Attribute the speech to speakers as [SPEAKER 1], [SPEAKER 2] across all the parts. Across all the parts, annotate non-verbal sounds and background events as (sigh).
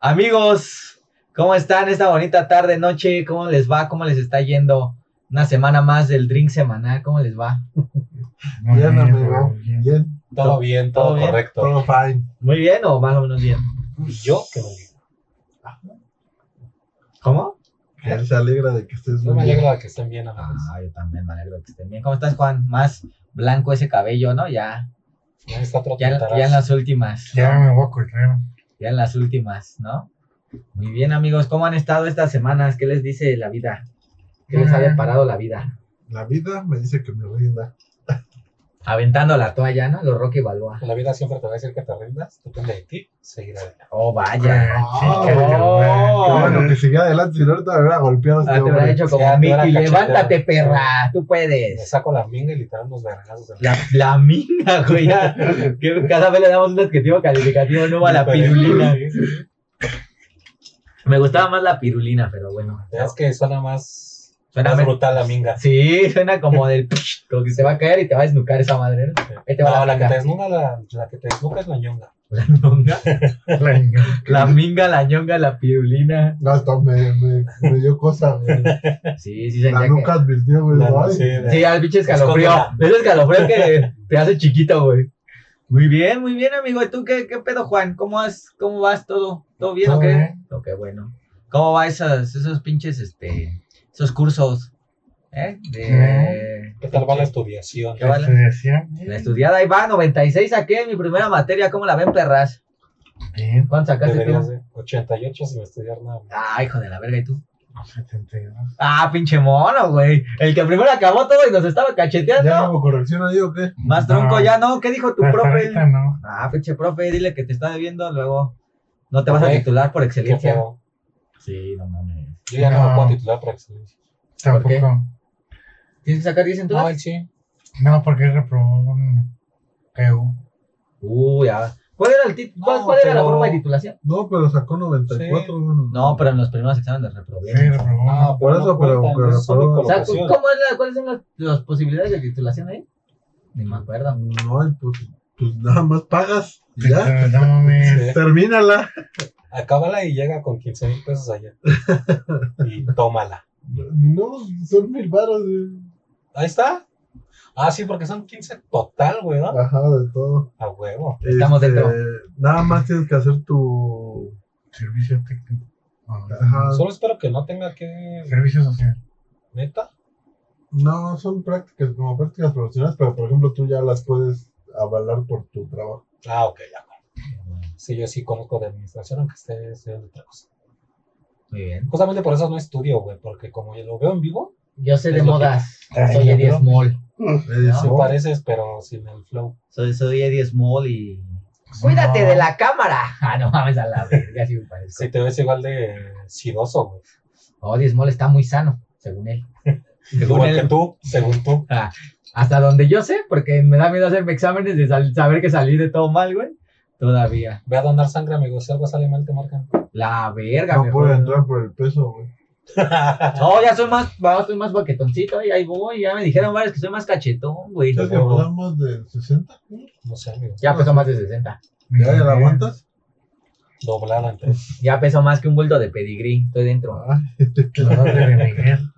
[SPEAKER 1] Amigos, ¿cómo están esta bonita tarde, noche? ¿Cómo les va? ¿Cómo les está yendo? Una semana más del drink semanal, ¿cómo les va?
[SPEAKER 2] Muy
[SPEAKER 3] Bien,
[SPEAKER 2] bien,
[SPEAKER 3] amigo.
[SPEAKER 2] muy
[SPEAKER 3] Bien.
[SPEAKER 2] bien.
[SPEAKER 1] Todo-
[SPEAKER 4] Todo bien, todo,
[SPEAKER 1] todo bien.
[SPEAKER 4] correcto.
[SPEAKER 3] Todo fine.
[SPEAKER 1] ¿Muy bien o más o menos bien?
[SPEAKER 4] ¿Y yo que me alegro.
[SPEAKER 1] ¿Cómo?
[SPEAKER 3] Él se alegra de que estés
[SPEAKER 4] Yo
[SPEAKER 3] muy
[SPEAKER 4] me
[SPEAKER 3] bien.
[SPEAKER 4] alegro de que estén bien a la vez.
[SPEAKER 1] Ah, yo también me alegro que estén bien. ¿Cómo estás, Juan? Más blanco ese cabello, ¿no? Ya,
[SPEAKER 4] Ya está otro
[SPEAKER 1] ya,
[SPEAKER 4] tintarazo.
[SPEAKER 1] ya en las últimas.
[SPEAKER 2] Ya me voy a correr.
[SPEAKER 1] Ya en las últimas, ¿no? Muy bien, amigos, ¿cómo han estado estas semanas? ¿Qué les dice la vida? ¿Qué les ha deparado la vida?
[SPEAKER 3] La vida me dice que me rinda.
[SPEAKER 1] Aventando la toalla, ¿no? Los Rocky Balboa.
[SPEAKER 4] La vida siempre te va a decir que te rindas, depende de ti, seguir adelante.
[SPEAKER 1] Oh, vaya.
[SPEAKER 3] Ah,
[SPEAKER 2] qué
[SPEAKER 1] oh.
[SPEAKER 3] Qué
[SPEAKER 2] bueno.
[SPEAKER 3] bueno que seguía adelante, si no ahorita me hubiera golpeado a
[SPEAKER 1] Ah,
[SPEAKER 3] este
[SPEAKER 1] te hubiera
[SPEAKER 3] hombre.
[SPEAKER 1] hecho como
[SPEAKER 4] Ya, te hubiera
[SPEAKER 1] Mickey,
[SPEAKER 4] cachado.
[SPEAKER 1] levántate, perra, tú puedes.
[SPEAKER 4] Me saco la minga y literal nos vergazos de
[SPEAKER 1] La, la minga, güey. ya. (laughs) Que cada vez le damos un adjetivo calificativo nuevo (laughs) a la pirulina. Me gustaba más la pirulina, pero bueno.
[SPEAKER 4] Es que suena más,
[SPEAKER 1] Suena
[SPEAKER 4] más
[SPEAKER 1] me-
[SPEAKER 4] brutal la minga.
[SPEAKER 1] Sí, suena como del como que se va a caer y te va a desnucar esa madre. ¿no? Ahí te va la
[SPEAKER 4] No, la que
[SPEAKER 1] minga.
[SPEAKER 4] te desnuda, la, la que te desnuca es la ñonga.
[SPEAKER 1] La ñonga,
[SPEAKER 2] La ñonga.
[SPEAKER 1] (laughs) la minga, la ñonga, la pirulina.
[SPEAKER 3] No, hasta me, me, me dio cosa,
[SPEAKER 1] (laughs)
[SPEAKER 3] güey.
[SPEAKER 1] Sí, sí,
[SPEAKER 3] La
[SPEAKER 1] sentía que...
[SPEAKER 3] nunca advirtió, güey.
[SPEAKER 4] La-
[SPEAKER 3] Ay,
[SPEAKER 4] sí, la-
[SPEAKER 1] Sí, al pinche escalofrío.
[SPEAKER 4] Escóndela.
[SPEAKER 1] Es escalofrío (laughs) que te hace chiquito, güey. Muy bien, muy bien, amigo. ¿Y tú qué, qué pedo, Juan? ¿Cómo vas? ¿Cómo vas todo? ¿Todo bien o
[SPEAKER 2] Todo
[SPEAKER 1] qué?
[SPEAKER 2] bien.
[SPEAKER 1] Lo que bueno. ¿Cómo va esas, esos pinches, este, esos cursos? ¿Eh? De...
[SPEAKER 4] ¿Qué tal va la estudiación?
[SPEAKER 1] ¿Qué va la-
[SPEAKER 2] Estudiación.
[SPEAKER 1] La estudiada ahí va, 96 saqué mi primera materia. ¿Cómo la ven, perras?
[SPEAKER 2] Bien.
[SPEAKER 1] ¿Cuánto sacaste
[SPEAKER 4] Deberías
[SPEAKER 1] tú?
[SPEAKER 4] de 88 sin estudiar nada. más.
[SPEAKER 1] Ah, hijo de la verga, ¿y tú?
[SPEAKER 2] 72.
[SPEAKER 1] Ah, pinche mono, güey. El que primero acabó todo y nos estaba
[SPEAKER 3] ¿Ya
[SPEAKER 1] cacheteando.
[SPEAKER 3] no hubo corrección ahí o qué?
[SPEAKER 1] Más tronco,
[SPEAKER 2] No.
[SPEAKER 1] ya no. ¿Qué dijo tu
[SPEAKER 2] Hasta
[SPEAKER 1] profe?
[SPEAKER 2] ahorita no.
[SPEAKER 1] Ah, pinche profe, dile que te está debiendo, luego no te vas a
[SPEAKER 4] Güey,
[SPEAKER 1] titular por
[SPEAKER 4] Qué
[SPEAKER 1] excelencia.
[SPEAKER 4] feo.
[SPEAKER 1] Sí, no mames.
[SPEAKER 4] Yo ya no, me
[SPEAKER 2] No.
[SPEAKER 4] puedo titular por excelencia.
[SPEAKER 1] ¿Por qué?
[SPEAKER 2] Tampoco.
[SPEAKER 1] ¿Tienes que sacar 10 en
[SPEAKER 4] No,
[SPEAKER 1] todas?
[SPEAKER 4] él sí.
[SPEAKER 2] No, porque reprobó un EU.
[SPEAKER 1] Uy, ya. ¿Cuál era, el tit-
[SPEAKER 4] No,
[SPEAKER 1] cuál, cuál era la
[SPEAKER 4] pero-
[SPEAKER 1] forma de titulación?
[SPEAKER 3] No, pero sacó 94. güey.
[SPEAKER 1] No, pero en los primeros exámenes
[SPEAKER 2] Sí,
[SPEAKER 1] reprobé.
[SPEAKER 2] reprobó.
[SPEAKER 3] por
[SPEAKER 4] No, pero
[SPEAKER 3] eso,
[SPEAKER 4] no
[SPEAKER 3] pero-
[SPEAKER 4] cuentan,
[SPEAKER 3] pero-
[SPEAKER 4] no Ah, son de
[SPEAKER 3] pero-
[SPEAKER 1] o sea, ¿cu-
[SPEAKER 4] colocación.
[SPEAKER 1] ¿cómo es la- ¿cuáles son las, las posibilidades de titulación ahí? Ni me acuerdo.
[SPEAKER 3] No, y pues, pues nada más pagas. y Ya,
[SPEAKER 2] Entonces, No mames.
[SPEAKER 4] Sí.
[SPEAKER 3] termínala.
[SPEAKER 4] Acábala y llega con 15 mil pesos allá. y tómala.
[SPEAKER 3] No, son mil baros, güey.
[SPEAKER 4] Ahí está. Ah, sí, porque son 15 total, güey, ¿no?
[SPEAKER 3] Ajá, de todo.
[SPEAKER 4] A huevo.
[SPEAKER 1] Estamos
[SPEAKER 3] Este,
[SPEAKER 1] dentro.
[SPEAKER 3] Nada más tienes que hacer tu.
[SPEAKER 2] Servicio técnico. No,
[SPEAKER 3] Ajá.
[SPEAKER 4] Solo espero que no tenga que.
[SPEAKER 2] Servicio social.
[SPEAKER 4] Neta.
[SPEAKER 3] No, son prácticas como prácticas profesionales, pero por ejemplo tú ya las puedes avalar por tu trabajo.
[SPEAKER 4] Ah, ok, ya, güey. Sí, yo sí conozco de administración, aunque esté estudiando otra cosa.
[SPEAKER 1] Muy bien.
[SPEAKER 4] Justamente por eso no estudio, güey, porque como yo lo veo en vivo,
[SPEAKER 1] Yo sé
[SPEAKER 4] Es
[SPEAKER 1] de
[SPEAKER 4] lo que-
[SPEAKER 1] modas.
[SPEAKER 2] Ay,
[SPEAKER 1] Soy
[SPEAKER 2] yo
[SPEAKER 1] Eddie
[SPEAKER 2] creo.
[SPEAKER 1] Small. Ah,
[SPEAKER 3] Eh,
[SPEAKER 4] sí
[SPEAKER 3] no,
[SPEAKER 4] pareces, pero sin el flow.
[SPEAKER 1] Soy, soy Eddie Small y. Cuídate de la cámara. (laughs) Ah, no mames, a la verga, así me parece.
[SPEAKER 4] Si te ves igual de sidoso, güey.
[SPEAKER 1] Oh, Eddie Small está muy sano, (laughs) según él. Según
[SPEAKER 4] Igual
[SPEAKER 1] él,
[SPEAKER 4] que tú, según tú.
[SPEAKER 1] Hasta donde yo sé, porque me da miedo hacerme exámenes de sal- saber que salí de todo mal, güey. Todavía.
[SPEAKER 4] Ve a donar sangre, amigo. Si algo sale mal, te marcan.
[SPEAKER 1] La verga,
[SPEAKER 3] no
[SPEAKER 1] mejor,
[SPEAKER 3] puedes
[SPEAKER 1] ¿no?
[SPEAKER 3] entrar por el peso, güey.
[SPEAKER 1] No, ya soy más, ya soy más baquetoncito y ahí voy. Ya me dijeron varios que soy más cachetón, güey.
[SPEAKER 3] ¿Sabes que pues,
[SPEAKER 4] huevo.
[SPEAKER 3] pasamos del 60?
[SPEAKER 4] No sé, amigo.
[SPEAKER 1] Ya peso más de 60.
[SPEAKER 3] ¿Ya, ya la aguantas?
[SPEAKER 4] Doblar
[SPEAKER 1] (laughs)
[SPEAKER 4] entre.
[SPEAKER 1] Ya peso más que un bulto de pedigrí. Estoy dentro.
[SPEAKER 3] (laughs) Ay,
[SPEAKER 2] La doble de Miguel.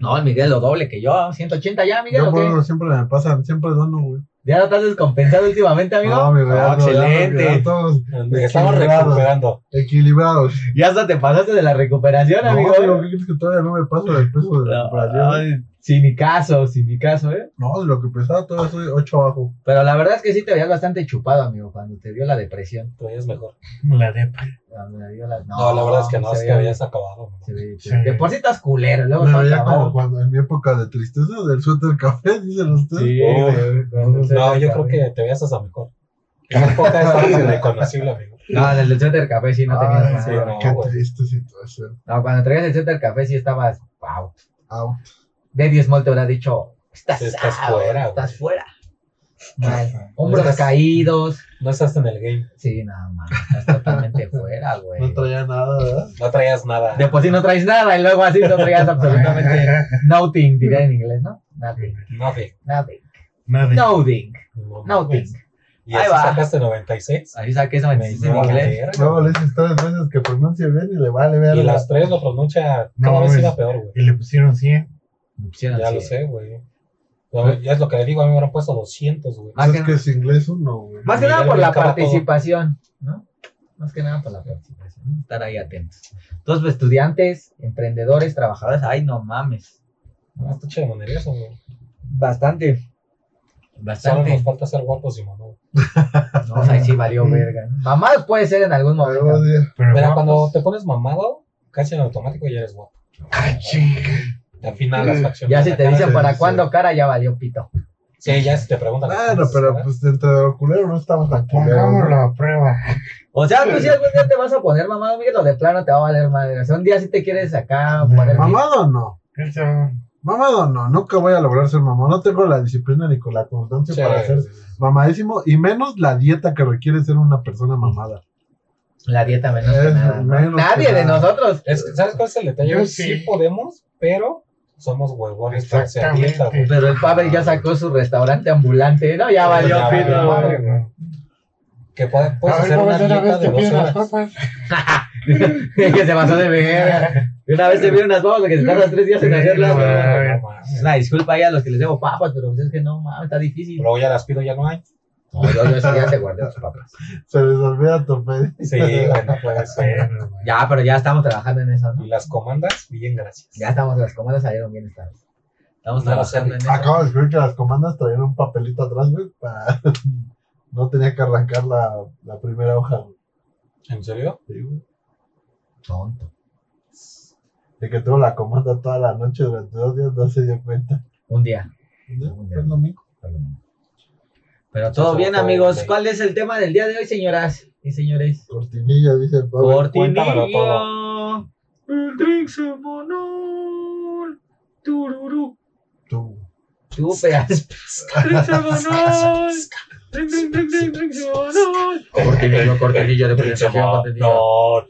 [SPEAKER 1] No, el Miguel lo doble que yo. 180 ya, Miguel,
[SPEAKER 3] yo
[SPEAKER 1] ¿o
[SPEAKER 3] por
[SPEAKER 1] qué?
[SPEAKER 3] eso siempre me pasan, siempre dono, güey.
[SPEAKER 1] ¿Ya lo estás descompensado últimamente, amigo?
[SPEAKER 3] No, mi
[SPEAKER 1] Ah,
[SPEAKER 3] regalo, ya,
[SPEAKER 1] excelente.
[SPEAKER 3] ya todos
[SPEAKER 4] Estamos recuperando.
[SPEAKER 3] equilibrados.
[SPEAKER 1] Ya hasta te pasaste de la recuperación,
[SPEAKER 3] No,
[SPEAKER 1] amigo.
[SPEAKER 3] digo, ¿qué crees que todavía no me paso del peso de la recuperación?
[SPEAKER 1] Ay, sin mi caso, sin mi caso, ¿eh?
[SPEAKER 3] No, de lo que pesaba todavía soy 8 abajo.
[SPEAKER 1] Pero la verdad es que sí te veías bastante chupado, amigo, cuando te dio la depresión.
[SPEAKER 4] Tú es mejor.
[SPEAKER 2] La depa.
[SPEAKER 1] Cuando te dio la-
[SPEAKER 4] No, la verdad es que no,
[SPEAKER 1] se
[SPEAKER 4] es que
[SPEAKER 1] veía-
[SPEAKER 4] habías acabado. güey.
[SPEAKER 1] se veía-
[SPEAKER 2] Sí.
[SPEAKER 1] De por sí estás culero, luego
[SPEAKER 3] Me
[SPEAKER 1] estás
[SPEAKER 3] veía como
[SPEAKER 1] acabado.
[SPEAKER 3] cuando en mi época de tristeza del suéter café, dicen ustedes.
[SPEAKER 1] Sí,
[SPEAKER 4] Uy.
[SPEAKER 1] güey, cuando se
[SPEAKER 4] No,
[SPEAKER 1] veía
[SPEAKER 4] yo creo
[SPEAKER 1] acabado.
[SPEAKER 4] que te veías hasta mejor. (laughs) En mi época estabas irreconocible, amigo.
[SPEAKER 1] No, en el del Center Café sí no
[SPEAKER 3] Ay,
[SPEAKER 1] tenías
[SPEAKER 4] Ah, sí,
[SPEAKER 1] nada.
[SPEAKER 4] no.
[SPEAKER 3] Qué
[SPEAKER 4] güey.
[SPEAKER 3] triste situación.
[SPEAKER 1] No, cuando traías el Center Café sí estabas. ¡Wow!
[SPEAKER 3] Au.
[SPEAKER 1] Daddy Small te habrá dicho: Estás,
[SPEAKER 4] Sí, estás
[SPEAKER 1] out,
[SPEAKER 4] fuera,
[SPEAKER 1] Estás
[SPEAKER 4] güey".
[SPEAKER 1] fuera. Mal. Hombros
[SPEAKER 4] Estás-
[SPEAKER 1] caídos.
[SPEAKER 4] No estás en el game.
[SPEAKER 1] Sí, nada más. Estás totalmente (laughs) fuera, güey.
[SPEAKER 3] No traía nada, ¿verdad?
[SPEAKER 4] No traías nada.
[SPEAKER 1] De por sí no traes nada y luego así no traías
[SPEAKER 4] (laughs)
[SPEAKER 1] absolutamente nothing, diría en inglés, ¿no? Nothing,
[SPEAKER 4] Nothing.
[SPEAKER 1] nothing,
[SPEAKER 2] Nada.
[SPEAKER 1] nothing,
[SPEAKER 4] No,
[SPEAKER 1] nothing.
[SPEAKER 4] mames. Y
[SPEAKER 1] pues, Ahí
[SPEAKER 4] así
[SPEAKER 1] va.
[SPEAKER 4] sacaste 96.
[SPEAKER 1] Ahí saqué esa
[SPEAKER 4] Me
[SPEAKER 1] 26 en
[SPEAKER 4] llevo a la
[SPEAKER 1] inglés.
[SPEAKER 4] verga.
[SPEAKER 3] Luego le dices tres veces que pronuncie bien y le vale Pues ver.
[SPEAKER 4] Y las tres lo pronuncia
[SPEAKER 2] No,
[SPEAKER 4] cada vez
[SPEAKER 2] güey.
[SPEAKER 4] iba peor, güey.
[SPEAKER 2] Y le pusieron 100.
[SPEAKER 1] Me pusieron
[SPEAKER 4] Ya
[SPEAKER 1] así.
[SPEAKER 4] lo sé, güey. Ah. Ya- Ya es lo que le digo, a mí me hubieran puesto 200, güey.
[SPEAKER 1] Más que,
[SPEAKER 3] es que es inglés uno, güey.
[SPEAKER 1] más que nada
[SPEAKER 4] Miguel
[SPEAKER 1] por la
[SPEAKER 4] buscaba todo.
[SPEAKER 1] participación, ¿no? Más que nada por la participación. ¿no? Estar ahí atentos. Entonces, pues, estudiantes, emprendedores, trabajadores, ay, no mames.
[SPEAKER 4] Ah, está chido de monerías, güey.
[SPEAKER 1] Bastante.
[SPEAKER 4] Solo
[SPEAKER 1] Bastante.
[SPEAKER 4] nos falta ser guapos y mamón.
[SPEAKER 1] No, o sea, ahí sí
[SPEAKER 4] (laughs)
[SPEAKER 1] valió verga. ¿no? Mamados puede ser en algún
[SPEAKER 3] Ahí va,
[SPEAKER 1] momento.
[SPEAKER 3] día.
[SPEAKER 2] Pero
[SPEAKER 4] Mira,
[SPEAKER 2] guapos.
[SPEAKER 4] cuando te pones mamado, casi en automático ya eres guapo. Al final las facciones.
[SPEAKER 1] Ya si te dicen
[SPEAKER 3] sí,
[SPEAKER 1] para
[SPEAKER 3] sí.
[SPEAKER 1] cuándo cara, ya valió pito.
[SPEAKER 4] Sí, ya si te preguntan.
[SPEAKER 1] Ah,
[SPEAKER 3] Bueno, pero pues entre de culero no estaba tan culero.
[SPEAKER 2] Pongámoslo
[SPEAKER 3] ¿no?
[SPEAKER 2] a prueba.
[SPEAKER 1] O sea, tú si algún día te vas a poner mamado, Miguel, o de plano te va a valer madre. O sea, un día si te quieres acá
[SPEAKER 2] De
[SPEAKER 1] poner.
[SPEAKER 3] ¿Mamado o no?
[SPEAKER 2] Eso.
[SPEAKER 3] Mamado o no, nunca voy a lograr ser mamado. No tengo la disciplina ni con la constancia para ser mamadísimo y menos la dieta que requiere ser una
[SPEAKER 1] (laughs)
[SPEAKER 3] persona mamada.
[SPEAKER 1] La dieta menos que
[SPEAKER 3] Es
[SPEAKER 1] nada. ¿no?
[SPEAKER 3] menos que
[SPEAKER 1] Nadie de
[SPEAKER 3] nada.
[SPEAKER 1] nosotros.
[SPEAKER 4] Es que, ¿Sabes cuál es el detalle?
[SPEAKER 2] Yo
[SPEAKER 4] sí.
[SPEAKER 2] sí.
[SPEAKER 4] podemos, pero somos huevones para hacer dieta, güey.
[SPEAKER 2] Exactamente.
[SPEAKER 1] Pero el Pavel ya sacó su restaurante ambulante. No, ya
[SPEAKER 2] Pues
[SPEAKER 1] valió
[SPEAKER 4] Ya
[SPEAKER 1] pito.
[SPEAKER 4] valió
[SPEAKER 1] güey.
[SPEAKER 4] madre, güey. Que puede- puedes
[SPEAKER 2] a ver,
[SPEAKER 4] hacer
[SPEAKER 2] ¿cómo
[SPEAKER 4] una
[SPEAKER 2] es una
[SPEAKER 4] dieta
[SPEAKER 2] vez
[SPEAKER 4] de
[SPEAKER 2] te
[SPEAKER 4] dos
[SPEAKER 2] piden las
[SPEAKER 4] horas.
[SPEAKER 2] papas?
[SPEAKER 1] (laughs) que se pasó de verga. Y Una vez se vieron unas papas que se tardan tres días en hacerlas.
[SPEAKER 2] Sí,
[SPEAKER 1] güey.
[SPEAKER 2] güey.
[SPEAKER 4] No eh. mames.
[SPEAKER 1] Una disculpa ahí a los que les debo papas, pero pues es que no, mames, está difícil.
[SPEAKER 4] Luego ya las pido, ya no hay.
[SPEAKER 1] No, yo, yo sí ya te guardé tus papas.
[SPEAKER 3] Se les olvida tu pedido.
[SPEAKER 1] (laughs)
[SPEAKER 4] Sí, güey, no puede ser.
[SPEAKER 1] Ya, pero ya estamos trabajando en eso, ¿no?
[SPEAKER 4] Y las comandas, bien, gracias.
[SPEAKER 1] Ya estamos, las comandas salieron bien esta vez. Estamos
[SPEAKER 4] No lo sé.
[SPEAKER 1] trabajando en eso.
[SPEAKER 3] Acabo de descubrir que las comandas traían un papelito atrás, güey, para... (laughs) No tenía que arrancar la, la primera hoja, güey.
[SPEAKER 4] ¿En serio?
[SPEAKER 3] Sí, güey.
[SPEAKER 1] Tonto.
[SPEAKER 3] De que tuvo la comanda toda la noche durante dos días, no se dio cuenta.
[SPEAKER 1] Un día.
[SPEAKER 3] ¿No? Fue el domingo.
[SPEAKER 1] Pero todo bien, amigos.
[SPEAKER 4] este.
[SPEAKER 1] ¿Cuál es el tema del día de hoy, señoras y señores?
[SPEAKER 3] Cortinilla, dice el Pablo.
[SPEAKER 4] Cuéntamelo
[SPEAKER 1] Cortinilla. El drink semanal. Tururú.
[SPEAKER 3] Tú.
[SPEAKER 1] Tú, pegas. Drink semanal. Drink, drink, drink, drink, drink semanal. Cortinillo, cortinillo de presentación, cortinillo.
[SPEAKER 4] No,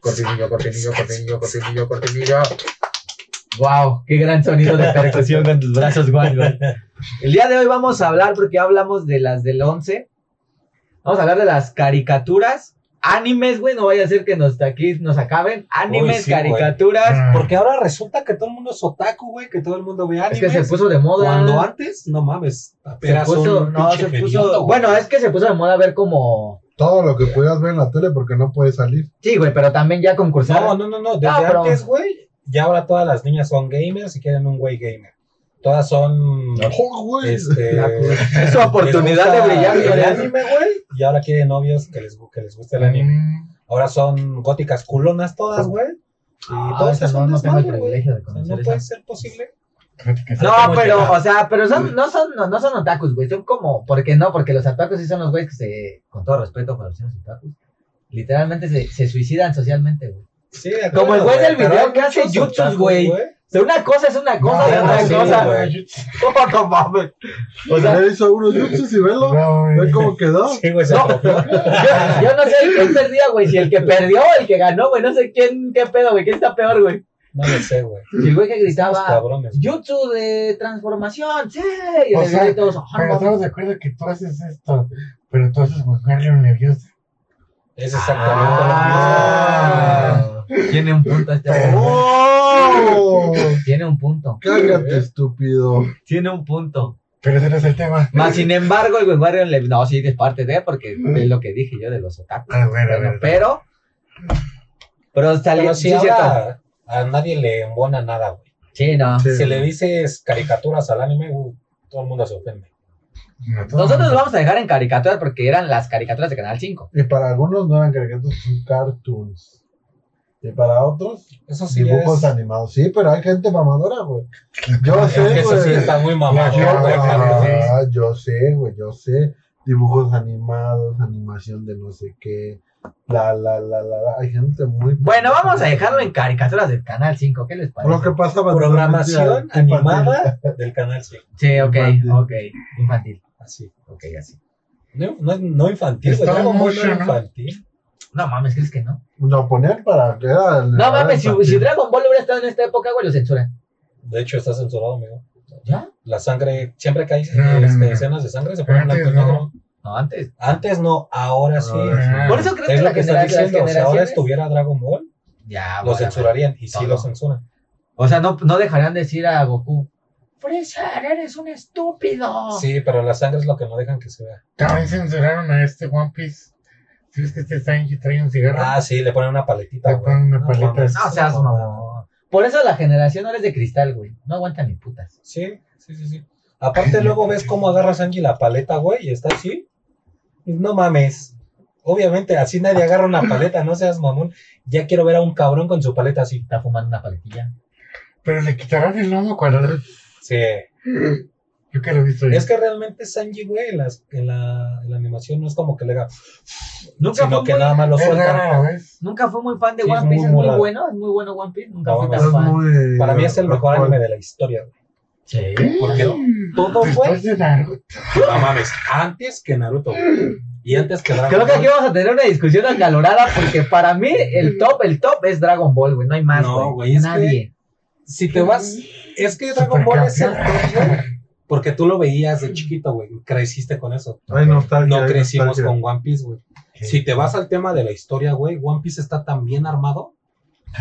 [SPEAKER 1] Cortinillo, cortinillo, cortinillo, cortinillo, cortinillo. Wow, qué gran sonido de percusión con tus brazos, Juan. güey. El día de hoy vamos a hablar, porque ya hablamos de las del 11. Vamos a hablar de las caricaturas, animes, güey. No vaya a ser que nos, de aquí nos acaben. Animes,
[SPEAKER 4] Uy, sí, güey.
[SPEAKER 1] caricaturas.
[SPEAKER 2] Ah,
[SPEAKER 4] Porque ahora resulta que todo el mundo es otaku, güey, que todo el mundo ve
[SPEAKER 1] Es
[SPEAKER 4] anime.
[SPEAKER 1] que se puso de moda.
[SPEAKER 4] Mm. Cuando antes, no mames,
[SPEAKER 1] se
[SPEAKER 4] apenas
[SPEAKER 1] puso,
[SPEAKER 4] un
[SPEAKER 1] no,
[SPEAKER 4] pinche
[SPEAKER 1] se
[SPEAKER 4] pedioto,
[SPEAKER 1] puso.
[SPEAKER 4] güey.
[SPEAKER 1] Bueno, es que se puso de moda ver como.
[SPEAKER 3] Todo lo que pudieras ver en la tele porque no puedes salir.
[SPEAKER 1] Sí, güey, pero también ya concursar.
[SPEAKER 4] No, no, no, no, desde
[SPEAKER 1] No, pero-
[SPEAKER 4] antes, güey, ya ahora todas las niñas son gamers y quieren un güey gamer. Todas son,
[SPEAKER 3] ¡Oh, güey!
[SPEAKER 4] este... (laughs)
[SPEAKER 1] es su oportunidad de
[SPEAKER 4] les gusta
[SPEAKER 1] brillar.
[SPEAKER 4] el
[SPEAKER 1] güey.
[SPEAKER 4] anime, güey, y ahora quieren novios que les, gu- que les guste el anime.
[SPEAKER 2] mm,
[SPEAKER 4] Ahora son góticas culonas todas, güey. Y
[SPEAKER 1] Oh. Ah,
[SPEAKER 4] todo
[SPEAKER 1] o
[SPEAKER 4] eso
[SPEAKER 1] sea,
[SPEAKER 4] es
[SPEAKER 1] no,
[SPEAKER 4] un
[SPEAKER 1] no tengo el
[SPEAKER 4] desmadre, güey.
[SPEAKER 1] privilegio de
[SPEAKER 4] O sea,
[SPEAKER 1] conocer
[SPEAKER 4] No
[SPEAKER 1] eso.
[SPEAKER 4] puede ser posible.
[SPEAKER 2] fíjate que
[SPEAKER 1] No,
[SPEAKER 4] Está muy
[SPEAKER 1] pero,
[SPEAKER 4] legal.
[SPEAKER 1] o sea, pero son, no son, no, no son otakus, güey. Son como, ¿por qué no? Porque los otakus sí son los güeyes que se, con todo respeto para los señores otakus, literalmente se, se suicidan socialmente, güey.
[SPEAKER 4] Sí, de
[SPEAKER 1] Como el
[SPEAKER 4] acuerdo,
[SPEAKER 1] güey del
[SPEAKER 4] pero
[SPEAKER 1] video
[SPEAKER 4] hay
[SPEAKER 1] que hace
[SPEAKER 4] muchos
[SPEAKER 1] jutsus,
[SPEAKER 4] otakus,
[SPEAKER 1] güey. O sea, una cosa es una cosa y
[SPEAKER 4] No,
[SPEAKER 1] otra
[SPEAKER 4] sí,
[SPEAKER 1] cosa. (laughs)
[SPEAKER 4] güey.
[SPEAKER 3] ¡Oh, no mames! O sea, le hizo unos yuchos y velo.
[SPEAKER 2] No,
[SPEAKER 3] ¿Ve
[SPEAKER 2] güey.
[SPEAKER 3] cómo quedó?
[SPEAKER 4] Sí, güey, se
[SPEAKER 1] No.
[SPEAKER 4] atrofió.
[SPEAKER 1] (laughs) Yo, yo no sé quién perdía, güey. Si el que perdió o el que ganó, güey. No sé quién, qué pedo, güey. ¿Quién está peor, güey?
[SPEAKER 4] No lo sé, güey.
[SPEAKER 1] Y el güey que gritaba,
[SPEAKER 4] Cabrones.
[SPEAKER 1] Jutsu de transformación, sí. Y
[SPEAKER 2] O
[SPEAKER 1] le
[SPEAKER 2] sea,
[SPEAKER 1] todos, "Ah,
[SPEAKER 2] Pero
[SPEAKER 1] no
[SPEAKER 2] estamos de acuerdo que tú haces esto, pero tú haces buscarle un nervioso.
[SPEAKER 4] Es exactamente lo
[SPEAKER 1] Ah, tiene un punto este. güey.
[SPEAKER 3] ¡Oh!
[SPEAKER 1] Tiene un punto.
[SPEAKER 3] ¡Cállate, estúpido!
[SPEAKER 1] Tiene un punto.
[SPEAKER 2] Pero ese no es el tema.
[SPEAKER 1] Más sin embargo, el buen Barrio le. No, sí, es parte de, porque es lo que dije yo de los otakus.
[SPEAKER 2] Ah, bueno,
[SPEAKER 1] Bueno,
[SPEAKER 2] bueno.
[SPEAKER 1] pero. Pero
[SPEAKER 4] mismo.
[SPEAKER 1] salió.
[SPEAKER 4] Pero
[SPEAKER 1] Sí,
[SPEAKER 4] si
[SPEAKER 1] es cierto.
[SPEAKER 4] ahora a nadie le embona nada, güey.
[SPEAKER 1] Sí, no.
[SPEAKER 3] Sí.
[SPEAKER 4] Si le dices caricaturas al anime, güey, todo el mundo se ofende.
[SPEAKER 2] No, todo-
[SPEAKER 1] Nosotros vamos a dejar en caricaturas porque eran las caricaturas de Canal 5.
[SPEAKER 3] Y para algunos no eran caricaturas, son cartoons. Y para otros,
[SPEAKER 4] Eso sí
[SPEAKER 3] dibujos
[SPEAKER 4] es...
[SPEAKER 3] animados. Sí, pero hay gente mamadora, güey. Yo
[SPEAKER 4] Es que
[SPEAKER 3] sé,
[SPEAKER 4] eso sí
[SPEAKER 3] güey.
[SPEAKER 4] está muy mamado,
[SPEAKER 2] La
[SPEAKER 4] güey,
[SPEAKER 2] gente-
[SPEAKER 4] cabrón.
[SPEAKER 3] Ah, yo sé, güey, yo sé. Dibujos animados, animación de no sé qué. La, la, la, la, la. Hay gente muy.
[SPEAKER 1] Bueno, vamos a dejarlo en caricaturas del Canal 5. ¿Qué les parece?
[SPEAKER 3] Lo que pasa
[SPEAKER 4] Programación animada del canal 5.
[SPEAKER 1] Sí, ok,
[SPEAKER 3] Infantil.
[SPEAKER 1] ok. Infantil.
[SPEAKER 4] Así.
[SPEAKER 1] Ok, así.
[SPEAKER 4] No, no, no infantil, güey.
[SPEAKER 2] Está
[SPEAKER 4] Dragon Ball no
[SPEAKER 2] mucho,
[SPEAKER 4] era
[SPEAKER 2] ¿no?
[SPEAKER 4] infantil.
[SPEAKER 1] No mames, ¿crees que no?
[SPEAKER 3] Lo ponían para. Era el-
[SPEAKER 1] No mames, si,
[SPEAKER 3] era
[SPEAKER 1] si
[SPEAKER 3] infantil.
[SPEAKER 1] Dragon Ball hubiera estado en esta época, güey, lo censuran.
[SPEAKER 4] De hecho, está censurado, amigo.
[SPEAKER 1] ¿Ya?
[SPEAKER 4] La sangre, siempre que hay
[SPEAKER 2] No, no,
[SPEAKER 4] este,
[SPEAKER 2] no.
[SPEAKER 4] escenas de sangre, se ponen
[SPEAKER 2] Antes
[SPEAKER 4] blanco y
[SPEAKER 2] no.
[SPEAKER 4] negro.
[SPEAKER 1] No, antes.
[SPEAKER 4] Antes no, ahora sí.
[SPEAKER 3] Ahora
[SPEAKER 1] Por eso creo
[SPEAKER 4] es
[SPEAKER 1] que
[SPEAKER 4] lo
[SPEAKER 1] la
[SPEAKER 4] que estoy diciendo. Si ahora
[SPEAKER 1] generación.
[SPEAKER 4] estuviera Dragon Ball,
[SPEAKER 1] Ya,
[SPEAKER 4] lo
[SPEAKER 1] bueno.
[SPEAKER 4] censurarían. Y sí
[SPEAKER 1] No,
[SPEAKER 4] lo
[SPEAKER 1] no.
[SPEAKER 4] censuran.
[SPEAKER 1] O sea, no, no dejarían decir a Goku. Freezer, eres un estúpido.
[SPEAKER 4] Sí, pero la sangre es lo que no dejan que se vea.
[SPEAKER 2] También censuraron a este One Piece. Si es que este Sanji trae un cigarro.
[SPEAKER 4] Ah, sí, le ponen una paletita.
[SPEAKER 2] Le
[SPEAKER 4] güey.
[SPEAKER 2] ponen una
[SPEAKER 4] No
[SPEAKER 2] paleta.
[SPEAKER 4] mames.
[SPEAKER 1] No seas mamón. Por eso la generación no eres de cristal, güey. No aguanta ni putas.
[SPEAKER 4] Sí, sí, sí, sí.
[SPEAKER 2] (laughs)
[SPEAKER 4] Aparte luego ves cómo agarra Sanji la paleta, güey, y está así. No mames. Obviamente, así nadie agarra una paleta, no seas mamón. Ya quiero ver a un cabrón con su paleta así.
[SPEAKER 1] Está fumando una paletilla.
[SPEAKER 2] Pero le quitaron el lomo cuadrado.
[SPEAKER 4] Sí.
[SPEAKER 2] Yo que lo he visto.
[SPEAKER 4] Es que realmente Sanji, güey, en, las- en la, en la animación no es como que le haga,
[SPEAKER 1] (sniffs) Nunca
[SPEAKER 4] sino
[SPEAKER 1] fue
[SPEAKER 4] que
[SPEAKER 1] muy-
[SPEAKER 4] nada más lo
[SPEAKER 2] es rara
[SPEAKER 4] suelta.
[SPEAKER 2] a la vez.
[SPEAKER 1] Nunca fue muy fan de
[SPEAKER 4] Sí, es
[SPEAKER 1] One Piece,
[SPEAKER 4] muy
[SPEAKER 1] es muy
[SPEAKER 4] moral.
[SPEAKER 1] bueno, es muy bueno One Piece, nunca
[SPEAKER 4] No,
[SPEAKER 1] fui
[SPEAKER 4] no,
[SPEAKER 1] tan
[SPEAKER 3] Es
[SPEAKER 1] fan.
[SPEAKER 3] muy-
[SPEAKER 4] Para mí es el mejor
[SPEAKER 3] actual.
[SPEAKER 4] anime de la historia, güey.
[SPEAKER 1] Sí.
[SPEAKER 4] Porque todo fue,
[SPEAKER 2] Después de Naruto.
[SPEAKER 4] no mames, antes que Naruto, güey. Y antes que Dragon
[SPEAKER 1] Creo que
[SPEAKER 4] Ball.
[SPEAKER 1] aquí vamos a tener una discusión acalorada porque para mí el top, el top es Dragon Ball, güey. No hay más, güey.
[SPEAKER 4] No, güey, es
[SPEAKER 1] Nadie.
[SPEAKER 4] Si te vas, es que Dragon Ball es el top, güey. Porque tú lo veías de chiquito, güey. Creciste con eso.
[SPEAKER 3] Hay
[SPEAKER 2] Ah,
[SPEAKER 3] nostalgia,
[SPEAKER 4] No
[SPEAKER 3] hay
[SPEAKER 4] crecimos
[SPEAKER 3] nostalgia.
[SPEAKER 4] con One Piece, güey. Si te vas al tema de la historia, güey, One Piece está tan bien armado.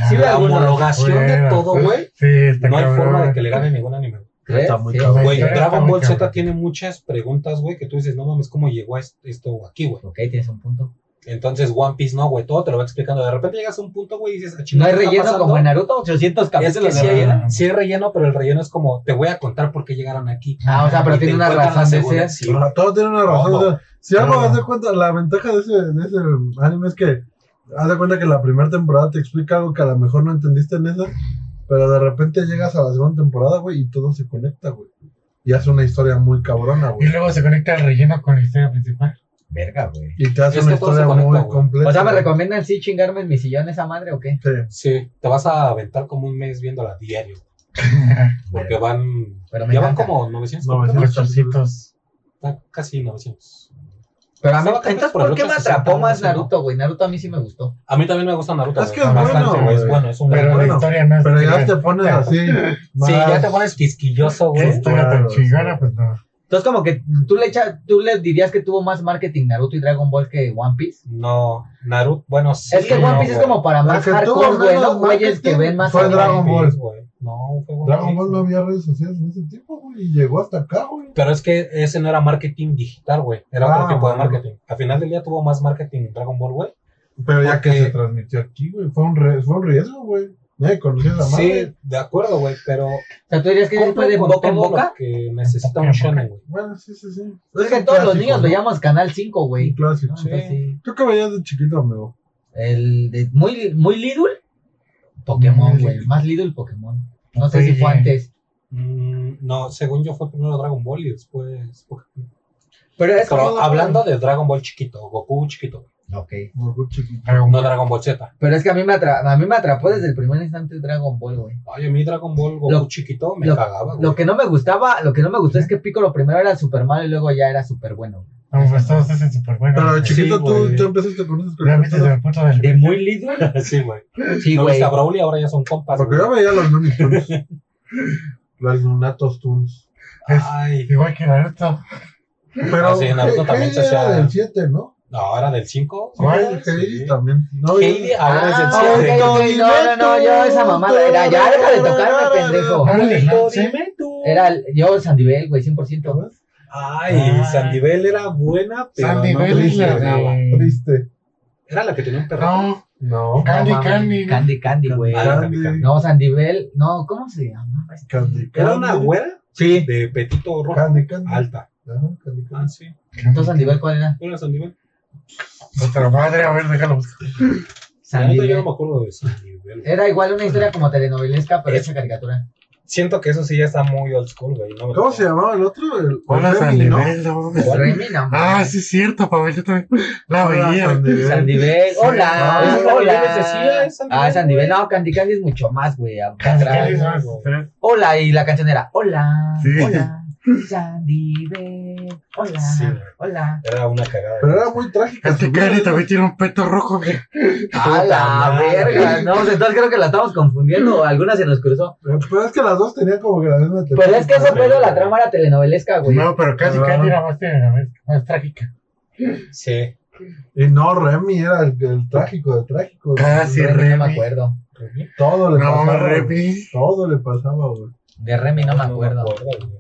[SPEAKER 1] Sí,
[SPEAKER 4] la
[SPEAKER 1] algunas,
[SPEAKER 4] homologación de
[SPEAKER 2] Ah, Bueno,
[SPEAKER 4] todo, güey.
[SPEAKER 2] Sí, está
[SPEAKER 4] No hay
[SPEAKER 2] cabrón.
[SPEAKER 4] forma de que le gane ningún anime.
[SPEAKER 1] ¿Crees?
[SPEAKER 3] Está muy
[SPEAKER 1] Sí.
[SPEAKER 3] cabrón.
[SPEAKER 4] Güey,
[SPEAKER 2] historia está
[SPEAKER 4] Dragon
[SPEAKER 2] muy
[SPEAKER 4] Ball Z
[SPEAKER 2] cabrón.
[SPEAKER 4] tiene muchas preguntas, güey, que tú dices, no mames, ¿cómo llegó es- esto aquí, güey?
[SPEAKER 1] Ok, tienes un punto.
[SPEAKER 4] Entonces, One Piece no, güey, todo te lo va explicando. De repente llegas a un punto, güey, y dices, ah,
[SPEAKER 1] No
[SPEAKER 4] chingada,
[SPEAKER 1] hay
[SPEAKER 4] ¿qué está
[SPEAKER 1] relleno
[SPEAKER 4] pasando?
[SPEAKER 1] como en Naruto, 800
[SPEAKER 4] Es que
[SPEAKER 1] capítulos de
[SPEAKER 4] sí, hay, ¿eh?
[SPEAKER 1] relleno.
[SPEAKER 2] relleno.
[SPEAKER 4] sí hay relleno, pero el relleno es como, te voy a contar por qué llegaron aquí.
[SPEAKER 1] Ah, o sea, pero
[SPEAKER 4] Y te
[SPEAKER 1] tiene una
[SPEAKER 4] encuentran la
[SPEAKER 1] razón de ser.
[SPEAKER 4] segunda- sí,
[SPEAKER 3] Ah, todo tiene una razón.
[SPEAKER 4] Todo.
[SPEAKER 3] o sea, si algo
[SPEAKER 2] Todo.
[SPEAKER 3] haz de cuenta, la ventaja de ese, de ese anime es que haz de cuenta que la primera temporada te explica algo que a lo mejor no entendiste en esa, pero de repente llegas a la segunda temporada, güey, y todo se conecta, güey. Y hace una historia muy cabrona,
[SPEAKER 2] Y
[SPEAKER 3] güey.
[SPEAKER 2] luego se conecta el relleno con la historia principal.
[SPEAKER 1] Verga, güey.
[SPEAKER 3] Y te hace
[SPEAKER 4] Es
[SPEAKER 3] una
[SPEAKER 4] que todo se
[SPEAKER 3] historia
[SPEAKER 4] conecta,
[SPEAKER 3] muy
[SPEAKER 4] güey.
[SPEAKER 3] completa.
[SPEAKER 1] O sea, ¿me
[SPEAKER 3] güey.
[SPEAKER 1] recomiendan sí chingarme en mi sillón esa madre o qué?
[SPEAKER 3] Sí.
[SPEAKER 4] Sí, te vas a aventar como un mes viéndola diario, porque van,
[SPEAKER 1] Pero me
[SPEAKER 4] ya van
[SPEAKER 1] encanta.
[SPEAKER 4] como 900,
[SPEAKER 3] No,
[SPEAKER 4] capítulos,
[SPEAKER 2] Los chorcitos.
[SPEAKER 4] está casi 900.
[SPEAKER 1] Pero a mí,
[SPEAKER 4] Estaba
[SPEAKER 1] entonces,
[SPEAKER 4] por el
[SPEAKER 1] ¿por qué me
[SPEAKER 4] 860,
[SPEAKER 1] atrapó más
[SPEAKER 4] no sé, ¿no?
[SPEAKER 1] Naruto, güey? Naruto a mí sí me gustó.
[SPEAKER 4] A mí también me gusta Naruto,
[SPEAKER 3] Es
[SPEAKER 4] güey,
[SPEAKER 3] que es
[SPEAKER 4] bastante,
[SPEAKER 3] bueno,
[SPEAKER 4] güey, es
[SPEAKER 3] güey.
[SPEAKER 4] bueno, es un
[SPEAKER 2] Pero
[SPEAKER 4] gran-
[SPEAKER 2] la
[SPEAKER 3] bueno,
[SPEAKER 2] historia no es
[SPEAKER 3] Pero ya te
[SPEAKER 2] chingona.
[SPEAKER 3] pones así.
[SPEAKER 4] Sí, ya
[SPEAKER 3] más-
[SPEAKER 4] te pones quisquilloso,
[SPEAKER 2] ¿Qué
[SPEAKER 4] güey.
[SPEAKER 2] historia tan
[SPEAKER 3] Claro,
[SPEAKER 2] chingona?
[SPEAKER 3] sí.
[SPEAKER 2] Pues no.
[SPEAKER 1] Entonces, como que tú le, echa- tú le dirías que tuvo más marketing Naruto y Dragon Ball que One Piece.
[SPEAKER 4] No, Naruto, bueno, sí.
[SPEAKER 1] es que One
[SPEAKER 4] no,
[SPEAKER 1] Piece es
[SPEAKER 4] güey.
[SPEAKER 1] como para
[SPEAKER 3] La
[SPEAKER 1] más
[SPEAKER 3] que tuvo
[SPEAKER 1] hardcore, güey,
[SPEAKER 3] menos
[SPEAKER 1] ¿no? Güeyes que
[SPEAKER 3] marketing
[SPEAKER 1] ven más
[SPEAKER 3] fue
[SPEAKER 1] anime.
[SPEAKER 3] Dragon
[SPEAKER 4] One
[SPEAKER 3] Ball.
[SPEAKER 4] Piece, güey. No, fue One
[SPEAKER 3] Dragon
[SPEAKER 4] Piece,
[SPEAKER 3] Ball no
[SPEAKER 4] güey.
[SPEAKER 3] había redes sociales en ese tiempo, güey, y llegó hasta acá, güey.
[SPEAKER 4] Pero es que ese no era marketing digital, güey. Era
[SPEAKER 3] Ah,
[SPEAKER 4] otro tipo de
[SPEAKER 3] bueno.
[SPEAKER 4] marketing. Al final del día tuvo más marketing Dragon Ball, güey.
[SPEAKER 3] Pero ya que
[SPEAKER 4] Porque-
[SPEAKER 3] se transmitió aquí, güey, fue un, re- fue un riesgo, güey. Nadie conocía la madre.
[SPEAKER 4] Sí, de acuerdo, güey. Pero
[SPEAKER 1] O sea, tú dirías que fue
[SPEAKER 4] cumple
[SPEAKER 1] de
[SPEAKER 4] con
[SPEAKER 1] boca en
[SPEAKER 4] todo lo
[SPEAKER 1] boca.
[SPEAKER 4] que necesita un
[SPEAKER 2] En boca en
[SPEAKER 4] shonen, güey.
[SPEAKER 3] Bueno, sí, sí, sí.
[SPEAKER 4] Pues
[SPEAKER 1] Es que
[SPEAKER 3] un
[SPEAKER 1] todos los
[SPEAKER 3] clásico,
[SPEAKER 1] niños
[SPEAKER 3] ¿no?
[SPEAKER 1] veíamos Canal 5,
[SPEAKER 3] Un
[SPEAKER 1] güey.
[SPEAKER 3] clásico.
[SPEAKER 1] No, entonces, sí.
[SPEAKER 3] ¿Tú qué veías de chiquito, amigo?
[SPEAKER 1] El de muy, muy Lidl, Pokémon,
[SPEAKER 2] Muy
[SPEAKER 1] güey.
[SPEAKER 2] Lidl.
[SPEAKER 1] Más Lidl, Pokémon. No sé si fue
[SPEAKER 2] Oye.
[SPEAKER 1] antes.
[SPEAKER 4] Mm, no, según yo fue primero Dragon Ball y después. Pokémon.
[SPEAKER 1] Pero es
[SPEAKER 4] Pero
[SPEAKER 1] como...
[SPEAKER 4] hablando de Dragon Ball chiquito, Goku chiquito, güey,
[SPEAKER 1] Ok.
[SPEAKER 3] Como tú chiquito.
[SPEAKER 2] Dragon
[SPEAKER 4] no
[SPEAKER 2] Ball.
[SPEAKER 4] Dragon Ball Z.
[SPEAKER 1] Pero es que a mí me, atra- a mí me atrapó desde el primer instante Dragon Ball, güey.
[SPEAKER 4] Ay, a mí Dragon Ball Goku
[SPEAKER 1] Lo-
[SPEAKER 4] chiquito me
[SPEAKER 1] lo-
[SPEAKER 4] cagaba, güey.
[SPEAKER 1] Lo que no me gustaba, lo que no me gustó es que Piccolo primero era super malo y luego ya era super bueno.
[SPEAKER 2] No, pues todos hacen súper bueno.
[SPEAKER 3] Pero de
[SPEAKER 4] Sí,
[SPEAKER 3] chiquito tú,
[SPEAKER 4] güey.
[SPEAKER 3] tú empezaste con esas
[SPEAKER 2] pues, Realmente desde el punto del.
[SPEAKER 1] De muy Lidl.
[SPEAKER 4] sí, güey.
[SPEAKER 1] (laughs)
[SPEAKER 4] (laughs)
[SPEAKER 1] Sí,
[SPEAKER 4] no
[SPEAKER 1] güey.
[SPEAKER 4] viste a Broly, ahora ya son compas.
[SPEAKER 3] Porque
[SPEAKER 4] güey.
[SPEAKER 3] yo veía los Looney Tunes. (laughs) los Lunatos Tunes.
[SPEAKER 4] Ay,
[SPEAKER 2] Igual que Naruto.
[SPEAKER 3] Pero
[SPEAKER 4] Ah, sí, Naruto
[SPEAKER 3] He-
[SPEAKER 4] también
[SPEAKER 3] Heidi
[SPEAKER 4] se hacía-
[SPEAKER 3] era del 7, ¿no?
[SPEAKER 4] no, era del 5.
[SPEAKER 3] Heidi Heidi también. No,
[SPEAKER 4] Heidi
[SPEAKER 3] yo-
[SPEAKER 4] ahora es del
[SPEAKER 1] Ah, ok,
[SPEAKER 4] 7.
[SPEAKER 1] ok, No, no, no, yo esa mamada era, ya deja de tocarme, pendejo.
[SPEAKER 2] Naruto, Ah, sí.
[SPEAKER 4] dime tú.
[SPEAKER 1] Era el- yo Sandivel, güey, 100%.
[SPEAKER 4] Ay,
[SPEAKER 2] Ah.
[SPEAKER 4] Sandivel era buena, pero
[SPEAKER 2] Sandy
[SPEAKER 4] no
[SPEAKER 2] Bell
[SPEAKER 4] te
[SPEAKER 2] es la
[SPEAKER 4] funcionaba.
[SPEAKER 2] de.
[SPEAKER 3] Triste.
[SPEAKER 4] Era la que tenía un perro.
[SPEAKER 2] No,
[SPEAKER 3] No.
[SPEAKER 2] Candy
[SPEAKER 1] No mames,
[SPEAKER 2] Candy. ¿no?
[SPEAKER 1] Candy, Candy, güey.
[SPEAKER 4] Ah, la
[SPEAKER 3] Candy.
[SPEAKER 4] Candy.
[SPEAKER 1] No, Sandivel, no, ¿cómo se llama?
[SPEAKER 3] Candy
[SPEAKER 4] Era una
[SPEAKER 3] Candy.
[SPEAKER 4] güera
[SPEAKER 1] Sí.
[SPEAKER 4] de petito rojo
[SPEAKER 3] Candy Candy.
[SPEAKER 4] alta.
[SPEAKER 3] Ajá, Candy Candy.
[SPEAKER 4] Ah, sí.
[SPEAKER 1] Entonces Sandivel, ¿cuál era?
[SPEAKER 4] Era Sandivel.
[SPEAKER 2] Otra madre, a ver, déjalo buscar.
[SPEAKER 4] La neta, yo no
[SPEAKER 1] Sandivel.
[SPEAKER 4] me acuerdo de Sandivel.
[SPEAKER 1] Era igual una historia como telenovelesca, pero
[SPEAKER 4] Es-
[SPEAKER 1] hecha caricatura.
[SPEAKER 4] Siento que eso sí ya está muy old school, güey. No me
[SPEAKER 3] ¿Cómo
[SPEAKER 4] lo-
[SPEAKER 3] se llamaba el otro? El,
[SPEAKER 2] Hola,
[SPEAKER 3] el
[SPEAKER 2] Sandy
[SPEAKER 3] Remy, ¿no?
[SPEAKER 2] Bell, no mames.
[SPEAKER 4] ¿Cuál?
[SPEAKER 1] Remy, no,
[SPEAKER 2] Ah,
[SPEAKER 1] mames.
[SPEAKER 2] sí, es cierto, Pavel, yo también la
[SPEAKER 3] Hola,
[SPEAKER 2] veía.
[SPEAKER 3] Sandy Bell.
[SPEAKER 1] Sandivel,
[SPEAKER 2] Sí.
[SPEAKER 1] Ah, hola,
[SPEAKER 4] No, es lo que yo les decía,
[SPEAKER 1] hola.
[SPEAKER 4] es Sandivel,
[SPEAKER 1] Ah, Sandivel,
[SPEAKER 4] güey.
[SPEAKER 1] no, Candy Candy es mucho más, güey.
[SPEAKER 2] Candy
[SPEAKER 1] atrás.
[SPEAKER 2] Candy es más,
[SPEAKER 4] güey.
[SPEAKER 2] tres.
[SPEAKER 1] Hola, y la canción era Hola,
[SPEAKER 2] Sí.
[SPEAKER 1] hola, Sandivel, hola,
[SPEAKER 4] Sí, güey.
[SPEAKER 1] hola.
[SPEAKER 4] Era una cagada.
[SPEAKER 3] Pero era muy trágica.
[SPEAKER 2] Candy
[SPEAKER 3] su
[SPEAKER 2] Candy
[SPEAKER 3] vida,
[SPEAKER 2] también tiene un peto rojo, güey.
[SPEAKER 1] A la
[SPEAKER 4] madre.
[SPEAKER 1] verga, no, pues, entonces creo que la estamos confundiendo, o alguna se nos cruzó.
[SPEAKER 3] güey. Pues, Pero es que las dos tenían como que la misma
[SPEAKER 1] Pero es que ese
[SPEAKER 4] madre.
[SPEAKER 1] pedo, la trama era telenovelesca, güey.
[SPEAKER 2] No, pero Candy
[SPEAKER 3] Ah.
[SPEAKER 2] Candy era más, eh, más- más trágica.
[SPEAKER 4] Sí.
[SPEAKER 3] Y no, Remy era el, el trágico de trágico. güey.
[SPEAKER 2] Ah, sí,
[SPEAKER 1] Remy, no me
[SPEAKER 2] Remy.
[SPEAKER 1] acuerdo.
[SPEAKER 3] Todo le
[SPEAKER 2] No,
[SPEAKER 3] pasaba. güey.
[SPEAKER 2] Remy.
[SPEAKER 3] Todo le pasaba, güey.
[SPEAKER 1] De Remy no me acuerdo.
[SPEAKER 4] güey.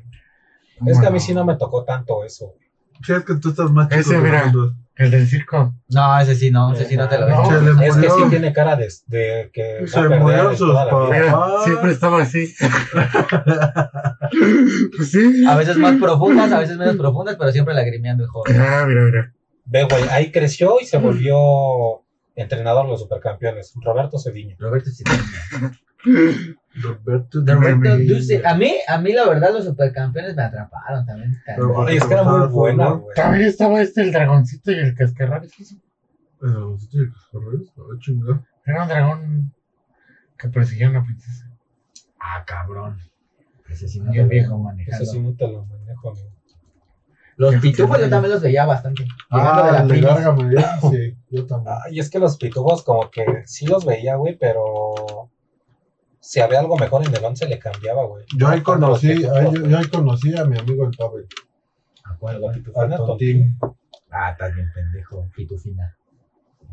[SPEAKER 4] Es que a mí sí no me tocó tanto eso. güey.
[SPEAKER 3] Sí, es que tú estás más chico
[SPEAKER 2] Ese,
[SPEAKER 3] que
[SPEAKER 2] mira.
[SPEAKER 3] nosotros.
[SPEAKER 2] El del circo.
[SPEAKER 1] No, ese sí no, ese sí no te lo
[SPEAKER 2] No,
[SPEAKER 1] dejo.
[SPEAKER 3] se le
[SPEAKER 4] Es que sí
[SPEAKER 3] murió.
[SPEAKER 4] tiene cara de, de que. va
[SPEAKER 3] Se
[SPEAKER 4] a perder
[SPEAKER 3] murieron sus
[SPEAKER 4] toda la vida.
[SPEAKER 3] padres.
[SPEAKER 2] Mira,
[SPEAKER 3] Ah.
[SPEAKER 2] siempre estaba (laughs) así. pues sí.
[SPEAKER 1] A veces más profundas, a veces menos profundas, pero siempre lagrimeando el joven.
[SPEAKER 2] Ah, mira, mira.
[SPEAKER 4] Ve, güey, ahí creció y
[SPEAKER 3] Mm.
[SPEAKER 4] se volvió entrenador de los supercampeones. Roberto Cediño.
[SPEAKER 1] Roberto sí.
[SPEAKER 3] Roberto
[SPEAKER 1] De Roberto
[SPEAKER 3] Remy.
[SPEAKER 1] Duce. A mí, a mí la verdad los supercampeones me atraparon también.
[SPEAKER 3] Pero
[SPEAKER 1] cabrón.
[SPEAKER 3] porque
[SPEAKER 4] Oye, es que era
[SPEAKER 3] gustaba
[SPEAKER 4] muy
[SPEAKER 3] el
[SPEAKER 4] buena,
[SPEAKER 3] fútbol.
[SPEAKER 4] güey.
[SPEAKER 2] También estaba este, el dragoncito y el cascarrabias.
[SPEAKER 3] Pero, hostia, corres, a ver, chinga.
[SPEAKER 2] Era un dragón que persiguió a una princesa.
[SPEAKER 1] Ah, cabrón. Ese sí no
[SPEAKER 2] Y el
[SPEAKER 1] te lo-
[SPEAKER 2] viejo
[SPEAKER 4] Eso
[SPEAKER 2] manejando.
[SPEAKER 4] sí, no te lo manejo, amigo.
[SPEAKER 1] Los pitufos yo también los veía bastante. Llegando de
[SPEAKER 3] Ah,
[SPEAKER 1] la
[SPEAKER 3] el de
[SPEAKER 1] primis.
[SPEAKER 3] Gárgame, ese sí, yo también.
[SPEAKER 4] Ay, es que los pitubos, como que sí los veía, güey, pero. Si había algo mejor en el 11, le cambiaba, güey.
[SPEAKER 3] Yo ahí conocí,
[SPEAKER 4] Los pitufos,
[SPEAKER 3] ahí- yo,
[SPEAKER 4] güey.
[SPEAKER 3] yo ahí conocí a mi amigo el Pavel,
[SPEAKER 1] Acuerdo.
[SPEAKER 4] La
[SPEAKER 3] al
[SPEAKER 4] pitufina, tontín.
[SPEAKER 3] Tontín.
[SPEAKER 1] Ah, estás bien pendejo. Pitufina.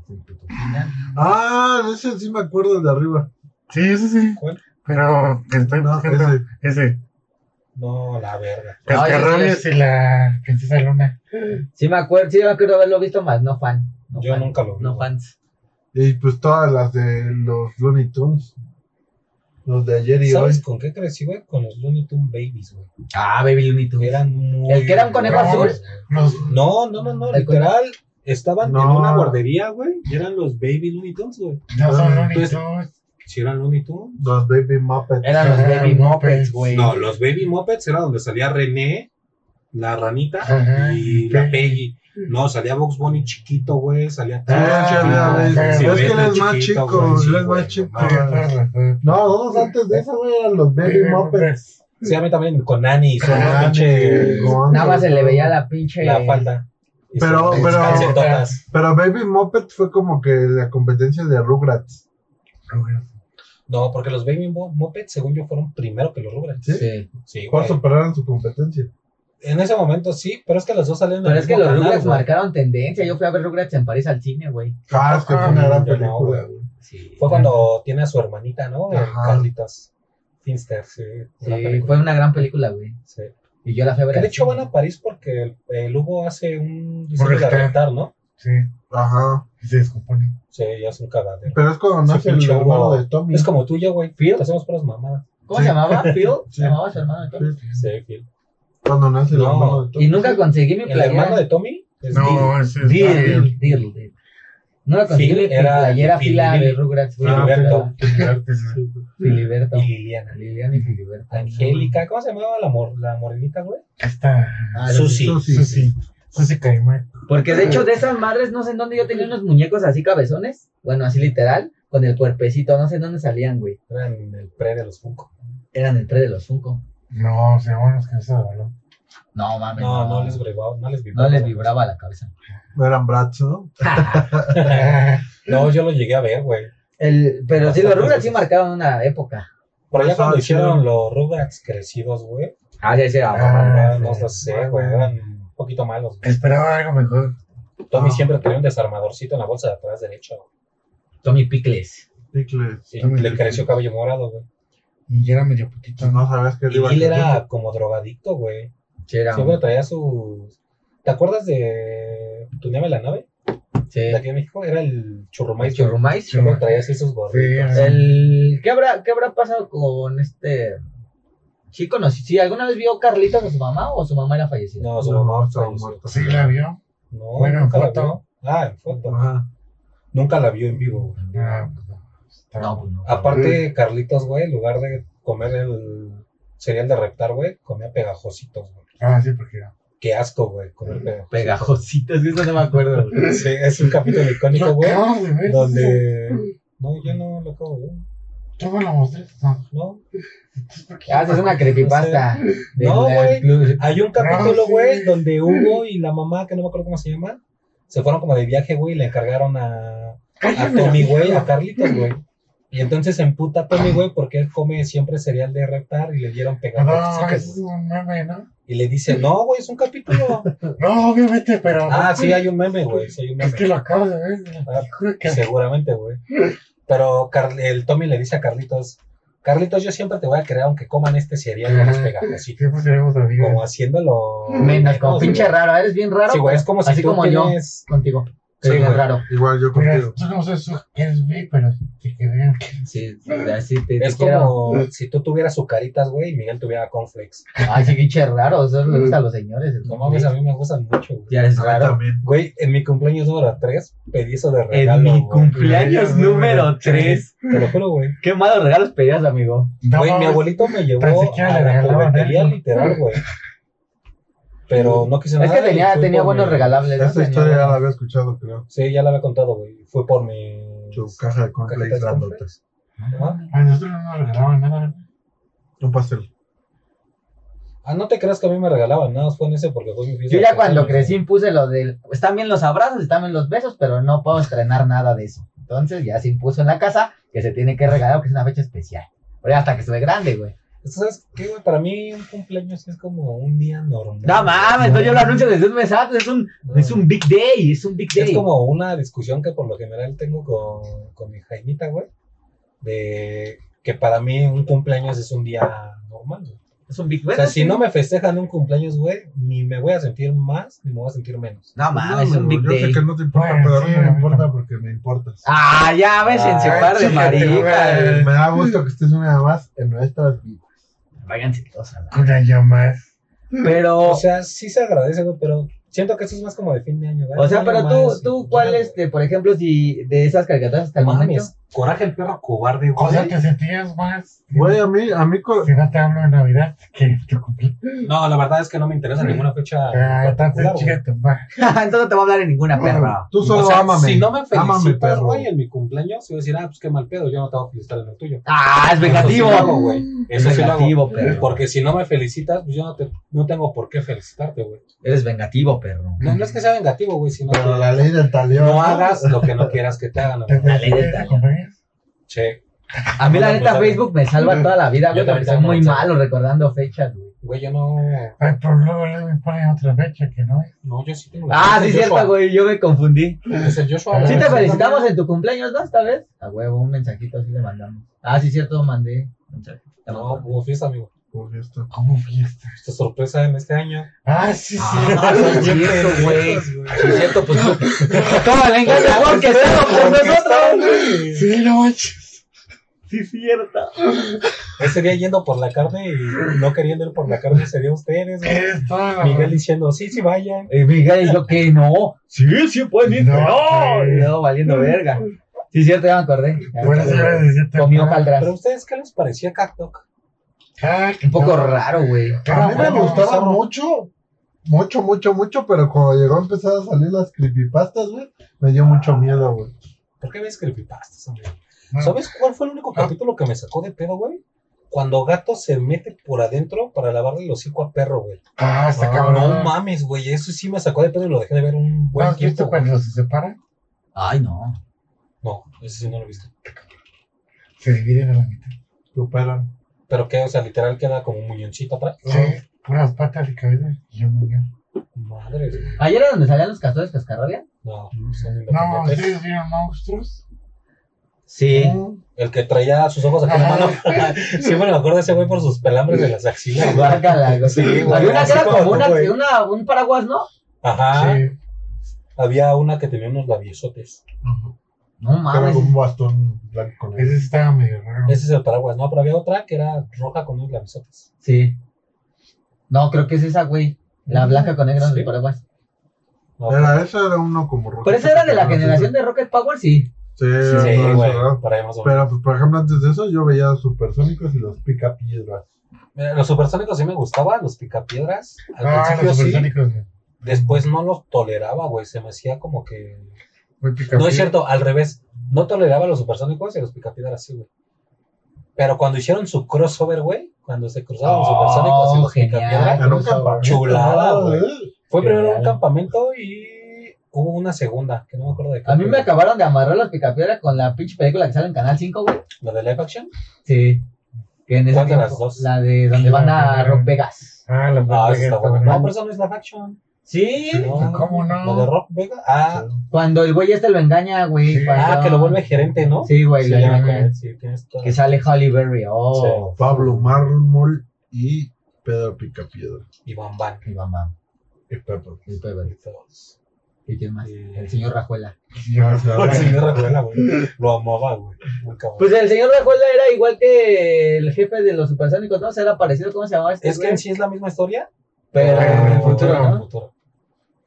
[SPEAKER 1] Sí, Pitufina.
[SPEAKER 3] Ah, de ese sí me acuerdo el de arriba.
[SPEAKER 2] Sí, ese sí.
[SPEAKER 4] ¿Cuál?
[SPEAKER 2] Pero que estoy (laughs)
[SPEAKER 3] No,
[SPEAKER 2] buscando
[SPEAKER 3] ese.
[SPEAKER 2] ese.
[SPEAKER 4] No, la verga.
[SPEAKER 2] Cascarrabias y la princesa Luna.
[SPEAKER 1] Sí me acuerdo, sí me acuerdo haberlo visto más, no fan. No
[SPEAKER 4] Yo
[SPEAKER 1] fan.
[SPEAKER 4] nunca lo vi.
[SPEAKER 1] No
[SPEAKER 4] güey.
[SPEAKER 1] fans.
[SPEAKER 3] Y pues todas las de los Looney Tunes. Los de ayer y hoy.
[SPEAKER 4] ¿Sabes con qué crecí, güey? Con los Looney Tunes Babies, güey.
[SPEAKER 1] Ah, Baby Looney Tunes.
[SPEAKER 4] Eran muy.
[SPEAKER 1] El que era un conejo
[SPEAKER 4] No,
[SPEAKER 1] azul.
[SPEAKER 4] güey.
[SPEAKER 2] Los,
[SPEAKER 4] No, no, no, no.
[SPEAKER 1] El
[SPEAKER 4] Literal, estaban en
[SPEAKER 3] No.
[SPEAKER 4] una guardería, güey. Y eran los Baby Looney Tunes, güey.
[SPEAKER 2] no son
[SPEAKER 3] Ah,
[SPEAKER 2] Looney
[SPEAKER 4] pues-
[SPEAKER 2] Tunes.
[SPEAKER 4] Si eran Looney Tunes.
[SPEAKER 3] Los Baby
[SPEAKER 4] Eh,
[SPEAKER 3] Muppets.
[SPEAKER 1] Eran los
[SPEAKER 2] Eran
[SPEAKER 1] Baby
[SPEAKER 2] los
[SPEAKER 1] Muppets,
[SPEAKER 2] Muppets.
[SPEAKER 1] güey.
[SPEAKER 4] No, los Baby Muppets era donde salía René, la ranita
[SPEAKER 2] Ajá,
[SPEAKER 4] y
[SPEAKER 2] y
[SPEAKER 4] la
[SPEAKER 2] Peggy.
[SPEAKER 4] Peggy. No, salía Box Bunny chiquito, güey. Salía.
[SPEAKER 3] Ah, sí, había-
[SPEAKER 2] ah,
[SPEAKER 3] es que
[SPEAKER 4] Silvestre
[SPEAKER 3] él es más
[SPEAKER 4] chiquito,
[SPEAKER 3] chico,
[SPEAKER 4] güey, sí,
[SPEAKER 3] él es más
[SPEAKER 4] güey,
[SPEAKER 3] chico.
[SPEAKER 4] no
[SPEAKER 2] Tienes toda la razón.
[SPEAKER 3] No, todos antes de eso, güey, eran los Baby Muppets. este,
[SPEAKER 4] Sí, a mí también con Annie. Con
[SPEAKER 3] Con
[SPEAKER 4] Ah, pinche.
[SPEAKER 3] Andy, con-
[SPEAKER 1] Nada más se le veía la pinche.
[SPEAKER 4] La falda. Y
[SPEAKER 3] Pero-
[SPEAKER 4] sus
[SPEAKER 3] pero-
[SPEAKER 4] calcetotas.
[SPEAKER 3] Pero Baby Muppet fue como que la competencia de Rugrats.
[SPEAKER 4] No, porque los Baby Mu- Muppets, según yo, fueron primero que los Rugrats.
[SPEAKER 3] Sí.
[SPEAKER 1] Sí.
[SPEAKER 4] Sí, güey.
[SPEAKER 3] ¿Cuál superaron su competencia?
[SPEAKER 4] En ese momento sí, pero es que los dos salieron en
[SPEAKER 1] Pero
[SPEAKER 4] el
[SPEAKER 1] es que
[SPEAKER 4] mismo
[SPEAKER 1] los
[SPEAKER 4] canal,
[SPEAKER 1] Rugrats
[SPEAKER 4] güey.
[SPEAKER 1] marcaron tendencia. Yo fui a ver Rugrats en París al cine, güey.
[SPEAKER 3] Ah, es que fue una
[SPEAKER 4] Ah,
[SPEAKER 3] gran
[SPEAKER 4] yo no,
[SPEAKER 3] película.
[SPEAKER 4] güey.
[SPEAKER 1] Sí.
[SPEAKER 4] Fue cuando tiene a su hermanita, ¿no?
[SPEAKER 3] Ajá.
[SPEAKER 4] Carlitos Finster, sí.
[SPEAKER 1] Sí,
[SPEAKER 4] gran película,
[SPEAKER 1] fue una gran película, güey.
[SPEAKER 4] sí.
[SPEAKER 1] Y yo la fui a ver.
[SPEAKER 4] Que de
[SPEAKER 1] al
[SPEAKER 4] hecho
[SPEAKER 1] cine.
[SPEAKER 4] van a París porque el, el Hugo hace un diseño de
[SPEAKER 2] Porque-
[SPEAKER 4] rentar, ¿no?
[SPEAKER 2] Sí,
[SPEAKER 3] Ajá.
[SPEAKER 2] y se descompone.
[SPEAKER 4] Sí, ya es un cadáver.
[SPEAKER 3] Pero es cuando
[SPEAKER 4] Sí,
[SPEAKER 3] nace el
[SPEAKER 4] pinche
[SPEAKER 3] hermano
[SPEAKER 4] Hugo.
[SPEAKER 3] de Tommy.
[SPEAKER 4] Es como tuyo, güey. Phil, hacemos puras mamadas.
[SPEAKER 1] ¿Cómo
[SPEAKER 2] Sí.
[SPEAKER 1] se llamaba?
[SPEAKER 4] (laughs)
[SPEAKER 1] Phil.
[SPEAKER 3] Sí.
[SPEAKER 1] Se llamaba su hermano. Tom.
[SPEAKER 3] Sí,
[SPEAKER 4] Sí, Phil.
[SPEAKER 3] Cuando nace el
[SPEAKER 4] No.
[SPEAKER 3] hermano de Tommy.
[SPEAKER 1] Y nunca conseguí mi Ah,
[SPEAKER 4] El
[SPEAKER 1] playera.
[SPEAKER 4] hermano de Tommy es Bill.
[SPEAKER 2] No, ese es
[SPEAKER 1] Dirl, Dirl, Dirl. No la conseguí
[SPEAKER 4] Phil
[SPEAKER 1] mi
[SPEAKER 4] era-
[SPEAKER 1] playera
[SPEAKER 4] Phil-
[SPEAKER 1] fila de
[SPEAKER 4] Phil-
[SPEAKER 1] Rugrats. güey.
[SPEAKER 4] Filiberto.
[SPEAKER 1] Filiberto.
[SPEAKER 4] y Liliana.
[SPEAKER 1] Liliana y Filiberto.
[SPEAKER 4] Angélica, ¿cómo se llamaba la, mor- la morenita, güey?
[SPEAKER 2] Esta.
[SPEAKER 1] Ah,
[SPEAKER 4] Susi.
[SPEAKER 3] Susi.
[SPEAKER 2] Susi. Susi Caimán.
[SPEAKER 1] Porque de hecho, de esas madres, no sé en dónde yo tenía unos muñecos así cabezones. Bueno, así literal, con el cuerpecito, no sé en dónde salían, güey.
[SPEAKER 4] Era en el pre de los Funko.
[SPEAKER 1] Eran el pre de los Funko.
[SPEAKER 2] No, se llamaban los cabezas de balón.
[SPEAKER 1] No, mames.
[SPEAKER 4] No, no les vibraba, no les vibraba.
[SPEAKER 1] no les vibraba la cabeza.
[SPEAKER 3] Eran Bratz, ¿no?
[SPEAKER 4] No, yo lo llegué a ver, güey.
[SPEAKER 1] (laughs) El, pero sí, los
[SPEAKER 4] Bastante
[SPEAKER 1] Rugrats sí
[SPEAKER 4] veces.
[SPEAKER 1] marcaron una época.
[SPEAKER 4] Por allá cuando
[SPEAKER 3] Exacto.
[SPEAKER 4] hicieron los Rugrats crecidos, güey.
[SPEAKER 1] Ah, sí, sí,
[SPEAKER 2] Ah,
[SPEAKER 4] Ah,
[SPEAKER 2] sí.
[SPEAKER 4] no lo sé, güey. Eran un poquito malos. güey.
[SPEAKER 2] Esperaba algo mejor.
[SPEAKER 4] Tommy
[SPEAKER 3] Ah.
[SPEAKER 4] siempre tenía un desarmadorcito en la bolsa de atrás derecha. güey.
[SPEAKER 1] Tommy Pickles.
[SPEAKER 3] Picles.
[SPEAKER 4] Y
[SPEAKER 2] Tommy
[SPEAKER 4] le
[SPEAKER 2] Pickles.
[SPEAKER 4] creció cabello morado, güey.
[SPEAKER 2] Y era medio poquito.
[SPEAKER 3] No sabías que
[SPEAKER 4] Y
[SPEAKER 3] iba a
[SPEAKER 4] Bill
[SPEAKER 3] crecer.
[SPEAKER 4] era como drogadicto, güey.
[SPEAKER 1] Sí, era.
[SPEAKER 4] Siempre traía sus. ¿Te acuerdas de Tu nave la nave?
[SPEAKER 1] Sí.
[SPEAKER 4] De aquí en México era el churrumais. güey.
[SPEAKER 1] Churrumais.
[SPEAKER 4] Siempre traía así sus gorritos.
[SPEAKER 2] Sí,
[SPEAKER 1] El, ¿qué, habrá, ¿Qué habrá pasado con este chico? No, si, si alguna vez vio Carlitos a su mamá o su mamá era fallecida.
[SPEAKER 4] No, su
[SPEAKER 3] No,
[SPEAKER 4] mamá
[SPEAKER 3] estaba
[SPEAKER 4] falleció.
[SPEAKER 3] muerto.
[SPEAKER 2] Sí, la vio.
[SPEAKER 4] No,
[SPEAKER 2] Bueno, en
[SPEAKER 4] nunca la
[SPEAKER 2] foto.
[SPEAKER 4] vio. Ah, en foto.
[SPEAKER 3] Ajá.
[SPEAKER 4] Nunca la vio en vivo, güey.
[SPEAKER 2] Ah, pues no. Estaba-
[SPEAKER 1] No, pues no.
[SPEAKER 4] Aparte, Carlitos, güey, en lugar de comer el cereal de reptar, güey, comía pegajositos, güey.
[SPEAKER 2] Ah, sí, porque era.
[SPEAKER 4] Qué asco, güey, comer pegajositos.
[SPEAKER 1] Pegajositas, eso no me acuerdo. güey.
[SPEAKER 4] Sí, es un
[SPEAKER 2] (laughs)
[SPEAKER 4] capítulo icónico,
[SPEAKER 2] Lo
[SPEAKER 4] güey.
[SPEAKER 2] acabamos de ver.
[SPEAKER 4] Donde. No, yo no lo acabo de ver.
[SPEAKER 2] Tú me lo mostraste. No.
[SPEAKER 4] No.
[SPEAKER 2] Entonces, ¿por qué?
[SPEAKER 1] Ah,
[SPEAKER 2] (laughs)
[SPEAKER 1] es una creepypasta. de
[SPEAKER 4] No,
[SPEAKER 1] la-
[SPEAKER 4] güey. Hay
[SPEAKER 1] Ah,
[SPEAKER 4] un capítulo,
[SPEAKER 2] sí.
[SPEAKER 4] güey, donde Hugo y la mamá, que no me acuerdo cómo se llama, se fueron como de viaje, güey, y le encargaron a, a
[SPEAKER 2] Cállame la
[SPEAKER 4] Tommy, güey, (laughs)
[SPEAKER 2] boca.
[SPEAKER 4] a Carlitos, güey. Y entonces se emputa Tommy, güey, porque él come siempre cereal de reptar y le dieron
[SPEAKER 1] Ah,
[SPEAKER 2] No,
[SPEAKER 4] pegajositos.
[SPEAKER 2] es un meme, ¿no?
[SPEAKER 4] Y le dice, no, güey, es
[SPEAKER 1] (laughs)
[SPEAKER 4] un capítulo.
[SPEAKER 2] No, obviamente, pero.
[SPEAKER 4] ah, sí, hay un meme, güey. Sí, hay un
[SPEAKER 2] Es
[SPEAKER 4] meme.
[SPEAKER 2] que lo acabo de ver.
[SPEAKER 4] Ah,
[SPEAKER 2] Creo que-
[SPEAKER 4] Seguramente, güey. Pero Car- el Tommy le dice a Carlitos, Carlitos, yo siempre te voy a creer aunque coman este cereal menos pegajosito.
[SPEAKER 2] Siempre seremos amigos.
[SPEAKER 4] Como haciéndolo...
[SPEAKER 1] Menos, como
[SPEAKER 4] menos,
[SPEAKER 1] pinche
[SPEAKER 4] güey.
[SPEAKER 1] raro, eres bien raro.
[SPEAKER 4] Sí, güey, es como si
[SPEAKER 1] así
[SPEAKER 4] tú
[SPEAKER 1] como
[SPEAKER 4] tienes...
[SPEAKER 1] yo contigo.
[SPEAKER 4] Sí,
[SPEAKER 1] Eres bien
[SPEAKER 4] güey.
[SPEAKER 1] raro.
[SPEAKER 3] Igual yo
[SPEAKER 2] Mira,
[SPEAKER 3] contigo.
[SPEAKER 2] tú no sabes que eres gay, pero te querían.
[SPEAKER 1] Sí, así te,
[SPEAKER 4] Es
[SPEAKER 1] te quiero.
[SPEAKER 4] como si tú tuvieras sucaritas, güey, y Miguel tuviera conflex.
[SPEAKER 1] Ay, sí, pinche raro. Eso le gusta a los señores.
[SPEAKER 4] No mames, a mí me gustan mucho, güey.
[SPEAKER 1] Ya eres
[SPEAKER 3] A mí
[SPEAKER 1] raro.
[SPEAKER 3] también.
[SPEAKER 4] Güey, en mi cumpleaños número 3 pedí eso de regalo. güey.
[SPEAKER 2] cumpleaños número tres.
[SPEAKER 4] Te lo juro, güey.
[SPEAKER 1] Qué malos regalos pedías, amigo.
[SPEAKER 2] No,
[SPEAKER 4] Güey, mi
[SPEAKER 2] mames,
[SPEAKER 4] abuelito me llevó
[SPEAKER 2] Tan siquiera
[SPEAKER 4] a
[SPEAKER 2] le
[SPEAKER 4] la
[SPEAKER 2] regalaban
[SPEAKER 4] juguetería
[SPEAKER 2] algo.
[SPEAKER 4] literal, güey. Pero no quise
[SPEAKER 1] Es
[SPEAKER 4] nada.
[SPEAKER 1] que
[SPEAKER 4] y
[SPEAKER 1] tenía,
[SPEAKER 4] fui
[SPEAKER 1] tenía
[SPEAKER 4] por
[SPEAKER 1] buenos
[SPEAKER 4] mi-
[SPEAKER 1] regalables. ¿no?
[SPEAKER 3] Esta
[SPEAKER 1] Tenía
[SPEAKER 3] historia ya
[SPEAKER 1] buenos-
[SPEAKER 3] la había escuchado, creo.
[SPEAKER 4] Sí, ya la había contado, güey. Fue por mi. ¿Ah?
[SPEAKER 3] Tu caja de
[SPEAKER 4] Cajitas
[SPEAKER 3] cornflakes
[SPEAKER 4] de
[SPEAKER 3] grandota.
[SPEAKER 4] cornflakes. Ajá.
[SPEAKER 2] A nosotros no nos regalaban nada, ¿verdad?
[SPEAKER 3] Un pastel.
[SPEAKER 4] Ah, no te creas que a mí me regalaban nada, fue en ese porque fue mi fiesta.
[SPEAKER 1] Yo
[SPEAKER 4] de
[SPEAKER 1] ya cuando
[SPEAKER 4] cumpleaños,
[SPEAKER 1] crecí impuse lo del... Están bien los abrazos, están bien los besos, pero no puedo estrenar nada de eso. Entonces ya se impuso en la casa que se tiene que regalar porque es una fecha especial. Pero hasta que se ve grande, güey.
[SPEAKER 4] güey. ¿Sabes qué, güey? Para mí un cumpleaños es como un día normal.
[SPEAKER 1] No mames, no, yo lo anuncio desde un mes antes. Es un,
[SPEAKER 4] No.
[SPEAKER 1] es un big day, es un big day.
[SPEAKER 4] Es como una discusión que por lo general tengo con, con mi Jaimita, güey. De que para mí un cumpleaños es un día normal, güey.
[SPEAKER 1] Es un big
[SPEAKER 4] O sea, si no me festejan un cumpleaños, güey, ni me voy a sentir más, ni me voy a sentir menos.
[SPEAKER 1] No mames, es
[SPEAKER 3] No,
[SPEAKER 1] un big
[SPEAKER 3] yo sé
[SPEAKER 1] day.
[SPEAKER 3] que no te importa,
[SPEAKER 2] Bueno,
[SPEAKER 3] pero a
[SPEAKER 2] sí,
[SPEAKER 3] mí me
[SPEAKER 2] a mí
[SPEAKER 3] importa
[SPEAKER 2] tampoco.
[SPEAKER 3] porque me importas. Eh,
[SPEAKER 1] Ah, ya ves, en
[SPEAKER 4] Ay,
[SPEAKER 1] par de
[SPEAKER 4] fíjate,
[SPEAKER 1] marica. eh.
[SPEAKER 4] güey.
[SPEAKER 2] eh,
[SPEAKER 3] Me da gusto que estés una más en nuestras vidas.
[SPEAKER 1] Váyanse todos a la-
[SPEAKER 2] Una llamada.
[SPEAKER 1] Pero,
[SPEAKER 4] O sea, sí se agradece, güey, pero siento que eso es más como de fin de año, güey.
[SPEAKER 1] o sea,
[SPEAKER 4] Un año
[SPEAKER 1] pero tú,
[SPEAKER 4] más,
[SPEAKER 1] tú,
[SPEAKER 4] ya,
[SPEAKER 1] ¿cuál
[SPEAKER 4] güey.
[SPEAKER 1] este, por ejemplo, si de esas caricaturas hasta el momento? (laughs)
[SPEAKER 4] Mames, coraje el perro cobarde,
[SPEAKER 2] O sea,
[SPEAKER 4] güey.
[SPEAKER 2] te sentías más.
[SPEAKER 3] Güey, a mí, a mí, co-
[SPEAKER 2] Si no te hablo de Navidad, que tu cumpleaños.
[SPEAKER 4] No, la verdad es que no me interesa ninguna fecha.
[SPEAKER 2] Ah,
[SPEAKER 4] en
[SPEAKER 2] Entonces,
[SPEAKER 4] particular,
[SPEAKER 2] chica,
[SPEAKER 4] güey.
[SPEAKER 2] tu madre.
[SPEAKER 1] Entonces no te voy a hablar en ninguna perra.
[SPEAKER 3] tú solo
[SPEAKER 4] O sea,
[SPEAKER 3] ámame.
[SPEAKER 4] Si no me
[SPEAKER 3] ámame,
[SPEAKER 4] felicitas,
[SPEAKER 3] perro.
[SPEAKER 4] güey, en mi cumpleaños, yo voy a decir, ah, pues qué mal pedo, yo no te voy a felicitar en el tuyo.
[SPEAKER 1] Ah, es vengativo.
[SPEAKER 4] Eso sí lo hago, güey.
[SPEAKER 1] es
[SPEAKER 4] Eso sí lo hago.
[SPEAKER 1] vengativo, perro.
[SPEAKER 4] Porque si no me felicitas, pues yo no, te, no tengo por qué felicitarte, güey.
[SPEAKER 1] Eres vengativo, perro.
[SPEAKER 4] No, no es que sea vengativo, güey, sino
[SPEAKER 3] Pero la
[SPEAKER 4] que
[SPEAKER 3] ley del talión.
[SPEAKER 4] no hagas lo que
[SPEAKER 1] (laughs)
[SPEAKER 4] no quieras que te hagan.
[SPEAKER 2] ¿Te
[SPEAKER 4] amigo.
[SPEAKER 1] ley del
[SPEAKER 2] sentías
[SPEAKER 1] talión.
[SPEAKER 2] tu cumpleaños?
[SPEAKER 4] Che,
[SPEAKER 1] A mí la
[SPEAKER 4] Bueno,
[SPEAKER 1] neta
[SPEAKER 4] pues,
[SPEAKER 1] Facebook me salva toda la vida, güey,
[SPEAKER 4] Yo
[SPEAKER 1] porque
[SPEAKER 4] también
[SPEAKER 1] soy
[SPEAKER 4] tengo
[SPEAKER 1] muy
[SPEAKER 4] WhatsApp.
[SPEAKER 1] malo recordando fechas, güey.
[SPEAKER 4] güey, yo no.
[SPEAKER 2] Ay, pero luego luego me ponen otra fecha que no es.
[SPEAKER 4] No, Pues, yo sí tengo.
[SPEAKER 1] Ah,
[SPEAKER 4] es
[SPEAKER 1] sí,
[SPEAKER 4] el
[SPEAKER 1] cierto,
[SPEAKER 4] Joshua.
[SPEAKER 1] güey, yo me confundí.
[SPEAKER 4] Es el Joshua.
[SPEAKER 1] Sí
[SPEAKER 4] güey.
[SPEAKER 1] te felicitamos eh. en tu cumpleaños, ¿no? Esta vez. A huevo, un mensajito así le mandamos. Ah, sí, cierto, mandé Ah, mensaje.
[SPEAKER 4] No, hubo fiesta, amigo.
[SPEAKER 3] Como fiesta.
[SPEAKER 2] Como fiesta.
[SPEAKER 4] Esta sorpresa en este año.
[SPEAKER 2] Ah, sí, sí.
[SPEAKER 4] (laughs)
[SPEAKER 1] Ah, sí, es cierto, güey. Sí, es cierto, pues tú. Toma, la engaña, porque (laughs) estamos con nosotros.
[SPEAKER 2] Sí, no manches.
[SPEAKER 1] Sí, es cierto.
[SPEAKER 4] Ese día yendo por la carne y no queriendo ir por la carne sería ustedes, güey.
[SPEAKER 1] Eh.
[SPEAKER 2] Eres toda la.
[SPEAKER 4] Miguel diciendo, sí, sí, vayan.
[SPEAKER 1] Y Eh, Miguel y yo, que no. Sí, sí, pueden ir.
[SPEAKER 2] No,
[SPEAKER 1] No,
[SPEAKER 2] güey.
[SPEAKER 1] no, valiendo verga. Sí, es cierto, ya me acordé. Ya me
[SPEAKER 2] Buenas
[SPEAKER 1] acordé.
[SPEAKER 2] horas de siete.
[SPEAKER 1] Comió
[SPEAKER 4] Ah, Pero
[SPEAKER 1] caldras.
[SPEAKER 4] ustedes, ¿qué les parecía Cactoc?
[SPEAKER 2] Ah,
[SPEAKER 1] Un poco raro, güey.
[SPEAKER 3] A mí me
[SPEAKER 2] Cabrón,
[SPEAKER 3] gustaba
[SPEAKER 2] zorro.
[SPEAKER 3] mucho, mucho, mucho, mucho, pero cuando llegó a empezar a salir las creepypastas, güey, me dio mucho miedo, güey.
[SPEAKER 4] ¿Por qué ves creepypastas, amigo?
[SPEAKER 2] No.
[SPEAKER 4] ¿Sabes cuál fue el único
[SPEAKER 2] Ah.
[SPEAKER 4] capítulo que me sacó de pedo, güey? Cuando gato se mete por adentro para lavarle el hocico a perro, güey.
[SPEAKER 2] Ah, está
[SPEAKER 3] Ah,
[SPEAKER 4] No
[SPEAKER 2] cabrón.
[SPEAKER 4] mames, güey. Eso sí me sacó de pedo y lo dejé de ver un
[SPEAKER 2] ¿No
[SPEAKER 4] buen
[SPEAKER 2] has
[SPEAKER 4] tiempo.
[SPEAKER 2] visto
[SPEAKER 4] güey.
[SPEAKER 2] cuando se separan?
[SPEAKER 1] Ay, no.
[SPEAKER 4] No, ese sí no lo he visto.
[SPEAKER 2] Se dividen a la mitad.
[SPEAKER 3] Tu pelan.
[SPEAKER 4] Pero que, o sea, literal queda como un muñoncito atrás.
[SPEAKER 2] Sí, puras patas y cabeza y un muñón.
[SPEAKER 4] Madre, güey.
[SPEAKER 1] ¿Ayer era donde salían los castores cascarrabia?
[SPEAKER 4] No, son
[SPEAKER 2] No,
[SPEAKER 4] independientes.
[SPEAKER 2] ¿ustedes vieron monstruos?
[SPEAKER 1] Sí.
[SPEAKER 4] El que traía sus ojos aquí en la mano. (laughs) Siempre me acuerdo de ese güey por sus pelambres de las axilas. güey.
[SPEAKER 1] Guácala, güey.
[SPEAKER 4] Sí, güey,
[SPEAKER 1] Había una que
[SPEAKER 4] así
[SPEAKER 1] era
[SPEAKER 4] como
[SPEAKER 1] como
[SPEAKER 4] tú,
[SPEAKER 1] una,
[SPEAKER 4] güey.
[SPEAKER 1] una, un paraguas, ¿no? Ah.
[SPEAKER 4] Ajá.
[SPEAKER 2] Sí.
[SPEAKER 4] Había una que tenía unos labiosotes.
[SPEAKER 1] No
[SPEAKER 3] Pero
[SPEAKER 1] mames.
[SPEAKER 3] con un bastón blanco con
[SPEAKER 2] Ese estaba medio raro.
[SPEAKER 4] Ese es el paraguas, ¿no? Pero había otra que era roja con unos labiosotes.
[SPEAKER 1] Sí. No, creo que es esa, güey. La blanca con negro
[SPEAKER 4] Sí.
[SPEAKER 1] del paraguas.
[SPEAKER 4] No,
[SPEAKER 2] Ah,
[SPEAKER 3] Era eso, era uno como rojo.
[SPEAKER 1] Pero esa era de la generación de Rocket Power, sí.
[SPEAKER 3] Sí,
[SPEAKER 4] Sí,
[SPEAKER 3] era
[SPEAKER 4] sí,
[SPEAKER 3] eso,
[SPEAKER 4] güey.
[SPEAKER 3] ¿verdad?
[SPEAKER 4] Para ahí más o menos.
[SPEAKER 3] Pero, pues, por ejemplo, antes de eso, yo veía supersónicos y los pica piedras.
[SPEAKER 4] Eh, Los supersónicos sí me gustaban, los picapiedras. Al
[SPEAKER 2] Ah,
[SPEAKER 4] principio
[SPEAKER 2] los
[SPEAKER 4] sí,
[SPEAKER 2] supersónicos. güey.
[SPEAKER 4] después no los toleraba, güey. Se me hacía como que.
[SPEAKER 2] Muy pica
[SPEAKER 4] No es cierto, al revés. No toleraba a los supersónicos y a los picapiedras sí, güey. Pero cuando hicieron su crossover, güey, cuando se cruzaban los supersónicos y los
[SPEAKER 1] Oh, genial.
[SPEAKER 4] picapiedras,
[SPEAKER 3] Era un
[SPEAKER 1] crossover.
[SPEAKER 3] campamento,
[SPEAKER 4] Chulada,
[SPEAKER 1] Ah,
[SPEAKER 3] ¿no?
[SPEAKER 4] güey.
[SPEAKER 3] ¿Eh?
[SPEAKER 4] Fue
[SPEAKER 1] Qué
[SPEAKER 4] primero
[SPEAKER 1] real.
[SPEAKER 4] un campamento y hubo una segunda, que no me acuerdo de qué.
[SPEAKER 1] A mí
[SPEAKER 4] fue,
[SPEAKER 1] me
[SPEAKER 4] güey.
[SPEAKER 1] acabaron de amarrar los picapiedra con la pinche película que sale en Canal 5, güey.
[SPEAKER 4] ¿La de live action?
[SPEAKER 1] Sí. Que en ese
[SPEAKER 4] ¿Cuál de
[SPEAKER 1] tiempo-
[SPEAKER 4] las dos?
[SPEAKER 1] La de donde van a romper gas.
[SPEAKER 2] Ah, la
[SPEAKER 4] Ah,
[SPEAKER 2] hamburguesa
[SPEAKER 4] esa está
[SPEAKER 2] está
[SPEAKER 4] buena. No,
[SPEAKER 2] buena.
[SPEAKER 4] pero esa no es la faction.
[SPEAKER 1] Sí.
[SPEAKER 4] No,
[SPEAKER 2] ¿Cómo no?
[SPEAKER 4] ¿La de Rock Vega? Ah,
[SPEAKER 1] Cuando el güey este lo engaña, güey.
[SPEAKER 2] Sí.
[SPEAKER 1] cuando-
[SPEAKER 4] ah, que lo vuelve gerente, ¿no?
[SPEAKER 1] Sí, güey.
[SPEAKER 4] Sí,
[SPEAKER 1] lo
[SPEAKER 4] ya me
[SPEAKER 1] engaña.
[SPEAKER 4] acordé, sí, tienes toda-
[SPEAKER 1] que sale Halle Berry. Oh.
[SPEAKER 3] Pablo Mármol y Pedro Picapiedra.
[SPEAKER 4] Y Van Van.
[SPEAKER 1] Y Bam Bam.
[SPEAKER 3] Y Pepe.
[SPEAKER 1] Y Pepper.
[SPEAKER 4] y
[SPEAKER 3] (laughs)
[SPEAKER 4] todos.
[SPEAKER 1] ¿Y quién más?
[SPEAKER 4] Eh,
[SPEAKER 1] El señor Rajuela.
[SPEAKER 2] Dios,
[SPEAKER 4] No, el
[SPEAKER 3] Pues
[SPEAKER 2] ahora-
[SPEAKER 4] señor Rajuela, güey. Lo amaba, güey. Muy cabrón.
[SPEAKER 1] Pues el señor Rajuela era igual que el jefe de los supersónicos, ¿no? O sea, era parecido, ¿cómo se llamaba este?
[SPEAKER 4] es que
[SPEAKER 1] güey?
[SPEAKER 4] en sí es la misma historia.
[SPEAKER 1] Pero
[SPEAKER 2] en el futuro,
[SPEAKER 4] en el
[SPEAKER 1] ¿no?
[SPEAKER 4] futuro.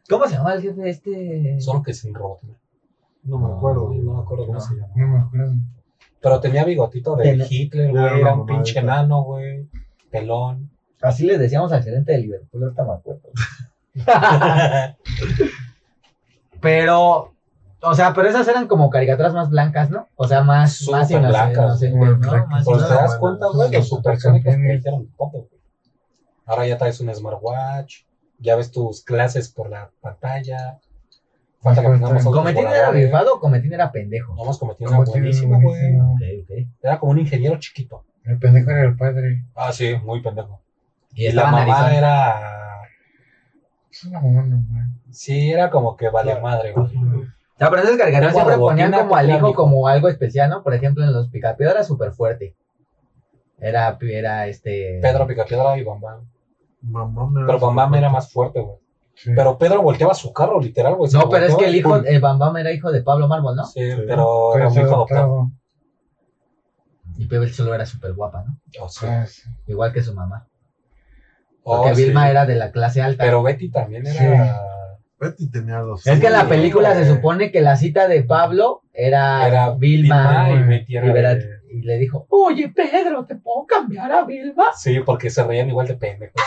[SPEAKER 1] ¿Cómo se llamaba el jefe este?
[SPEAKER 4] Solo que sin robot. güey.
[SPEAKER 3] No me acuerdo.
[SPEAKER 4] No me acuerdo cómo
[SPEAKER 1] No.
[SPEAKER 4] se llama.
[SPEAKER 2] No me acuerdo.
[SPEAKER 4] Pero tenía bigotito de
[SPEAKER 1] Tenía-
[SPEAKER 4] Hitler,
[SPEAKER 3] Era
[SPEAKER 4] güey.
[SPEAKER 3] una
[SPEAKER 4] Era un
[SPEAKER 3] mamada,
[SPEAKER 4] pinche
[SPEAKER 3] güey.
[SPEAKER 4] enano, güey.
[SPEAKER 1] (laughs)
[SPEAKER 4] Pelón.
[SPEAKER 1] Así le decíamos al gerente de Liverpool, ahorita me acuerdo. Pero, o sea, pero esas eran como caricaturas más blancas, ¿no? O sea, más,
[SPEAKER 4] Súper
[SPEAKER 1] más inocentes,
[SPEAKER 4] blancas,
[SPEAKER 1] inocentes,
[SPEAKER 2] muy
[SPEAKER 1] ¿no?
[SPEAKER 2] blancas.
[SPEAKER 1] Más
[SPEAKER 4] Pues te
[SPEAKER 1] inocentes.
[SPEAKER 4] das cuenta, güey, los supersónicos te dijeron todo, güey. Ahora ya traes un smartwatch, ya ves tus clases por la pantalla. Falta que tengamos autos
[SPEAKER 1] ¿Cometín era
[SPEAKER 4] voladores.
[SPEAKER 1] rifado o Cometín era pendejo?
[SPEAKER 4] No hemos cometido una
[SPEAKER 2] Como tiene
[SPEAKER 4] buenísima, güey.
[SPEAKER 2] buenísimo.
[SPEAKER 1] Ok, ok.
[SPEAKER 4] Era como un ingeniero chiquito.
[SPEAKER 2] El pendejo era el padre.
[SPEAKER 4] Ah, sí, muy pendejo.
[SPEAKER 1] Y
[SPEAKER 4] Y la
[SPEAKER 1] estaba
[SPEAKER 4] mamá
[SPEAKER 1] narizón.
[SPEAKER 4] era.
[SPEAKER 2] Es una mamá normal.
[SPEAKER 4] Sí, era como que vale madre, güey.
[SPEAKER 1] O sea, pero esas caricaturas
[SPEAKER 4] Cuando
[SPEAKER 1] siempre ponían
[SPEAKER 4] botina,
[SPEAKER 1] como al
[SPEAKER 4] claro,
[SPEAKER 1] hijo
[SPEAKER 4] hijo.
[SPEAKER 1] como algo especial, ¿no? Por ejemplo, en los Picapiedra era súper fuerte. Era, era este...
[SPEAKER 4] Pedro Picapiedra y Bambam.
[SPEAKER 3] Mamá me
[SPEAKER 4] Pero Bambam era más fuerte, güey.
[SPEAKER 2] Sí.
[SPEAKER 4] Pero Pedro volteaba su carro, literal, güey. Se
[SPEAKER 1] No, pero es
[SPEAKER 4] volteaba
[SPEAKER 1] que el
[SPEAKER 4] y
[SPEAKER 1] hijo,
[SPEAKER 4] pum.
[SPEAKER 1] el Bam Bam era hijo de Pablo Mármol, ¿no?
[SPEAKER 4] Sí, pero
[SPEAKER 2] Pero
[SPEAKER 4] era un
[SPEAKER 2] se
[SPEAKER 4] hijo adoptado.
[SPEAKER 2] adoptado.
[SPEAKER 1] Y Pebble solo era súper guapa, ¿no?
[SPEAKER 4] Oh, sí.
[SPEAKER 2] Ah, sí.
[SPEAKER 1] Igual que su mamá.
[SPEAKER 4] Oh,
[SPEAKER 1] Porque
[SPEAKER 4] sí.
[SPEAKER 1] Vilma era de la clase alta.
[SPEAKER 4] Pero Betty también era.
[SPEAKER 3] Betty tenía dos.
[SPEAKER 1] es que en la
[SPEAKER 4] Sí,
[SPEAKER 1] película se
[SPEAKER 4] güey.
[SPEAKER 1] supone que la cita de Pablo era,
[SPEAKER 4] Ah, Era
[SPEAKER 1] Vilma.
[SPEAKER 4] Vilma y
[SPEAKER 2] güey.
[SPEAKER 4] Betty era
[SPEAKER 1] y, verá-
[SPEAKER 4] de-
[SPEAKER 1] y le dijo, oye Pedro, ¿te puedo cambiar a
[SPEAKER 4] (laughs)
[SPEAKER 1] Vilma?
[SPEAKER 4] Sí, porque se reían igual de pendejos.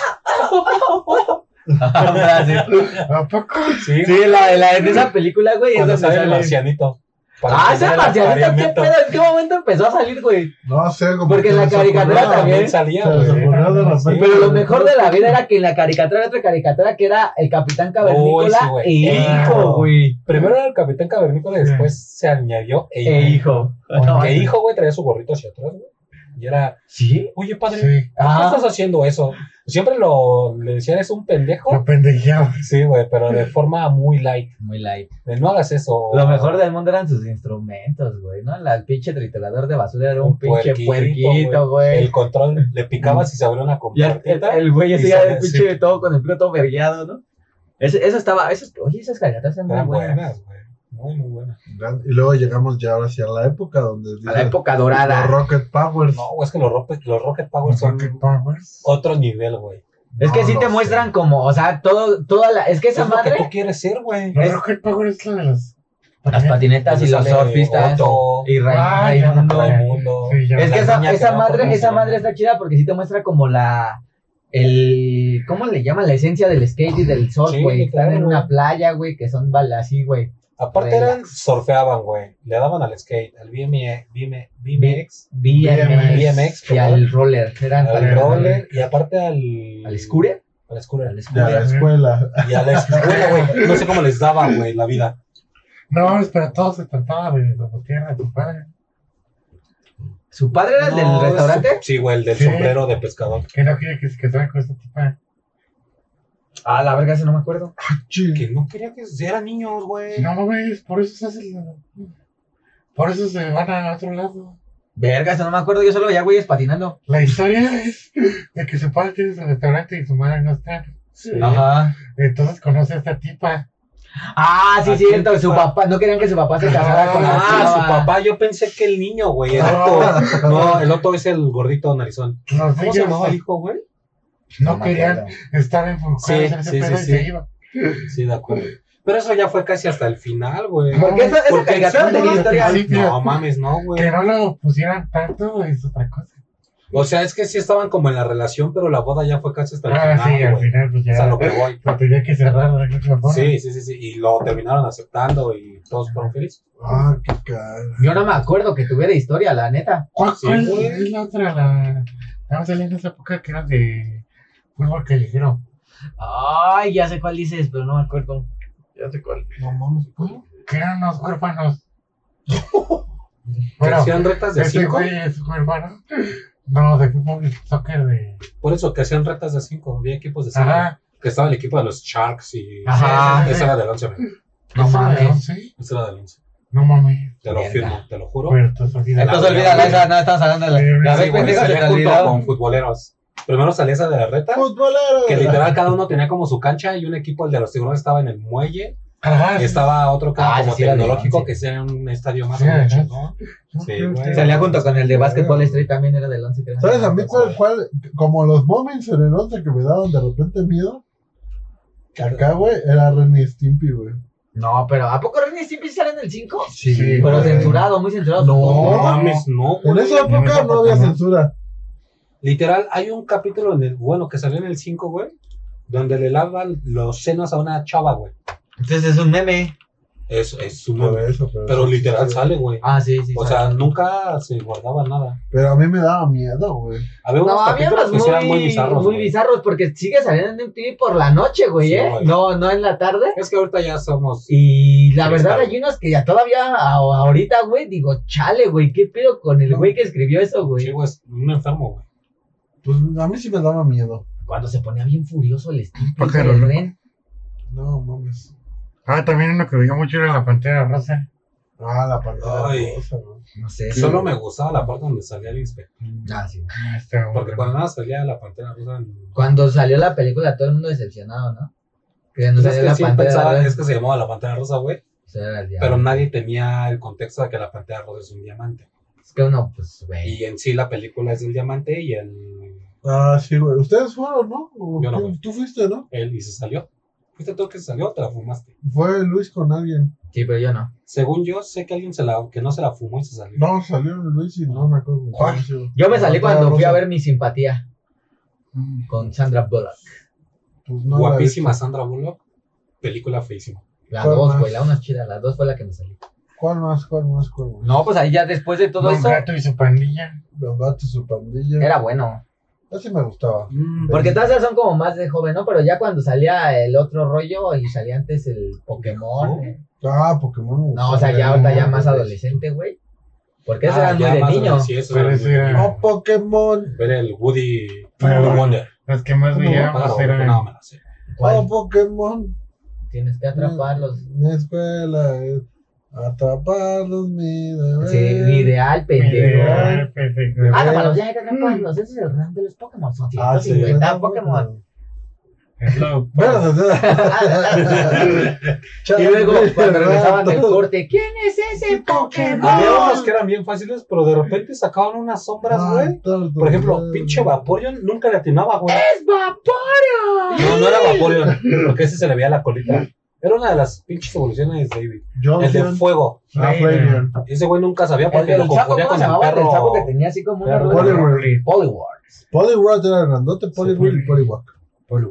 [SPEAKER 2] ¿A poco?
[SPEAKER 4] Sí,
[SPEAKER 1] sí, la, la, en esa película, güey, es
[SPEAKER 4] cuando
[SPEAKER 1] donde
[SPEAKER 4] sale el
[SPEAKER 1] sale-
[SPEAKER 4] marcianito. Para
[SPEAKER 1] Ah, ese
[SPEAKER 4] tener el
[SPEAKER 1] marcianito, ¿qué
[SPEAKER 4] apareamiento.
[SPEAKER 1] pedo? ¿En qué momento empezó a salir, güey?
[SPEAKER 3] No sé, como
[SPEAKER 1] Porque
[SPEAKER 3] que
[SPEAKER 1] la
[SPEAKER 3] se
[SPEAKER 1] caricatura
[SPEAKER 3] ocurrió.
[SPEAKER 1] también-
[SPEAKER 4] También salía,
[SPEAKER 3] Se les
[SPEAKER 4] güey.
[SPEAKER 3] ocurrió de repente.
[SPEAKER 4] Sí,
[SPEAKER 1] Pero lo mejor de la vida era que en la caricatura era otra caricatura que era el Capitán
[SPEAKER 4] Uy, sí,
[SPEAKER 1] Cavernícola
[SPEAKER 4] güey.
[SPEAKER 1] e hijo,
[SPEAKER 4] Claro.
[SPEAKER 1] güey.
[SPEAKER 4] Primero era el Capitán Cavernícola y después se añadió E
[SPEAKER 1] E
[SPEAKER 4] hijo.
[SPEAKER 1] hijo.
[SPEAKER 4] Porque E hijo, güey, traía su gorrito hacia atrás, güey. Y era,
[SPEAKER 1] ¿Sí?
[SPEAKER 4] oye, padre, ¿por
[SPEAKER 2] Sí.
[SPEAKER 4] qué
[SPEAKER 1] Ah,
[SPEAKER 4] estás haciendo eso? Siempre lo, le decían, es un
[SPEAKER 2] Lo
[SPEAKER 4] pendejo.
[SPEAKER 2] pendejeaba.
[SPEAKER 4] Sí, güey, pero de forma muy light.
[SPEAKER 1] muy light.
[SPEAKER 4] De, no hagas eso.
[SPEAKER 1] Lo mejor del mundo eran sus instrumentos, güey, ¿no? La- el pinche triturador de basura era un,
[SPEAKER 4] Un
[SPEAKER 1] pinche
[SPEAKER 4] puerquito,
[SPEAKER 1] puerquito, güey.
[SPEAKER 4] El control le picabas y se abrió una
[SPEAKER 1] Y el- el
[SPEAKER 4] compartita.
[SPEAKER 1] el güey ese
[SPEAKER 4] Y
[SPEAKER 1] ya
[SPEAKER 4] salía
[SPEAKER 1] de pinche de todo con el pelo todo vergueado, ¿no? Ese- eso estaba, eso, oye, esas caricaturas eran muy
[SPEAKER 4] Eran
[SPEAKER 1] buenas.
[SPEAKER 4] buenas, güey. Muy, muy buenas.
[SPEAKER 3] Gran- Y luego llegamos ya ahora sí a la época donde.
[SPEAKER 1] A la
[SPEAKER 3] dices,
[SPEAKER 1] época dorada.
[SPEAKER 3] los Rocket Powers.
[SPEAKER 4] No, güey, es que los Rocket, los Rocket Power
[SPEAKER 2] Los
[SPEAKER 4] son
[SPEAKER 2] Rocket Powers.
[SPEAKER 4] otro nivel, güey.
[SPEAKER 1] Es que
[SPEAKER 3] No
[SPEAKER 1] sí
[SPEAKER 3] lo
[SPEAKER 1] te
[SPEAKER 3] sé.
[SPEAKER 1] muestran como, o sea, todo, toda la, es que esa
[SPEAKER 4] es lo que tú
[SPEAKER 1] madre,
[SPEAKER 4] quieres ser, güey.
[SPEAKER 2] Los
[SPEAKER 1] es-
[SPEAKER 2] Rocket Powers es lo de los.
[SPEAKER 1] las patinetas y
[SPEAKER 4] Donde
[SPEAKER 1] los
[SPEAKER 4] sale
[SPEAKER 1] surfistas,
[SPEAKER 4] Otto,
[SPEAKER 1] y Ra-
[SPEAKER 2] Ay, ya me
[SPEAKER 1] Raimundo.
[SPEAKER 2] acordé.
[SPEAKER 4] Raimundo.
[SPEAKER 2] Sí, ya.
[SPEAKER 1] Es
[SPEAKER 4] La
[SPEAKER 1] que esa,
[SPEAKER 4] niña que
[SPEAKER 1] esa
[SPEAKER 4] no me acuerdo
[SPEAKER 1] madre,
[SPEAKER 4] cómo
[SPEAKER 1] esa
[SPEAKER 4] se
[SPEAKER 1] madre
[SPEAKER 4] llama.
[SPEAKER 1] está chida porque sí te muestra como la, el, ¿cómo le llaman? La esencia del skate y del surf,
[SPEAKER 4] Sí,
[SPEAKER 1] güey. Están
[SPEAKER 4] claro,
[SPEAKER 1] en
[SPEAKER 4] güey.
[SPEAKER 1] una playa, güey, que son bal- así, güey.
[SPEAKER 4] Aparte
[SPEAKER 1] Relax.
[SPEAKER 4] eran, surfeaban, güey. Le daban al skate, al E, BMX, BMX,
[SPEAKER 1] BMX,
[SPEAKER 4] BMX,
[SPEAKER 1] y al roller. Eran
[SPEAKER 4] al
[SPEAKER 1] para-
[SPEAKER 4] roller y aparte al...
[SPEAKER 1] ¿Al scooter?
[SPEAKER 4] Al scooter.
[SPEAKER 1] Al
[SPEAKER 3] De
[SPEAKER 1] scooter.
[SPEAKER 3] la escuela.
[SPEAKER 4] Y a la escuela, güey. No sé cómo les daba, güey, la vida.
[SPEAKER 2] No, pero todo se trataba de botear a tu padre.
[SPEAKER 1] ¿Su padre era el del
[SPEAKER 4] No, su-
[SPEAKER 1] restaurante?
[SPEAKER 4] Sí, güey, el del
[SPEAKER 2] Sí.
[SPEAKER 4] sombrero de pescador.
[SPEAKER 2] Que no quería que se casara con esta tipa.
[SPEAKER 1] Ah, la verga, ese no me acuerdo.
[SPEAKER 3] Sí.
[SPEAKER 4] Que no quería que eran niños, güey.
[SPEAKER 2] No mames, por eso se hace la- Por eso se van a otro lado.
[SPEAKER 1] Verga, ese no me acuerdo. Yo solo veía güeyes patinando.
[SPEAKER 2] La historia es de que su padre tiene su restaurante y su madre no está.
[SPEAKER 1] Ajá.
[SPEAKER 2] Entonces conoce a esta tipa.
[SPEAKER 1] Ah, sí,
[SPEAKER 4] ¿A
[SPEAKER 1] cierto.
[SPEAKER 4] quién
[SPEAKER 1] Su
[SPEAKER 4] papá?
[SPEAKER 1] papá, no querían que su papá se casara con la
[SPEAKER 4] Ah,
[SPEAKER 1] chava.
[SPEAKER 4] su papá, yo pensé que el niño, güey. El Otto. (laughs)
[SPEAKER 3] (laughs)
[SPEAKER 4] No, el Otto es el gordito narizón.
[SPEAKER 2] Los
[SPEAKER 4] ¿Cómo se llamaba el
[SPEAKER 2] niños
[SPEAKER 4] hijo, güey?
[SPEAKER 2] no
[SPEAKER 1] me
[SPEAKER 2] querían
[SPEAKER 1] acuerdo.
[SPEAKER 2] estar enfocados
[SPEAKER 4] Sí,
[SPEAKER 2] en ese
[SPEAKER 4] sí, sí,
[SPEAKER 2] pedo y
[SPEAKER 4] sí.
[SPEAKER 2] se iba.
[SPEAKER 4] Sí, de acuerdo. Pero eso ya fue casi hasta el final, güey.
[SPEAKER 2] No,
[SPEAKER 1] Porque esa, esa
[SPEAKER 4] Porque
[SPEAKER 1] caricatura
[SPEAKER 4] sí,
[SPEAKER 1] tenía
[SPEAKER 4] no,
[SPEAKER 1] historia.
[SPEAKER 2] sí.
[SPEAKER 4] No mames, no, güey.
[SPEAKER 2] Que no lo pusieran tanto es otra cosa.
[SPEAKER 4] O sea, es que sí estaban como en la relación, pero la boda ya fue casi hasta el
[SPEAKER 2] Ah, sí,
[SPEAKER 4] final,
[SPEAKER 2] al
[SPEAKER 4] güey.
[SPEAKER 2] final pues
[SPEAKER 4] Es a
[SPEAKER 2] ya
[SPEAKER 4] lo que voy.
[SPEAKER 2] lo tenía que cerrar de alguna forma.
[SPEAKER 4] Sí, sí, sí, sí. Y lo terminaron aceptando y todos fueron felices.
[SPEAKER 3] Ah, qué cara.
[SPEAKER 1] Yo no me acuerdo que tuviera historia, la neta.
[SPEAKER 2] ¿Cuál,
[SPEAKER 4] Sí,
[SPEAKER 2] cuál
[SPEAKER 4] güey.
[SPEAKER 2] es la otra? La... Estamos saliendo en esa época que era de fútbol callejero.
[SPEAKER 1] Ay, ya sé cuál dices, pero no me acuerdo.
[SPEAKER 3] Ya sé cuál.
[SPEAKER 4] No mames,
[SPEAKER 3] Pues,
[SPEAKER 4] güey.
[SPEAKER 2] Que eran unos
[SPEAKER 4] (laughs)
[SPEAKER 2] huérfanos.
[SPEAKER 4] Que
[SPEAKER 2] bueno, este
[SPEAKER 4] Hacían retas de
[SPEAKER 2] ese
[SPEAKER 4] cinco.
[SPEAKER 2] güey es huérfano. No, de fútbol y soccer de.
[SPEAKER 4] Por eso que hacían retas de cinco, había equipos de cinco.
[SPEAKER 2] Ajá.
[SPEAKER 4] Que estaba el equipo de los Sharks y.
[SPEAKER 1] Ajá.
[SPEAKER 4] Esa era del 11, amigo.
[SPEAKER 1] No
[SPEAKER 2] ¿Eso era de
[SPEAKER 1] mames.
[SPEAKER 2] once?
[SPEAKER 4] Esa era del 11.
[SPEAKER 2] No mames.
[SPEAKER 4] Te lo
[SPEAKER 1] Verga.
[SPEAKER 4] firmo, te lo juro.
[SPEAKER 2] Puerto, olvídalo.
[SPEAKER 4] Entonces,
[SPEAKER 1] Entonces olvídala, esa, no, estamos hablando de la.
[SPEAKER 2] Sí,
[SPEAKER 1] la
[SPEAKER 4] Sí,
[SPEAKER 1] vez
[SPEAKER 4] güey,
[SPEAKER 1] pendeja se
[SPEAKER 4] salía
[SPEAKER 1] te
[SPEAKER 4] junto
[SPEAKER 1] olvidó.
[SPEAKER 4] con futboleros. Primero salía esa de la reta,
[SPEAKER 3] ¡Futbolero!
[SPEAKER 4] que literal cada uno tenía como su cancha y un equipo, el de los tiburones, estaba en el muelle.
[SPEAKER 2] Ajá.
[SPEAKER 4] Y estaba otro que era
[SPEAKER 1] Ah,
[SPEAKER 4] como
[SPEAKER 1] sí, era de ¿eh?
[SPEAKER 4] tecnológico,
[SPEAKER 1] once.
[SPEAKER 4] que sea un estadio más
[SPEAKER 2] Sí,
[SPEAKER 4] o menos,
[SPEAKER 2] ajá.
[SPEAKER 4] ¿no?
[SPEAKER 2] No,
[SPEAKER 4] Sí,
[SPEAKER 2] creo
[SPEAKER 4] güey.
[SPEAKER 2] que-
[SPEAKER 1] Salía junto con el de Basketball Street también era del 11. creo.
[SPEAKER 3] ¿Sabes a mí cuál, cuál? Como los móviles en el 11 que me daban de repente miedo. Que acá, güey, era Renny Stimpy, güey.
[SPEAKER 1] No, pero ¿a poco Renny Stimpy sale en el 5?
[SPEAKER 2] Sí,
[SPEAKER 3] Sí,
[SPEAKER 1] Pero
[SPEAKER 3] güey.
[SPEAKER 1] censurado, muy censurado.
[SPEAKER 3] No.
[SPEAKER 4] No
[SPEAKER 1] supongo.
[SPEAKER 4] mames, no,
[SPEAKER 3] En
[SPEAKER 4] güey.
[SPEAKER 2] En
[SPEAKER 3] esa
[SPEAKER 2] esa
[SPEAKER 3] época
[SPEAKER 2] época
[SPEAKER 3] no había
[SPEAKER 2] no.
[SPEAKER 3] censura.
[SPEAKER 4] Literal, hay un capítulo en el, bueno, que salió en el 5, güey, donde le lavan los senos a una chava, güey.
[SPEAKER 1] Entonces es un meme.
[SPEAKER 4] Es, es un
[SPEAKER 3] Por eso, pero,
[SPEAKER 4] Pero literal sale, güey.
[SPEAKER 1] Ah, sí, sí.
[SPEAKER 4] O
[SPEAKER 1] sí.
[SPEAKER 4] sea, nunca se guardaba nada.
[SPEAKER 3] Pero a mí me daba miedo, güey.
[SPEAKER 4] Había unos
[SPEAKER 1] no, había
[SPEAKER 4] capítulos
[SPEAKER 1] unos
[SPEAKER 4] que sí eran
[SPEAKER 1] muy,
[SPEAKER 4] muy bizarros.
[SPEAKER 1] muy
[SPEAKER 4] güey.
[SPEAKER 1] bizarros porque sigue saliendo en MTV por la noche, güey,
[SPEAKER 4] Sí,
[SPEAKER 1] ¿eh?
[SPEAKER 4] güey.
[SPEAKER 1] No, no en la tarde.
[SPEAKER 4] Es que ahorita ya somos.
[SPEAKER 1] Y la
[SPEAKER 4] Cristal.
[SPEAKER 1] verdad hay unos que ya todavía a- ahorita, güey, digo, chale, güey, ¿qué pedo con el
[SPEAKER 3] No.
[SPEAKER 1] güey que escribió eso,
[SPEAKER 4] Sí,
[SPEAKER 1] güey?
[SPEAKER 4] güey, es un enfermo, güey.
[SPEAKER 3] Pues a mí sí me daba miedo.
[SPEAKER 1] Cuando se ponía bien furioso el Steve
[SPEAKER 2] ¿Por qué
[SPEAKER 1] Peter,
[SPEAKER 2] no,
[SPEAKER 1] el
[SPEAKER 2] no?
[SPEAKER 1] Ren.
[SPEAKER 3] No, mames.
[SPEAKER 2] Ah, también uno que veía mucho era la pantera rosa.
[SPEAKER 3] Ah, la pantalla.
[SPEAKER 4] Ay.
[SPEAKER 1] No sé.
[SPEAKER 3] Sí.
[SPEAKER 4] Solo me gustaba la parte donde salía el inspector.
[SPEAKER 1] Ah, sí.
[SPEAKER 2] Ah, estaba
[SPEAKER 4] Porque
[SPEAKER 2] bueno.
[SPEAKER 4] cuando nada salía la pantera rosa. en-
[SPEAKER 1] Cuando salió la película, todo el mundo decepcionado, ¿no? Que no
[SPEAKER 4] Es
[SPEAKER 1] salió
[SPEAKER 4] que
[SPEAKER 1] la
[SPEAKER 4] sí
[SPEAKER 1] pantalla.
[SPEAKER 4] pensaban
[SPEAKER 1] rosa.
[SPEAKER 4] que es que se llamaba la pantera rosa, güey.
[SPEAKER 1] Eso era el
[SPEAKER 4] Pero
[SPEAKER 1] diablo.
[SPEAKER 4] nadie tenía el contexto de que la pantera rosa es un diamante.
[SPEAKER 1] Es que uno, pues, güey.
[SPEAKER 4] Y en sí la película es el diamante y el
[SPEAKER 3] Ah, sí, güey. Ustedes fueron, ¿no? ¿O
[SPEAKER 4] Yo no
[SPEAKER 3] tú-
[SPEAKER 4] fui.
[SPEAKER 3] Tú fuiste, ¿no?
[SPEAKER 4] él y se salió. Fuiste tú el que se salió, o te la fumaste.
[SPEAKER 3] Fue Luis con alguien.
[SPEAKER 1] Sí, pero yo no.
[SPEAKER 4] Según yo, sé que alguien se la, que no se la fumó y se salió.
[SPEAKER 3] No, salieron Luis y no me acuerdo. con
[SPEAKER 4] ¿Cuál?
[SPEAKER 3] sí, güey.
[SPEAKER 1] Yo me
[SPEAKER 3] La
[SPEAKER 1] salí
[SPEAKER 3] Pantera
[SPEAKER 1] cuando fui a
[SPEAKER 3] Rosa.
[SPEAKER 1] ver mi simpatía
[SPEAKER 2] Mm.
[SPEAKER 1] con Sandra Bullock.
[SPEAKER 3] Pues no,
[SPEAKER 4] Guapísima Sandra Bullock. Película feísima.
[SPEAKER 1] La
[SPEAKER 3] ¿Cuál
[SPEAKER 1] dos,
[SPEAKER 3] más?
[SPEAKER 1] güey, la una es chida, la dos fue la que me salió.
[SPEAKER 3] la- ¿Cuál más? ¿Cuál más? ¿Cuál más?
[SPEAKER 1] No, pues ahí ya después de todo
[SPEAKER 2] Don
[SPEAKER 1] eso,
[SPEAKER 2] Gato y su pandilla.
[SPEAKER 3] Los gatos, su pandilla.
[SPEAKER 1] era bueno.
[SPEAKER 3] Ese me gustaba.
[SPEAKER 4] Ah,
[SPEAKER 1] Porque todas esas son como más de joven, ¿no? Pero ya cuando salía el otro rollo y salía antes el Pokémon. eh.
[SPEAKER 3] Ah, Pokémon.
[SPEAKER 1] No,
[SPEAKER 3] me gustaba.
[SPEAKER 1] o sea, ya ahorita ya más
[SPEAKER 3] Pokémon. Pues,
[SPEAKER 1] adolescente, güey. Porque eso
[SPEAKER 4] Ah,
[SPEAKER 1] era
[SPEAKER 4] ya
[SPEAKER 1] muy de
[SPEAKER 4] más
[SPEAKER 1] niño.
[SPEAKER 4] grande, sí, eso
[SPEAKER 2] Pero
[SPEAKER 4] era
[SPEAKER 2] ese
[SPEAKER 4] muy de
[SPEAKER 2] era-
[SPEAKER 4] niño.
[SPEAKER 3] No, oh, Pokémon.
[SPEAKER 4] Ver el Woody
[SPEAKER 2] Pero-
[SPEAKER 4] Wonder.
[SPEAKER 2] Los que más
[SPEAKER 3] No,
[SPEAKER 2] veíamos
[SPEAKER 4] Pájaro,
[SPEAKER 2] eran.
[SPEAKER 4] no, me la sé.
[SPEAKER 1] ¿Cuál?
[SPEAKER 3] No, Oh, Pokémon.
[SPEAKER 1] Tienes que atraparlos.
[SPEAKER 3] Mi escuela es atraparlos, mi deber.
[SPEAKER 1] Sí, ideal, pendejo. Ah.
[SPEAKER 2] Ideal, pendejo.
[SPEAKER 1] Átrapalos, ya hay que atraparlos. Ese es el round de los Pokémon. Son
[SPEAKER 3] Ah, sí,
[SPEAKER 1] 150
[SPEAKER 3] bueno,
[SPEAKER 1] Pokémon.
[SPEAKER 3] bueno.
[SPEAKER 2] Es lo-
[SPEAKER 3] Bueno, o sea,
[SPEAKER 1] (laughs) Y luego, cuando
[SPEAKER 3] (laughs) Chale,
[SPEAKER 1] regresaban del
[SPEAKER 3] rato.
[SPEAKER 1] corte, ¿quién es ese
[SPEAKER 4] Había
[SPEAKER 1] Pokémon?
[SPEAKER 4] unos que eran bien fáciles, pero de repente sacaban unas sombras,
[SPEAKER 3] Ah,
[SPEAKER 4] güey.
[SPEAKER 3] Rato,
[SPEAKER 4] Por ejemplo,
[SPEAKER 3] rato.
[SPEAKER 4] pinche Vaporeon nunca le atinaba, güey.
[SPEAKER 1] ¡Es Vaporeon!
[SPEAKER 4] No, no era Vaporeon, porque ese se le veía la colita. Era una de las pinches evoluciones de David. El de
[SPEAKER 3] Johnson.
[SPEAKER 4] fuego.
[SPEAKER 3] Ah, Flavian.
[SPEAKER 4] Ese güey nunca sabía
[SPEAKER 1] El
[SPEAKER 4] porque lo
[SPEAKER 1] del sapo,
[SPEAKER 4] confundía
[SPEAKER 1] ¿cómo
[SPEAKER 4] con
[SPEAKER 1] se
[SPEAKER 4] el
[SPEAKER 1] llamaba? El del sapo
[SPEAKER 4] perro.
[SPEAKER 1] que tenía así como
[SPEAKER 4] Perro.
[SPEAKER 1] una...
[SPEAKER 3] Poliwrath.
[SPEAKER 1] Polywar.
[SPEAKER 3] Poliwrath era grandote, Poliwrath y Poliwag.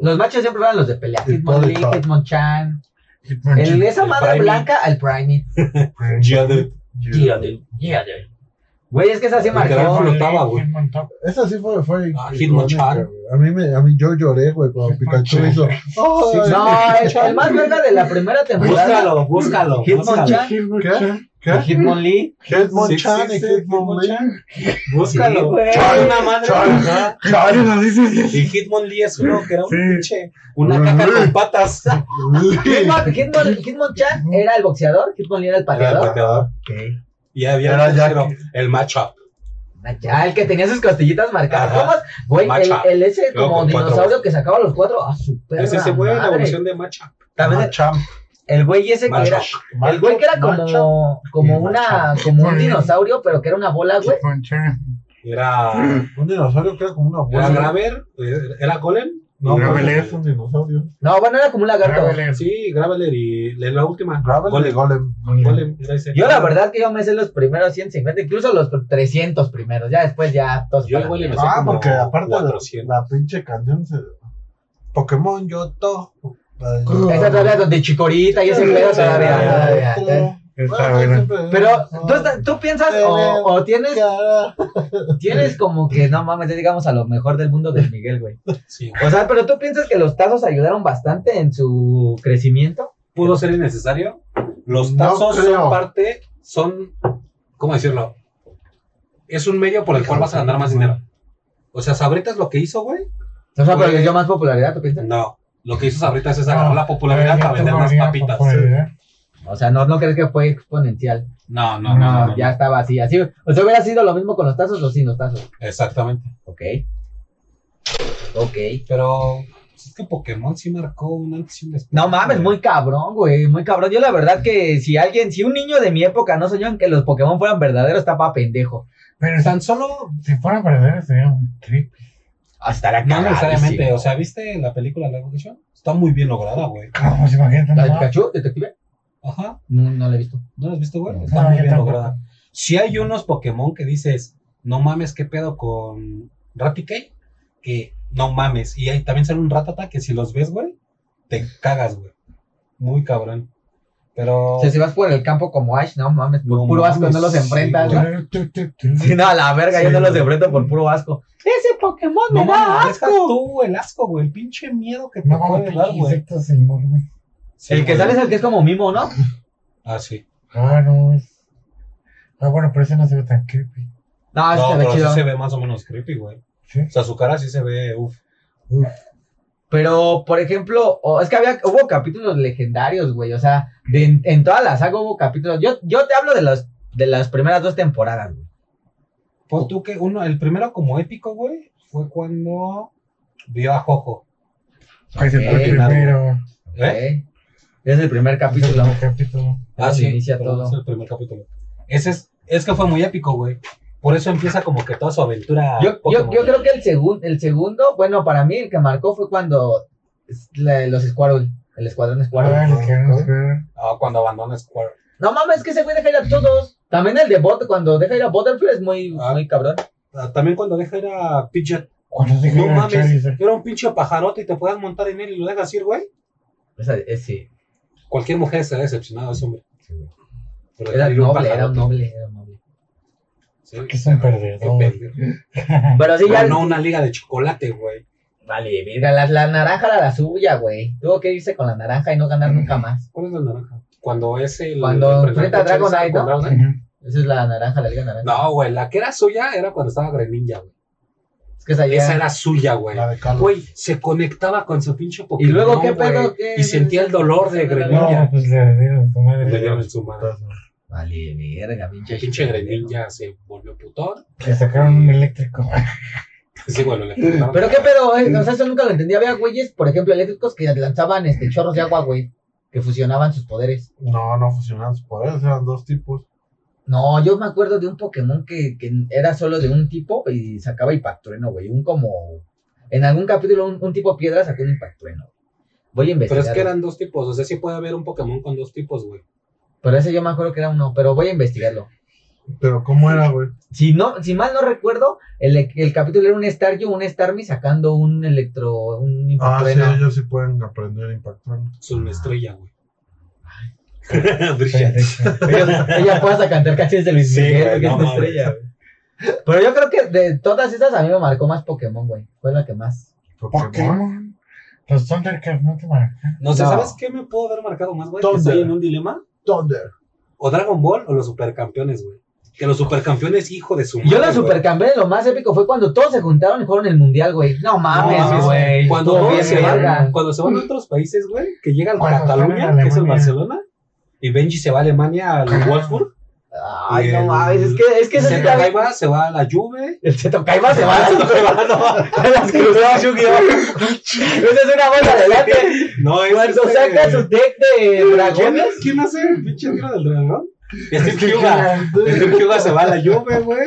[SPEAKER 1] Los machos siempre eran los de pelea.
[SPEAKER 3] El
[SPEAKER 1] Hitmon Lee,
[SPEAKER 3] Polywrath.
[SPEAKER 1] Hitmonchan.
[SPEAKER 2] Hitmonchan.
[SPEAKER 1] El, esa
[SPEAKER 4] El
[SPEAKER 1] madre
[SPEAKER 4] Primate.
[SPEAKER 1] blanca, el Primate.
[SPEAKER 4] Geodude.
[SPEAKER 1] Geodude. Geodude. Güey, es que esa sí
[SPEAKER 4] Literal,
[SPEAKER 1] marcó.
[SPEAKER 4] fue- flotaba, güey.
[SPEAKER 2] Hitmonchan.
[SPEAKER 3] Esa sí fue. fue
[SPEAKER 4] Ah, Hitmonchan.
[SPEAKER 3] icónica, güey. A mí, me, a mí yo lloré, güey, cuando Pikachu hizo. ¡Ay!
[SPEAKER 1] No, el, el más verga de la primera temporada.
[SPEAKER 4] Búscalo, búscalo. búscalo.
[SPEAKER 1] Hitmonchan.
[SPEAKER 2] Hitmonchan.
[SPEAKER 1] el
[SPEAKER 3] ¿Qué?
[SPEAKER 1] Hitmon Lee.
[SPEAKER 3] Hitmonchan
[SPEAKER 4] Sí,
[SPEAKER 3] y
[SPEAKER 4] sí, sí,
[SPEAKER 3] Hitmonlee.
[SPEAKER 1] Sí,
[SPEAKER 4] Búscalo.
[SPEAKER 1] güey.
[SPEAKER 4] Una madre. Ajá.
[SPEAKER 2] Claro, lo dices.
[SPEAKER 4] Y Hitmonlee es uno que era un
[SPEAKER 2] Sí.
[SPEAKER 4] pinche. Una caca con patas.
[SPEAKER 1] Hitmon- Hitmon- Hitmonchan era el boxeador, Hitmon Lee era el
[SPEAKER 4] Era el
[SPEAKER 1] pateador.
[SPEAKER 4] pateador. Y había
[SPEAKER 3] Era
[SPEAKER 4] el
[SPEAKER 3] ya
[SPEAKER 4] tercero, el matchup.
[SPEAKER 1] Ah, el que tenía sus costillitas marcadas.
[SPEAKER 4] Ajá.
[SPEAKER 1] ¿Cómo es? Güey, el,
[SPEAKER 4] Macha.
[SPEAKER 1] el ese
[SPEAKER 4] Luego
[SPEAKER 1] como
[SPEAKER 4] con cuatro
[SPEAKER 1] dinosaurio que sacaba los cuatro. A su perra
[SPEAKER 4] Es ese güey, la
[SPEAKER 1] madre.
[SPEAKER 4] evolución de matchup.
[SPEAKER 1] También el-
[SPEAKER 3] Machamp.
[SPEAKER 1] el güey ese que era.
[SPEAKER 4] Matchup.
[SPEAKER 1] El güey que era
[SPEAKER 3] Machamp.
[SPEAKER 1] como, como una, como un dinosaurio, pero que era una bola, güey.
[SPEAKER 2] Hitmonchan.
[SPEAKER 4] Era.
[SPEAKER 3] Un dinosaurio que era como una
[SPEAKER 4] Era
[SPEAKER 3] bola.
[SPEAKER 4] Graver, eh, era Golem.
[SPEAKER 3] No,
[SPEAKER 4] Y-
[SPEAKER 2] Graveler.
[SPEAKER 3] Mm. Graveler es un dinosaurio.
[SPEAKER 1] No, bueno, era como un lagarto.
[SPEAKER 2] Graveler.
[SPEAKER 4] Sí, Graveler y la la última.
[SPEAKER 3] Gravel de
[SPEAKER 4] Golem.
[SPEAKER 3] Golem.
[SPEAKER 4] Golem, era ese.
[SPEAKER 1] Yo la verdad que yo me sé los primeros 150, incluso los 300 primeros, ya después ya todos
[SPEAKER 4] Yo
[SPEAKER 1] para
[SPEAKER 4] igual
[SPEAKER 1] la
[SPEAKER 4] y me
[SPEAKER 1] mierda.
[SPEAKER 4] sé
[SPEAKER 3] Ah,
[SPEAKER 4] como
[SPEAKER 3] porque aparte la,
[SPEAKER 4] 400.
[SPEAKER 3] la pinche canción se. Pokémon Yoto. Ah, La de-
[SPEAKER 1] Esa todavía donde Chicorita y ese pedo todavía. todavía, todavía.
[SPEAKER 2] Está bueno.
[SPEAKER 4] pues,
[SPEAKER 1] Pero tú, estás- tú piensas o, o tienes,
[SPEAKER 3] Cara.
[SPEAKER 1] tienes como que no mames, ya llegamos a lo mejor del mundo del Miguel, güey.
[SPEAKER 4] Sí.
[SPEAKER 1] O sea, pero tú piensas que los tazos ayudaron bastante en su crecimiento.
[SPEAKER 4] pudo ser innecesario. Los
[SPEAKER 3] No
[SPEAKER 4] tazos
[SPEAKER 3] creo.
[SPEAKER 4] son parte, son, ¿cómo decirlo? Es un medio por el cual vas a ganar más dinero. O sea, Sabritas lo que hizo, güey.
[SPEAKER 1] O sea, pero
[SPEAKER 4] Güey.
[SPEAKER 1] le dio más popularidad, ¿tú piensas?
[SPEAKER 4] No. Lo que hizo Sabritas es
[SPEAKER 2] No, Eh,
[SPEAKER 4] agarrar la popularidad para vender más papitas.
[SPEAKER 1] O sea, no, no crees que fue exponencial.
[SPEAKER 4] No, no, no. no, no.
[SPEAKER 1] Ah, ya estaba así, así. O sea, hubiera sido lo mismo con los tazos o sin los tazos.
[SPEAKER 4] Exactamente.
[SPEAKER 1] Ok. Ok.
[SPEAKER 4] Pero pues, es que Pokémon sí marcó un antes y un después.
[SPEAKER 1] No mames,
[SPEAKER 4] güey.
[SPEAKER 1] muy cabrón, güey, muy cabrón. Yo la verdad que si alguien, si un niño de mi época no soñó en que los Pokémon fueran verdaderos, está pa' pendejo.
[SPEAKER 2] Pero
[SPEAKER 4] Tan solo,
[SPEAKER 2] si fueran verdaderos sería un trip.
[SPEAKER 1] Hasta la
[SPEAKER 4] no necesariamente. O sea, ¿viste la película Live Action? Está muy bien lograda, güey.
[SPEAKER 2] ¿Cómo se imaginan?
[SPEAKER 1] ¿La de
[SPEAKER 2] No,
[SPEAKER 1] Pikachu, detective?
[SPEAKER 4] Ajá.
[SPEAKER 1] No, no la he visto.
[SPEAKER 4] ¿No la has visto, güey?
[SPEAKER 1] No.
[SPEAKER 4] Está muy
[SPEAKER 2] yo
[SPEAKER 4] bien
[SPEAKER 2] tampoco.
[SPEAKER 4] lograda. Si hay unos Pokémon que dices, no mames, ¿qué pedo con Raticate? Que no mames. Y ahí también sale un Ratata que si los ves, güey, te cagas, güey. Muy cabrón. Pero.
[SPEAKER 1] O sea, si vas por el campo como Ash, no mames, por
[SPEAKER 4] No
[SPEAKER 1] puro asco,
[SPEAKER 4] mames,
[SPEAKER 1] no los
[SPEAKER 4] sí,
[SPEAKER 1] enfrentas.
[SPEAKER 4] güey.
[SPEAKER 1] ¿no?
[SPEAKER 2] tu, tu, tu.
[SPEAKER 1] Sí, no, a la verga, yo
[SPEAKER 2] Sí,
[SPEAKER 1] no los
[SPEAKER 2] güey.
[SPEAKER 1] enfrento por puro asco. Ese Pokémon
[SPEAKER 4] No
[SPEAKER 1] me da
[SPEAKER 4] mames, deja
[SPEAKER 1] asco.
[SPEAKER 4] tú el asco, güey. El pinche miedo que te
[SPEAKER 2] No,
[SPEAKER 4] puede dar,
[SPEAKER 2] güey,
[SPEAKER 4] güey.
[SPEAKER 2] insectos en mol, güey.
[SPEAKER 1] El que
[SPEAKER 4] Sí,
[SPEAKER 1] sale es
[SPEAKER 4] güey.
[SPEAKER 1] el que es como mimo, ¿no?
[SPEAKER 4] Ah, sí.
[SPEAKER 2] Ah, no, es... Ah, bueno, pero ese no se ve tan creepy.
[SPEAKER 1] No,
[SPEAKER 4] no,
[SPEAKER 1] este ve
[SPEAKER 4] pero sí
[SPEAKER 1] chido.
[SPEAKER 4] se ve más o menos creepy, güey.
[SPEAKER 2] ¿Sí?
[SPEAKER 4] O sea, su cara sí se ve, uff.
[SPEAKER 1] Pero, por ejemplo, o- es que había, hubo capítulos legendarios, güey. O sea, de en, en todas las saga hubo capítulos. Yo, yo te hablo de las, de las primeras dos temporadas, güey.
[SPEAKER 4] Pues tú que uno, el primero como épico, güey, fue cuando vio a Jojo.
[SPEAKER 2] Pues el
[SPEAKER 1] Ok,
[SPEAKER 4] claro.
[SPEAKER 2] primero.
[SPEAKER 4] ¿Eh?
[SPEAKER 1] Ok. Es el primer
[SPEAKER 2] (laughs)
[SPEAKER 1] capítulo.
[SPEAKER 2] El capítulo.
[SPEAKER 1] Ah, sí, inicia
[SPEAKER 4] pero
[SPEAKER 1] todo.
[SPEAKER 4] Es el primer capítulo. Ese es, es que fue muy épico, güey. Por eso empieza como que toda su aventura.
[SPEAKER 1] Yo, yo,
[SPEAKER 4] Pokémon.
[SPEAKER 1] yo creo que el, segun- el segundo, bueno, para mí el que marcó fue cuando es- la- los Squirrel, el escuadrón
[SPEAKER 2] Ah,
[SPEAKER 1] Squirrel.
[SPEAKER 2] el que no se ve.
[SPEAKER 4] Ah, cuando abandona Square.
[SPEAKER 1] No mames, que ese güey deja ir a todos. También el de Bot, cuando deja ir a Butterfly es muy,
[SPEAKER 4] Ah.
[SPEAKER 1] muy cabrón.
[SPEAKER 4] Ah, También cuando deja ir a Pidgeot.
[SPEAKER 2] Cuando se
[SPEAKER 4] No
[SPEAKER 2] queda el
[SPEAKER 4] mames,
[SPEAKER 2] Charizard.
[SPEAKER 4] era un pinche pajarote y te podías montar en él y lo dejas ir, güey.
[SPEAKER 1] Esa- ese,
[SPEAKER 4] Cualquier mujer se ha decepcionado de ese hombre. Por
[SPEAKER 1] era
[SPEAKER 4] dejar ir un
[SPEAKER 1] noble, era un
[SPEAKER 4] pajarote.
[SPEAKER 1] noble, era un noble.
[SPEAKER 4] Sí,
[SPEAKER 2] Que es un
[SPEAKER 4] qué
[SPEAKER 2] perdedor.
[SPEAKER 4] pendejo.
[SPEAKER 1] Pero sí, ya,
[SPEAKER 4] Ganó una liga de chocolate, güey.
[SPEAKER 1] Vale, verga, la, la naranja era la suya, güey. Tuvo que irse con la naranja y no ganar nunca más.
[SPEAKER 4] ¿Cuál es la naranja? Cuando es el.
[SPEAKER 1] Cuando
[SPEAKER 4] el
[SPEAKER 1] enfrenta a
[SPEAKER 4] Charizard
[SPEAKER 1] Dragonite,
[SPEAKER 4] con
[SPEAKER 1] ¿no?
[SPEAKER 4] Dragonite.
[SPEAKER 2] Ujú.
[SPEAKER 1] Esa es la naranja, la liga naranja.
[SPEAKER 4] No, güey, la que era suya era cuando estaba Greninja, güey.
[SPEAKER 1] Es que esa ya-
[SPEAKER 4] Esa era suya, güey.
[SPEAKER 3] La de Carlos.
[SPEAKER 4] Güey, se conectaba con su pinche
[SPEAKER 1] Y
[SPEAKER 4] Pokémon.
[SPEAKER 1] luego, ¿qué pedo?
[SPEAKER 4] güey,
[SPEAKER 1] ¿Qué-
[SPEAKER 4] Y sentía el dolor de Greninja.
[SPEAKER 2] No, pues le dieron su madre.
[SPEAKER 4] Le dieron en su madre.
[SPEAKER 1] Vale, verga, pinche.
[SPEAKER 4] El pinche Greninja se volvió putón. (laughs)
[SPEAKER 2] Le sacaron un eléctrico.
[SPEAKER 4] Sí, güey, lo electrocutaron.
[SPEAKER 1] Pero qué pedo, eh? o sea, eso nunca lo entendía. Había güeyes, por ejemplo, eléctricos que lanzaban este chorros de agua, güey, que fusionaban sus poderes.
[SPEAKER 3] No, no fusionaban sus poderes, eran dos tipos.
[SPEAKER 1] No, yo me acuerdo de un Pokémon que, que era solo de un tipo y sacaba impactrueno, güey. Un como. En algún capítulo, un, un tipo piedra sacó un impactrueno. Voy a
[SPEAKER 4] Pero
[SPEAKER 1] investigar.
[SPEAKER 4] es que eran dos tipos. O sea, sí puede haber un Pokémon con dos tipos, güey.
[SPEAKER 1] Pero ese yo me acuerdo que era uno, pero voy a investigarlo.
[SPEAKER 3] Pero ¿cómo era, güey?
[SPEAKER 1] Si, no, si mal no recuerdo, el, el capítulo era un Staryu, un Starmie sacando un electro, un
[SPEAKER 3] Ah, sí,
[SPEAKER 1] impactrueno.
[SPEAKER 3] ellos sí pueden aprender impactando.
[SPEAKER 4] Es una estrella, güey.
[SPEAKER 2] Pero
[SPEAKER 4] Ah. (laughs) Brilla.
[SPEAKER 2] de hecho,
[SPEAKER 1] Ella, ella pasa a cantar canciones de Luis
[SPEAKER 4] Sí,
[SPEAKER 1] Miguel,
[SPEAKER 4] güey,
[SPEAKER 1] porque
[SPEAKER 4] no
[SPEAKER 1] es una
[SPEAKER 4] mames.
[SPEAKER 1] estrella, güey. Pero yo creo que de todas esas a mí me marcó más Pokémon, güey. Fue la que más.
[SPEAKER 2] (laughs)
[SPEAKER 3] Pokémon.
[SPEAKER 2] Pokémon. Los Thundercats no te marcan.
[SPEAKER 4] No sé,
[SPEAKER 1] No.
[SPEAKER 4] ¿sabes qué me puedo haber marcado más, güey? Que
[SPEAKER 3] Thunder.
[SPEAKER 4] estoy en un dilema.
[SPEAKER 3] Thunder.
[SPEAKER 4] O Dragon Ball o los supercampeones, güey. Que los supercampeones, hijo de su madre.
[SPEAKER 1] Yo la
[SPEAKER 4] güey.
[SPEAKER 1] supercampeón, lo más épico fue cuando todos se juntaron y jugaron el mundial, güey. No mames,
[SPEAKER 4] mames,
[SPEAKER 1] güey.
[SPEAKER 4] Cuando,
[SPEAKER 1] Estuvo
[SPEAKER 4] todos
[SPEAKER 1] bien,
[SPEAKER 4] se
[SPEAKER 1] verga.
[SPEAKER 4] van, cuando se van a otros países, güey, que llega al
[SPEAKER 2] Cuando
[SPEAKER 4] Cataluña,
[SPEAKER 2] están en
[SPEAKER 4] que es el
[SPEAKER 2] Alemania.
[SPEAKER 4] Barcelona, y Benji se va a Alemania al
[SPEAKER 2] Ah.
[SPEAKER 4] Wolfsburg.
[SPEAKER 1] Ay, no mames, es que, es que ese
[SPEAKER 4] Se
[SPEAKER 1] sí también.
[SPEAKER 4] va, se va a la Juve.
[SPEAKER 1] El Cheto Caima
[SPEAKER 4] (laughs)
[SPEAKER 1] se va a las no, se (laughs) las cruzó Yu-Gi-Oh! Esa es una bolsa adelante.
[SPEAKER 4] No, es
[SPEAKER 1] Cuando
[SPEAKER 4] este-
[SPEAKER 1] saca su deck de
[SPEAKER 4] ¿Quién
[SPEAKER 1] dragones.
[SPEAKER 4] es? ¿Quién hace el pinche tiro del dragón? Steve Hyuga. Steve Hyuga se va a la Juve, güey.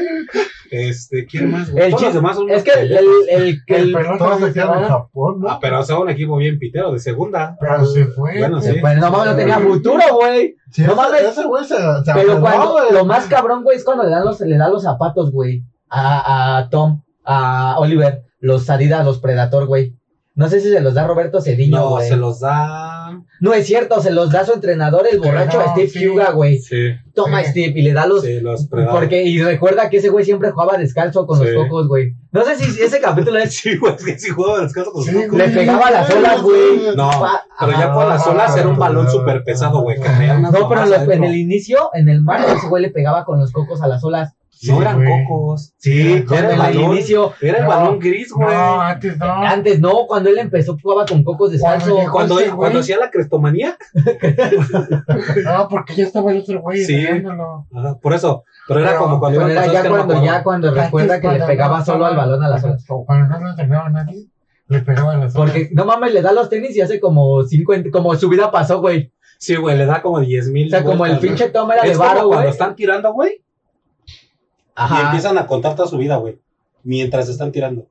[SPEAKER 4] Este, ¿quién más, güey?
[SPEAKER 1] El
[SPEAKER 4] Todos los
[SPEAKER 1] chiste-
[SPEAKER 4] demás son
[SPEAKER 1] Es que
[SPEAKER 4] unos
[SPEAKER 1] el,
[SPEAKER 4] pendejos.
[SPEAKER 1] el, el, el-
[SPEAKER 2] Pero
[SPEAKER 3] Todos se quedan en
[SPEAKER 2] no,
[SPEAKER 3] Japón,
[SPEAKER 4] Ah,
[SPEAKER 3] ¿no?
[SPEAKER 4] pero se va un equipo bien pitero de segunda.
[SPEAKER 2] pero se fue.
[SPEAKER 4] Bueno, sí.
[SPEAKER 1] Bueno, Pues, no mames, no tenía futuro, güey.
[SPEAKER 3] Sí,
[SPEAKER 1] No
[SPEAKER 3] ese-
[SPEAKER 1] mames.
[SPEAKER 3] Ese güey se. se
[SPEAKER 1] Pero
[SPEAKER 3] aferró,
[SPEAKER 1] cuando,
[SPEAKER 3] güey.
[SPEAKER 1] lo más cabrón, güey, es cuando le dan los, le dan los zapatos, güey, a, a Tom, a Oliver, los Adidas, los Predator, güey. No sé si se los da Roberto Cediño,
[SPEAKER 4] No,
[SPEAKER 1] güey.
[SPEAKER 4] se los da.
[SPEAKER 1] No es cierto, se los da su entrenador, el borracho
[SPEAKER 2] no,
[SPEAKER 1] Steve
[SPEAKER 2] sí.
[SPEAKER 1] Hyuga, güey.
[SPEAKER 4] Sí,
[SPEAKER 1] Toma,
[SPEAKER 2] Sí.
[SPEAKER 1] Steve, y le da los
[SPEAKER 4] sí, los predados.
[SPEAKER 1] Porque, y recuerda que ese güey siempre jugaba descalzo con
[SPEAKER 4] Sí.
[SPEAKER 1] los cocos, güey. No sé si ese capítulo es.
[SPEAKER 4] (laughs) Sí, güey, es que si jugaba descalzo con
[SPEAKER 2] Sí,
[SPEAKER 4] los cocos.
[SPEAKER 1] Le pegaba las olas, güey.
[SPEAKER 4] No,
[SPEAKER 1] Pa-
[SPEAKER 4] pero ya por las olas era un balón súper pesado, güey. Que traía unas
[SPEAKER 1] No, pero
[SPEAKER 4] mamás
[SPEAKER 1] en los- en
[SPEAKER 4] adentro.
[SPEAKER 1] el inicio, en el mar, ese güey le pegaba con los cocos a las olas.
[SPEAKER 4] No
[SPEAKER 2] Sí,
[SPEAKER 4] eran
[SPEAKER 2] güey.
[SPEAKER 4] cocos.
[SPEAKER 1] Sí, cuando
[SPEAKER 4] era el
[SPEAKER 1] en el
[SPEAKER 4] balón.
[SPEAKER 1] inicio.
[SPEAKER 4] Era el
[SPEAKER 2] No,
[SPEAKER 4] balón gris, güey.
[SPEAKER 2] No, antes no.
[SPEAKER 1] Antes no, cuando él empezó jugaba con cocos de
[SPEAKER 2] Cuando
[SPEAKER 1] salso.
[SPEAKER 2] llegó-
[SPEAKER 4] cuando,
[SPEAKER 2] sí, güey.
[SPEAKER 4] cuando hacía la crestomanía.
[SPEAKER 2] No, porque ya estaba el otro güey.
[SPEAKER 4] Sí.
[SPEAKER 2] dándolo.
[SPEAKER 4] Ajá, por eso. Pero era
[SPEAKER 2] Pero-
[SPEAKER 4] como cuando
[SPEAKER 1] Pero
[SPEAKER 4] iban
[SPEAKER 1] era
[SPEAKER 4] con
[SPEAKER 1] ya
[SPEAKER 4] Oscar
[SPEAKER 1] cuando,
[SPEAKER 4] Macuarro.
[SPEAKER 1] ya cuando
[SPEAKER 2] Antes,
[SPEAKER 1] recuerda que le
[SPEAKER 2] cuando
[SPEAKER 1] pegaba
[SPEAKER 2] no
[SPEAKER 1] solo al
[SPEAKER 2] estaba-
[SPEAKER 1] balón a las
[SPEAKER 2] cuando-
[SPEAKER 1] horas.
[SPEAKER 2] Cuando no lo entrenaba nadie, le pegaba a las horas.
[SPEAKER 1] Porque no mames, le da los tenis y hace como 50, como su vida pasó, güey.
[SPEAKER 4] Sí, güey, le da como 10 mil.
[SPEAKER 1] O sea, como el pinche Tom era de
[SPEAKER 4] Es como
[SPEAKER 1] varo,
[SPEAKER 4] cuando
[SPEAKER 1] güey.
[SPEAKER 4] están tirando, güey, y
[SPEAKER 1] Ajá.
[SPEAKER 4] empiezan a contar toda su vida, güey. Mientras están tirando.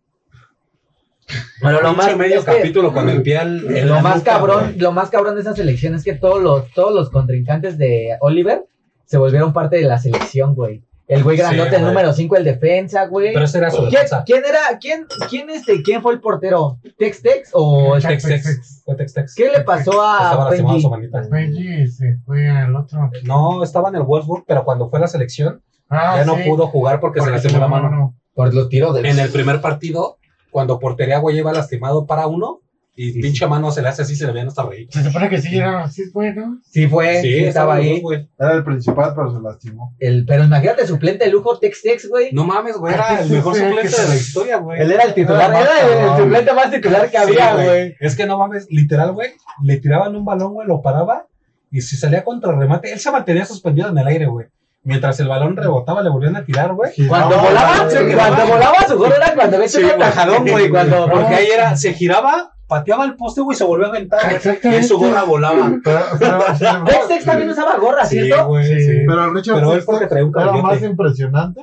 [SPEAKER 1] Pero lo
[SPEAKER 4] Pinche
[SPEAKER 1] más,
[SPEAKER 4] medio
[SPEAKER 1] es que
[SPEAKER 4] capítulo con el pie al- en
[SPEAKER 1] lo
[SPEAKER 4] la
[SPEAKER 1] más
[SPEAKER 4] nuca,
[SPEAKER 1] cabrón,
[SPEAKER 4] güey.
[SPEAKER 1] lo más cabrón de esa selección es que todos los, todos los contrincantes de Oliver se volvieron parte de la selección, güey. El güey
[SPEAKER 4] Sí,
[SPEAKER 1] grandote, el
[SPEAKER 4] güey.
[SPEAKER 1] número 5, el defensa, güey.
[SPEAKER 4] Pero ese era su
[SPEAKER 1] ¿Quién,
[SPEAKER 4] raza.
[SPEAKER 1] quién era? ¿Quién, quién este? ¿Quién fue el portero? ¿Tex Tex o
[SPEAKER 2] Tex.
[SPEAKER 4] Tex Tex. Fue Tex Tex.
[SPEAKER 1] qué le pasó
[SPEAKER 4] Estaba
[SPEAKER 1] a
[SPEAKER 4] lastimado
[SPEAKER 1] Benji?
[SPEAKER 4] su manita.
[SPEAKER 2] Benji se fue al otro.
[SPEAKER 4] No, estaba en el Wolfsburg, pero cuando fue a la selección
[SPEAKER 2] Ah,
[SPEAKER 4] ya no
[SPEAKER 2] sí,
[SPEAKER 4] pudo jugar porque se
[SPEAKER 2] porque
[SPEAKER 4] lastimó la mano.
[SPEAKER 1] Por los tiros del
[SPEAKER 4] En el primer partido, cuando portería, güey, iba lastimado para uno y
[SPEAKER 1] Sí,
[SPEAKER 4] pinche mano se le hace así, se le veían hasta reír.
[SPEAKER 2] Se supone que sí eran así, güey, ¿no?
[SPEAKER 1] Sí fue, sí, estaba
[SPEAKER 4] estaban los
[SPEAKER 1] ahí.
[SPEAKER 4] dos, güey.
[SPEAKER 3] Era el principal, pero se lastimó.
[SPEAKER 1] El, pero imagínate suplente de lujo Tex Tex, güey.
[SPEAKER 4] No mames, güey, era el mejor suplente de la historia, güey.
[SPEAKER 1] Él era el titular, era
[SPEAKER 2] Ah,
[SPEAKER 1] el,
[SPEAKER 2] cabrón.
[SPEAKER 1] el suplente más titular que
[SPEAKER 4] Sí,
[SPEAKER 1] había, güey.
[SPEAKER 4] Es que no mames, literal, güey, le tiraban un balón, güey, lo paraba y si salía contra remate, él se mantenía suspendido en el aire, güey. Mientras el balón rebotaba, le volvían a tirar, güey.
[SPEAKER 1] Cuando
[SPEAKER 3] No,
[SPEAKER 1] volaba,
[SPEAKER 3] güey.
[SPEAKER 1] su- cuando volaba su gol era cuando ves
[SPEAKER 4] Sí,
[SPEAKER 1] un
[SPEAKER 4] güey.
[SPEAKER 1] atajadón, güey, cuando
[SPEAKER 4] Porque ahí era, se giraba, pateaba el poste, güey, se volvió a aventar. güey. Y
[SPEAKER 2] Exactamente.
[SPEAKER 4] eso gorra volaba.
[SPEAKER 3] Pero, pero,
[SPEAKER 1] (laughs) Tex Tex también usaba gorra, ¿cierto?
[SPEAKER 4] güey.
[SPEAKER 2] Sí.
[SPEAKER 3] pero Richard
[SPEAKER 4] Pero él
[SPEAKER 3] Sexton
[SPEAKER 4] porque traía un
[SPEAKER 3] era
[SPEAKER 4] cabellote.
[SPEAKER 3] más impresionante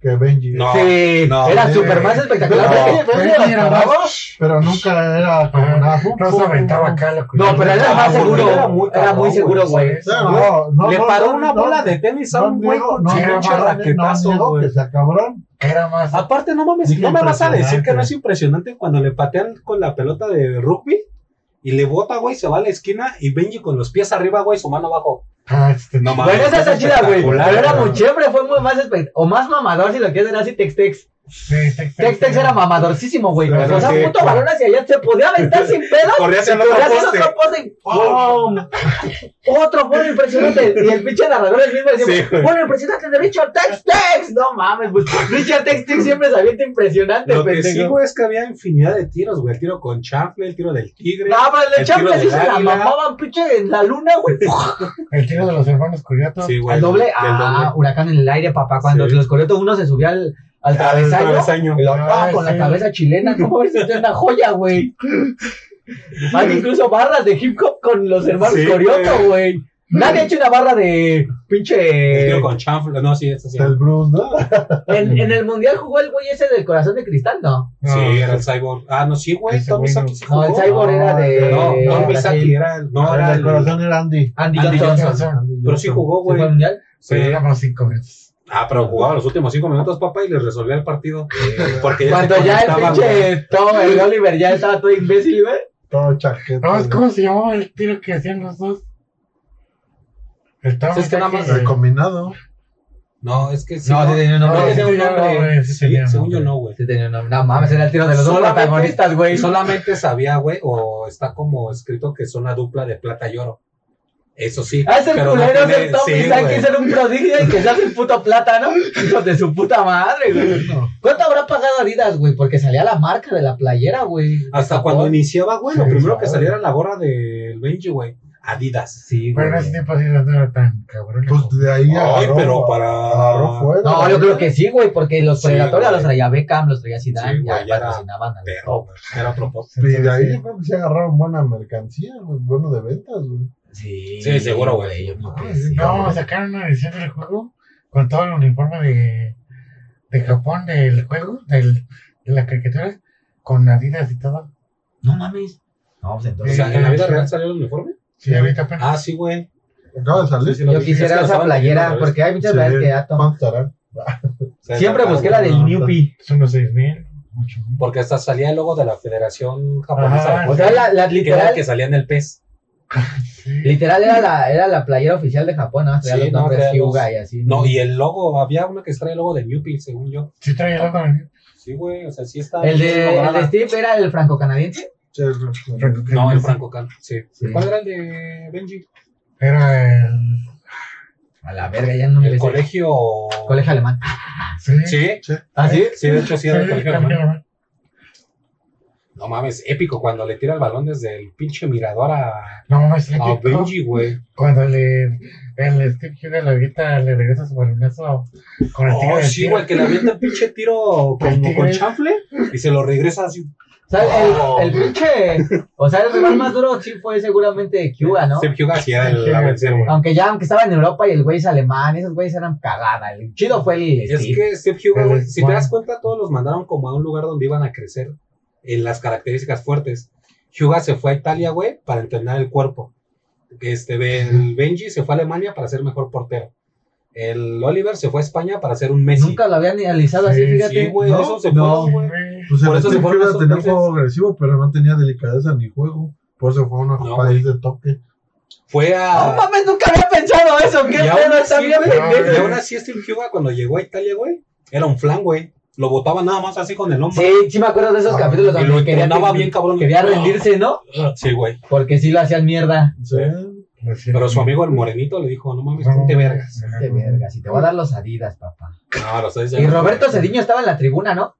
[SPEAKER 3] que Benji.
[SPEAKER 4] No.
[SPEAKER 1] Sí,
[SPEAKER 4] No,
[SPEAKER 1] era
[SPEAKER 3] sí.
[SPEAKER 1] súper más espectacular.
[SPEAKER 3] No,
[SPEAKER 1] Benji- Benji
[SPEAKER 2] Benji
[SPEAKER 1] era
[SPEAKER 2] era
[SPEAKER 1] bravo.
[SPEAKER 3] Pero nunca era como
[SPEAKER 2] Ajá.
[SPEAKER 3] nada.
[SPEAKER 2] No se aventaba acá lo que-
[SPEAKER 1] No, pero era
[SPEAKER 4] No,
[SPEAKER 1] más
[SPEAKER 4] güey,
[SPEAKER 1] seguro.
[SPEAKER 4] era muy
[SPEAKER 1] Era
[SPEAKER 4] cabrón,
[SPEAKER 1] muy seguro,
[SPEAKER 2] güey.
[SPEAKER 1] güey.
[SPEAKER 3] Sí, no, no,
[SPEAKER 4] Le
[SPEAKER 3] no,
[SPEAKER 4] paró
[SPEAKER 3] no,
[SPEAKER 4] una
[SPEAKER 3] no,
[SPEAKER 4] bola de tenis a
[SPEAKER 3] No,
[SPEAKER 4] un güey
[SPEAKER 3] niego-
[SPEAKER 4] con
[SPEAKER 3] no,
[SPEAKER 4] un
[SPEAKER 2] sí,
[SPEAKER 3] no,
[SPEAKER 4] pinche
[SPEAKER 3] no,
[SPEAKER 4] raquetazo,
[SPEAKER 3] no,
[SPEAKER 4] güey.
[SPEAKER 3] que sea cabrón.
[SPEAKER 2] Era más.
[SPEAKER 4] Aparte, no mames,
[SPEAKER 3] Dije
[SPEAKER 4] no me vas a decir que
[SPEAKER 2] impresionante.
[SPEAKER 4] no es impresionante cuando le patean con la pelota de rugby y le bota, güey, se va a la esquina y Benji con los pies arriba, güey, su mano abajo.
[SPEAKER 2] Ah, este,
[SPEAKER 4] No mames.
[SPEAKER 1] Bueno, esa
[SPEAKER 4] es
[SPEAKER 1] está chida, güey.
[SPEAKER 4] espectacular,
[SPEAKER 1] Pero era
[SPEAKER 4] güey.
[SPEAKER 1] muy chévere, fue muy más espectacular. O más mamador, si lo quieres ver así, Tex Tex.
[SPEAKER 2] sí, Tex
[SPEAKER 1] Tex Tex era mamadorcísimo, güey.
[SPEAKER 4] Claro,
[SPEAKER 1] O sea,
[SPEAKER 4] sí.
[SPEAKER 1] puto balón hacia allá, se podía aventar sin pedo.
[SPEAKER 4] Corría hacia el (laughs) otro
[SPEAKER 1] Podía hacer
[SPEAKER 4] poste.
[SPEAKER 1] otro poste y ¡pum! Otro fue impresionante. Y el pinche narrador es mismo decía,
[SPEAKER 4] Sí, güey.
[SPEAKER 1] bueno, impresionante de Richard Tex Tex. No mames, pues Richard Tex Tex siempre se avienta impresionante,
[SPEAKER 4] Lo que sí,
[SPEAKER 1] pendejo.
[SPEAKER 4] güey, es que había infinidad de tiros, güey. El tiro con chanfle, el tiro del tigre.
[SPEAKER 1] No, pero
[SPEAKER 4] El
[SPEAKER 1] el Champions
[SPEAKER 4] tiro
[SPEAKER 1] sí
[SPEAKER 4] del
[SPEAKER 1] se la
[SPEAKER 4] águila.
[SPEAKER 1] mamaban, pinche, en la luna, güey.
[SPEAKER 4] (laughs)
[SPEAKER 2] El tiro de los hermanos Curiato.
[SPEAKER 4] Sí, güey.
[SPEAKER 1] Al doble,
[SPEAKER 4] del
[SPEAKER 1] ah, huracán en el aire, papá. Cuando
[SPEAKER 4] Sí.
[SPEAKER 1] los corretos uno se subía al, al
[SPEAKER 4] doble. Al
[SPEAKER 1] travesaño.
[SPEAKER 4] travesaño.
[SPEAKER 1] y lo armaba
[SPEAKER 2] Ay,
[SPEAKER 1] con la
[SPEAKER 2] sí.
[SPEAKER 1] cabeza chilena, ¿cómo ves? Esto es una joya, güey. Hay incluso barras de hip hop con los hermanos
[SPEAKER 4] Sí,
[SPEAKER 1] Corioto, güey. Nadie ha hecho una barra de
[SPEAKER 4] El
[SPEAKER 1] pinche.
[SPEAKER 4] tiro con chanfle. No, sí, eso sí.
[SPEAKER 3] El Bruce, ¿no?
[SPEAKER 1] En, en el mundial jugó el güey ese del corazón de cristal, ¿no?
[SPEAKER 2] No,
[SPEAKER 4] Sí, era el cyborg. Ah, no, sí, güey.
[SPEAKER 2] Ese
[SPEAKER 4] Tom
[SPEAKER 2] güey
[SPEAKER 4] Misaki
[SPEAKER 2] no.
[SPEAKER 4] sí
[SPEAKER 1] No, el
[SPEAKER 4] jugó.
[SPEAKER 1] cyborg
[SPEAKER 3] no,
[SPEAKER 1] era de.
[SPEAKER 4] No,
[SPEAKER 3] Eh,
[SPEAKER 4] Tom
[SPEAKER 1] Brasil.
[SPEAKER 4] Misaki era el. No,
[SPEAKER 3] el
[SPEAKER 4] era
[SPEAKER 3] del corazón era Andy.
[SPEAKER 1] Andy,
[SPEAKER 4] Andy
[SPEAKER 1] Johnson.
[SPEAKER 4] Johnson.
[SPEAKER 3] Andy
[SPEAKER 4] Pero sí
[SPEAKER 3] Johnson.
[SPEAKER 4] jugó,
[SPEAKER 1] ¿Sí fue
[SPEAKER 4] güey.
[SPEAKER 1] al mundial?
[SPEAKER 2] Sí, éramos cinco minutos.
[SPEAKER 4] Ah, pero jugaba los últimos cinco minutos, papá, y les resolvía el partido. (laughs) Porque ya se
[SPEAKER 1] Cuando ya el
[SPEAKER 4] conectaban, güey.
[SPEAKER 1] pinche Tom, el Oliver ya estaba todo imbécil, güey.
[SPEAKER 3] Todo chaqueta.
[SPEAKER 2] No, es como se llamaba el tiro que hacían los dos. El Tom
[SPEAKER 4] Sí, es que nada
[SPEAKER 2] Misaki,
[SPEAKER 4] más
[SPEAKER 2] güey.
[SPEAKER 3] Recombinado.
[SPEAKER 4] No, es que sí.
[SPEAKER 1] No, sí tenía un nombre.
[SPEAKER 4] No, tenía un
[SPEAKER 2] Sí,
[SPEAKER 4] nombre.
[SPEAKER 2] nombre, sí
[SPEAKER 4] Sí,
[SPEAKER 2] tenía
[SPEAKER 4] según
[SPEAKER 2] nombre.
[SPEAKER 4] yo no, güey.
[SPEAKER 1] Sí tenía un nombre. No mames, era el tiro de los dos
[SPEAKER 4] Solamente-
[SPEAKER 1] protagonistas, güey.
[SPEAKER 4] Solamente sabía, güey, o está como escrito que son la dupla de plata y oro. Eso sí.
[SPEAKER 1] Ah, es el
[SPEAKER 4] pero no
[SPEAKER 1] culero, es
[SPEAKER 4] tiene-
[SPEAKER 1] el Tom
[SPEAKER 4] sí,
[SPEAKER 1] Isaac,
[SPEAKER 4] güey.
[SPEAKER 1] que es un prodigio y que se hace el puto plátano. Hijos de su puta madre, güey. ¿Cuánto habrá pagado Adidas, güey? Porque salía la marca de la playera, güey.
[SPEAKER 4] Hasta
[SPEAKER 1] Japón.
[SPEAKER 4] cuando iniciaba, güey, lo
[SPEAKER 2] Sí,
[SPEAKER 4] primero que
[SPEAKER 2] sabe.
[SPEAKER 4] salía era la gorra del Benji, güey. Adidas.
[SPEAKER 1] Sí,
[SPEAKER 2] Pero en
[SPEAKER 1] güey.
[SPEAKER 2] ese tiempo sí no era tan cabrón.
[SPEAKER 3] Pues de ahí
[SPEAKER 4] Ay,
[SPEAKER 3] agarró-
[SPEAKER 4] pero para.
[SPEAKER 3] Agarró fuera.
[SPEAKER 1] No, yo creo que sí, güey, porque los
[SPEAKER 4] Sí,
[SPEAKER 1] predatorios
[SPEAKER 4] güey.
[SPEAKER 1] los traía Beckham, los traía Zidane,
[SPEAKER 4] Sí,
[SPEAKER 1] ya
[SPEAKER 4] güey, ya era
[SPEAKER 1] patrocinaban al
[SPEAKER 4] Pero,
[SPEAKER 1] top.
[SPEAKER 4] güey, era propósito.
[SPEAKER 3] Y de ahí yo creo que se agarraron buena mercancía, güey, bueno de ventas, güey.
[SPEAKER 1] Sí,
[SPEAKER 4] Sí, seguro, güey.
[SPEAKER 1] yo creo que
[SPEAKER 3] No,
[SPEAKER 1] sí,
[SPEAKER 2] Ah, No,
[SPEAKER 1] güey.
[SPEAKER 2] sacaron una edición del juego con todo el uniforme de, de Japón del juego, del, de la caricatura, con Adidas y todo.
[SPEAKER 1] No mames. No, pues
[SPEAKER 4] O
[SPEAKER 1] entonces.
[SPEAKER 4] sea, ¿en la vida real salió el uniforme?
[SPEAKER 2] Sí, ahorita apenas.
[SPEAKER 4] Ah, sí, güey.
[SPEAKER 3] Acaba de salir.
[SPEAKER 4] Sí, sí, lo
[SPEAKER 1] Yo
[SPEAKER 4] vi. Es que
[SPEAKER 1] quisiera
[SPEAKER 4] lo
[SPEAKER 1] esa
[SPEAKER 4] estaban vendiendo
[SPEAKER 1] playera,
[SPEAKER 4] otra vez.
[SPEAKER 1] porque hay muchas
[SPEAKER 3] Sí.
[SPEAKER 1] veces que ya tomo.
[SPEAKER 3] ¿Cuánto estará?
[SPEAKER 4] O sea,
[SPEAKER 1] Siempre
[SPEAKER 4] está-
[SPEAKER 1] busqué la del
[SPEAKER 3] no,
[SPEAKER 1] Newpi.
[SPEAKER 2] ah, Son unos 6 mil, 8 mil.
[SPEAKER 4] Porque hasta salía el logo de la Federación Japonesa
[SPEAKER 2] Ajá,
[SPEAKER 4] de
[SPEAKER 1] O
[SPEAKER 4] Fútbol,
[SPEAKER 1] sea, la, la
[SPEAKER 4] que era el
[SPEAKER 1] literal,
[SPEAKER 4] que salía en el pez.
[SPEAKER 1] literal era la, era la playera oficial de Japón, ¿no? Traía
[SPEAKER 4] Sí,
[SPEAKER 1] los
[SPEAKER 4] no,
[SPEAKER 1] nombres
[SPEAKER 4] traía los-
[SPEAKER 1] Hyuga y así.
[SPEAKER 4] No, y el logo, había uno que trae el logo de Newpie, según yo.
[SPEAKER 2] Sí, traía ¿eh? algo de
[SPEAKER 4] Sí, güey, o sea, sí está.
[SPEAKER 1] El de, el
[SPEAKER 4] lograda.
[SPEAKER 1] de Steve era el franco-canadiense.
[SPEAKER 3] Sí, sí, sí.
[SPEAKER 4] No, el Franco Can, sí.
[SPEAKER 1] Sí.
[SPEAKER 4] ¿Cuál era el de Benji?
[SPEAKER 2] Era el.
[SPEAKER 1] A la verga, ya no me
[SPEAKER 4] El
[SPEAKER 1] les
[SPEAKER 4] colegio.
[SPEAKER 1] Colegio alemán.
[SPEAKER 2] Sí.
[SPEAKER 4] Sí,
[SPEAKER 3] Sí.
[SPEAKER 1] ¿Ah, sí?
[SPEAKER 4] sí, de hecho sí era el
[SPEAKER 2] Sí,
[SPEAKER 4] colegio
[SPEAKER 2] también,
[SPEAKER 4] alemán.
[SPEAKER 2] hermano.
[SPEAKER 4] No mames, épico cuando le tira el balón desde el pinche mirador a,
[SPEAKER 2] No mames,
[SPEAKER 4] a
[SPEAKER 2] tranquilo.
[SPEAKER 4] Benji, güey.
[SPEAKER 2] Cuando le el Steve Quiere la guita le regresa su balonazo con el
[SPEAKER 4] Oh,
[SPEAKER 2] tigre del
[SPEAKER 4] sí,
[SPEAKER 2] tiro.
[SPEAKER 4] güey, que le avienta el pinche tiro como con chanfle y se lo regresa así.
[SPEAKER 1] O sea,
[SPEAKER 4] Oh.
[SPEAKER 1] el, el pinche. O
[SPEAKER 4] (laughs)
[SPEAKER 1] sea, el rival más duro sí fue seguramente Cuba, Ah, ¿no?
[SPEAKER 4] Steve Huga sí era
[SPEAKER 2] Sí,
[SPEAKER 4] el a vencer, güey.
[SPEAKER 1] Aunque ya, aunque estaba en Europa y el güey es alemán, esos güeyes eran cagada. El chido fue el.
[SPEAKER 4] Es
[SPEAKER 1] Steve.
[SPEAKER 4] que Steve Huga,
[SPEAKER 2] Pero
[SPEAKER 4] güey,
[SPEAKER 2] es
[SPEAKER 4] si te
[SPEAKER 2] Juan.
[SPEAKER 4] das cuenta, todos los mandaron como a un lugar donde iban a crecer en las características fuertes. Huga se fue a Italia, güey, para entrenar el cuerpo. Este, el Benji se fue a Alemania para ser mejor portero. El Oliver se fue a España para ser un Messi.
[SPEAKER 1] Nunca lo habían analizado así,
[SPEAKER 2] Sí,
[SPEAKER 1] fíjate.
[SPEAKER 4] sí, güey,
[SPEAKER 1] ¿no?
[SPEAKER 4] eso se
[SPEAKER 1] No.
[SPEAKER 4] fue, güey.
[SPEAKER 3] Pues
[SPEAKER 4] Por
[SPEAKER 3] el
[SPEAKER 4] eso se
[SPEAKER 3] Steve
[SPEAKER 4] fueron
[SPEAKER 3] Kerr
[SPEAKER 4] esos
[SPEAKER 3] tenía
[SPEAKER 4] meses.
[SPEAKER 3] juego agresivo, pero no tenía delicadeza ni juego. Por eso fue una copa ahí de toque.
[SPEAKER 4] Fue a.
[SPEAKER 1] No mames, nunca había pensado eso. ¿Qué
[SPEAKER 4] Y aún
[SPEAKER 1] pedo? Está
[SPEAKER 4] así,
[SPEAKER 1] bien
[SPEAKER 4] güey,
[SPEAKER 1] pendejo.
[SPEAKER 4] y aún así, Steve Huga, cuando llegó a Italia, güey, era un flan, güey. Lo botaba nada más así con el hombro.
[SPEAKER 1] Sí, sí me acuerdo de esos
[SPEAKER 2] Ah,
[SPEAKER 1] capítulos
[SPEAKER 4] y lo
[SPEAKER 1] donde quería,
[SPEAKER 4] entrenaba bien, cabrón.
[SPEAKER 1] quería rendirse, ¿no?
[SPEAKER 4] Sí, güey.
[SPEAKER 1] Porque sí lo hacían mierda.
[SPEAKER 3] Sí.
[SPEAKER 2] Recién-
[SPEAKER 4] Pero su amigo el morenito le dijo, no mames,
[SPEAKER 2] No,
[SPEAKER 4] ponte vergas.
[SPEAKER 2] ajá.
[SPEAKER 1] Qué verga, si te voy a dar los adidas, papá.
[SPEAKER 4] No, lo estoy
[SPEAKER 1] Y
[SPEAKER 4] diciendo.
[SPEAKER 1] Roberto Cediño estaba en la tribuna, ¿no?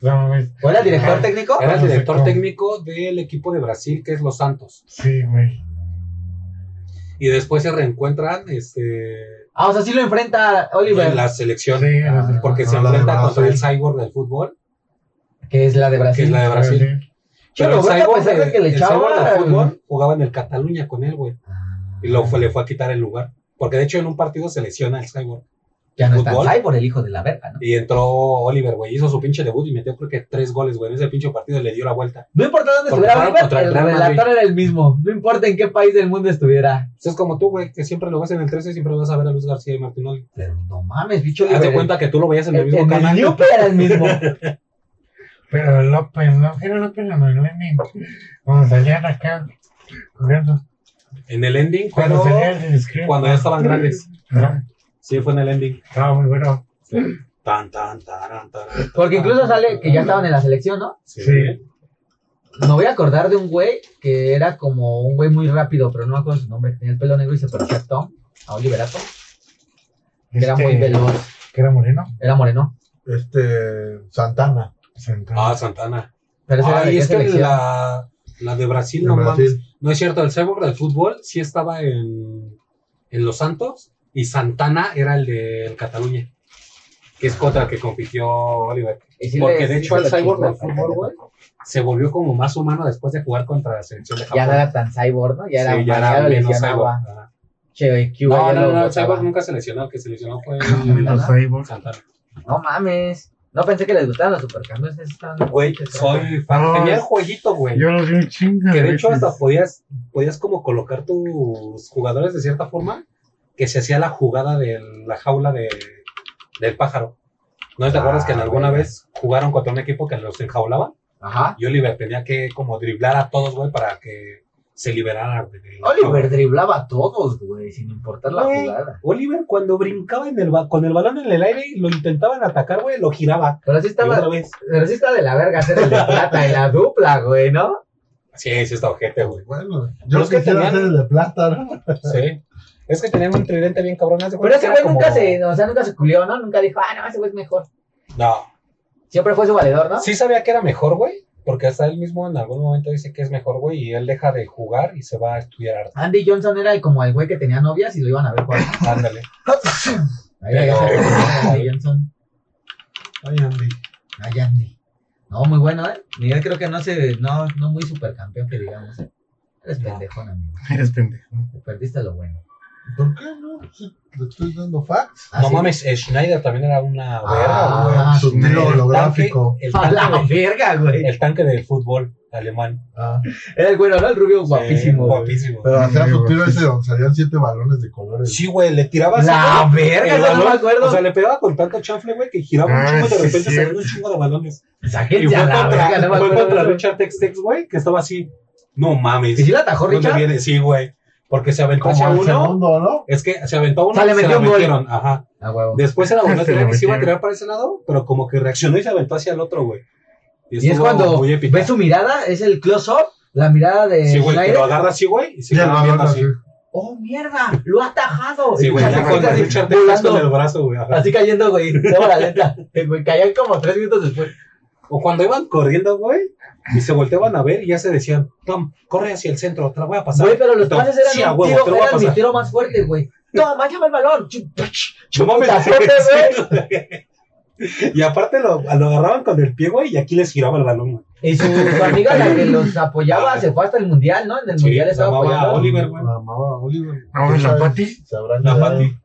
[SPEAKER 2] No mames.
[SPEAKER 1] ¿O era director
[SPEAKER 2] Ah,
[SPEAKER 1] técnico?
[SPEAKER 4] Era el
[SPEAKER 2] No sé
[SPEAKER 4] director
[SPEAKER 2] cómo.
[SPEAKER 4] técnico del equipo de Brasil, que es Los Santos.
[SPEAKER 2] Sí, güey.
[SPEAKER 4] Y después se reencuentran este,
[SPEAKER 1] Ah, o sea, sí lo enfrenta Oliver,
[SPEAKER 4] en la selección.
[SPEAKER 2] Sí,
[SPEAKER 1] Ah,
[SPEAKER 2] no sé.
[SPEAKER 4] Porque
[SPEAKER 3] Ah,
[SPEAKER 4] se
[SPEAKER 3] la de
[SPEAKER 4] enfrenta
[SPEAKER 3] Brasil.
[SPEAKER 4] contra el cyborg del fútbol,
[SPEAKER 1] que es la de
[SPEAKER 4] que
[SPEAKER 1] Brasil.
[SPEAKER 4] es la de Brasil.
[SPEAKER 1] Che,
[SPEAKER 4] Pero el
[SPEAKER 1] Roberto, a
[SPEAKER 4] cyborg
[SPEAKER 1] pesar de que le
[SPEAKER 4] el cyborg
[SPEAKER 1] echaba-
[SPEAKER 4] del fútbol jugaba en el Cataluña con él, güey.
[SPEAKER 1] Ah,
[SPEAKER 4] Y lo fue, le fue a quitar el lugar. Porque de hecho en un partido se lesiona el cyborg.
[SPEAKER 1] Ya no está
[SPEAKER 4] fútbol.
[SPEAKER 1] ahí por el hijo de la verga, ¿no?
[SPEAKER 4] Y entró Oliver, güey. Hizo su pinche debut y metió creo que tres goles, güey. En ese pinche partido le dio la vuelta.
[SPEAKER 1] No importa dónde
[SPEAKER 4] Porque
[SPEAKER 1] estuviera
[SPEAKER 4] jugaron
[SPEAKER 1] Oliver,
[SPEAKER 4] contra el
[SPEAKER 1] el
[SPEAKER 4] Real Madrid.
[SPEAKER 1] relator era el mismo. No importa en qué país del mundo estuviera.
[SPEAKER 4] Entonces Pues es como tú, güey, que siempre lo ves en el 13 y siempre vas a ver a Luis García y Martinoli.
[SPEAKER 1] Pero no mames, bicho.
[SPEAKER 4] Haz de
[SPEAKER 1] Oliver,
[SPEAKER 4] cuenta que tú lo veías en el
[SPEAKER 1] el-
[SPEAKER 4] mismo
[SPEAKER 1] En el
[SPEAKER 4] canal.
[SPEAKER 1] Newport era el
[SPEAKER 4] (laughs)
[SPEAKER 1] mismo.
[SPEAKER 2] Pero López, no, era López o no, Lenin. Cuando salían acá jugando.
[SPEAKER 4] En el ending,
[SPEAKER 2] Cuando
[SPEAKER 4] pero
[SPEAKER 2] salían del screen.
[SPEAKER 4] cuando ya
[SPEAKER 1] Mm.
[SPEAKER 4] estaban grandes.
[SPEAKER 2] Ajá.
[SPEAKER 4] Sí, fue en el ending.
[SPEAKER 2] Estaba muy bueno.
[SPEAKER 4] Tan, tan, taran, taran,
[SPEAKER 1] Porque
[SPEAKER 4] taran,
[SPEAKER 1] incluso sale
[SPEAKER 4] taran,
[SPEAKER 1] que ya
[SPEAKER 4] taran.
[SPEAKER 1] estaban en la selección, ¿no?
[SPEAKER 4] Sí.
[SPEAKER 2] Sí.
[SPEAKER 1] Me voy a acordar de un güey que era como un güey muy rápido, pero no me acuerdo su nombre. Tenía el pelo negro y se parecía a Tom, a Oliverato. Que era
[SPEAKER 2] Este,
[SPEAKER 1] muy veloz.
[SPEAKER 2] Que era moreno.
[SPEAKER 1] Era moreno.
[SPEAKER 3] Este. Santana.
[SPEAKER 2] Sentado.
[SPEAKER 4] Ah, Santana.
[SPEAKER 1] Pero ese era de este
[SPEAKER 4] Ay,
[SPEAKER 1] qué
[SPEAKER 4] es que
[SPEAKER 1] selección.
[SPEAKER 4] la, la de Brasil,
[SPEAKER 3] de
[SPEAKER 4] no mames.
[SPEAKER 3] Brasil.
[SPEAKER 4] No es cierto, el cyborg del fútbol sí estaba en, en Los Santos y Santana era el del Cataluña, que es contra el que compitió Oliver.
[SPEAKER 1] Y sí
[SPEAKER 4] porque
[SPEAKER 1] le-
[SPEAKER 4] de
[SPEAKER 1] sí
[SPEAKER 4] hecho
[SPEAKER 1] se
[SPEAKER 4] el
[SPEAKER 1] lo
[SPEAKER 4] cyborg
[SPEAKER 1] chingó
[SPEAKER 4] del
[SPEAKER 1] para
[SPEAKER 4] fútbol,
[SPEAKER 1] acá.
[SPEAKER 4] güey, se volvió como más humano después de jugar contra la selección de Japón.
[SPEAKER 1] Ya no era tan cyborg, ¿no? Ya era
[SPEAKER 4] Sí,
[SPEAKER 1] un
[SPEAKER 4] ya era
[SPEAKER 1] variado,
[SPEAKER 4] menos cyborg.
[SPEAKER 1] lesionaba.
[SPEAKER 4] ajá.
[SPEAKER 1] Che, y Cuba
[SPEAKER 4] No,
[SPEAKER 1] ya
[SPEAKER 4] no,
[SPEAKER 1] lo
[SPEAKER 4] no, el
[SPEAKER 1] botaba.
[SPEAKER 4] cyborg nunca se lesionó, el que se lesionó
[SPEAKER 1] (laughs)
[SPEAKER 4] fue
[SPEAKER 2] Los cyborgs.
[SPEAKER 4] Santana.
[SPEAKER 1] No mames. No pensé que les gustaban los supercambios. esos estaban-
[SPEAKER 4] Güey, soy fan.
[SPEAKER 2] No,
[SPEAKER 4] Tenía el jueguito, güey.
[SPEAKER 2] Yo lo vi un chingo.
[SPEAKER 4] Que de
[SPEAKER 2] veces.
[SPEAKER 4] hecho hasta podías, podías como colocar tus jugadores de cierta forma que se hacía la jugada de la jaula de, del pájaro. ¿No te
[SPEAKER 1] Ah,
[SPEAKER 4] acuerdas que en alguna
[SPEAKER 1] güey.
[SPEAKER 4] vez jugaron contra un equipo que los enjaulaba?
[SPEAKER 1] Ajá.
[SPEAKER 4] Y Oliver tenía que como driblar a todos, güey, para que se liberaran. de- de la
[SPEAKER 1] Oliver
[SPEAKER 4] jaula.
[SPEAKER 1] driblaba a todos, güey, sin importar la
[SPEAKER 4] Güey.
[SPEAKER 1] jugada.
[SPEAKER 4] Oliver cuando brincaba en el ba- con el balón en el aire y lo intentaban atacar, güey, lo giraba.
[SPEAKER 1] Pero sí
[SPEAKER 4] Y otra
[SPEAKER 1] estaba,
[SPEAKER 4] vez.
[SPEAKER 1] pero sí estaba de la verga hacer el de plata en la dupla, güey, ¿no?
[SPEAKER 4] Sí, sí, está ojete, güey.
[SPEAKER 3] Bueno, yo
[SPEAKER 4] Pero es que
[SPEAKER 3] quisiera
[SPEAKER 4] tenían-
[SPEAKER 3] hacer el de plata, ¿no?
[SPEAKER 4] Sí. Es que tenían un tridente bien cabrón. haz de
[SPEAKER 1] Pero
[SPEAKER 4] cuenta
[SPEAKER 1] ese
[SPEAKER 4] que
[SPEAKER 1] güey
[SPEAKER 4] era
[SPEAKER 1] nunca
[SPEAKER 4] como-
[SPEAKER 1] se, o sea, nunca se culió, ¿no? Nunca dijo, ah, no, ese güey es mejor.
[SPEAKER 4] No,
[SPEAKER 1] Siempre fue su valedor, ¿no?
[SPEAKER 4] Sí sabía que era mejor, güey, porque hasta él mismo en algún momento dice que es mejor, güey, y él deja de jugar y se va a estudiar arte.
[SPEAKER 1] Andy Johnson era el- como el güey que tenía novias y lo iban a ver jugar.
[SPEAKER 4] Ándale.
[SPEAKER 1] Ahí la gacha que tenía Andy Johnson.
[SPEAKER 3] Ay, Andy.
[SPEAKER 1] Ay, Andy. Ah, No, muy bueno, ¿eh? Miguel creo que no se, no, no muy supercampeón que digamos, ¿eh? Eres
[SPEAKER 4] No.
[SPEAKER 1] pendejón,
[SPEAKER 4] (laughs)
[SPEAKER 1] amigo.
[SPEAKER 2] Eres pendejo.
[SPEAKER 1] Te perdiste lo bueno.
[SPEAKER 3] ¿Por qué no? Si Le estoy dando facts.
[SPEAKER 1] ¿Ah,
[SPEAKER 4] no
[SPEAKER 1] sí?
[SPEAKER 4] (laughs) mames, eh, Schneider también era una
[SPEAKER 1] Ah,
[SPEAKER 4] verga,
[SPEAKER 1] Ah,
[SPEAKER 3] su
[SPEAKER 2] sí.
[SPEAKER 3] tiro
[SPEAKER 4] güey. El tanque-
[SPEAKER 3] holográfico.
[SPEAKER 4] El
[SPEAKER 1] A la
[SPEAKER 4] tanque, de-
[SPEAKER 1] verga, güey.
[SPEAKER 4] el tanque del fútbol alemán.
[SPEAKER 3] Ah,
[SPEAKER 1] Era el güero, ¿no? El rubio
[SPEAKER 4] Sí,
[SPEAKER 1] guapísimo. güey.
[SPEAKER 4] guapísimo.
[SPEAKER 3] pero hacía su
[SPEAKER 2] Muy
[SPEAKER 3] tiro
[SPEAKER 2] bueno.
[SPEAKER 3] ese donde salían siete balones de colores.
[SPEAKER 4] Sí, güey, le tiraba así,
[SPEAKER 1] La
[SPEAKER 4] güey,
[SPEAKER 1] verga, eso
[SPEAKER 4] el
[SPEAKER 1] no me
[SPEAKER 4] balón,
[SPEAKER 1] acuerdo.
[SPEAKER 4] O sea, le pegaba con tanto chanfle, güey, que giraba un
[SPEAKER 2] Ah,
[SPEAKER 4] chingo y de
[SPEAKER 2] sí,
[SPEAKER 4] repente salía
[SPEAKER 2] cierto.
[SPEAKER 4] un chingo de balones. Y
[SPEAKER 1] Sáquense
[SPEAKER 4] fue
[SPEAKER 1] a la
[SPEAKER 4] contra,
[SPEAKER 1] verga, no me
[SPEAKER 4] fue
[SPEAKER 1] acuerdo.
[SPEAKER 4] contra Richard Tex Tex, güey, que estaba así. No mames.
[SPEAKER 1] ¿Y si la atajó
[SPEAKER 4] ¿Dónde
[SPEAKER 1] Richard?
[SPEAKER 4] viene? Sí, güey. Porque se aventó
[SPEAKER 3] Como
[SPEAKER 4] hacia
[SPEAKER 3] al
[SPEAKER 4] uno.
[SPEAKER 3] segundo, ¿no?
[SPEAKER 4] Es que se aventó
[SPEAKER 1] O
[SPEAKER 4] uno
[SPEAKER 1] sea, le
[SPEAKER 4] y se
[SPEAKER 1] metió
[SPEAKER 4] la
[SPEAKER 1] un gol.
[SPEAKER 4] metieron. Ajá.
[SPEAKER 1] A Ah, huevo.
[SPEAKER 4] Después se la volvió a
[SPEAKER 2] Se la
[SPEAKER 4] tirar y se iba a
[SPEAKER 2] metieron.
[SPEAKER 4] tirar para ese lado, pero como que reaccionó y se aventó hacia el otro, güey.
[SPEAKER 1] Y es
[SPEAKER 4] estuvo
[SPEAKER 1] cuando eh,
[SPEAKER 4] muy épica.
[SPEAKER 1] ve su mirada, es el close-up, la mirada de
[SPEAKER 4] Sí, güey, que
[SPEAKER 1] Schneider.
[SPEAKER 4] lo agarra así, güey, y se
[SPEAKER 3] Y el
[SPEAKER 4] queda
[SPEAKER 3] balón
[SPEAKER 4] viendo
[SPEAKER 3] así.
[SPEAKER 4] así.
[SPEAKER 1] ¡Oh, mierda! ¡Lo ha atajado!
[SPEAKER 4] Sí,
[SPEAKER 1] Y
[SPEAKER 4] güey,
[SPEAKER 1] así
[SPEAKER 4] ya
[SPEAKER 1] que
[SPEAKER 4] cuando
[SPEAKER 1] así
[SPEAKER 4] el Richard te
[SPEAKER 1] volando,
[SPEAKER 4] con el brazo, güey. ajá.
[SPEAKER 1] Así cayendo, güey. Cámara lenta. El güey caía como tres minutos después.
[SPEAKER 4] O cuando iban corriendo, güey, y se volteaban a ver y ya se decían, Tom, corre hacia el centro, te la voy a pasar.
[SPEAKER 1] Güey, pero los
[SPEAKER 4] Tom,
[SPEAKER 1] pases eran
[SPEAKER 4] sí, a
[SPEAKER 1] un
[SPEAKER 4] huevo,
[SPEAKER 1] tiro,
[SPEAKER 4] te la voy a
[SPEAKER 1] eran mi
[SPEAKER 4] pasar.
[SPEAKER 1] tiro más fuerte, güey. Toma, llama el balón.
[SPEAKER 4] No mames, (laughs)
[SPEAKER 1] Putazote,
[SPEAKER 4] sí, güey. Y aparte lo, lo agarraban con el pie, güey, y aquí les giraba el balón, güey.
[SPEAKER 1] Y su, su amiga, la que los apoyaba, se fue hasta el mundial, ¿no? En el
[SPEAKER 4] Sí,
[SPEAKER 1] mundial estaba
[SPEAKER 4] llamaba a
[SPEAKER 1] apoyando.
[SPEAKER 4] Oliver, güey.
[SPEAKER 3] La amaba Oliver.
[SPEAKER 2] No, la
[SPEAKER 3] ¿Sabes?
[SPEAKER 2] Pati.
[SPEAKER 3] Se habrá
[SPEAKER 4] La
[SPEAKER 3] enterado.
[SPEAKER 4] Pati.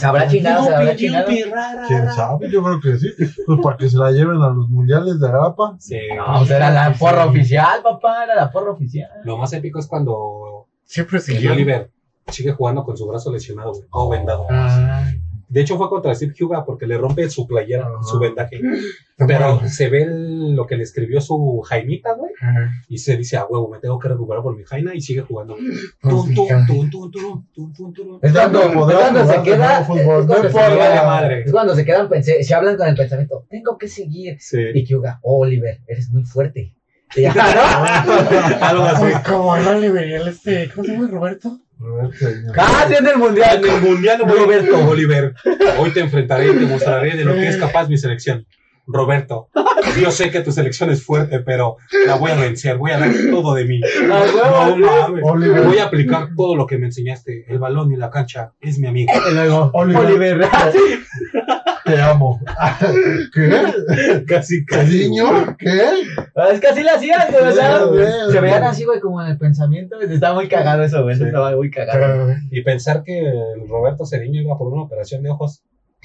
[SPEAKER 1] Se habrá chingado, se habrá chingado.
[SPEAKER 4] Ah.
[SPEAKER 3] ¿Quién sabe? Yo creo que sí. Pues para que se la lleven a los mundiales de Arapa.
[SPEAKER 4] Sí.
[SPEAKER 1] No, pues era la porra oficial, papá, era la porra oficial.
[SPEAKER 4] Lo más épico es cuando
[SPEAKER 2] Siempre
[SPEAKER 4] el
[SPEAKER 2] siguió.
[SPEAKER 4] Oliver sigue jugando con su brazo lesionado, güey, todo vendado.
[SPEAKER 2] Ah,
[SPEAKER 4] De hecho, fue contra Steve Huga porque le rompe su playera,
[SPEAKER 3] Ajá.
[SPEAKER 4] su vendaje.
[SPEAKER 2] no
[SPEAKER 4] Pero
[SPEAKER 2] mames.
[SPEAKER 4] se ve el- lo que le escribió su Jaimita, güey.
[SPEAKER 2] Ah,
[SPEAKER 4] Y se dice, a huevo, me tengo que recuperar por mi Jaina y sigue jugando.
[SPEAKER 2] pues,
[SPEAKER 4] Tum, tum,
[SPEAKER 2] fíjate.
[SPEAKER 4] tum, tum, tum, tum, tum, tum.
[SPEAKER 1] Es cuando,
[SPEAKER 3] Ya no podrá
[SPEAKER 1] es cuando se
[SPEAKER 3] jugar de
[SPEAKER 1] queda.
[SPEAKER 3] nuevo fútbol,
[SPEAKER 1] es cuando
[SPEAKER 3] no
[SPEAKER 1] se
[SPEAKER 3] por
[SPEAKER 1] queda-
[SPEAKER 4] vale madre.
[SPEAKER 1] es cuando se quedan, pense- se hablan con el pensamiento, tengo que seguir.
[SPEAKER 4] Sí.
[SPEAKER 1] Y Kyuga, "Oh, Oliver, eres muy fuerte. Y ya, ¿no?
[SPEAKER 4] (laughs) Algo así.
[SPEAKER 2] Pues como el Oliver y el este, ¿cómo se llama Roberto?
[SPEAKER 1] Ah, tiene el (laughs) mundial.
[SPEAKER 4] En el mundial, güey. Roberto Oliver. Hoy te enfrentaré y te mostraré de lo que es capaz mi selección. Roberto, yo sé que tu selección es fuerte, pero la voy a vencer. Voy a dar todo de mí. No mames.
[SPEAKER 3] Oliver.
[SPEAKER 4] Voy a aplicar todo lo que me enseñaste. El balón y la cancha es mi amigo.
[SPEAKER 3] Y luego, Oliver,
[SPEAKER 1] Oliver.
[SPEAKER 3] te amo. ¿Qué?
[SPEAKER 4] (laughs) Casi,
[SPEAKER 3] ¿Cariño? ¿Qué?
[SPEAKER 1] Ah, Es que así le hacían, güey, o sea,
[SPEAKER 3] Sí,
[SPEAKER 1] güey,
[SPEAKER 3] güey.
[SPEAKER 1] Se veían así, güey, como en el pensamiento. güey, Estaba muy cagado eso, güey. eso
[SPEAKER 4] Sí.
[SPEAKER 1] Estaba muy cagado.
[SPEAKER 2] Pero,
[SPEAKER 4] Y pensar que el Roberto Ceriño iba por una operación de ojos.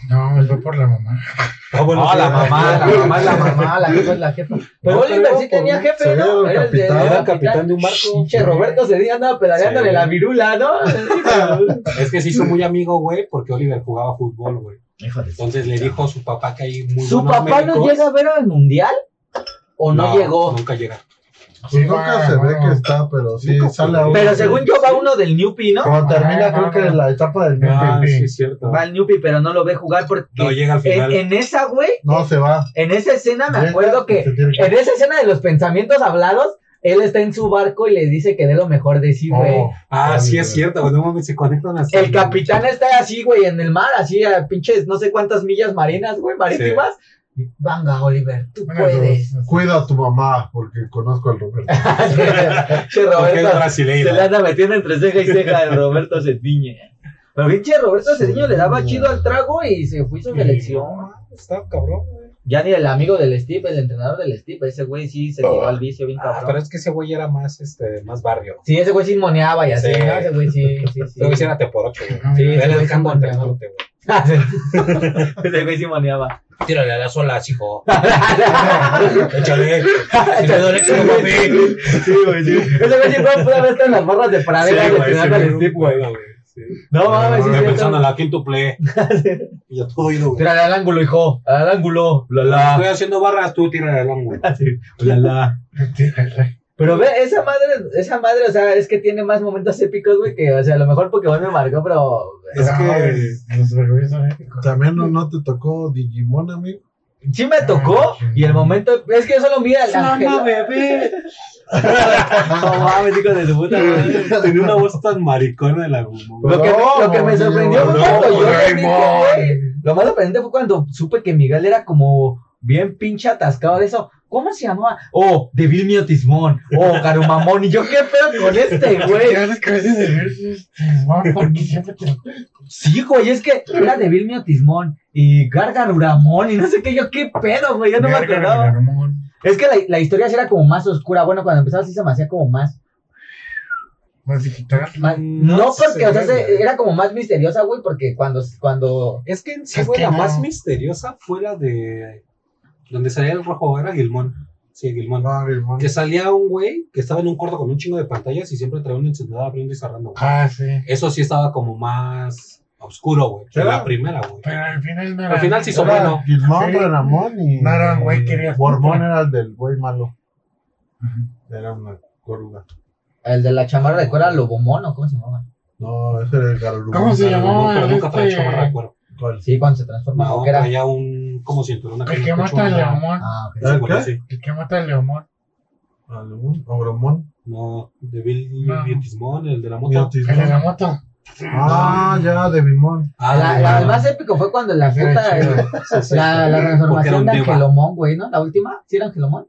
[SPEAKER 2] no, me fue por la mamá.
[SPEAKER 4] Ah, bueno,
[SPEAKER 1] Ah,
[SPEAKER 4] sí,
[SPEAKER 1] la mamá,
[SPEAKER 4] (laughs)
[SPEAKER 1] la
[SPEAKER 4] Era
[SPEAKER 1] mamá, la mamá, la jefa es la jefa. Pero
[SPEAKER 4] No,
[SPEAKER 1] Oliver
[SPEAKER 4] pero
[SPEAKER 1] sí
[SPEAKER 4] por-
[SPEAKER 1] tenía jefe,
[SPEAKER 3] se
[SPEAKER 1] ¿no?
[SPEAKER 3] ve
[SPEAKER 1] Era el de-
[SPEAKER 3] capitán.
[SPEAKER 1] era
[SPEAKER 4] el capitán de un barco.
[SPEAKER 1] Che, Roberto Cedillo andaba pedaleándole
[SPEAKER 4] Sí.
[SPEAKER 1] la virula, ¿no?
[SPEAKER 4] Es que se hizo muy amigo, güey, porque Oliver jugaba fútbol, güey.
[SPEAKER 1] Hijo de
[SPEAKER 4] Entonces le dijo a su papá que hay muy
[SPEAKER 1] ¿Su
[SPEAKER 4] buenos
[SPEAKER 1] papá no
[SPEAKER 4] médicos.
[SPEAKER 1] llega a ver al mundial? ¿O no, llegó?
[SPEAKER 4] Nunca llega.
[SPEAKER 3] Pues
[SPEAKER 2] Sí,
[SPEAKER 3] nunca
[SPEAKER 2] va,
[SPEAKER 3] se ve
[SPEAKER 2] bueno.
[SPEAKER 3] que está, pero sí
[SPEAKER 4] Nunca
[SPEAKER 3] sale
[SPEAKER 4] fue.
[SPEAKER 3] a uno.
[SPEAKER 1] Pero según yo va uno del Newpi, ¿no?
[SPEAKER 3] Como termina,
[SPEAKER 2] Ah,
[SPEAKER 3] creo
[SPEAKER 2] no,
[SPEAKER 3] que
[SPEAKER 2] no.
[SPEAKER 3] la etapa del
[SPEAKER 4] Ah,
[SPEAKER 3] MVP.
[SPEAKER 4] sí, es cierto.
[SPEAKER 1] Va el Newpi, pero no lo ve jugar porque
[SPEAKER 4] No llega al
[SPEAKER 1] en,
[SPEAKER 4] final.
[SPEAKER 1] en esa, güey,
[SPEAKER 3] No se va.
[SPEAKER 1] en esa escena me
[SPEAKER 3] Llega,
[SPEAKER 1] acuerdo que
[SPEAKER 3] se tiene
[SPEAKER 1] En esa escena de los pensamientos hablados, él está en su barco y le dice que dé lo mejor de sí, güey.
[SPEAKER 3] Oh,
[SPEAKER 4] ah, sí, es
[SPEAKER 3] Oliver.
[SPEAKER 4] cierto, güey. No mames, se conectan hasta.
[SPEAKER 1] El capitán está así, güey, en el mar, así a pinches no sé cuántas millas marinas, güey, marítimas. Venga, Oliver, tú
[SPEAKER 2] Bueno,
[SPEAKER 1] puedes. (laughs)
[SPEAKER 2] los-
[SPEAKER 3] Cuida a tu mamá, porque conozco
[SPEAKER 2] (laughs)
[SPEAKER 3] al Roberto.
[SPEAKER 1] che,
[SPEAKER 4] Porque es
[SPEAKER 1] Roberto, se le
[SPEAKER 4] brasileiro.
[SPEAKER 1] anda metiendo entre ceja y ceja el Roberto Cediño. Pero pinche Roberto Cediño le daba chido al trago y se fue su selección.
[SPEAKER 4] Ah, Está cabrón, güey.
[SPEAKER 1] Ya ni el amigo del Steve, el entrenador del Steve, ese güey sí se tiró al vicio bien
[SPEAKER 4] Ah,
[SPEAKER 1] cabrón.
[SPEAKER 4] pero es que ese güey era más, este, más barrio.
[SPEAKER 1] Sí, ese güey sí moneaba y así,
[SPEAKER 4] Sí.
[SPEAKER 1] ¿no? Ese güey sí, sí, sí.
[SPEAKER 4] Ese güey sí era te por ocho, güey.
[SPEAKER 1] Sí,
[SPEAKER 4] Era
[SPEAKER 1] ese güey
[SPEAKER 4] el
[SPEAKER 1] sí
[SPEAKER 4] campo
[SPEAKER 1] moneaba.
[SPEAKER 4] entrenándote, güey.
[SPEAKER 1] Ah, sí. (laughs) Ese güey sí moneaba.
[SPEAKER 4] Tírale a las olas,
[SPEAKER 1] (laughs)
[SPEAKER 4] hijo.
[SPEAKER 1] Ese
[SPEAKER 4] Échale. Échale, échale, papi.
[SPEAKER 1] güey sí. Ese güey sí fue- pudo haber estado en las barras de pradera
[SPEAKER 4] Sí,
[SPEAKER 1] de
[SPEAKER 4] güey,
[SPEAKER 1] entrenar
[SPEAKER 4] sí,
[SPEAKER 1] con el
[SPEAKER 4] güey,
[SPEAKER 1] Steve, güey.
[SPEAKER 4] güey, sí.
[SPEAKER 1] No mames, sí,
[SPEAKER 4] Estoy
[SPEAKER 1] sí,
[SPEAKER 4] pensando
[SPEAKER 1] sí.
[SPEAKER 4] en
[SPEAKER 1] (laughs)
[SPEAKER 4] la quintuple. Y yo todo ido, güey.
[SPEAKER 1] Tírale al ángulo, hijo. Al ángulo. La
[SPEAKER 4] Estoy
[SPEAKER 1] la.
[SPEAKER 4] haciendo barras, tú tírale al ángulo.
[SPEAKER 1] Sí, la, la. Pero ve, esa madre, esa madre, o sea, es que tiene más momentos épicos, güey, que, o sea, a lo mejor Pokémon me marcó, pero.
[SPEAKER 2] Es que Ah, los vergüenzas son épicos.
[SPEAKER 3] También no, no te tocó Digimon, amigo.
[SPEAKER 1] Sí me tocó, y el momento. Es que yo solo vi al ángel.
[SPEAKER 4] bebé!
[SPEAKER 1] (laughs) No mames, hijo de su puta madre.
[SPEAKER 4] Tenía una voz tan maricona de la guma. güey.
[SPEAKER 1] Lo que, me- lo que me
[SPEAKER 3] No,
[SPEAKER 1] sorprendió fue
[SPEAKER 4] no,
[SPEAKER 1] cuando yo le dije,
[SPEAKER 2] Doraemon.
[SPEAKER 1] güey, Lo más sorprendente fue cuando supe que Miguel era como bien pinche atascado de eso. ¿Cómo se llamaba? Oh, Devil Mio Tismón. Oh, Carumamón. Y yo, ¿qué pedo con este, güey?
[SPEAKER 2] Ya ves que a veces de versus Timón, porque siempre te
[SPEAKER 1] Sí, güey, es que era Devil Mio Tismón y Gargaruramón y no sé qué. Yo, ¿qué pedo, güey? Yo no me
[SPEAKER 2] Verga,
[SPEAKER 1] acordaba.
[SPEAKER 2] Gargamón.
[SPEAKER 1] Es que la, la historia sí era como más oscura. Bueno, cuando empezaba sí se me hacía como más.
[SPEAKER 2] Más digital.
[SPEAKER 1] más- no,
[SPEAKER 4] Mm, No
[SPEAKER 1] porque,
[SPEAKER 4] sé,
[SPEAKER 1] o sea, se-
[SPEAKER 4] güey.
[SPEAKER 1] era como más misteriosa, güey, porque cuando, cuando
[SPEAKER 4] Es que en sí,
[SPEAKER 2] Es
[SPEAKER 4] güey,
[SPEAKER 2] que
[SPEAKER 4] la
[SPEAKER 2] no.
[SPEAKER 4] más misteriosa fue la de. Donde salía el rojo, era Gilmón. Sí, Gilmón.
[SPEAKER 3] No, Digimon.
[SPEAKER 4] Que salía un güey que estaba en un cuarto con un chingo de pantallas y siempre traía un encendedor abriendo y cerrando. güey.
[SPEAKER 2] Ah, sí.
[SPEAKER 4] Eso sí estaba como más oscuro, güey. que
[SPEAKER 3] Claro.
[SPEAKER 4] La primera, güey.
[SPEAKER 2] Pero al final no era.
[SPEAKER 4] Al final sí hizo
[SPEAKER 3] Era
[SPEAKER 4] bueno.
[SPEAKER 3] Digimon,
[SPEAKER 2] Sí.
[SPEAKER 3] Renamon y.
[SPEAKER 2] No era un güey que era-
[SPEAKER 3] Gormón era el del güey malo.
[SPEAKER 2] Ujú.
[SPEAKER 3] Era una coruga.
[SPEAKER 1] el de la chamarra de cuero era Lobomón o cómo se llamaba.
[SPEAKER 3] No, ese era el Garurumon.
[SPEAKER 2] ¿Cómo se
[SPEAKER 4] Pero
[SPEAKER 2] llamaba?
[SPEAKER 4] nunca- nunca traía
[SPEAKER 2] este-
[SPEAKER 4] chamarra de cuero.
[SPEAKER 3] ¿Cuál?
[SPEAKER 1] Sí, cuando se transforma.
[SPEAKER 4] No,
[SPEAKER 1] ¿o qué era?
[SPEAKER 4] traía un. como cinturón acá en
[SPEAKER 2] El que
[SPEAKER 4] el pecho,
[SPEAKER 2] mata a
[SPEAKER 4] una-
[SPEAKER 2] Leomón.
[SPEAKER 1] Ah, ok.
[SPEAKER 4] Sí,
[SPEAKER 3] ¿El
[SPEAKER 4] bueno,
[SPEAKER 3] qué?
[SPEAKER 4] sí.
[SPEAKER 2] El que mata a Leomón.
[SPEAKER 3] ¿Algún? ¿Ogromón?
[SPEAKER 4] No, de Bill
[SPEAKER 2] No.
[SPEAKER 4] Biotismón, el de la moto.
[SPEAKER 2] El de la
[SPEAKER 3] Biotismón.
[SPEAKER 2] moto.
[SPEAKER 3] Ah, ya, de Bimón.
[SPEAKER 4] Ah,
[SPEAKER 1] La, la- el más épico fue cuando la
[SPEAKER 2] Ese era
[SPEAKER 1] puta.
[SPEAKER 2] chido.
[SPEAKER 1] el- la, la
[SPEAKER 4] Porque era
[SPEAKER 1] transformación
[SPEAKER 4] un
[SPEAKER 1] de
[SPEAKER 4] diva.
[SPEAKER 1] Angelomón, güey, ¿no? La última, ¿sí era Angelomón?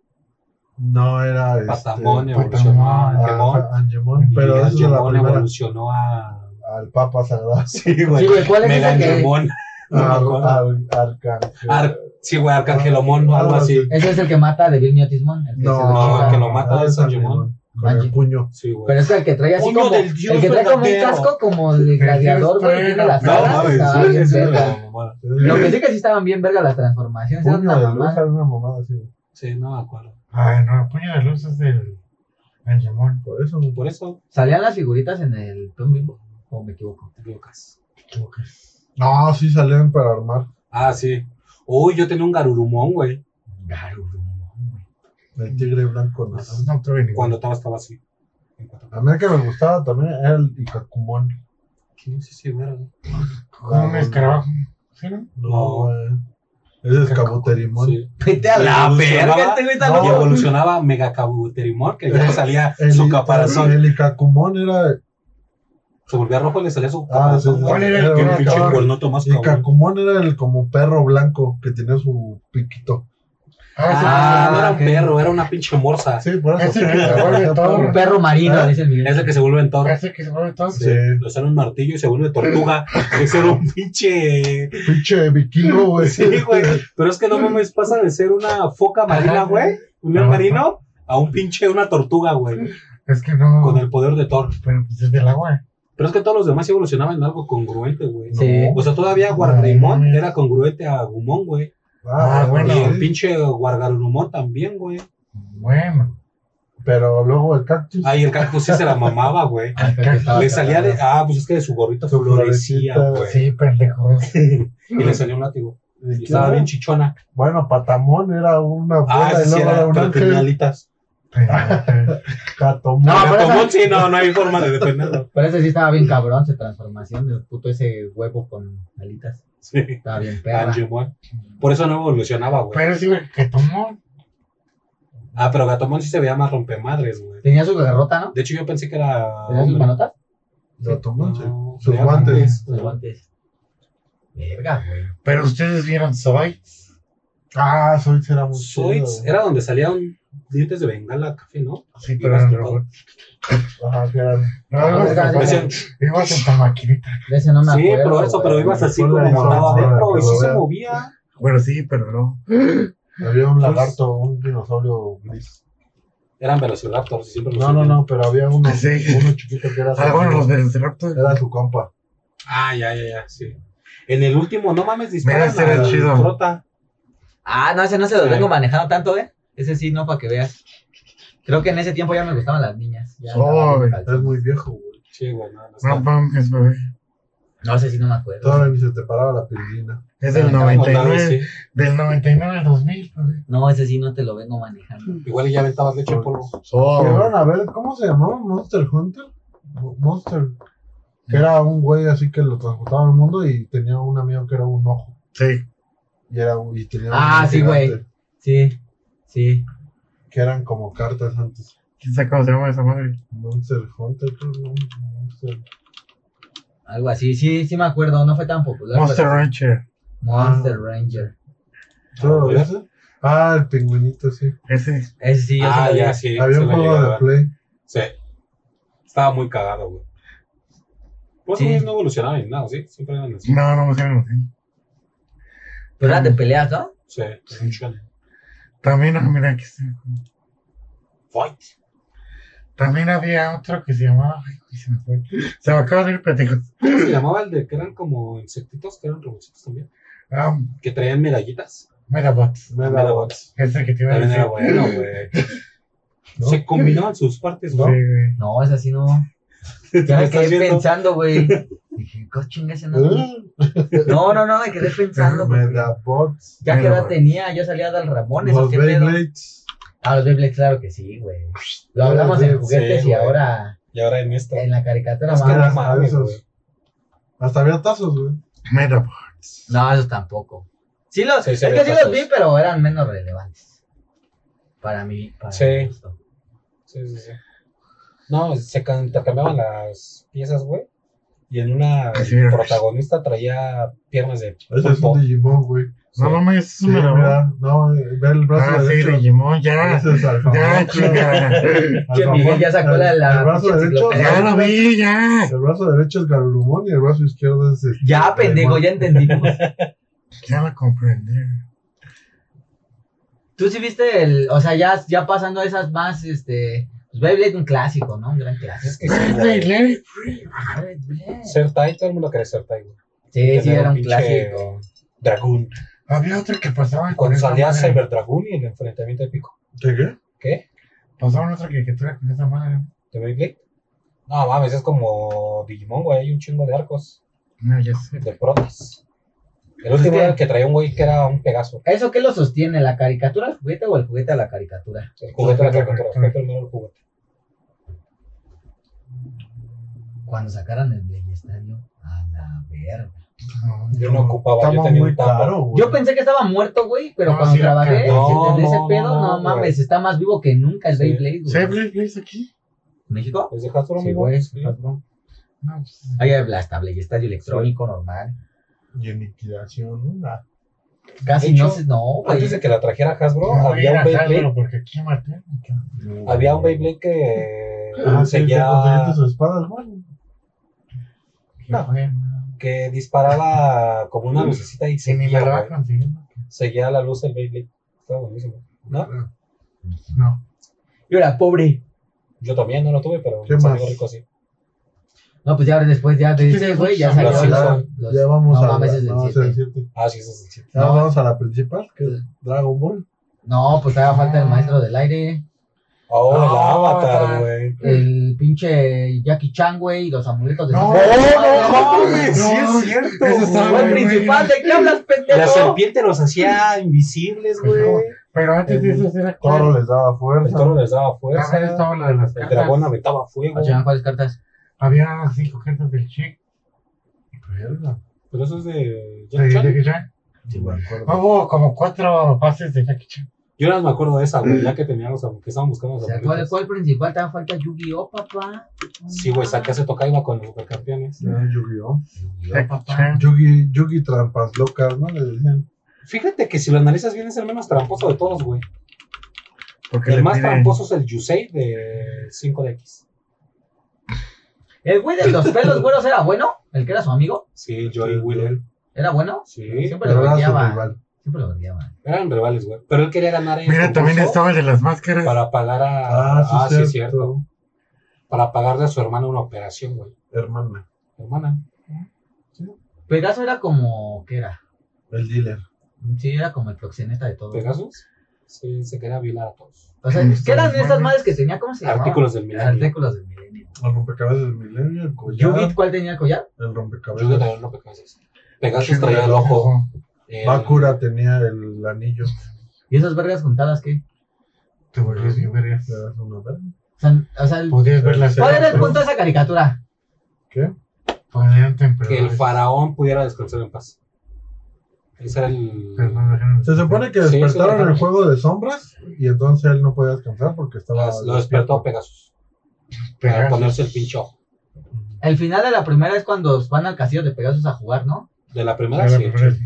[SPEAKER 3] No, era. este,
[SPEAKER 4] Patamón evolucionó a
[SPEAKER 2] Patamón,
[SPEAKER 4] Angemón.
[SPEAKER 3] Ah, Angemón,
[SPEAKER 4] y
[SPEAKER 3] pero eso es de la
[SPEAKER 4] Angemón
[SPEAKER 3] primera.
[SPEAKER 4] evolucionó a.
[SPEAKER 3] Al Papa
[SPEAKER 4] (laughs)
[SPEAKER 3] Sagrado.
[SPEAKER 4] Sí,
[SPEAKER 1] Sí, güey, ¿cuál es
[SPEAKER 4] Mega
[SPEAKER 1] ese que-
[SPEAKER 4] Angemón. (laughs) No me
[SPEAKER 3] Al,
[SPEAKER 4] acuerdo.
[SPEAKER 3] al Arcángel.
[SPEAKER 4] Ah, Ar- Sí, güey, Arcangelomón o algo así.
[SPEAKER 1] Ese es el que mata a Devil Miotismon. el que se lo
[SPEAKER 4] no,
[SPEAKER 1] chupa.
[SPEAKER 4] el que lo mata
[SPEAKER 3] Ah,
[SPEAKER 4] es
[SPEAKER 3] ese
[SPEAKER 4] Angemón.
[SPEAKER 3] Con el
[SPEAKER 1] Angie.
[SPEAKER 3] puño.
[SPEAKER 4] Sí, güey.
[SPEAKER 1] Pero es el que trae así
[SPEAKER 4] Uno
[SPEAKER 1] como.
[SPEAKER 4] del dios
[SPEAKER 1] el que trae como un
[SPEAKER 4] verdadero.
[SPEAKER 1] casco como de
[SPEAKER 2] dios
[SPEAKER 1] gladiador, güey. Tiene las
[SPEAKER 2] verdadero.
[SPEAKER 4] No
[SPEAKER 1] alas.
[SPEAKER 4] mames,
[SPEAKER 1] estaba Ah, bien
[SPEAKER 4] eso era
[SPEAKER 1] verga.
[SPEAKER 4] la mamada.
[SPEAKER 1] Lo que sí que sí estaban bien verga las transformaciones. Era
[SPEAKER 3] Puño
[SPEAKER 1] una
[SPEAKER 3] de luz,
[SPEAKER 1] mamada.
[SPEAKER 3] era una mamada así.
[SPEAKER 4] Sí, no me acuerdo.
[SPEAKER 2] Ay, Ah, no, el puño de luz es del Angemón.
[SPEAKER 3] Por eso.
[SPEAKER 4] Por eso
[SPEAKER 1] Salían las figuritas en el Plum Bimbo. O me equivoco.
[SPEAKER 4] te equivocas.
[SPEAKER 3] No, sí salían para armar.
[SPEAKER 4] Ah, sí. Uy, yo tenía un garurumón, güey.
[SPEAKER 3] El tigre blanco, no.
[SPEAKER 2] Entonces no tuve ni
[SPEAKER 4] Cuando todo estaba así.
[SPEAKER 3] A mí el que me gustaba también era el Icacumón.
[SPEAKER 4] ¿Quién es ese verga?
[SPEAKER 2] Como un escarabajo. ¿Sí, no?
[SPEAKER 4] No.
[SPEAKER 3] Ah, güey. Ese es Cabuterimón.
[SPEAKER 4] Sí.
[SPEAKER 1] Vete a la
[SPEAKER 4] Evolucionaba.
[SPEAKER 1] verga, este güey está
[SPEAKER 4] No,
[SPEAKER 1] loco.
[SPEAKER 4] Y evolucionaba Mega Cabuterimón, que ya
[SPEAKER 3] Eh,
[SPEAKER 4] le salía
[SPEAKER 3] (laughs) El,
[SPEAKER 4] su caparazón.
[SPEAKER 3] El, el Icacumón era. ah,
[SPEAKER 4] Se volvía rojo y le salía su
[SPEAKER 3] sí,
[SPEAKER 4] caparazón.
[SPEAKER 3] sí.
[SPEAKER 4] güey.
[SPEAKER 2] ¿Cuál era el que
[SPEAKER 4] Qué
[SPEAKER 2] era
[SPEAKER 4] pinche
[SPEAKER 2] cabrón?
[SPEAKER 4] cuernoto más cabrón.
[SPEAKER 3] Icacumón era el como perro blanco que tenía su
[SPEAKER 2] Ah,
[SPEAKER 3] piquito.
[SPEAKER 4] Ah, no era un
[SPEAKER 1] ok.
[SPEAKER 4] perro, era una pinche morsa.
[SPEAKER 3] Sí, por eso.
[SPEAKER 2] Ese que se vuelve todo.
[SPEAKER 1] Un perro marino,
[SPEAKER 4] Ah.
[SPEAKER 3] ¿Eh?
[SPEAKER 1] dice el Miguel.
[SPEAKER 4] Es el que se vuelve en
[SPEAKER 2] sí.
[SPEAKER 4] torre.
[SPEAKER 2] Ese que se vuelve todo.
[SPEAKER 3] Sí.
[SPEAKER 4] Lo sale un martillo y se vuelve tortuga. Ese era un pinche.
[SPEAKER 3] Pinche vikingo, güey.
[SPEAKER 4] Sí, güey. Pero es que no mames, pasa de ser una foca marina,
[SPEAKER 2] Ajá.
[SPEAKER 4] güey. Un león
[SPEAKER 2] Ajá.
[SPEAKER 4] marino a un pinche, una tortuga, güey.
[SPEAKER 2] Es que no.
[SPEAKER 4] Con el poder de Thor.
[SPEAKER 2] Pero pues es del agua.
[SPEAKER 4] Pero es que todos los demás evolucionaban en algo congruente, güey.
[SPEAKER 1] Sí.
[SPEAKER 4] O sea, todavía
[SPEAKER 2] No
[SPEAKER 4] Guardarimón
[SPEAKER 2] mames.
[SPEAKER 4] era congruente a Gumón, güey.
[SPEAKER 3] Ah,
[SPEAKER 2] Ah, bueno.
[SPEAKER 4] Y el
[SPEAKER 3] sí.
[SPEAKER 4] pinche Guargarumón también, güey.
[SPEAKER 2] Bueno.
[SPEAKER 3] Pero luego el cactus.
[SPEAKER 4] Ay, el cactus sí se la mamaba, güey.
[SPEAKER 1] Ah, pero que estaba
[SPEAKER 4] Le salía de.
[SPEAKER 1] cagado.
[SPEAKER 4] Ah, pues es que de su gorrito
[SPEAKER 3] Su
[SPEAKER 4] florecía,
[SPEAKER 3] florecita,
[SPEAKER 4] güey.
[SPEAKER 2] Sí, pendejo.
[SPEAKER 4] Y le salió un látigo.
[SPEAKER 3] ¿De
[SPEAKER 4] Y
[SPEAKER 3] qué
[SPEAKER 4] estaba
[SPEAKER 3] era?
[SPEAKER 4] bien chichona.
[SPEAKER 3] Bueno, Patamón era una
[SPEAKER 4] Ah,
[SPEAKER 3] abuela
[SPEAKER 4] ese
[SPEAKER 3] y
[SPEAKER 4] sí
[SPEAKER 3] luego
[SPEAKER 4] era,
[SPEAKER 3] era un
[SPEAKER 4] pero tenía
[SPEAKER 3] ángel.
[SPEAKER 4] alitas.
[SPEAKER 2] Pendejo.
[SPEAKER 3] Catomón.
[SPEAKER 1] No, pero
[SPEAKER 4] Como
[SPEAKER 1] esa-
[SPEAKER 4] un sí, no, no hay forma de
[SPEAKER 1] (laughs)
[SPEAKER 4] defenderlo.
[SPEAKER 1] Pero ese sí estaba bien cabrón, su transformación del puto ese huevo con alitas.
[SPEAKER 4] Sí.
[SPEAKER 1] Estaba bien perra.
[SPEAKER 4] Angemon. Por eso no evolucionaba, güey.
[SPEAKER 2] Pero sí, güey, que tomó.
[SPEAKER 4] Ah, pero Gatomon sí se veía más rompemadres, güey.
[SPEAKER 1] Tenía su garrota, ¿no?
[SPEAKER 4] De hecho, yo pensé que era.
[SPEAKER 1] Tenía sus
[SPEAKER 4] hombre.
[SPEAKER 1] manotas,
[SPEAKER 3] Catomón, sí.
[SPEAKER 4] No,
[SPEAKER 3] Sus
[SPEAKER 4] tenía
[SPEAKER 3] guantes.
[SPEAKER 1] sus guantes. Verga, güey.
[SPEAKER 2] Pero ustedes vieron Soy.
[SPEAKER 3] Ah, Zoids era muy
[SPEAKER 4] Zoids
[SPEAKER 3] chido.
[SPEAKER 4] era donde salían dientes de bengala café, ¿no?
[SPEAKER 2] Sí,
[SPEAKER 4] Y
[SPEAKER 2] pero
[SPEAKER 4] vas
[SPEAKER 2] eran
[SPEAKER 4] topado.
[SPEAKER 2] robots.
[SPEAKER 3] Ajá, que eran.
[SPEAKER 2] No,
[SPEAKER 1] Ah,
[SPEAKER 2] ibas
[SPEAKER 1] era-
[SPEAKER 2] en
[SPEAKER 4] Decían,
[SPEAKER 2] tu- ibas en tu maquinita.
[SPEAKER 1] De ese no me
[SPEAKER 4] sí,
[SPEAKER 1] acuerdo.
[SPEAKER 4] pero eso, pero
[SPEAKER 1] güey.
[SPEAKER 4] ibas así
[SPEAKER 3] Recuerda
[SPEAKER 4] como
[SPEAKER 3] la
[SPEAKER 4] estaba
[SPEAKER 3] mamá,
[SPEAKER 4] adentro y
[SPEAKER 3] pero
[SPEAKER 4] sí se
[SPEAKER 3] vea.
[SPEAKER 4] movía.
[SPEAKER 2] Bueno, sí, pero no.
[SPEAKER 3] Había un
[SPEAKER 4] Pues-
[SPEAKER 3] lagarto, un dinosaurio gris.
[SPEAKER 4] Eran velociraptors y siempre los
[SPEAKER 3] No, no,
[SPEAKER 4] subían.
[SPEAKER 3] no, pero había uno,
[SPEAKER 2] Sí.
[SPEAKER 3] uno chiquito que era.
[SPEAKER 2] Ah, bueno, los Velociraptors.
[SPEAKER 3] Era su compa.
[SPEAKER 4] Ah, ya, ya, ya, sí. En el último, no mames,
[SPEAKER 2] Mira,
[SPEAKER 4] disparan
[SPEAKER 2] ese era
[SPEAKER 4] al
[SPEAKER 2] chido.
[SPEAKER 4] prota.
[SPEAKER 1] Ah, no, ese no se lo
[SPEAKER 4] Sí.
[SPEAKER 1] vengo manejando tanto, ¿eh? Ese sí, no, para que veas. Creo que en ese tiempo ya me gustaban las niñas. Ya andaba
[SPEAKER 2] Soy,
[SPEAKER 1] bien
[SPEAKER 3] Es
[SPEAKER 1] calzón.
[SPEAKER 3] muy viejo, güey.
[SPEAKER 4] Sí, güey, no, no está.
[SPEAKER 2] No mames, bebé.
[SPEAKER 1] No sé si no me acuerdo.
[SPEAKER 3] Todavía ni se te paraba la pirulina.
[SPEAKER 2] Es del
[SPEAKER 1] Estaba
[SPEAKER 4] Como tal
[SPEAKER 2] 99.
[SPEAKER 4] vez, sí.
[SPEAKER 2] Del 99 al 2000, bebé.
[SPEAKER 1] No, ese sí no te lo vengo manejando.
[SPEAKER 4] Igual y ya aventabas leche en polvo.
[SPEAKER 3] Llegaron a ver, ¿cómo se llamaba? ¿Monster Hunter? Mo- Monster. Que era un güey así que lo transportaba al mundo y tenía un amigo que era un ojo.
[SPEAKER 2] Sí.
[SPEAKER 3] Y, era, un- y tenía un
[SPEAKER 1] Ah, sí, güey.
[SPEAKER 3] gigante,
[SPEAKER 1] Sí, sí.
[SPEAKER 3] Que eran como cartas antes.
[SPEAKER 2] ¿Quién sabe cómo se llama esa madre?
[SPEAKER 3] Monster Hunter, creo, ¿no? Monster.
[SPEAKER 1] Algo así, sí, sí me acuerdo. No fue tan popular.
[SPEAKER 2] Monster
[SPEAKER 1] pero-
[SPEAKER 2] Rancher.
[SPEAKER 1] Monster Ranger.
[SPEAKER 3] ¿Tú lo ves? Ah, el pingüinito, sí.
[SPEAKER 2] Ese.
[SPEAKER 1] Ese sí, yo sí
[SPEAKER 4] Ah,
[SPEAKER 1] lo vi.
[SPEAKER 4] ya, sí.
[SPEAKER 3] Había
[SPEAKER 4] se
[SPEAKER 3] un
[SPEAKER 4] lo
[SPEAKER 3] juego
[SPEAKER 4] llegué a
[SPEAKER 3] de
[SPEAKER 4] ver.
[SPEAKER 3] play.
[SPEAKER 4] Sí. Estaba muy cagado, güey. Pues
[SPEAKER 1] Sí.
[SPEAKER 4] güeyes no evolucionaban ni nada, ¿sí? Siempre eran así.
[SPEAKER 2] No, no, no sé, no sé.
[SPEAKER 1] Pero eran de peleas, ¿no?
[SPEAKER 4] Sí,
[SPEAKER 2] También, ah, mira, aquí está.
[SPEAKER 4] Fight.
[SPEAKER 2] También había otro que se llamaba. Ay, güey, se me fue. Se me acaba de ir, pendejos.
[SPEAKER 4] ¿Cómo se llamaba el de que eran como insectitos, que eran robotitos también?
[SPEAKER 2] Ah,
[SPEAKER 4] Que traían medallitas.
[SPEAKER 2] Metabots.
[SPEAKER 4] Medabots.
[SPEAKER 2] Es el que te iba a
[SPEAKER 4] También
[SPEAKER 2] decir.
[SPEAKER 4] era bueno, güey.
[SPEAKER 3] ¿No?
[SPEAKER 4] Se combinaban sus partes,
[SPEAKER 2] Sí,
[SPEAKER 4] ¿no?
[SPEAKER 2] güey.
[SPEAKER 1] No, es así, no. Ya me
[SPEAKER 4] ¿Me estás
[SPEAKER 1] quedé
[SPEAKER 4] viendo?
[SPEAKER 1] pensando,
[SPEAKER 4] (laughs)
[SPEAKER 1] güey. Dije, ¿qué chinga ese no?
[SPEAKER 3] Eh,
[SPEAKER 1] No, no, no, me quedé pensando. porque-
[SPEAKER 3] Medabots.
[SPEAKER 1] ¿Ya qué
[SPEAKER 2] Mira,
[SPEAKER 1] edad
[SPEAKER 2] güey.
[SPEAKER 1] tenía? Yo salía del Ramones, ¿o
[SPEAKER 3] Los
[SPEAKER 1] qué pedo?
[SPEAKER 3] Beyblades.
[SPEAKER 1] Ah, los Beyblades, claro que sí, güey. Lo hablamos
[SPEAKER 3] Sí,
[SPEAKER 1] en juguetes
[SPEAKER 4] sí,
[SPEAKER 1] y
[SPEAKER 4] güey.
[SPEAKER 1] ahora
[SPEAKER 4] Y ahora en esta.
[SPEAKER 1] en la caricatura
[SPEAKER 4] Es que
[SPEAKER 1] más.
[SPEAKER 4] no
[SPEAKER 3] Ah,
[SPEAKER 4] mames,
[SPEAKER 3] esos.
[SPEAKER 4] güey.
[SPEAKER 3] Hasta había tazos, güey.
[SPEAKER 2] Metabots.
[SPEAKER 1] No, eso tampoco. Sí los,
[SPEAKER 4] Sí, sí
[SPEAKER 1] es
[SPEAKER 4] había
[SPEAKER 1] que sí los
[SPEAKER 4] tazos.
[SPEAKER 1] vi, pero eran menos relevantes. Para mí, para
[SPEAKER 4] Sí.
[SPEAKER 1] mi gusto.
[SPEAKER 4] Sí, sí, sí. No, se can- intercambiaban las piezas, güey. Y en una
[SPEAKER 2] Que sí, mira.
[SPEAKER 4] protagonista traía piernas de
[SPEAKER 3] Ese es
[SPEAKER 4] pulpo.
[SPEAKER 3] un Digimon, güey.
[SPEAKER 4] Sí.
[SPEAKER 2] No mames, eso
[SPEAKER 3] Sí,
[SPEAKER 2] me lo
[SPEAKER 3] mira, no, eh, ve el brazo
[SPEAKER 2] Ah, sí,
[SPEAKER 3] derecho.
[SPEAKER 2] Digimon, ya.
[SPEAKER 3] Ese es Alfa.
[SPEAKER 2] Ya,
[SPEAKER 3] Macho.
[SPEAKER 2] chica.
[SPEAKER 1] Que
[SPEAKER 3] Alfa
[SPEAKER 1] Miguel ya
[SPEAKER 3] Macho.
[SPEAKER 1] sacó la- la
[SPEAKER 3] El brazo
[SPEAKER 1] pinche
[SPEAKER 3] derecho.
[SPEAKER 1] enciclopedia.
[SPEAKER 2] Ya lo vi, ya.
[SPEAKER 3] El brazo derecho es Garurumon y el brazo izquierdo es. este,
[SPEAKER 1] Ya, pendejo,
[SPEAKER 3] Digimon.
[SPEAKER 1] ya
[SPEAKER 4] (laughs)
[SPEAKER 1] entendimos.
[SPEAKER 2] Ya lo comprendí.
[SPEAKER 1] Tú sí viste el, o sea, ya, ya pasando a esas más, este, pues Beyblade un clásico, ¿no? Un gran clásico. Ah,
[SPEAKER 4] Es que sí,
[SPEAKER 2] Verde,
[SPEAKER 4] güey.
[SPEAKER 2] leve.
[SPEAKER 4] Ser Tai, todo el mundo quería ser Tai, güey.
[SPEAKER 1] Sí, sí,
[SPEAKER 4] Tener
[SPEAKER 1] era un
[SPEAKER 4] pinche
[SPEAKER 1] clásico.
[SPEAKER 4] Dragón.
[SPEAKER 2] Había otra que pasaba
[SPEAKER 4] Cuando
[SPEAKER 2] esa
[SPEAKER 4] salía
[SPEAKER 2] madre.
[SPEAKER 4] Cyber Dragoon y el enfrentamiento épico.
[SPEAKER 3] ¿De qué?
[SPEAKER 1] Oh,
[SPEAKER 4] ¿Qué?
[SPEAKER 2] Pasaban otra caricatura con esa madre.
[SPEAKER 4] ¿De Beyblade? No, mames, es como Digimon, güey. Hay un chingo de arcos,
[SPEAKER 2] No, ya sé.
[SPEAKER 4] de protas. El último
[SPEAKER 1] Sí.
[SPEAKER 4] era el que traía un güey que era un Pegaso.
[SPEAKER 1] ¿Eso qué lo sostiene? ¿La caricatura al juguete o el juguete a la caricatura?
[SPEAKER 4] El juguete de la caricatura. Fue primero el juguete.
[SPEAKER 1] Cuando sacaran el Play Estadio, a la verga.
[SPEAKER 2] No,
[SPEAKER 4] Yo no ocupaba, yo
[SPEAKER 3] Estaba
[SPEAKER 4] tenía
[SPEAKER 3] muy
[SPEAKER 4] un tambor.
[SPEAKER 3] caro, güey.
[SPEAKER 1] Yo pensé que estaba muerto, güey, pero
[SPEAKER 2] No,
[SPEAKER 1] cuando
[SPEAKER 2] sí la
[SPEAKER 1] trabajé
[SPEAKER 4] cagó.
[SPEAKER 1] en ese
[SPEAKER 4] No,
[SPEAKER 1] pedo,
[SPEAKER 4] no,
[SPEAKER 1] no,
[SPEAKER 4] no,
[SPEAKER 1] mames,
[SPEAKER 4] güey.
[SPEAKER 1] está más vivo que nunca el
[SPEAKER 4] Sí.
[SPEAKER 1] Beyblade,
[SPEAKER 2] ¿Se
[SPEAKER 1] güey.
[SPEAKER 2] Blade Blaze aquí?
[SPEAKER 1] ¿México?
[SPEAKER 4] ¿Es de Hasbro,
[SPEAKER 1] Sí,
[SPEAKER 4] amigo?
[SPEAKER 1] güey, Ah,
[SPEAKER 4] Sí.
[SPEAKER 1] Hasbro.
[SPEAKER 2] No, pues.
[SPEAKER 1] Ahí habla hasta Play Estadio electrónico normal.
[SPEAKER 3] Y en liquidación, ¿no? Ah,
[SPEAKER 1] Casi
[SPEAKER 4] De hecho,
[SPEAKER 1] no se, no, güey.
[SPEAKER 4] Antes de que la trajera Hasbro,
[SPEAKER 2] No,
[SPEAKER 4] había un
[SPEAKER 2] era
[SPEAKER 4] Beyblade,
[SPEAKER 2] Hasbro, porque aquí maté.
[SPEAKER 4] había un Beyblade que
[SPEAKER 3] Ah, sí, te
[SPEAKER 4] seguía-
[SPEAKER 3] conseguiste su espada, güey.
[SPEAKER 4] No. que disparaba como una lucecita y
[SPEAKER 2] Si ni me
[SPEAKER 4] seguía,
[SPEAKER 2] la va a
[SPEAKER 4] güey.
[SPEAKER 2] conseguir. ¿no?
[SPEAKER 4] seguía la luz el Beyblade. Estaba buenísimo. ¿No?
[SPEAKER 2] No.
[SPEAKER 1] Yo era pobre.
[SPEAKER 4] Yo también no lo tuve, pero
[SPEAKER 3] ¿Qué
[SPEAKER 4] me
[SPEAKER 3] más?
[SPEAKER 4] salió rico así.
[SPEAKER 1] No, pues ya después ya de ese, güey, ya salió
[SPEAKER 4] Los
[SPEAKER 1] los,
[SPEAKER 4] Simpson.
[SPEAKER 1] los-
[SPEAKER 3] Ya vamos
[SPEAKER 1] No
[SPEAKER 3] a.
[SPEAKER 1] mames, es del
[SPEAKER 3] no, es
[SPEAKER 1] siete.
[SPEAKER 3] el siete.
[SPEAKER 4] Ah, sí, ese es el chiste.
[SPEAKER 3] Ya
[SPEAKER 1] No.
[SPEAKER 3] vamos a la principal, que es Dragon Ball.
[SPEAKER 1] No, pues haga falta el maestro del aire,
[SPEAKER 4] Oh, el
[SPEAKER 2] Ah,
[SPEAKER 4] Avatar,
[SPEAKER 2] Avatar.
[SPEAKER 4] güey.
[SPEAKER 1] el pinche Jackie Chan, güey, y los amuletos de San-
[SPEAKER 2] No, no,
[SPEAKER 1] ¡Ay,
[SPEAKER 2] mames,
[SPEAKER 1] no,
[SPEAKER 2] sí es
[SPEAKER 1] güey!
[SPEAKER 2] cierto,
[SPEAKER 1] Ese estaba
[SPEAKER 2] güey,
[SPEAKER 1] el principal, ¿de qué hablas,
[SPEAKER 4] La
[SPEAKER 1] pendejo?
[SPEAKER 4] serpiente los hacía invisibles, güey.
[SPEAKER 2] Pero antes de eso era
[SPEAKER 3] Toro les daba
[SPEAKER 4] El
[SPEAKER 3] fuerza.
[SPEAKER 4] toro les daba
[SPEAKER 2] También
[SPEAKER 4] fuerza.
[SPEAKER 2] estaba la de las
[SPEAKER 4] El dragón
[SPEAKER 2] cartas.
[SPEAKER 4] aventaba fuego.
[SPEAKER 1] Ah, chinga, ¿Cuáles cartas?
[SPEAKER 2] Había cinco cartas del chick.
[SPEAKER 3] Verga.
[SPEAKER 4] Pero eso es de
[SPEAKER 2] De
[SPEAKER 4] Jack Chan.
[SPEAKER 2] Jackie Chan.
[SPEAKER 1] Sí, me acuerdo.
[SPEAKER 2] Hubo como cuatro fases de Jackie Chan.
[SPEAKER 4] Yo no me acuerdo de esa, güey, ya que teníamos, que estaban buscando
[SPEAKER 1] O
[SPEAKER 4] los
[SPEAKER 1] sea, ¿cuál,
[SPEAKER 4] amuletos.
[SPEAKER 1] ¿Cuál principal? Te haga falta Yu-Gi-Oh, papá.
[SPEAKER 4] Sí, güey, saca se toca iba con los supercampeones.
[SPEAKER 3] Ya, Yu-Gi-Oh.
[SPEAKER 1] Yu-Gi-Oh,
[SPEAKER 2] Jackie
[SPEAKER 1] papá.
[SPEAKER 2] Chan.
[SPEAKER 3] Yugi, Yugi Trampas Locas, ¿no? Le decían.
[SPEAKER 4] Fíjate que si lo analizas bien es el menos tramposo de todos, güey.
[SPEAKER 2] Porque
[SPEAKER 4] El
[SPEAKER 2] le
[SPEAKER 4] más
[SPEAKER 2] pide-
[SPEAKER 4] tramposo es el Yusei de 5DX.
[SPEAKER 1] El güey de los
[SPEAKER 4] (laughs)
[SPEAKER 1] pelos güeros era bueno, el que era su amigo,
[SPEAKER 4] Sí, Joey Wheeler.
[SPEAKER 1] ¿era bueno?
[SPEAKER 4] Sí,
[SPEAKER 1] Siempre
[SPEAKER 3] Pero
[SPEAKER 1] lo
[SPEAKER 3] era su
[SPEAKER 1] odiaba.
[SPEAKER 3] rival.
[SPEAKER 1] Siempre lo odiaba.
[SPEAKER 4] eran rivales, güey. Pero él quería ganar el
[SPEAKER 2] Mira, también
[SPEAKER 4] concurso
[SPEAKER 2] estaba el de las máscaras.
[SPEAKER 4] para pagar a...
[SPEAKER 3] Ah, sí,
[SPEAKER 4] Ah, sí,
[SPEAKER 3] cierto.
[SPEAKER 4] es cierto. Para pagarle a su hermana una operación, güey.
[SPEAKER 3] Hermana.
[SPEAKER 4] Hermana.
[SPEAKER 1] Pegaso era como, ¿qué era?
[SPEAKER 3] El dealer.
[SPEAKER 1] Sí, era como el proxeneta de todo.
[SPEAKER 4] Pegasus. Sí, se quería violar a todos.
[SPEAKER 1] O sea, ¿qué eran estas madres que tenía? ¿Cómo se llamaban?
[SPEAKER 4] Artículos del milenio. Pues
[SPEAKER 1] Artículos del milenio.
[SPEAKER 3] El rompecabezas del milenio, el collar.
[SPEAKER 1] Yugit, ¿cuál tenía el collar?
[SPEAKER 3] El
[SPEAKER 4] Yo que
[SPEAKER 3] rompecabezas.
[SPEAKER 4] traía los Pegasus. Pegasus traía el ojo. el-
[SPEAKER 3] Bakura tenía el anillo.
[SPEAKER 1] ¿Y esas vergas juntadas qué?
[SPEAKER 2] Te volvías bien vergas.
[SPEAKER 3] Le das una verga.
[SPEAKER 1] O sea, o sea,
[SPEAKER 4] Pues,
[SPEAKER 1] el-
[SPEAKER 2] Podías ver las
[SPEAKER 1] ¿cuál era
[SPEAKER 3] pero-
[SPEAKER 1] el punto de esa caricatura?
[SPEAKER 3] ¿Qué?
[SPEAKER 2] Podían
[SPEAKER 4] Que el
[SPEAKER 2] temperar.
[SPEAKER 4] faraón pudiera descansar en paz. Ese era el...
[SPEAKER 2] Pero no dejaron-
[SPEAKER 3] Se supone que
[SPEAKER 4] Sí, sí,
[SPEAKER 3] despertaron
[SPEAKER 4] dejaron.
[SPEAKER 3] el juego de sombras y entonces él no podía descansar porque estaba.
[SPEAKER 4] Las- Lo despertó Pegasus. Para
[SPEAKER 2] Pegasus.
[SPEAKER 4] ponerse el pinche ojo.
[SPEAKER 1] El final de la primera es cuando van al castillo de Pegasus a jugar, ¿no?
[SPEAKER 4] De la primera,
[SPEAKER 2] Era la
[SPEAKER 4] sí,
[SPEAKER 2] primera, sí.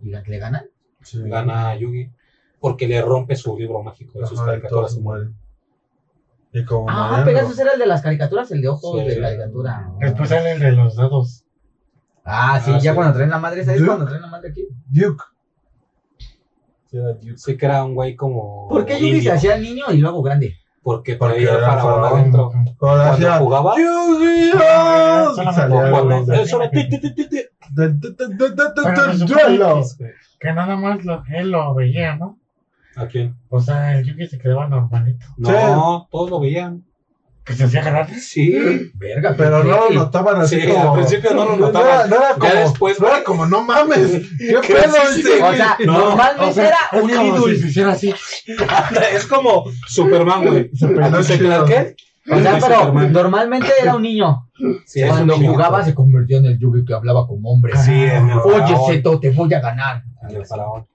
[SPEAKER 1] ¿Y la que le ganan?
[SPEAKER 3] Sí.
[SPEAKER 4] gana a Yugi. Porque le rompe su libro mágico de sus
[SPEAKER 3] Ajá, y todos
[SPEAKER 4] caricaturas.
[SPEAKER 3] se mueren. Y como.
[SPEAKER 1] Ah,
[SPEAKER 3] Mariano-
[SPEAKER 1] Pegasus era el de las caricaturas, el de ojos
[SPEAKER 4] Sí.
[SPEAKER 1] de caricatura.
[SPEAKER 2] Después sale el de los dados.
[SPEAKER 1] Ah, sí,
[SPEAKER 4] Ah,
[SPEAKER 1] ya
[SPEAKER 4] sí.
[SPEAKER 1] cuando traen la madre, ¿sabes
[SPEAKER 3] Duke.
[SPEAKER 1] cuando traen la madre aquí?
[SPEAKER 3] Duke. Sí, era Duke.
[SPEAKER 4] Sí que era un güey como...
[SPEAKER 1] ¿Por qué Yugi se
[SPEAKER 4] indio,
[SPEAKER 1] hacía niño y luego grande?
[SPEAKER 4] Porque
[SPEAKER 3] Porque
[SPEAKER 4] traía el
[SPEAKER 3] era
[SPEAKER 4] faraón
[SPEAKER 3] faraón.
[SPEAKER 4] adentro.
[SPEAKER 3] Ahora
[SPEAKER 4] Cuando
[SPEAKER 3] hacía.
[SPEAKER 4] jugaba...
[SPEAKER 3] ¡Yu-Gi-Oh!
[SPEAKER 2] Solamente
[SPEAKER 3] Salía,
[SPEAKER 4] o cuando-
[SPEAKER 3] güey.
[SPEAKER 4] él solo ti, ti, ti, ti, ti.
[SPEAKER 3] De- de- de- de- de- de-
[SPEAKER 2] Bueno, se
[SPEAKER 3] de-
[SPEAKER 2] supone
[SPEAKER 3] ¡Duelo!
[SPEAKER 2] que- este, Que nada más lo, él lo veía, ¿no?
[SPEAKER 4] ¿A quién?
[SPEAKER 2] O sea, el Yuki se quedaba normalito.
[SPEAKER 4] No, todos lo veían.
[SPEAKER 2] Que se hacía grande.
[SPEAKER 4] Sí.
[SPEAKER 1] Verga,
[SPEAKER 3] Pero no lo
[SPEAKER 1] sí.
[SPEAKER 3] notaban así
[SPEAKER 4] Sí,
[SPEAKER 3] como.
[SPEAKER 4] al principio no
[SPEAKER 3] No
[SPEAKER 4] lo
[SPEAKER 3] era,
[SPEAKER 4] notaban.
[SPEAKER 3] no era
[SPEAKER 4] Ya
[SPEAKER 3] como,
[SPEAKER 4] después,
[SPEAKER 3] no era
[SPEAKER 4] güey.
[SPEAKER 3] como, no mames, qué
[SPEAKER 4] Que
[SPEAKER 3] pedo
[SPEAKER 4] sí,
[SPEAKER 3] este.
[SPEAKER 1] O
[SPEAKER 3] (laughs)
[SPEAKER 1] sea,
[SPEAKER 4] No,
[SPEAKER 1] normalmente
[SPEAKER 2] O sea,
[SPEAKER 1] era
[SPEAKER 2] es
[SPEAKER 1] un
[SPEAKER 2] como
[SPEAKER 1] ídolo.
[SPEAKER 2] si se hiciera así.
[SPEAKER 4] Es como Superman, güey.
[SPEAKER 3] Se peinó
[SPEAKER 4] ¿No sé
[SPEAKER 3] chido.
[SPEAKER 4] Clark Kent?
[SPEAKER 1] O sea,
[SPEAKER 4] Sí,
[SPEAKER 1] pero
[SPEAKER 4] Superman.
[SPEAKER 1] normalmente era un niño.
[SPEAKER 4] Sí, es
[SPEAKER 1] cuando
[SPEAKER 4] un niño.
[SPEAKER 1] jugaba se convirtió en el Yugi que hablaba como hombre.
[SPEAKER 4] Ah, Sí, en el
[SPEAKER 1] Oye,
[SPEAKER 4] faraón.
[SPEAKER 1] Seto, te voy a ganar.
[SPEAKER 4] En el faraón.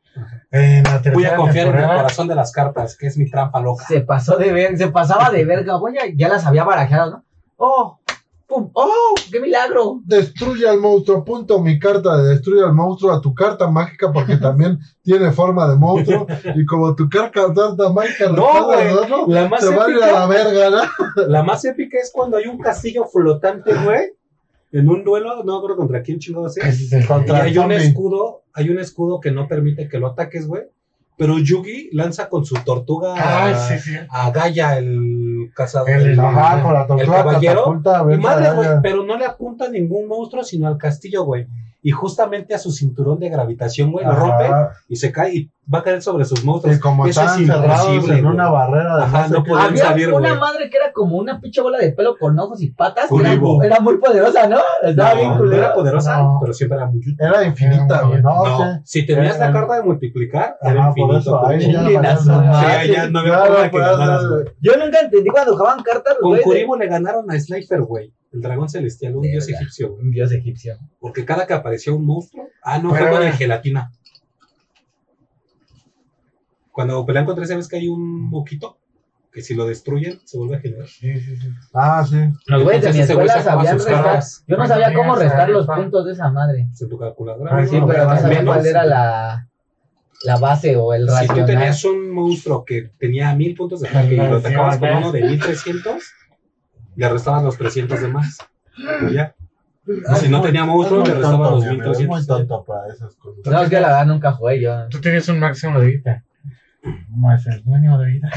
[SPEAKER 2] En la tercera
[SPEAKER 4] Voy a confiar en el
[SPEAKER 2] temporada,
[SPEAKER 4] corazón de las cartas, que es mi trampa loca.
[SPEAKER 1] Se pasó de ver, se pasaba de verga, güey. ya- Ya las había barajeado, ¿no? ¡Oh! ¡Pum! ¡Oh! ¡Qué milagro!
[SPEAKER 3] Destruye al monstruo. Punto mi carta de destruye al monstruo a tu carta mágica porque también (laughs) tiene forma de monstruo. Y como tu carta carta mágica
[SPEAKER 4] No,
[SPEAKER 3] recuerda
[SPEAKER 4] güey.
[SPEAKER 3] al otro,
[SPEAKER 4] La más,
[SPEAKER 3] se va a ir a la
[SPEAKER 4] épica,
[SPEAKER 3] verga, ¿no?
[SPEAKER 4] la más épica es cuando hay un castillo flotante, güey. En un duelo, no creo contra quién chingados es.
[SPEAKER 2] es el-
[SPEAKER 4] Y
[SPEAKER 3] Contra-
[SPEAKER 4] hay un
[SPEAKER 3] zombie.
[SPEAKER 4] escudo, hay un escudo que no permite que lo ataques, güey. Pero Yugi lanza con su tortuga
[SPEAKER 2] Ah,
[SPEAKER 4] a,
[SPEAKER 2] sí, sí.
[SPEAKER 4] a Gaia, el cazador.
[SPEAKER 2] El-
[SPEAKER 3] (laughs)
[SPEAKER 4] el-
[SPEAKER 2] Ajá, con
[SPEAKER 3] la
[SPEAKER 4] tortuga caballero,
[SPEAKER 3] catapulta.
[SPEAKER 4] Y madre, güey, pero no le apunta a ningún monstruo, sino al castillo, güey. Y justamente a su cinturón de gravitación, güey, lo rompe y se cae y va a caer sobre sus monstruos.
[SPEAKER 3] Y como
[SPEAKER 4] Eso
[SPEAKER 3] están
[SPEAKER 4] es
[SPEAKER 3] cerrados
[SPEAKER 4] imposible,
[SPEAKER 3] en
[SPEAKER 4] güey.
[SPEAKER 3] una barrera de
[SPEAKER 4] Ajá,
[SPEAKER 3] no sé
[SPEAKER 4] no
[SPEAKER 3] qué-
[SPEAKER 4] podían
[SPEAKER 1] Había
[SPEAKER 4] salir,
[SPEAKER 1] una
[SPEAKER 4] güey.
[SPEAKER 1] madre que era como una pinche bola de pelo con ojos y patas. que Era,
[SPEAKER 4] Curvo.
[SPEAKER 1] era muy poderosa, ¿no? Estaba
[SPEAKER 4] No,
[SPEAKER 1] bien
[SPEAKER 4] no
[SPEAKER 1] culera.
[SPEAKER 4] era poderosa,
[SPEAKER 2] No.
[SPEAKER 4] pero siempre era muy útil.
[SPEAKER 3] Era infinita,
[SPEAKER 2] Era
[SPEAKER 3] güey. No,
[SPEAKER 4] No,
[SPEAKER 3] sé.
[SPEAKER 4] si tenías la
[SPEAKER 3] Era-
[SPEAKER 4] carta de multiplicar, era
[SPEAKER 3] Ah, Ajá, por
[SPEAKER 4] infinito.
[SPEAKER 3] eso.
[SPEAKER 4] Con,
[SPEAKER 3] Ahí ya
[SPEAKER 1] Chingue
[SPEAKER 3] la
[SPEAKER 1] a su
[SPEAKER 3] mandaron.
[SPEAKER 1] madre.
[SPEAKER 4] Sí, ya no había
[SPEAKER 3] Claro,
[SPEAKER 4] forma de que
[SPEAKER 3] pues,
[SPEAKER 4] ganaras, güey.
[SPEAKER 1] Yo nunca entendí cuando jugaban cartas,
[SPEAKER 4] con
[SPEAKER 1] güey, de-
[SPEAKER 4] Kuribo le ganaron a Slifer, güey. El dragón celestial, un
[SPEAKER 1] Verga.
[SPEAKER 4] dios egipcio, güey.
[SPEAKER 1] Un dios egipcio.
[SPEAKER 4] Porque cada que aparecía un monstruo. Ah, no,
[SPEAKER 2] Pero,
[SPEAKER 4] fue con de
[SPEAKER 2] güey.
[SPEAKER 4] gelatina. Cuando pelean contra ese, ves que hay un moquito que si lo destruyen se vuelve a generar.
[SPEAKER 2] Sí, sí, sí.
[SPEAKER 3] Ah, sí.
[SPEAKER 1] Los güeyes de mi
[SPEAKER 4] Entonces, ese güey
[SPEAKER 1] escuela
[SPEAKER 4] sacaba
[SPEAKER 1] sabían
[SPEAKER 4] sus
[SPEAKER 1] restar.
[SPEAKER 4] cartas
[SPEAKER 1] Yo no
[SPEAKER 2] Cuando
[SPEAKER 1] sabía cómo
[SPEAKER 2] llegas a
[SPEAKER 1] restar los
[SPEAKER 2] Alfa.
[SPEAKER 1] puntos de esa madre.
[SPEAKER 4] en tu calculadora.
[SPEAKER 2] Ah,
[SPEAKER 4] güey.
[SPEAKER 1] Sí,
[SPEAKER 2] no,
[SPEAKER 1] pero no
[SPEAKER 2] menos-
[SPEAKER 1] sabía cuál era la, la base o el
[SPEAKER 4] Si tú
[SPEAKER 1] racional.
[SPEAKER 4] tenías un monstruo que tenía mil puntos de ataque y lo atacabas con uno de 1300, le restabas los 300 de más. Y ya. Y si no tenía monstruo, le
[SPEAKER 3] Es muy
[SPEAKER 4] restabas
[SPEAKER 3] tonto,
[SPEAKER 4] los
[SPEAKER 3] güey, Es muy
[SPEAKER 4] 1300.
[SPEAKER 3] tonto para esas cosas.
[SPEAKER 1] No, es que la verdad nunca jugué yo.
[SPEAKER 2] Tú tenías un máximo de vida. Más el mínimo de vida.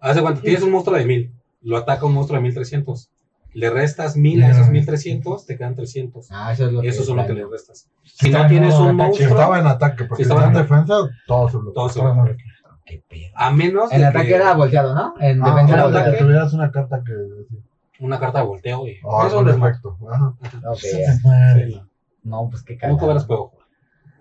[SPEAKER 4] Haz de cuenta, tienes un monstruo de 1000, lo ataca un monstruo de 1300. Le restas 1000 a esos 1300, te quedan 300.
[SPEAKER 1] Ah, eso es lo
[SPEAKER 4] Eso es lo que le
[SPEAKER 1] le
[SPEAKER 4] restas. Si
[SPEAKER 2] Está
[SPEAKER 4] no
[SPEAKER 2] en
[SPEAKER 4] tienes
[SPEAKER 2] modo
[SPEAKER 4] un
[SPEAKER 2] ataque.
[SPEAKER 3] Si
[SPEAKER 4] monstruo,
[SPEAKER 3] estaba en ataque, porque
[SPEAKER 4] Sí,
[SPEAKER 3] si
[SPEAKER 4] estaba
[SPEAKER 3] estaba en
[SPEAKER 4] en
[SPEAKER 3] defensa, todo se bloquea.
[SPEAKER 4] todo se va. A menos
[SPEAKER 1] El
[SPEAKER 4] de
[SPEAKER 1] ataque
[SPEAKER 4] que
[SPEAKER 1] era volteado, ¿no? En
[SPEAKER 3] Ah,
[SPEAKER 1] defensa era
[SPEAKER 4] no,
[SPEAKER 3] bueno,
[SPEAKER 4] el
[SPEAKER 1] volteado.
[SPEAKER 4] ataque.
[SPEAKER 3] que tuvieras una carta que.
[SPEAKER 4] una carta de volteo. Y...
[SPEAKER 3] Ah,
[SPEAKER 4] eso
[SPEAKER 3] con
[SPEAKER 4] es normal.
[SPEAKER 3] efecto. Ajá.
[SPEAKER 1] Ok,
[SPEAKER 4] (laughs) Sí.
[SPEAKER 1] No, pues qué
[SPEAKER 4] Nunca
[SPEAKER 1] cagado.
[SPEAKER 4] verás juego.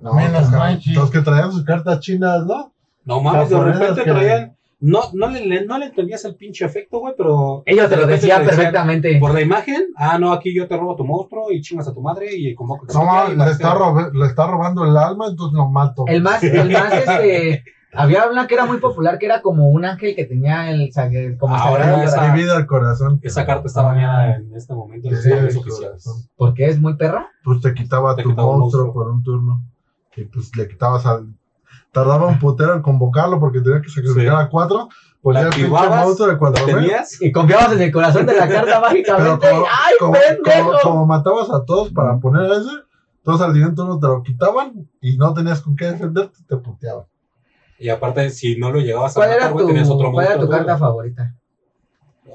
[SPEAKER 1] No,
[SPEAKER 2] Menos
[SPEAKER 1] no,
[SPEAKER 2] mal.
[SPEAKER 3] Los que traían sus cartas chinas, ¿no?
[SPEAKER 4] No mames, de
[SPEAKER 3] Las monedas
[SPEAKER 4] repente
[SPEAKER 3] que-
[SPEAKER 4] traían. No, no, le, le- no le entendías el pinche efecto, güey, pero.
[SPEAKER 1] Ellos te
[SPEAKER 4] de
[SPEAKER 1] lo
[SPEAKER 4] repente
[SPEAKER 1] decían
[SPEAKER 4] te decían,
[SPEAKER 1] perfectamente.
[SPEAKER 4] Por la imagen, ah, no, aquí yo te robo tu monstruo y chingas a tu madre y como que.
[SPEAKER 3] No,
[SPEAKER 4] y
[SPEAKER 3] mames,
[SPEAKER 4] la-
[SPEAKER 3] le está, robe- le está robando el alma, entonces lo mato.
[SPEAKER 1] El (laughs) más, el más, este... Había una que era muy popular, que era como un ángel que tenía el... sa- el- Como
[SPEAKER 4] Ahora
[SPEAKER 1] sagrado
[SPEAKER 4] esa-
[SPEAKER 1] corazón.
[SPEAKER 3] Mi vida al corazón.
[SPEAKER 4] Esa carta está baneada en este momento. en los
[SPEAKER 3] Ah. Sí,
[SPEAKER 4] cambios
[SPEAKER 3] el
[SPEAKER 4] oficiales.
[SPEAKER 3] corazón.
[SPEAKER 1] ¿Por qué es muy perra?
[SPEAKER 3] Pues te quitaba
[SPEAKER 4] Te
[SPEAKER 3] tu
[SPEAKER 4] quitaba un
[SPEAKER 3] monstruo,
[SPEAKER 4] monstruo.
[SPEAKER 3] por un turno. Y pues le quitabas al. Tardaba un putero en convocarlo porque tenía que sacrificar
[SPEAKER 4] Sí.
[SPEAKER 3] a cuatro. Pues
[SPEAKER 4] La
[SPEAKER 3] ya el pinche
[SPEAKER 4] activabas,
[SPEAKER 3] monstruo de
[SPEAKER 4] ¿Lo
[SPEAKER 3] cuatro mil.
[SPEAKER 4] tenías?
[SPEAKER 1] Y confiabas en el corazón de la (laughs) carta
[SPEAKER 3] Pero
[SPEAKER 1] mágicamente.
[SPEAKER 3] como,
[SPEAKER 1] ¡Ay,
[SPEAKER 3] como-
[SPEAKER 1] pendejo!
[SPEAKER 3] como- como matabas a todos para poner ese, entonces al siguiente turno te lo quitaban y no tenías con qué defenderte, te puteaban.
[SPEAKER 4] Y aparte, si no lo llegabas a
[SPEAKER 1] ¿Cuál
[SPEAKER 4] matar,
[SPEAKER 1] era
[SPEAKER 4] Ah, güey, tenías
[SPEAKER 1] tu,
[SPEAKER 4] otro
[SPEAKER 1] cuál era
[SPEAKER 4] monstruo.
[SPEAKER 1] tu carta
[SPEAKER 4] güey.
[SPEAKER 1] favorita?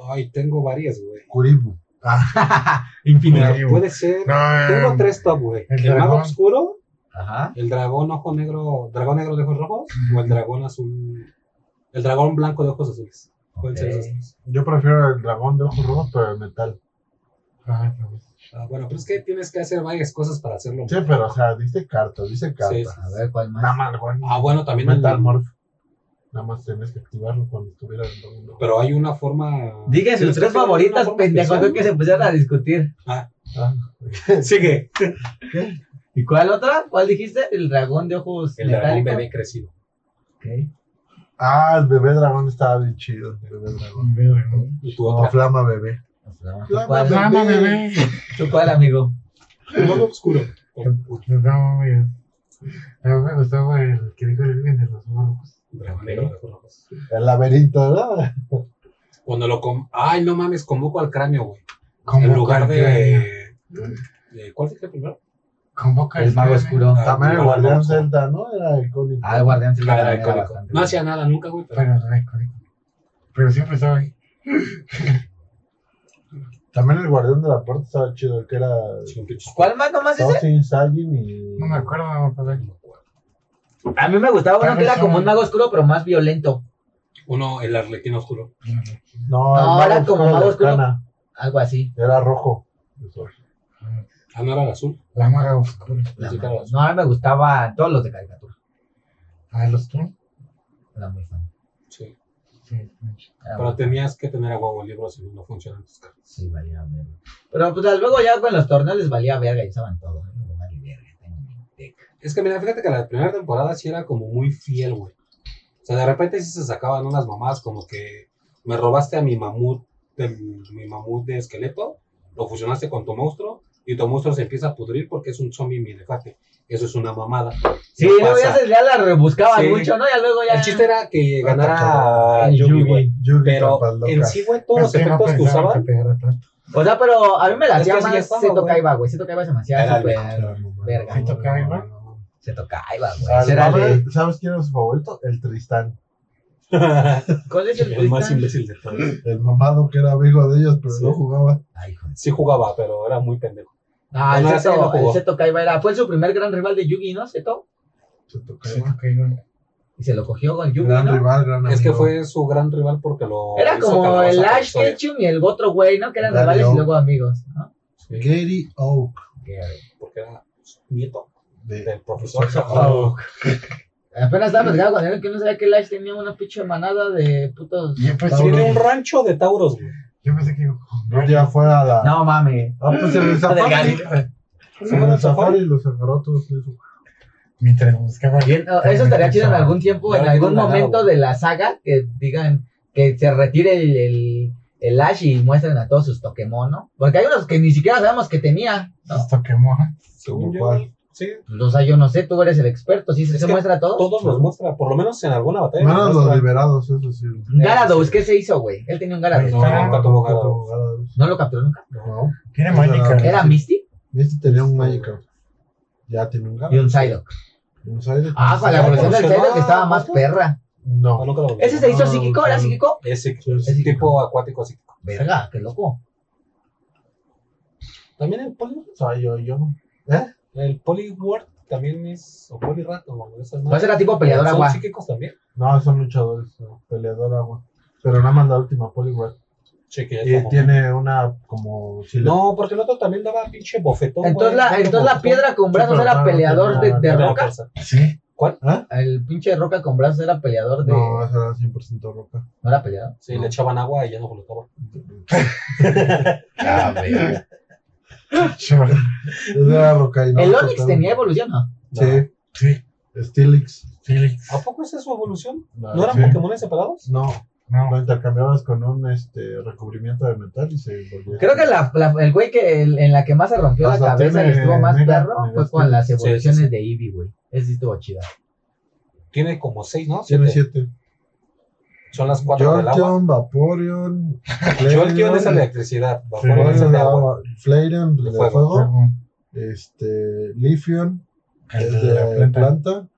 [SPEAKER 4] Ay, tengo varias, güey.
[SPEAKER 3] Curibu. Ah,
[SPEAKER 4] Mira,
[SPEAKER 2] Curibu.
[SPEAKER 4] Puede ser.
[SPEAKER 2] No,
[SPEAKER 4] Tengo tres top, güey.
[SPEAKER 2] El
[SPEAKER 4] El, mago
[SPEAKER 2] dragón.
[SPEAKER 4] oscuro,
[SPEAKER 1] Ajá.
[SPEAKER 4] el dragón ojo negro, dragón negro de ojos rojos, o el dragón azul. El dragón blanco de ojos azules. Pueden ser
[SPEAKER 1] Ok.
[SPEAKER 4] esos tres.
[SPEAKER 3] yo prefiero el dragón de ojos rojos, pero de metal.
[SPEAKER 2] Ah, no.
[SPEAKER 4] Ah, bueno, pero es que tienes que hacer varias cosas para hacerlo.
[SPEAKER 2] pues,
[SPEAKER 3] Sí, pero o sea, dice carta, dice carta.
[SPEAKER 4] Sí, sí.
[SPEAKER 1] A ver, ¿cuál más?
[SPEAKER 3] Nada más, güey.
[SPEAKER 4] Ah, bueno, también. el-
[SPEAKER 3] Metal Morph. Nada más tenías que activarlo cuando estuviera en domingo.
[SPEAKER 4] pero hay una forma.
[SPEAKER 1] Digan sus
[SPEAKER 4] Tienes que
[SPEAKER 1] tres
[SPEAKER 4] hacer una
[SPEAKER 1] favoritas,
[SPEAKER 4] forma
[SPEAKER 1] pendejos,
[SPEAKER 4] especial.
[SPEAKER 1] que se pusieron a discutir.
[SPEAKER 3] Ah,
[SPEAKER 4] Sigue.
[SPEAKER 1] ¿Y cuál otra? ¿Cuál dijiste? El dragón de ojos
[SPEAKER 4] El dragón
[SPEAKER 1] metálicos.
[SPEAKER 4] bebé crecido.
[SPEAKER 1] Ok.
[SPEAKER 3] Ah, el bebé dragón estaba bien chido. El bebé dragón.
[SPEAKER 4] Y tu
[SPEAKER 3] Como
[SPEAKER 4] otra.
[SPEAKER 3] flama bebé.
[SPEAKER 1] ¿Tú
[SPEAKER 3] Flama,
[SPEAKER 1] cuál,
[SPEAKER 2] Dama, bebé.
[SPEAKER 1] ¿Tú cuál, amigo?
[SPEAKER 2] Ah.
[SPEAKER 4] El mago oscuro.
[SPEAKER 2] No, güey. A mí me gustaba el que dijo el Edwin de los morros.
[SPEAKER 4] Dragón negro de ojos rojos.
[SPEAKER 3] El laberinto, ¿verdad?
[SPEAKER 4] Cuando lo com. Ay, no mames, convoco al cráneo, güey.
[SPEAKER 2] Convoco
[SPEAKER 4] en lugar
[SPEAKER 2] al
[SPEAKER 4] de. de- ¿Cuál fue el primero?
[SPEAKER 2] Convoca
[SPEAKER 1] El
[SPEAKER 2] al
[SPEAKER 1] mago
[SPEAKER 2] Kraven.
[SPEAKER 1] oscuro.
[SPEAKER 4] Ah,
[SPEAKER 3] También el
[SPEAKER 4] bueno,
[SPEAKER 3] guardián
[SPEAKER 4] vamos.
[SPEAKER 3] celta, ¿no? Era icónico.
[SPEAKER 1] Ah, el guardián sí
[SPEAKER 4] Claro,
[SPEAKER 1] era
[SPEAKER 4] icónico.
[SPEAKER 1] bastante
[SPEAKER 4] No
[SPEAKER 1] bien.
[SPEAKER 4] hacía nada nunca, güey. pero-
[SPEAKER 2] Pero era icónico. Pero siempre estaba ahí.
[SPEAKER 3] También el guardián de la puerta estaba chido, el que era.
[SPEAKER 1] ¿Cuál más nomás ese?
[SPEAKER 3] Tosin, Sajin y.
[SPEAKER 2] No me acuerdo, no me acuerdo.
[SPEAKER 1] A mí me gustaba uno
[SPEAKER 2] Tal
[SPEAKER 1] que
[SPEAKER 2] vez
[SPEAKER 1] era como
[SPEAKER 2] son-
[SPEAKER 1] un mago oscuro, pero más violento.
[SPEAKER 4] Uno, el arlequín oscuro.
[SPEAKER 3] No,
[SPEAKER 1] No,
[SPEAKER 3] el
[SPEAKER 1] era
[SPEAKER 3] mago
[SPEAKER 1] como
[SPEAKER 3] oscuro de
[SPEAKER 1] mago oscuro.
[SPEAKER 3] Arcana.
[SPEAKER 1] Algo así.
[SPEAKER 3] Era rojo.
[SPEAKER 4] Ah, no era el azul.
[SPEAKER 2] La maga oscura.
[SPEAKER 1] La
[SPEAKER 4] Sí,
[SPEAKER 1] mago.
[SPEAKER 4] claro.
[SPEAKER 1] No, a mí me gustaban todos los de caricatura.
[SPEAKER 2] Ah, los tú.
[SPEAKER 1] Era muy fan.
[SPEAKER 4] Sí.
[SPEAKER 2] Sí.
[SPEAKER 1] Era muy
[SPEAKER 4] Pero tenías que tener a huevo el libro si no, no funcionan tus cartas.
[SPEAKER 1] Sí, valía verga. Pero pues luego ya con los torneos les valía verga y usaban todo. ¿eh? Vale verga, tengo mi deck.
[SPEAKER 4] Es que mira, fíjate que la primera temporada sí era como muy fiel, güey. O sea, de repente sí se sacaban unas mamadas como que me robaste a mi mamut, de, mi mamut de esqueleto, lo fusionaste con tu monstruo y tu monstruo se empieza a pudrir porque es un zombie milefate. Eso es una mamada.
[SPEAKER 1] Sí,
[SPEAKER 4] No
[SPEAKER 1] luego ya,
[SPEAKER 4] pasa.
[SPEAKER 1] se, ya la rebuscaban
[SPEAKER 4] Sí.
[SPEAKER 1] mucho, ¿no? Ya luego ya.
[SPEAKER 4] El chiste era que
[SPEAKER 3] Ah,
[SPEAKER 4] ganara
[SPEAKER 3] cabrón.
[SPEAKER 4] Yugi, güey.
[SPEAKER 3] Yugi
[SPEAKER 4] Pero
[SPEAKER 3] Trapaloca.
[SPEAKER 4] en sí, güey,
[SPEAKER 2] Pero
[SPEAKER 4] todos los
[SPEAKER 2] sí, no
[SPEAKER 4] efectos que
[SPEAKER 2] pensaban
[SPEAKER 4] usaban
[SPEAKER 2] que pegara tanto.
[SPEAKER 1] O sea, pero a mí me la
[SPEAKER 4] Es
[SPEAKER 1] hacía
[SPEAKER 4] que así
[SPEAKER 1] más
[SPEAKER 4] estaba,
[SPEAKER 1] Seto
[SPEAKER 4] güey.
[SPEAKER 1] Kaiba, güey. Seto Kaiba se me hacía
[SPEAKER 4] Era el
[SPEAKER 1] súper verga.
[SPEAKER 2] ¿Ahí toca ahí, güey?
[SPEAKER 1] Seto Kaiba, güey.
[SPEAKER 3] Al
[SPEAKER 1] Ese era
[SPEAKER 3] mame,
[SPEAKER 1] de-
[SPEAKER 3] ¿Sabes quién es su favorito? El Tristán.
[SPEAKER 4] (laughs)
[SPEAKER 1] ¿Cuál es (laughs) el,
[SPEAKER 4] el más
[SPEAKER 1] Tristan?
[SPEAKER 4] imbécil de todos.
[SPEAKER 3] El mamado que era amigo de ellos, pero
[SPEAKER 4] Sí.
[SPEAKER 3] no jugaba.
[SPEAKER 1] Ay, hijo de-
[SPEAKER 4] Sí jugaba, pero era muy pendejo.
[SPEAKER 1] Ah,
[SPEAKER 4] No, no,
[SPEAKER 1] el
[SPEAKER 4] ese no
[SPEAKER 1] Seto,
[SPEAKER 4] jugó.
[SPEAKER 1] el Seto Kaiba era. Fue su primer gran rival de Yugi, ¿no? Seto.
[SPEAKER 3] Se tocó.
[SPEAKER 2] Sí, toca ahí, güey.
[SPEAKER 1] Y se lo cogió con Yugi,
[SPEAKER 3] Gran
[SPEAKER 1] ¿no?
[SPEAKER 3] rival, gran amigo.
[SPEAKER 4] Es que fue su gran rival porque lo.
[SPEAKER 1] Era
[SPEAKER 4] hizo
[SPEAKER 1] como
[SPEAKER 4] calabaza
[SPEAKER 1] el
[SPEAKER 4] con
[SPEAKER 1] Ash
[SPEAKER 4] Sawyer.
[SPEAKER 1] Ketchum y el otro güey, ¿no? Que eran
[SPEAKER 3] Dario.
[SPEAKER 1] rivales y luego amigos, ¿no?
[SPEAKER 4] Sí,
[SPEAKER 3] Gary Oak.
[SPEAKER 4] Porque era nieto
[SPEAKER 3] De...
[SPEAKER 4] del profesor. Ah,
[SPEAKER 1] Oh. Apenas estaba mezclado con él, que no sabía que el Ash tenía una pinche manada de putos.
[SPEAKER 2] Yo pensé,
[SPEAKER 4] pues Tiene un rancho de Tauros, güey.
[SPEAKER 2] yo pensé que
[SPEAKER 3] No, ya fue a la.
[SPEAKER 1] No mames.
[SPEAKER 3] Ah,
[SPEAKER 1] (laughs)
[SPEAKER 3] pues en el safari.
[SPEAKER 4] Se
[SPEAKER 3] En
[SPEAKER 4] fue
[SPEAKER 3] el
[SPEAKER 4] al safari.
[SPEAKER 3] safari los agarró todos. esos.
[SPEAKER 2] mientras buscaba.
[SPEAKER 1] Y en- oh, eso estaría chido en algún tiempo,
[SPEAKER 4] Ya
[SPEAKER 1] en
[SPEAKER 4] no
[SPEAKER 1] algún
[SPEAKER 4] tiene nada,
[SPEAKER 1] momento
[SPEAKER 4] güey.
[SPEAKER 1] de la saga, que digan que se retire el, el, el Ash y muestren a todos sus Pokémon, ¿no? Porque hay unos que ni siquiera sabemos que tenía. ¿no?
[SPEAKER 2] Sus Pokémon.
[SPEAKER 4] Según yo,
[SPEAKER 3] ¿Cuál?
[SPEAKER 4] Sí,
[SPEAKER 1] O sea, yo no sé, tú eres el experto, ¿sí se,
[SPEAKER 4] Es
[SPEAKER 1] se
[SPEAKER 4] que
[SPEAKER 1] muestra a todos?
[SPEAKER 4] todos los muestra, por lo menos en alguna batalla.
[SPEAKER 3] Menos
[SPEAKER 4] los
[SPEAKER 3] los
[SPEAKER 4] muestra.
[SPEAKER 3] liberados, eso sí.
[SPEAKER 1] Garados, ¿qué se hizo, güey? Él tenía un Garados.
[SPEAKER 4] No,
[SPEAKER 1] No.
[SPEAKER 4] nunca tuvo Gyarados.
[SPEAKER 1] lo capturó nunca.
[SPEAKER 3] No.
[SPEAKER 2] Tiene mágica.
[SPEAKER 3] Era-
[SPEAKER 1] Era Misty
[SPEAKER 3] Misty Este tenía un Magikarp. Ya tiene un
[SPEAKER 1] y
[SPEAKER 3] Gyarados.
[SPEAKER 1] un Psylocke.
[SPEAKER 3] Un Psyduck.
[SPEAKER 1] Ah, con la evolución del
[SPEAKER 4] evolucionaba,
[SPEAKER 1] Psylocke estaba más
[SPEAKER 4] ¿no?
[SPEAKER 1] perra.
[SPEAKER 4] No,
[SPEAKER 3] No.
[SPEAKER 4] nunca lo
[SPEAKER 1] ¿Ese se hizo
[SPEAKER 3] No,
[SPEAKER 1] psíquico? ¿Era
[SPEAKER 3] no.
[SPEAKER 1] psíquico?
[SPEAKER 4] Es psíquico,
[SPEAKER 1] Es psíquico.
[SPEAKER 4] tipo acuático psíquico.
[SPEAKER 1] Verga, qué loco.
[SPEAKER 4] También el poli,
[SPEAKER 3] Soy yo, yo.
[SPEAKER 4] el poliword también es, o polirat, o esas
[SPEAKER 1] Va a ser tipo peleador
[SPEAKER 4] Son
[SPEAKER 1] agua.
[SPEAKER 4] psíquicos también.
[SPEAKER 3] No, son luchadores. no, Peleador agua. Pero nada más la última Poliwag.
[SPEAKER 4] Sí, que ya
[SPEAKER 3] Y
[SPEAKER 4] como-
[SPEAKER 3] tiene una como. si le-
[SPEAKER 4] No, porque el otro también daba pinche bofetón.
[SPEAKER 1] Entonces la,
[SPEAKER 4] güey.
[SPEAKER 1] entonces la
[SPEAKER 4] Bofetón.
[SPEAKER 1] piedra con brazos
[SPEAKER 3] pero
[SPEAKER 1] era
[SPEAKER 3] no, no
[SPEAKER 1] peleador de,
[SPEAKER 3] tenía-
[SPEAKER 1] de
[SPEAKER 3] no
[SPEAKER 4] Era
[SPEAKER 1] roca.
[SPEAKER 4] persa.
[SPEAKER 2] Sí.
[SPEAKER 1] El pinche roca con brazos era peleador de.
[SPEAKER 3] No,
[SPEAKER 1] No,
[SPEAKER 3] esa era 100% roca.
[SPEAKER 1] era peleador.
[SPEAKER 4] Sí, le echaban agua y ya no flotaba.
[SPEAKER 2] Sure.
[SPEAKER 3] Esa era roca y no.
[SPEAKER 1] el
[SPEAKER 3] no
[SPEAKER 1] Onix
[SPEAKER 3] cortaron.
[SPEAKER 1] tenía evolución, ¿no?
[SPEAKER 3] Sí.
[SPEAKER 2] Sí.
[SPEAKER 3] Stilix.
[SPEAKER 2] Felix.
[SPEAKER 4] ¿A poco esa es su evolución?
[SPEAKER 3] No,
[SPEAKER 4] ¿No eran
[SPEAKER 2] sí.
[SPEAKER 4] Pokémon separados?
[SPEAKER 3] No, lo
[SPEAKER 2] No.
[SPEAKER 3] intercambiabas con un este, recubrimiento de metal y se volvía.
[SPEAKER 1] Creo que la, la- el güey que el- en la que más se rompió la
[SPEAKER 3] Hasta
[SPEAKER 1] cabeza y
[SPEAKER 3] tiene
[SPEAKER 1] estuvo más
[SPEAKER 3] mega-
[SPEAKER 1] perro
[SPEAKER 3] mega
[SPEAKER 1] fue con las
[SPEAKER 4] sí, sí.
[SPEAKER 1] evoluciones de Eevee, güey. Ese sí estuvo chida.
[SPEAKER 4] Tiene como seis, ¿no?
[SPEAKER 3] Tiene
[SPEAKER 4] Siete.
[SPEAKER 3] 7.
[SPEAKER 4] Son las cuatro del agua.
[SPEAKER 3] Jolteon, Vaporeon.
[SPEAKER 4] Yo el tío
[SPEAKER 3] Flareon,
[SPEAKER 4] de esa electricidad. Vaporeon
[SPEAKER 3] Flareon
[SPEAKER 4] es el
[SPEAKER 3] de
[SPEAKER 4] de agua.
[SPEAKER 3] agua. Flareon
[SPEAKER 4] De
[SPEAKER 3] de
[SPEAKER 4] fuego.
[SPEAKER 3] fuego. Este, Lifion
[SPEAKER 2] El
[SPEAKER 3] es
[SPEAKER 2] de la planta.
[SPEAKER 3] planta.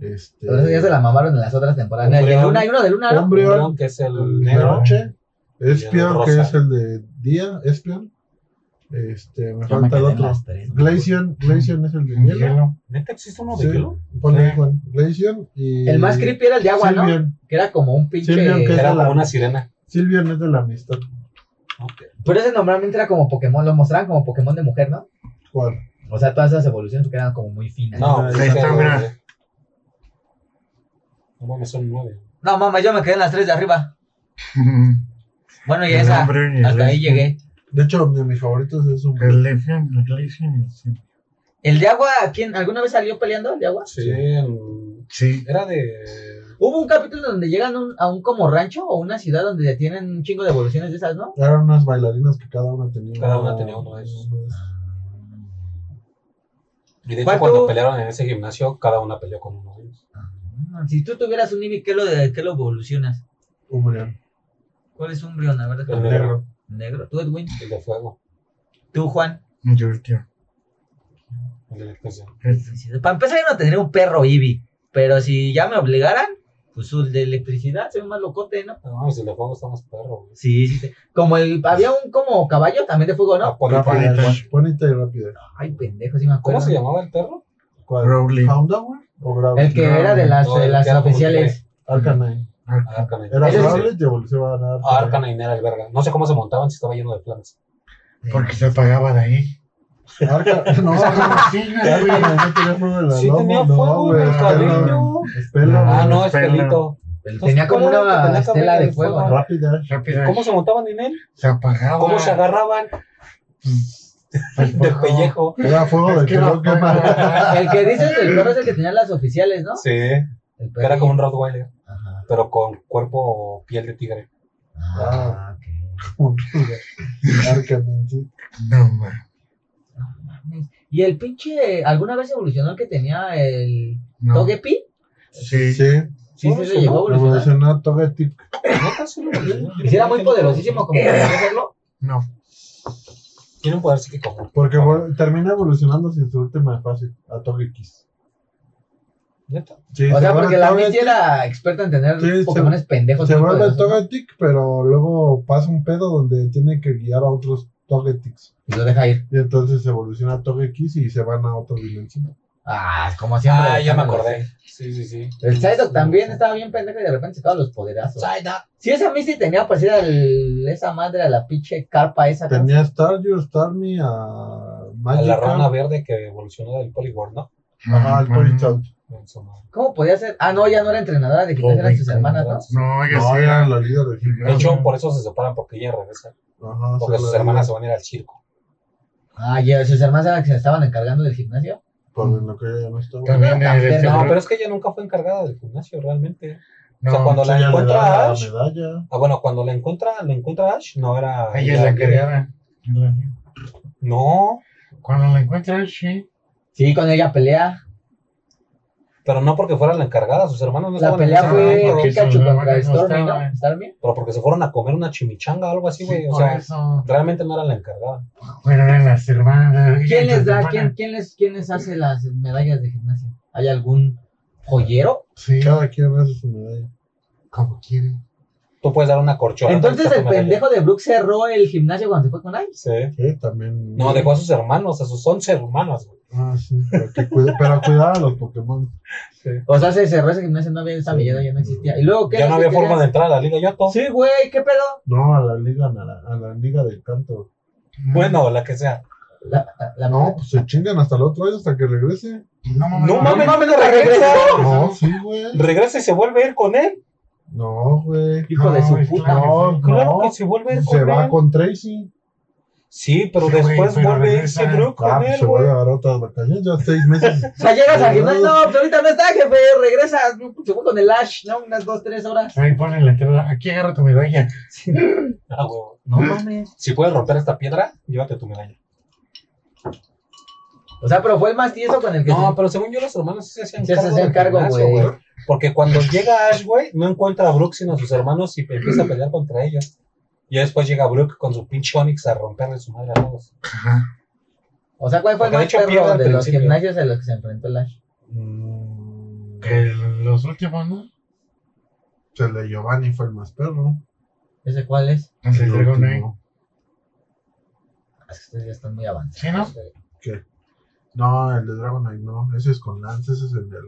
[SPEAKER 3] Este,
[SPEAKER 1] Pero eso ya se la mamaron en las otras temporadas.
[SPEAKER 4] Umbreon.
[SPEAKER 1] El de Luna, hay uno de Luna, ¿no?
[SPEAKER 3] Umbreon,
[SPEAKER 4] Umbreon, que es el
[SPEAKER 3] el de
[SPEAKER 4] negro.
[SPEAKER 3] noche. Espion, que
[SPEAKER 4] rosa.
[SPEAKER 3] es el de día. Espion. Este, me
[SPEAKER 1] Yo me
[SPEAKER 3] falta el
[SPEAKER 1] quedé en
[SPEAKER 3] otro.
[SPEAKER 1] las tres, güey.
[SPEAKER 3] Glaceon, Glaceon es el de
[SPEAKER 2] El
[SPEAKER 3] hielo.
[SPEAKER 2] hielo.
[SPEAKER 4] ¿Neta existe uno
[SPEAKER 3] Sí.
[SPEAKER 4] de hielo?
[SPEAKER 3] Ponle
[SPEAKER 2] Sí.
[SPEAKER 3] Juan. Glaceon y.
[SPEAKER 1] El más creepy era el de agua, ¿no?
[SPEAKER 3] Sylveon.
[SPEAKER 1] Que era como un pinche.
[SPEAKER 3] Sylveon, que-
[SPEAKER 4] Era como
[SPEAKER 3] la-
[SPEAKER 4] una sirena.
[SPEAKER 3] Sylveon es de la amistad.
[SPEAKER 1] Pero ese normalmente era como Pokémon, lo mostraban como Pokémon de mujer, ¿no?
[SPEAKER 3] ¿Cuál?
[SPEAKER 1] O sea, todas esas evoluciones que eran como muy finas.
[SPEAKER 4] No,
[SPEAKER 3] Ahí
[SPEAKER 4] pues
[SPEAKER 2] está,
[SPEAKER 4] pero-
[SPEAKER 2] mira.
[SPEAKER 4] No mames, son nueve.
[SPEAKER 1] no mames, yo me quedé en las tres de arriba.
[SPEAKER 2] (laughs)
[SPEAKER 1] Bueno, y
[SPEAKER 2] El
[SPEAKER 1] esa,
[SPEAKER 2] hombre y el
[SPEAKER 1] hasta ahí
[SPEAKER 2] este.
[SPEAKER 1] llegué.
[SPEAKER 3] De hecho, de mis favoritos es un.
[SPEAKER 2] El Lefion, el Glaceon, sí.
[SPEAKER 1] ¿El de agua, quién, alguna vez salió peleando el de agua?
[SPEAKER 4] Sí, en-
[SPEAKER 2] Sí.
[SPEAKER 4] era de.
[SPEAKER 1] Hubo un capítulo donde llegan un- a un como rancho o una ciudad donde tienen un chingo de evoluciones de esas, ¿no?
[SPEAKER 3] Eran unas bailarinas que cada una tenía.
[SPEAKER 4] Cada una tenía uno de esos.
[SPEAKER 3] uno de esos.
[SPEAKER 4] Y de hecho,
[SPEAKER 1] ¿Cuánto?
[SPEAKER 4] cuando pelearon en ese gimnasio, cada una peleó con uno de ellos.
[SPEAKER 1] Mm, Si tú tuvieras un Eevee, ¿qué lo, de- qué lo evolucionas?
[SPEAKER 3] Umbreon.
[SPEAKER 1] ¿Cuál es un brión? A ver,
[SPEAKER 4] El
[SPEAKER 1] déjame-
[SPEAKER 4] negro,
[SPEAKER 3] negro.
[SPEAKER 1] negro. ¿Tú, Edwin?
[SPEAKER 4] el de fuego,
[SPEAKER 1] ¿Tú, Juan?
[SPEAKER 2] Yo el tío.
[SPEAKER 4] el de electricidad.
[SPEAKER 2] Este.
[SPEAKER 1] Para empezar, yo no tendría un perro Eevee. Pero si ya me obligaran, pues el de electricidad se ve más locote, ¿no?
[SPEAKER 4] No mames, el de fuego está más perro, güey.
[SPEAKER 1] Sí, sí, sí. Como el, había un como caballo también de fuego, ¿no?
[SPEAKER 4] Apolita.
[SPEAKER 2] Apolita. Bonita.
[SPEAKER 3] Bonita y rápida.
[SPEAKER 1] Ay, pendejo, sí me acuerdo.
[SPEAKER 4] ¿Cómo se llamaba el perro?
[SPEAKER 3] ¿Cuál?
[SPEAKER 2] Rowley.
[SPEAKER 3] ¿Houndour o Growlithe?
[SPEAKER 1] El que era de las,
[SPEAKER 4] No,
[SPEAKER 1] de
[SPEAKER 4] el
[SPEAKER 1] las
[SPEAKER 4] que era como
[SPEAKER 1] oficiales.
[SPEAKER 3] Arcanine.
[SPEAKER 4] Arcanine.
[SPEAKER 3] Era
[SPEAKER 1] Ese-
[SPEAKER 3] Growlithe y evolucionaba a
[SPEAKER 4] Ah, Arcanine era el verga. No sé cómo se montaban si estaba lleno de planes.
[SPEAKER 2] Porque se apagaba de ahí.
[SPEAKER 3] Arcanine. (laughs)
[SPEAKER 2] (laughs)
[SPEAKER 3] No, Arcanine
[SPEAKER 2] Sí,
[SPEAKER 3] no tenía fuego en la
[SPEAKER 4] Sí,
[SPEAKER 3] lomo,
[SPEAKER 4] tenía
[SPEAKER 3] no,
[SPEAKER 4] fuego en el
[SPEAKER 3] güey, pelo,
[SPEAKER 4] cabello.
[SPEAKER 3] es pelo,
[SPEAKER 4] Ah,
[SPEAKER 3] güey.
[SPEAKER 4] no, es
[SPEAKER 2] Pelo.
[SPEAKER 4] pelito.
[SPEAKER 1] Él Tenía como
[SPEAKER 4] ¿Cuál Pues, era el
[SPEAKER 1] una
[SPEAKER 4] que tenía
[SPEAKER 1] estela
[SPEAKER 4] cabello
[SPEAKER 1] de
[SPEAKER 4] de
[SPEAKER 1] fuego.
[SPEAKER 4] fuego?
[SPEAKER 1] ¿no?
[SPEAKER 3] Rápida.
[SPEAKER 2] Rápido. Ah,
[SPEAKER 4] ¿Cómo se montaban en él?
[SPEAKER 2] Se apagaba.
[SPEAKER 4] ¿Cómo se agarraban? de pellejo.
[SPEAKER 3] Era fuego
[SPEAKER 2] Es
[SPEAKER 3] de
[SPEAKER 2] que
[SPEAKER 3] que
[SPEAKER 2] no,
[SPEAKER 3] no quema.
[SPEAKER 1] El que dices del perro es el que tenía las oficiales, ¿no?
[SPEAKER 4] Sí, que
[SPEAKER 1] El
[SPEAKER 4] era como un Rottweiler,
[SPEAKER 1] Ajá.
[SPEAKER 4] pero con cuerpo o piel de tigre.
[SPEAKER 1] Ah, ok.
[SPEAKER 3] (laughs) Arkham, sí.
[SPEAKER 2] (laughs) No, ma,
[SPEAKER 1] Mames. Y el pinche, ¿alguna vez evolucionó el que tenía el
[SPEAKER 2] no.
[SPEAKER 1] Togepi?
[SPEAKER 2] Sí.
[SPEAKER 3] Sí,
[SPEAKER 1] Sí, sí, se llegó a evolucionar.
[SPEAKER 3] evolucionó a Togetic.
[SPEAKER 4] Neta, sí lo evolucionó.
[SPEAKER 1] Y si era muy poderosísimo como para hacerlo.
[SPEAKER 2] No.
[SPEAKER 4] Tiene un poder psíquico. güey.
[SPEAKER 3] Porque vol- termina evolucionando sin su última fase, a Togekiss.
[SPEAKER 4] Neta.
[SPEAKER 3] Sí,
[SPEAKER 1] O
[SPEAKER 3] se
[SPEAKER 1] sea,
[SPEAKER 3] vuelve
[SPEAKER 1] porque la
[SPEAKER 3] Togetic,
[SPEAKER 1] Misty era experta en tener
[SPEAKER 3] Sí, se-
[SPEAKER 1] Pokémones pendejos.
[SPEAKER 3] Se
[SPEAKER 1] muy
[SPEAKER 3] vuelve
[SPEAKER 1] poderosos,
[SPEAKER 3] Togetic, pero luego pasa un pedo donde tiene que guiar a otros Togetics.
[SPEAKER 1] Y lo deja ir.
[SPEAKER 3] Y entonces evoluciona a Togekiss y se van a otra dimensión.
[SPEAKER 1] Ah, como siempre.
[SPEAKER 4] Ah, ya me
[SPEAKER 1] dejándolo
[SPEAKER 4] acordé.
[SPEAKER 1] así.
[SPEAKER 4] Sí, sí, sí.
[SPEAKER 1] El Psyduck también estaba bien pendejo y de repente sacaba los poderazos.
[SPEAKER 4] Psyduck.
[SPEAKER 1] Si esa Misty tenía parecida al, esa madre a la pinche carpa esa. ¿no?
[SPEAKER 3] Tenía a Staryu, Starmie, a
[SPEAKER 4] A
[SPEAKER 3] Magic.
[SPEAKER 4] la rana verde que evolucionó del Poliwar, ¿no?
[SPEAKER 3] Ajá, al
[SPEAKER 2] Mm,
[SPEAKER 3] Polichot.
[SPEAKER 4] En su madre.
[SPEAKER 1] ¿Cómo podía ser? Ah, no, ya no era entrenadora de
[SPEAKER 2] Oh,
[SPEAKER 1] gimnasia, eran
[SPEAKER 2] güey,
[SPEAKER 1] sus hermanas, ¿no?
[SPEAKER 2] No, ya
[SPEAKER 3] No,
[SPEAKER 2] sí.
[SPEAKER 3] eran los líderes.
[SPEAKER 4] De
[SPEAKER 2] Primero,
[SPEAKER 4] hecho,
[SPEAKER 2] ¿no?
[SPEAKER 4] por eso se separan, porque ella regresa.
[SPEAKER 3] Ajá,
[SPEAKER 4] Porque
[SPEAKER 3] son
[SPEAKER 4] sus
[SPEAKER 3] las
[SPEAKER 4] hermanas se
[SPEAKER 3] líderes.
[SPEAKER 4] van a ir al circo.
[SPEAKER 1] Ah, ya, sus hermanas eran las que se estaban encargando del gimnasio.
[SPEAKER 3] Por lo que yo ya no estaba.
[SPEAKER 2] También
[SPEAKER 1] No,
[SPEAKER 2] el
[SPEAKER 1] también,
[SPEAKER 2] este,
[SPEAKER 1] no,
[SPEAKER 4] No,
[SPEAKER 2] bro-
[SPEAKER 4] pero es que ella nunca fue encargada del gimnasio, realmente.
[SPEAKER 2] no,
[SPEAKER 4] o sea, cuando
[SPEAKER 3] Sí,
[SPEAKER 4] la
[SPEAKER 3] ya le
[SPEAKER 4] encuentra
[SPEAKER 3] da la
[SPEAKER 4] Ash.
[SPEAKER 3] medalla.
[SPEAKER 4] Ah, bueno, cuando la encuentra, la encuentra Ash, no era.
[SPEAKER 2] ella es la encargada.
[SPEAKER 4] No,
[SPEAKER 2] Cuando la encuentras, sí.
[SPEAKER 1] Sí, con ella pelea.
[SPEAKER 4] pero no porque fuera la encargada, sus hermanos no
[SPEAKER 1] La
[SPEAKER 4] estaban
[SPEAKER 1] pelea
[SPEAKER 4] en ese
[SPEAKER 2] no,
[SPEAKER 1] fue
[SPEAKER 4] momento,
[SPEAKER 2] porque
[SPEAKER 1] Pikachu
[SPEAKER 2] sus
[SPEAKER 1] contra
[SPEAKER 2] hermanos no
[SPEAKER 1] Stormy, ¿no?
[SPEAKER 2] estaban.
[SPEAKER 1] ¿Stormy?
[SPEAKER 4] Pero porque se fueron a comer una chimichanga o algo así,
[SPEAKER 2] Sí,
[SPEAKER 4] güey. o
[SPEAKER 2] por
[SPEAKER 4] sea,
[SPEAKER 2] eso.
[SPEAKER 4] realmente no era la encargada.
[SPEAKER 2] Pero eran las hermanas. ella
[SPEAKER 1] ¿Quién
[SPEAKER 2] y
[SPEAKER 1] les
[SPEAKER 2] su
[SPEAKER 1] da,
[SPEAKER 2] hermana.
[SPEAKER 1] quién, quién, les, quién les hace las medallas de gimnasia? ¿Hay algún joyero?
[SPEAKER 2] Sí,
[SPEAKER 3] Cada quien hace su medalla.
[SPEAKER 2] como quiere.
[SPEAKER 4] Tú puedes dar una corchona.
[SPEAKER 1] Entonces
[SPEAKER 4] ahorita
[SPEAKER 1] el
[SPEAKER 4] tú me la
[SPEAKER 1] pendejo de Brooks cerró el gimnasio cuando se fue con Ice.
[SPEAKER 4] llevas. Sí.
[SPEAKER 3] Sí, también.
[SPEAKER 4] No, dejó a sus hermanos, a sus 11 hermanos, güey.
[SPEAKER 3] Ah, sí. Pero, que cuida- pero cuidaba a los Pokémon.
[SPEAKER 1] O sea, se cerró ese gimnasio, no había esa millada, ya no existía. ¿Y luego qué?
[SPEAKER 4] Ya no había forma de
[SPEAKER 1] querías?
[SPEAKER 4] entrar a la liga Yoto.
[SPEAKER 1] Sí, güey, ¿qué pedo?
[SPEAKER 3] No, a la Liga Nara- a la Liga del Canto.
[SPEAKER 4] Bueno, la que sea.
[SPEAKER 1] La, la-
[SPEAKER 3] No, pues se chingan hasta el otro año hasta que regrese.
[SPEAKER 2] No mames.
[SPEAKER 4] No
[SPEAKER 2] no
[SPEAKER 4] mames, no
[SPEAKER 1] no
[SPEAKER 4] regresa.
[SPEAKER 1] regresa.
[SPEAKER 3] No, sí, güey.
[SPEAKER 4] Regresa y se vuelve a ir con él.
[SPEAKER 3] No, güey.
[SPEAKER 1] hijo de
[SPEAKER 2] No,
[SPEAKER 1] su
[SPEAKER 2] güey,
[SPEAKER 1] puta.
[SPEAKER 2] claro.
[SPEAKER 3] No,
[SPEAKER 4] Claro que
[SPEAKER 3] no.
[SPEAKER 4] se vuelve a
[SPEAKER 1] Pues,
[SPEAKER 4] ir con
[SPEAKER 3] Se va
[SPEAKER 4] él.
[SPEAKER 3] con Tracy.
[SPEAKER 4] Sí, pero
[SPEAKER 2] Sí, güey,
[SPEAKER 4] después
[SPEAKER 2] pero
[SPEAKER 4] vuelve a
[SPEAKER 2] regresa.
[SPEAKER 4] irse Drew con
[SPEAKER 3] Ah, pues
[SPEAKER 4] él,
[SPEAKER 3] se
[SPEAKER 4] güey.
[SPEAKER 3] vuelve a agarrar otras vacaciones. Ya seis
[SPEAKER 1] (laughs)
[SPEAKER 3] meses.
[SPEAKER 1] O sea, llegas al
[SPEAKER 3] Claro.
[SPEAKER 1] gimnasio, no, pues ahorita no está, jefe, regresas, se fue con el Ash, ¿no? Unas dos, tres horas.
[SPEAKER 2] Ahí pone la entrada. Aquí agarra tu medalla.
[SPEAKER 4] Ah, güey.
[SPEAKER 1] No mames.
[SPEAKER 4] Si puedes romper esta piedra, llévate tu medalla.
[SPEAKER 1] O sea, pero fue el más tieso con el que
[SPEAKER 4] No, pero según yo, los hermanos sí se hacían
[SPEAKER 1] se, se,
[SPEAKER 4] cargo.
[SPEAKER 1] hace el
[SPEAKER 4] del
[SPEAKER 1] cargo,
[SPEAKER 4] gimnasio,
[SPEAKER 1] güey.
[SPEAKER 4] Porque cuando llega Ash, güey, no encuentra a Brook sino a sus hermanos y empieza a pelear contra ellos. Y después llega Brook con su pinche Onix a romperle su madre a todos.
[SPEAKER 2] Ajá.
[SPEAKER 1] O sea, ¿cuál fue el
[SPEAKER 4] Porque de
[SPEAKER 1] más
[SPEAKER 4] hecho, pierde
[SPEAKER 1] perro
[SPEAKER 4] al
[SPEAKER 1] de los
[SPEAKER 4] principio.
[SPEAKER 1] gimnasios en los que se enfrentó el Ash?
[SPEAKER 4] Mm,
[SPEAKER 2] Que los últimos, ¿no?
[SPEAKER 3] El de Giovanni fue el más perro.
[SPEAKER 1] ¿Ese cuál es?
[SPEAKER 2] No sé,
[SPEAKER 3] El
[SPEAKER 2] luego no hay.
[SPEAKER 3] último.
[SPEAKER 1] Ah, Es que ustedes ya están muy avanzados.
[SPEAKER 2] Sí, ¿no?
[SPEAKER 3] No, el de Dragonite no. Ese es con Lance, ese es el del.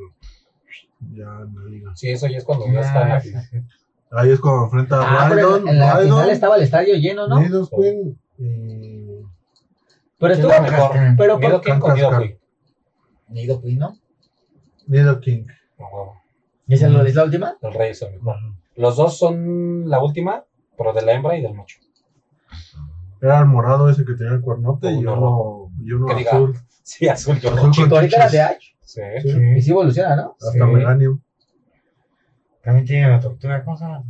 [SPEAKER 3] Ya en la liga.
[SPEAKER 4] Sí, eso ya es cuando Pues, ya está
[SPEAKER 2] Ah,
[SPEAKER 4] en la final.
[SPEAKER 3] Ahí es cuando enfrenta
[SPEAKER 1] Ah,
[SPEAKER 3] a
[SPEAKER 1] pero en-
[SPEAKER 3] Raidon,
[SPEAKER 1] en la final
[SPEAKER 3] Raidon,
[SPEAKER 1] estaba el estadio lleno, ¿no?
[SPEAKER 3] Nidos Queen y.
[SPEAKER 1] Pero
[SPEAKER 4] ¿Quién
[SPEAKER 1] estuvo
[SPEAKER 4] era
[SPEAKER 1] mejor.
[SPEAKER 4] mejor?
[SPEAKER 2] mejor.
[SPEAKER 1] Pero
[SPEAKER 4] Nido
[SPEAKER 1] por qué
[SPEAKER 4] King con Nido
[SPEAKER 3] Cascar.
[SPEAKER 4] Queen.
[SPEAKER 1] Nido Queen, pues, ¿no?
[SPEAKER 3] Nido King.
[SPEAKER 4] A huevo.
[SPEAKER 1] ¿Y esa
[SPEAKER 4] Mm.
[SPEAKER 1] es la última?
[SPEAKER 4] Oh, El rey es el mejor. Los dos son la última, pero de la hembra y del macho. (laughs)
[SPEAKER 3] Era el morado ese que tenía el cuernote y
[SPEAKER 4] Uno
[SPEAKER 3] uno, y uno
[SPEAKER 4] Que diga,
[SPEAKER 3] azul.
[SPEAKER 4] Sí, azul yo
[SPEAKER 3] Azul con
[SPEAKER 4] no.
[SPEAKER 1] Ahorita
[SPEAKER 3] Ah, chichis.
[SPEAKER 1] las de Ash.
[SPEAKER 4] Sí.
[SPEAKER 1] Y
[SPEAKER 2] Sí.
[SPEAKER 1] sí evoluciona, ¿no?
[SPEAKER 3] Hasta
[SPEAKER 2] Sí.
[SPEAKER 3] Melanium.
[SPEAKER 2] También tiene la tortuga. ¿Cómo se llama?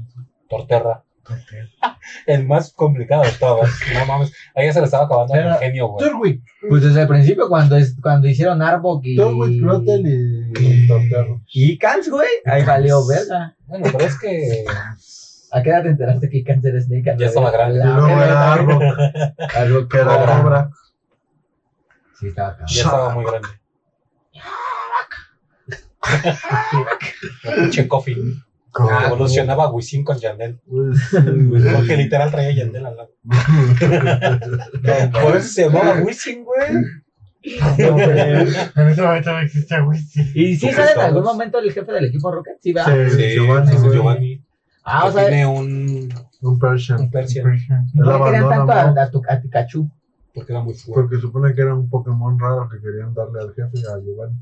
[SPEAKER 4] Torterra.
[SPEAKER 2] Tortuga.
[SPEAKER 4] (laughs) El más complicado de todos. No mames. Ahí ya se le estaba acabando el
[SPEAKER 3] Era-
[SPEAKER 4] ingenio, güey.
[SPEAKER 3] Turwick.
[SPEAKER 1] Pues desde el principio, cuando, es, cuando hicieron Arbok y.
[SPEAKER 3] Turwick, Crotel y Torterro.
[SPEAKER 1] Y Cans, güey. Ahí valió verga.
[SPEAKER 4] Bueno, pero es que.
[SPEAKER 1] ¿A qué edad te enteraste que Cans era Snake?
[SPEAKER 4] Ya estaba grande.
[SPEAKER 3] Y luego era Arbok,
[SPEAKER 1] Arbok
[SPEAKER 3] que era
[SPEAKER 4] Cobra.
[SPEAKER 3] Cobra.
[SPEAKER 1] Sí, estaba acá.
[SPEAKER 4] Ya estaba muy grande. La pinche coffee.
[SPEAKER 3] Cobra.
[SPEAKER 4] Evolucionaba a Wisin con Yandel.
[SPEAKER 3] Ah. Pues, sí, güey.
[SPEAKER 4] Porque literal traía Yandel al lado. (laughs) Por eso se llamaba Wisin, güey.
[SPEAKER 2] En ese momento no existía whisky.
[SPEAKER 1] ¿Y sí sale en algún momento el jefe del equipo Rocket? Sí, ¿verdad?
[SPEAKER 3] Sí, Giovanni,
[SPEAKER 4] ese es
[SPEAKER 3] güey.
[SPEAKER 4] Giovanni.
[SPEAKER 1] Ah, o
[SPEAKER 4] que
[SPEAKER 1] sea,
[SPEAKER 4] tiene un,
[SPEAKER 3] Un
[SPEAKER 4] un
[SPEAKER 3] Persian.
[SPEAKER 4] Persian.
[SPEAKER 1] no le querían
[SPEAKER 3] abandona,
[SPEAKER 1] tanto a,
[SPEAKER 3] ¿no?
[SPEAKER 1] a tu, a Pikachu.
[SPEAKER 4] Porque era muy fuerte.
[SPEAKER 3] Porque supone que era un Pokémon raro que querían darle al jefe a Giovanni.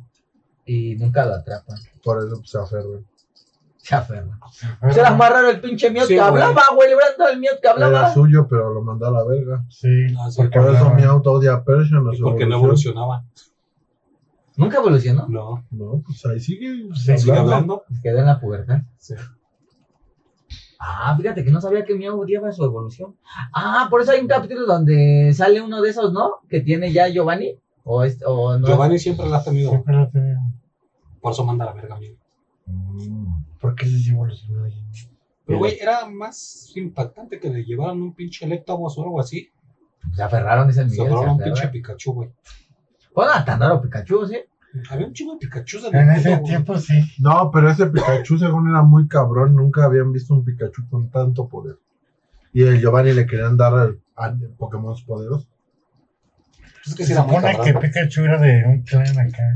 [SPEAKER 1] Y nunca lo atrapan.
[SPEAKER 3] Por eso pues, se aferran.
[SPEAKER 1] Se aferra. Pues era más raro el pinche mío que
[SPEAKER 4] Sí, güey.
[SPEAKER 1] hablaba, güey. Le hubieran dado el mío que
[SPEAKER 3] Era
[SPEAKER 1] hablaba.
[SPEAKER 3] suyo, pero lo mandó a la verga.
[SPEAKER 2] Sí,
[SPEAKER 4] No, sí,
[SPEAKER 2] porque
[SPEAKER 3] Por eso
[SPEAKER 2] hablaba.
[SPEAKER 3] mi auto odia a Persian. a su
[SPEAKER 4] Porque no
[SPEAKER 3] evolución.
[SPEAKER 4] evolucionaba.
[SPEAKER 1] Nunca evolucionó.
[SPEAKER 4] No,
[SPEAKER 3] No, pues ahí sigue.
[SPEAKER 2] Sí,
[SPEAKER 4] sigue
[SPEAKER 3] hablando.
[SPEAKER 4] hablando.
[SPEAKER 1] Quedó en la pubertad.
[SPEAKER 4] Sí.
[SPEAKER 1] Ah, fíjate que no sabía que Miau odiaba su evolución. Ah, por eso hay un capítulo donde sale uno de esos, ¿no? Que tiene ya Giovanni. O, es- o no.
[SPEAKER 4] Giovanni siempre la ha tenido.
[SPEAKER 2] Siempre lo tenía.
[SPEAKER 4] Por eso manda a la verga, amigo.
[SPEAKER 1] Mm.
[SPEAKER 2] ¿Por qué se evolucionó ahí?
[SPEAKER 4] Pero, güey, era más impactante que le llevaran un pinche Electabuzz o algo así.
[SPEAKER 1] Se aferraron ese
[SPEAKER 4] Se
[SPEAKER 1] Miguel. Se
[SPEAKER 4] agarraron un
[SPEAKER 1] aferraron.
[SPEAKER 4] pinche Pikachu, güey.
[SPEAKER 1] Bueno, tan raro Pikachu, ¿sí?
[SPEAKER 4] Había un chingo de Pikachu en el
[SPEAKER 2] En ese
[SPEAKER 4] mundo, güey.
[SPEAKER 2] tiempo sí.
[SPEAKER 3] No, pero ese Pikachu, según era muy cabrón, nunca habían visto un Pikachu con tanto poder. Y el Giovanni le querían dar al, al Pokémon poderosos.
[SPEAKER 4] Es que sí
[SPEAKER 2] Se
[SPEAKER 4] era muy
[SPEAKER 2] supone que
[SPEAKER 4] cabrón.
[SPEAKER 2] Pikachu era de un clan acá.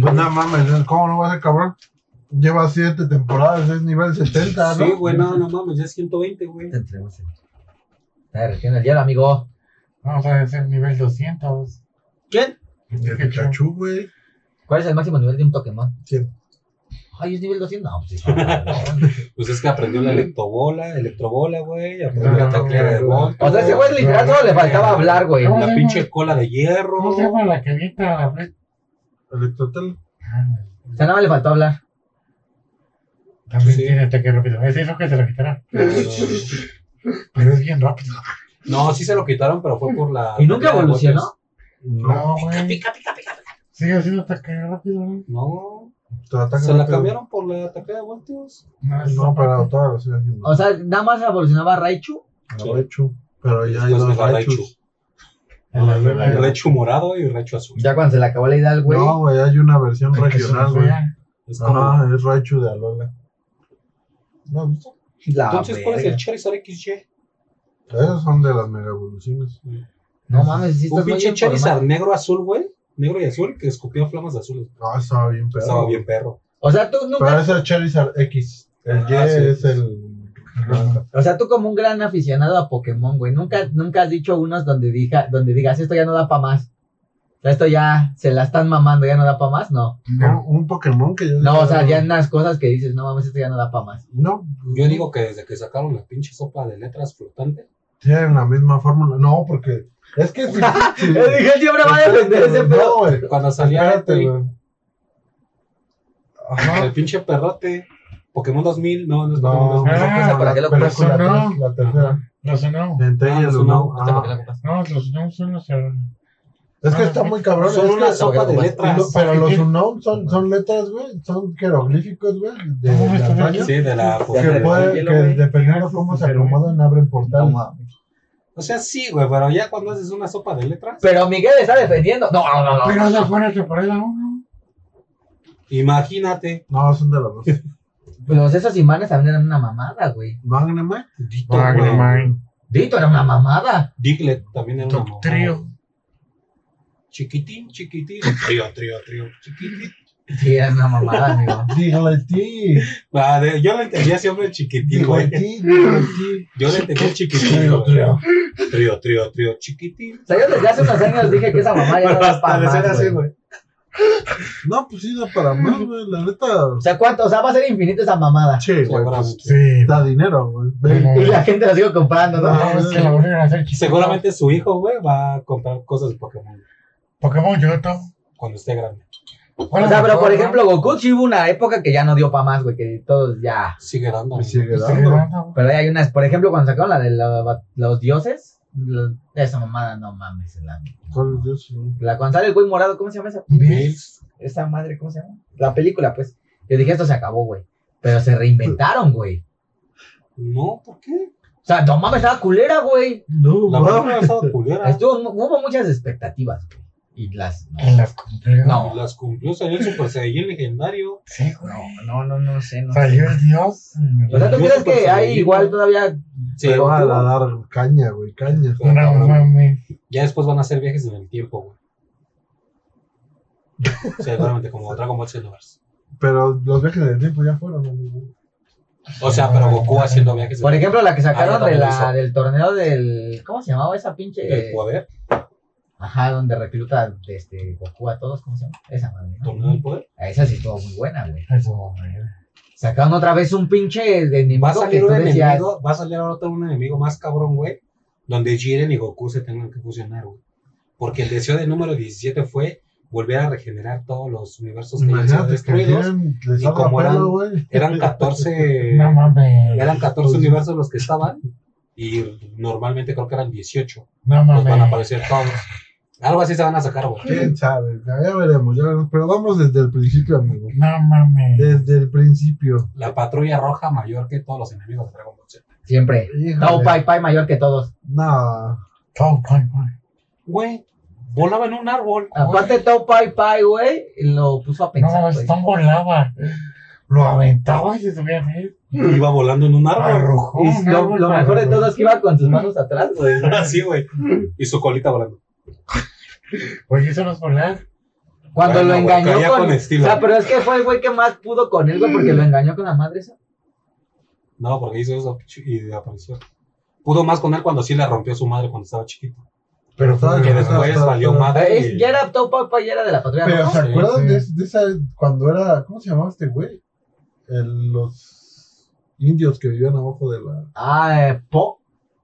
[SPEAKER 3] Pues no mames, ¿cómo no va a ser cabrón? Lleva siete temporadas, es nivel 70, ¿no?
[SPEAKER 4] Sí, güey, no, no mames, ya es 120, güey.
[SPEAKER 1] Te entrego ese. Está derritiendo el hielo, amigo.
[SPEAKER 2] Vamos a decir nivel 200.
[SPEAKER 1] ¿Quién?
[SPEAKER 3] El Pikachu, güey.
[SPEAKER 1] ¿Cuál es el máximo nivel de un Pokémon?
[SPEAKER 3] Sí.
[SPEAKER 1] Ay, es nivel 200. No, (laughs) pues sí, está cabrón.
[SPEAKER 4] Pues es que aprendió la electrobola, electrobola, güey. Aprendió
[SPEAKER 2] No,
[SPEAKER 4] la
[SPEAKER 2] no,
[SPEAKER 4] taclea de
[SPEAKER 2] no,
[SPEAKER 4] volta.
[SPEAKER 1] O sea, ese güey literal solo le faltaba hablar, güey.
[SPEAKER 2] No,
[SPEAKER 4] La pinche cola de hierro.
[SPEAKER 2] ¿Cómo se llama la que avienta la flecha?
[SPEAKER 3] Electrotel.
[SPEAKER 2] Ah,
[SPEAKER 1] O sea, nada más le faltó hablar.
[SPEAKER 2] También
[SPEAKER 4] Sí.
[SPEAKER 2] tiene ataque rápido. Ese es lo que se lo quitaron. Pero es bien rápido.
[SPEAKER 4] No, sí se lo quitaron, pero fue por la.
[SPEAKER 1] ¿Y nunca
[SPEAKER 4] la-
[SPEAKER 1] evolucionó?
[SPEAKER 2] No,
[SPEAKER 4] Pica,
[SPEAKER 2] güey.
[SPEAKER 4] pica, pica, pica.
[SPEAKER 2] Sigue haciendo ataque rápido. güey.
[SPEAKER 4] No,
[SPEAKER 3] Te atacan
[SPEAKER 4] se la
[SPEAKER 3] rápido.
[SPEAKER 4] cambiaron por la taclea de pues, voltios.
[SPEAKER 2] No, es
[SPEAKER 3] No, para todas las ciudades.
[SPEAKER 1] O sea, nada más evolucionaba Raichu.
[SPEAKER 4] sí.
[SPEAKER 3] Raichu. Pero ya hay
[SPEAKER 4] Después
[SPEAKER 3] dos
[SPEAKER 4] de la Raichu.
[SPEAKER 3] Raichus.
[SPEAKER 2] En la nueva
[SPEAKER 4] El
[SPEAKER 2] era.
[SPEAKER 4] Raichu morado y el Raichu azul.
[SPEAKER 1] Ya cuando se le acabó la idea al güey.
[SPEAKER 3] No, güey, hay una versión
[SPEAKER 2] Porque es una
[SPEAKER 3] regional, güey.
[SPEAKER 2] fea.
[SPEAKER 4] Es como-
[SPEAKER 3] Ajá, es Raichu de Alola. ¿No has visto?
[SPEAKER 1] la
[SPEAKER 4] Entonces, ¿cuál es el
[SPEAKER 1] Ah, verga.
[SPEAKER 4] Charizard XY?
[SPEAKER 3] Esas son de las mega evoluciones.
[SPEAKER 1] No mames, sí
[SPEAKER 4] Un
[SPEAKER 1] estás muy
[SPEAKER 4] pinche
[SPEAKER 1] informado.
[SPEAKER 4] Charizard negro azul, güey. Negro y azul que escupía flamas azules.
[SPEAKER 3] Ah, estaba bien pedo.
[SPEAKER 4] Estaba bien perro.
[SPEAKER 1] O sea, tú nunca.
[SPEAKER 3] Pero ese es Charizard X. El Y
[SPEAKER 4] Ah, sí.
[SPEAKER 3] es el.
[SPEAKER 2] Ajá.
[SPEAKER 1] O sea, tú como un gran aficionado a Pokémon, güey, nunca, nunca has dicho unos donde, diga, donde digas, esto ya no da para más. O sea, Esto ya se la están mamando, ya no da para más, no.
[SPEAKER 3] No, un Pokémon que yo.
[SPEAKER 1] No, o sea, ya en las cosas que dices, no mames, esto ya no da para más.
[SPEAKER 3] No,
[SPEAKER 4] Yo digo que desde que sacaron la pinche sopa de letras flotante.
[SPEAKER 3] tienen la misma fórmula. No, porque.
[SPEAKER 1] (laughs)
[SPEAKER 3] Es que si. si-
[SPEAKER 1] Yo dije, él siempre va a defender ese
[SPEAKER 3] No,
[SPEAKER 1] pedo.
[SPEAKER 3] güey.
[SPEAKER 4] Cuando salía
[SPEAKER 3] Espérate,
[SPEAKER 4] güey,
[SPEAKER 3] güey. Ajá.
[SPEAKER 4] el pinche perrote. Pokémon 2000, no, no es
[SPEAKER 3] No, Ah.
[SPEAKER 4] Pokémon
[SPEAKER 3] no,
[SPEAKER 4] 2000.
[SPEAKER 1] pasa por aquel
[SPEAKER 3] la
[SPEAKER 1] oculto.
[SPEAKER 3] película
[SPEAKER 2] Pero
[SPEAKER 3] tres, la tercera.
[SPEAKER 2] Los no.
[SPEAKER 3] Entei
[SPEAKER 4] Ah,
[SPEAKER 3] y
[SPEAKER 4] no,
[SPEAKER 3] el
[SPEAKER 4] no,
[SPEAKER 3] Uno.
[SPEAKER 4] hasta
[SPEAKER 3] Ah,
[SPEAKER 1] Porque la copas.
[SPEAKER 2] No, los no son los.
[SPEAKER 3] Es que
[SPEAKER 2] no,
[SPEAKER 3] está
[SPEAKER 2] no.
[SPEAKER 3] muy cabrón.
[SPEAKER 4] Son
[SPEAKER 3] es
[SPEAKER 4] una
[SPEAKER 3] que-
[SPEAKER 4] sopa de
[SPEAKER 1] Pero-
[SPEAKER 3] Y lo-
[SPEAKER 4] letras.
[SPEAKER 3] pero los
[SPEAKER 2] ¿Qué?
[SPEAKER 3] unknown son, son letras, güey, son jeroglíficos, güey, de,
[SPEAKER 2] ¿Cómo
[SPEAKER 3] de
[SPEAKER 2] esto, güey?
[SPEAKER 3] antaño,
[SPEAKER 4] Sí, de
[SPEAKER 1] Ya
[SPEAKER 4] la
[SPEAKER 3] que,
[SPEAKER 1] se
[SPEAKER 4] Pokémon.
[SPEAKER 1] le fue el
[SPEAKER 3] puede,
[SPEAKER 1] hielo,
[SPEAKER 3] que
[SPEAKER 1] güey.
[SPEAKER 3] dependiendo cómo se acomodan, abren portales.
[SPEAKER 1] No,
[SPEAKER 4] O sea, sí, güey, pero ya cuando haces una sopa de letras.
[SPEAKER 1] Pero Miguel está defendiendo. No, no, no.
[SPEAKER 2] Pero esa fue la temporada 1.
[SPEAKER 4] Imagínate.
[SPEAKER 3] No, son de las dos.
[SPEAKER 1] Los Pues esos imanes también eran una mamada, güey.
[SPEAKER 3] Magnemite.
[SPEAKER 4] Dito, güey.
[SPEAKER 2] Magnemine.
[SPEAKER 1] Dito era una mamada.
[SPEAKER 4] Diglett también era una
[SPEAKER 2] Trío.
[SPEAKER 4] mamada. Chiquitín, chiquitín. Trío, trío, trío. Chiquitín.
[SPEAKER 1] Sí, era una mamada, amigo.
[SPEAKER 4] (laughs)
[SPEAKER 3] Digleti.
[SPEAKER 4] Ah, de- yo le entendía siempre el chiquitín, güey.
[SPEAKER 3] Digleti. Digleti.
[SPEAKER 4] Yo le entendía el chiquitín.
[SPEAKER 3] Trío,
[SPEAKER 4] güey.
[SPEAKER 3] trío.
[SPEAKER 4] Trío, trío, trío. Chiquitín.
[SPEAKER 1] O sea, yo desde hace unos años dije que esa mamá ya no
[SPEAKER 4] Pero
[SPEAKER 1] da
[SPEAKER 4] hasta
[SPEAKER 1] para
[SPEAKER 4] de ser
[SPEAKER 1] más,
[SPEAKER 4] así,
[SPEAKER 1] güey.
[SPEAKER 4] güey.
[SPEAKER 3] No, pues sí, da para más, güey, la neta.
[SPEAKER 1] O sea, ¿cuánto? O sea, va a ser infinita esa mamada.
[SPEAKER 3] Che, güey, pues,
[SPEAKER 4] Seguramente.
[SPEAKER 2] Sí.
[SPEAKER 3] da dinero, güey. Ve,
[SPEAKER 1] Y la gente la sigue comprando, ¿no?
[SPEAKER 2] No, es que la volvieron a hacer chiquita.
[SPEAKER 4] Seguramente su hijo, güey, va a comprar cosas de Pokémon
[SPEAKER 2] Pokémon Yoto.
[SPEAKER 4] cuando esté grande.
[SPEAKER 1] O sea, pero por ejemplo, Goku sí hubo una época que ya no dio para más, güey, que todos ya.
[SPEAKER 4] Sigue dando.
[SPEAKER 3] me
[SPEAKER 4] güey.
[SPEAKER 3] sigue dando.
[SPEAKER 2] Pero
[SPEAKER 1] Pero ahí hay unas, por ejemplo, cuando sacaron la de la- los dioses, la- esa mamada, no mames, la,
[SPEAKER 3] ¿Cuál es eso?
[SPEAKER 1] la cuando sale el güey morado, ¿cómo se llama esa?
[SPEAKER 4] Bills.
[SPEAKER 1] Esa madre, ¿cómo se llama? La película, pues. Yo dije, esto se acabó, güey. Pero se reinventaron, güey.
[SPEAKER 4] No, ¿por qué?
[SPEAKER 1] O sea, no mames, estaba culera, güey.
[SPEAKER 3] No,
[SPEAKER 4] La
[SPEAKER 3] mames.
[SPEAKER 4] verdad ha
[SPEAKER 1] (laughs)
[SPEAKER 4] estado culera.
[SPEAKER 1] Estuvo, hubo muchas expectativas, güey. Y las.
[SPEAKER 2] Y las cumplieron.
[SPEAKER 1] No.
[SPEAKER 4] Las cumplió, salió el Super Saiyajin legendario.
[SPEAKER 2] Sí, güey.
[SPEAKER 1] No, no, no sé, no
[SPEAKER 2] Salió el dios.
[SPEAKER 1] O sea, ¿tú
[SPEAKER 4] Yo
[SPEAKER 1] crees
[SPEAKER 4] Super
[SPEAKER 1] que hay
[SPEAKER 4] Saiyajin,
[SPEAKER 1] igual
[SPEAKER 4] güey.
[SPEAKER 1] todavía
[SPEAKER 4] Sí,
[SPEAKER 3] Te van
[SPEAKER 4] güey.
[SPEAKER 3] a dar caña, güey, caña.
[SPEAKER 2] No mames.
[SPEAKER 4] Ya después van a hacer viajes en el tiempo, güey. Seguramente, como Dragon Ball Xenoverse.
[SPEAKER 3] Pero los viajes del tiempo ya fueron, amigo.
[SPEAKER 4] O sea, pero Goku haciendo viajes en
[SPEAKER 1] Por ejemplo, la que
[SPEAKER 4] Ah,
[SPEAKER 1] sacaron de
[SPEAKER 4] yo también
[SPEAKER 1] la,
[SPEAKER 4] hice.
[SPEAKER 1] del torneo del. ¿Cómo se llamaba esa pinche?
[SPEAKER 4] el poder.
[SPEAKER 1] Ajá, donde recluta este, Goku a todos, ¿cómo se llama? Esa madre. ¿no?
[SPEAKER 4] Torneo del poder.
[SPEAKER 1] Esa sí estuvo muy buena, güey.
[SPEAKER 2] Eso, güey.
[SPEAKER 1] Sacaron otra vez un pinche de enemigo
[SPEAKER 4] Va a salir
[SPEAKER 1] que
[SPEAKER 4] un
[SPEAKER 1] tú decías,
[SPEAKER 4] enemigo, va a salir ahora otro un enemigo más cabrón, güey, donde Jiren y Goku se tengan que fusionar, güey. Porque el deseo del número 17 fue volver a regenerar todos los universos que habían sido
[SPEAKER 3] Imagínate que
[SPEAKER 4] destruidos.
[SPEAKER 3] quieren, les
[SPEAKER 4] y
[SPEAKER 3] salga
[SPEAKER 4] como eran-
[SPEAKER 3] pelo, güey.
[SPEAKER 4] Eran 14
[SPEAKER 2] (laughs) No mames.
[SPEAKER 4] eran 14
[SPEAKER 3] Pues-
[SPEAKER 4] universos los que estaban y normalmente creo que eran 18.
[SPEAKER 2] No
[SPEAKER 4] Los van a
[SPEAKER 2] mames.
[SPEAKER 4] aparecer todos. Algo así se van a sacar, güey.
[SPEAKER 3] (laughs) Quién sabe, ya veremos, ya veremos. Pero vamos desde el principio, amigo.
[SPEAKER 2] No mames.
[SPEAKER 3] Desde el principio.
[SPEAKER 4] La patrulla roja mayor que todos los enemigos de Dragon Ball Z.
[SPEAKER 1] Siempre.
[SPEAKER 3] Híjole.
[SPEAKER 1] Tao Pai Pai mayor que todos.
[SPEAKER 3] No.
[SPEAKER 2] Todo, todo, todo.
[SPEAKER 4] Güey, volaba en un árbol.
[SPEAKER 1] Aparte, Tao Pai Pai, güey, lo puso a
[SPEAKER 2] No
[SPEAKER 1] pensar.
[SPEAKER 2] mames,
[SPEAKER 1] güey.
[SPEAKER 2] Tom volaba. Lo aventaba y se subía a mí.
[SPEAKER 4] güey. Iba volando en un árbol.
[SPEAKER 2] Arrojó.
[SPEAKER 1] Ah, Y
[SPEAKER 2] un
[SPEAKER 1] lo,
[SPEAKER 2] árbol
[SPEAKER 1] lo
[SPEAKER 2] para
[SPEAKER 1] mejor de
[SPEAKER 2] arriba.
[SPEAKER 1] todo es que iba con sus manos atrás, güey.
[SPEAKER 4] (laughs) Así, güey. Y su colita volando.
[SPEAKER 2] Oye, eso no es volar.
[SPEAKER 1] Cuando
[SPEAKER 4] Bueno,
[SPEAKER 1] lo
[SPEAKER 4] güey,
[SPEAKER 1] engañó
[SPEAKER 4] caía
[SPEAKER 1] con.
[SPEAKER 4] con estilo.
[SPEAKER 1] O sea, pero es que fue el güey que más pudo con él, güey, porque lo engañó con la madre esa.
[SPEAKER 4] No, porque hizo eso y apareció. Pudo más con él cuando sí le rompió su madre cuando estaba chiquito.
[SPEAKER 3] Pero estaba-
[SPEAKER 4] Que después
[SPEAKER 3] estaba-
[SPEAKER 4] valió
[SPEAKER 3] estaba-
[SPEAKER 4] madre.
[SPEAKER 1] Es-
[SPEAKER 4] y-
[SPEAKER 1] Eh, ya era Tao Pai Pai, ya era de la patrulla
[SPEAKER 3] Pero
[SPEAKER 1] roja.
[SPEAKER 3] ¿se
[SPEAKER 4] Sí,
[SPEAKER 3] acuerdan
[SPEAKER 2] sí.
[SPEAKER 3] de, de esa cuando era, ¿cómo se llamaba este güey? El- los indios que vivían abajo de la.
[SPEAKER 1] Ah, eh, Po.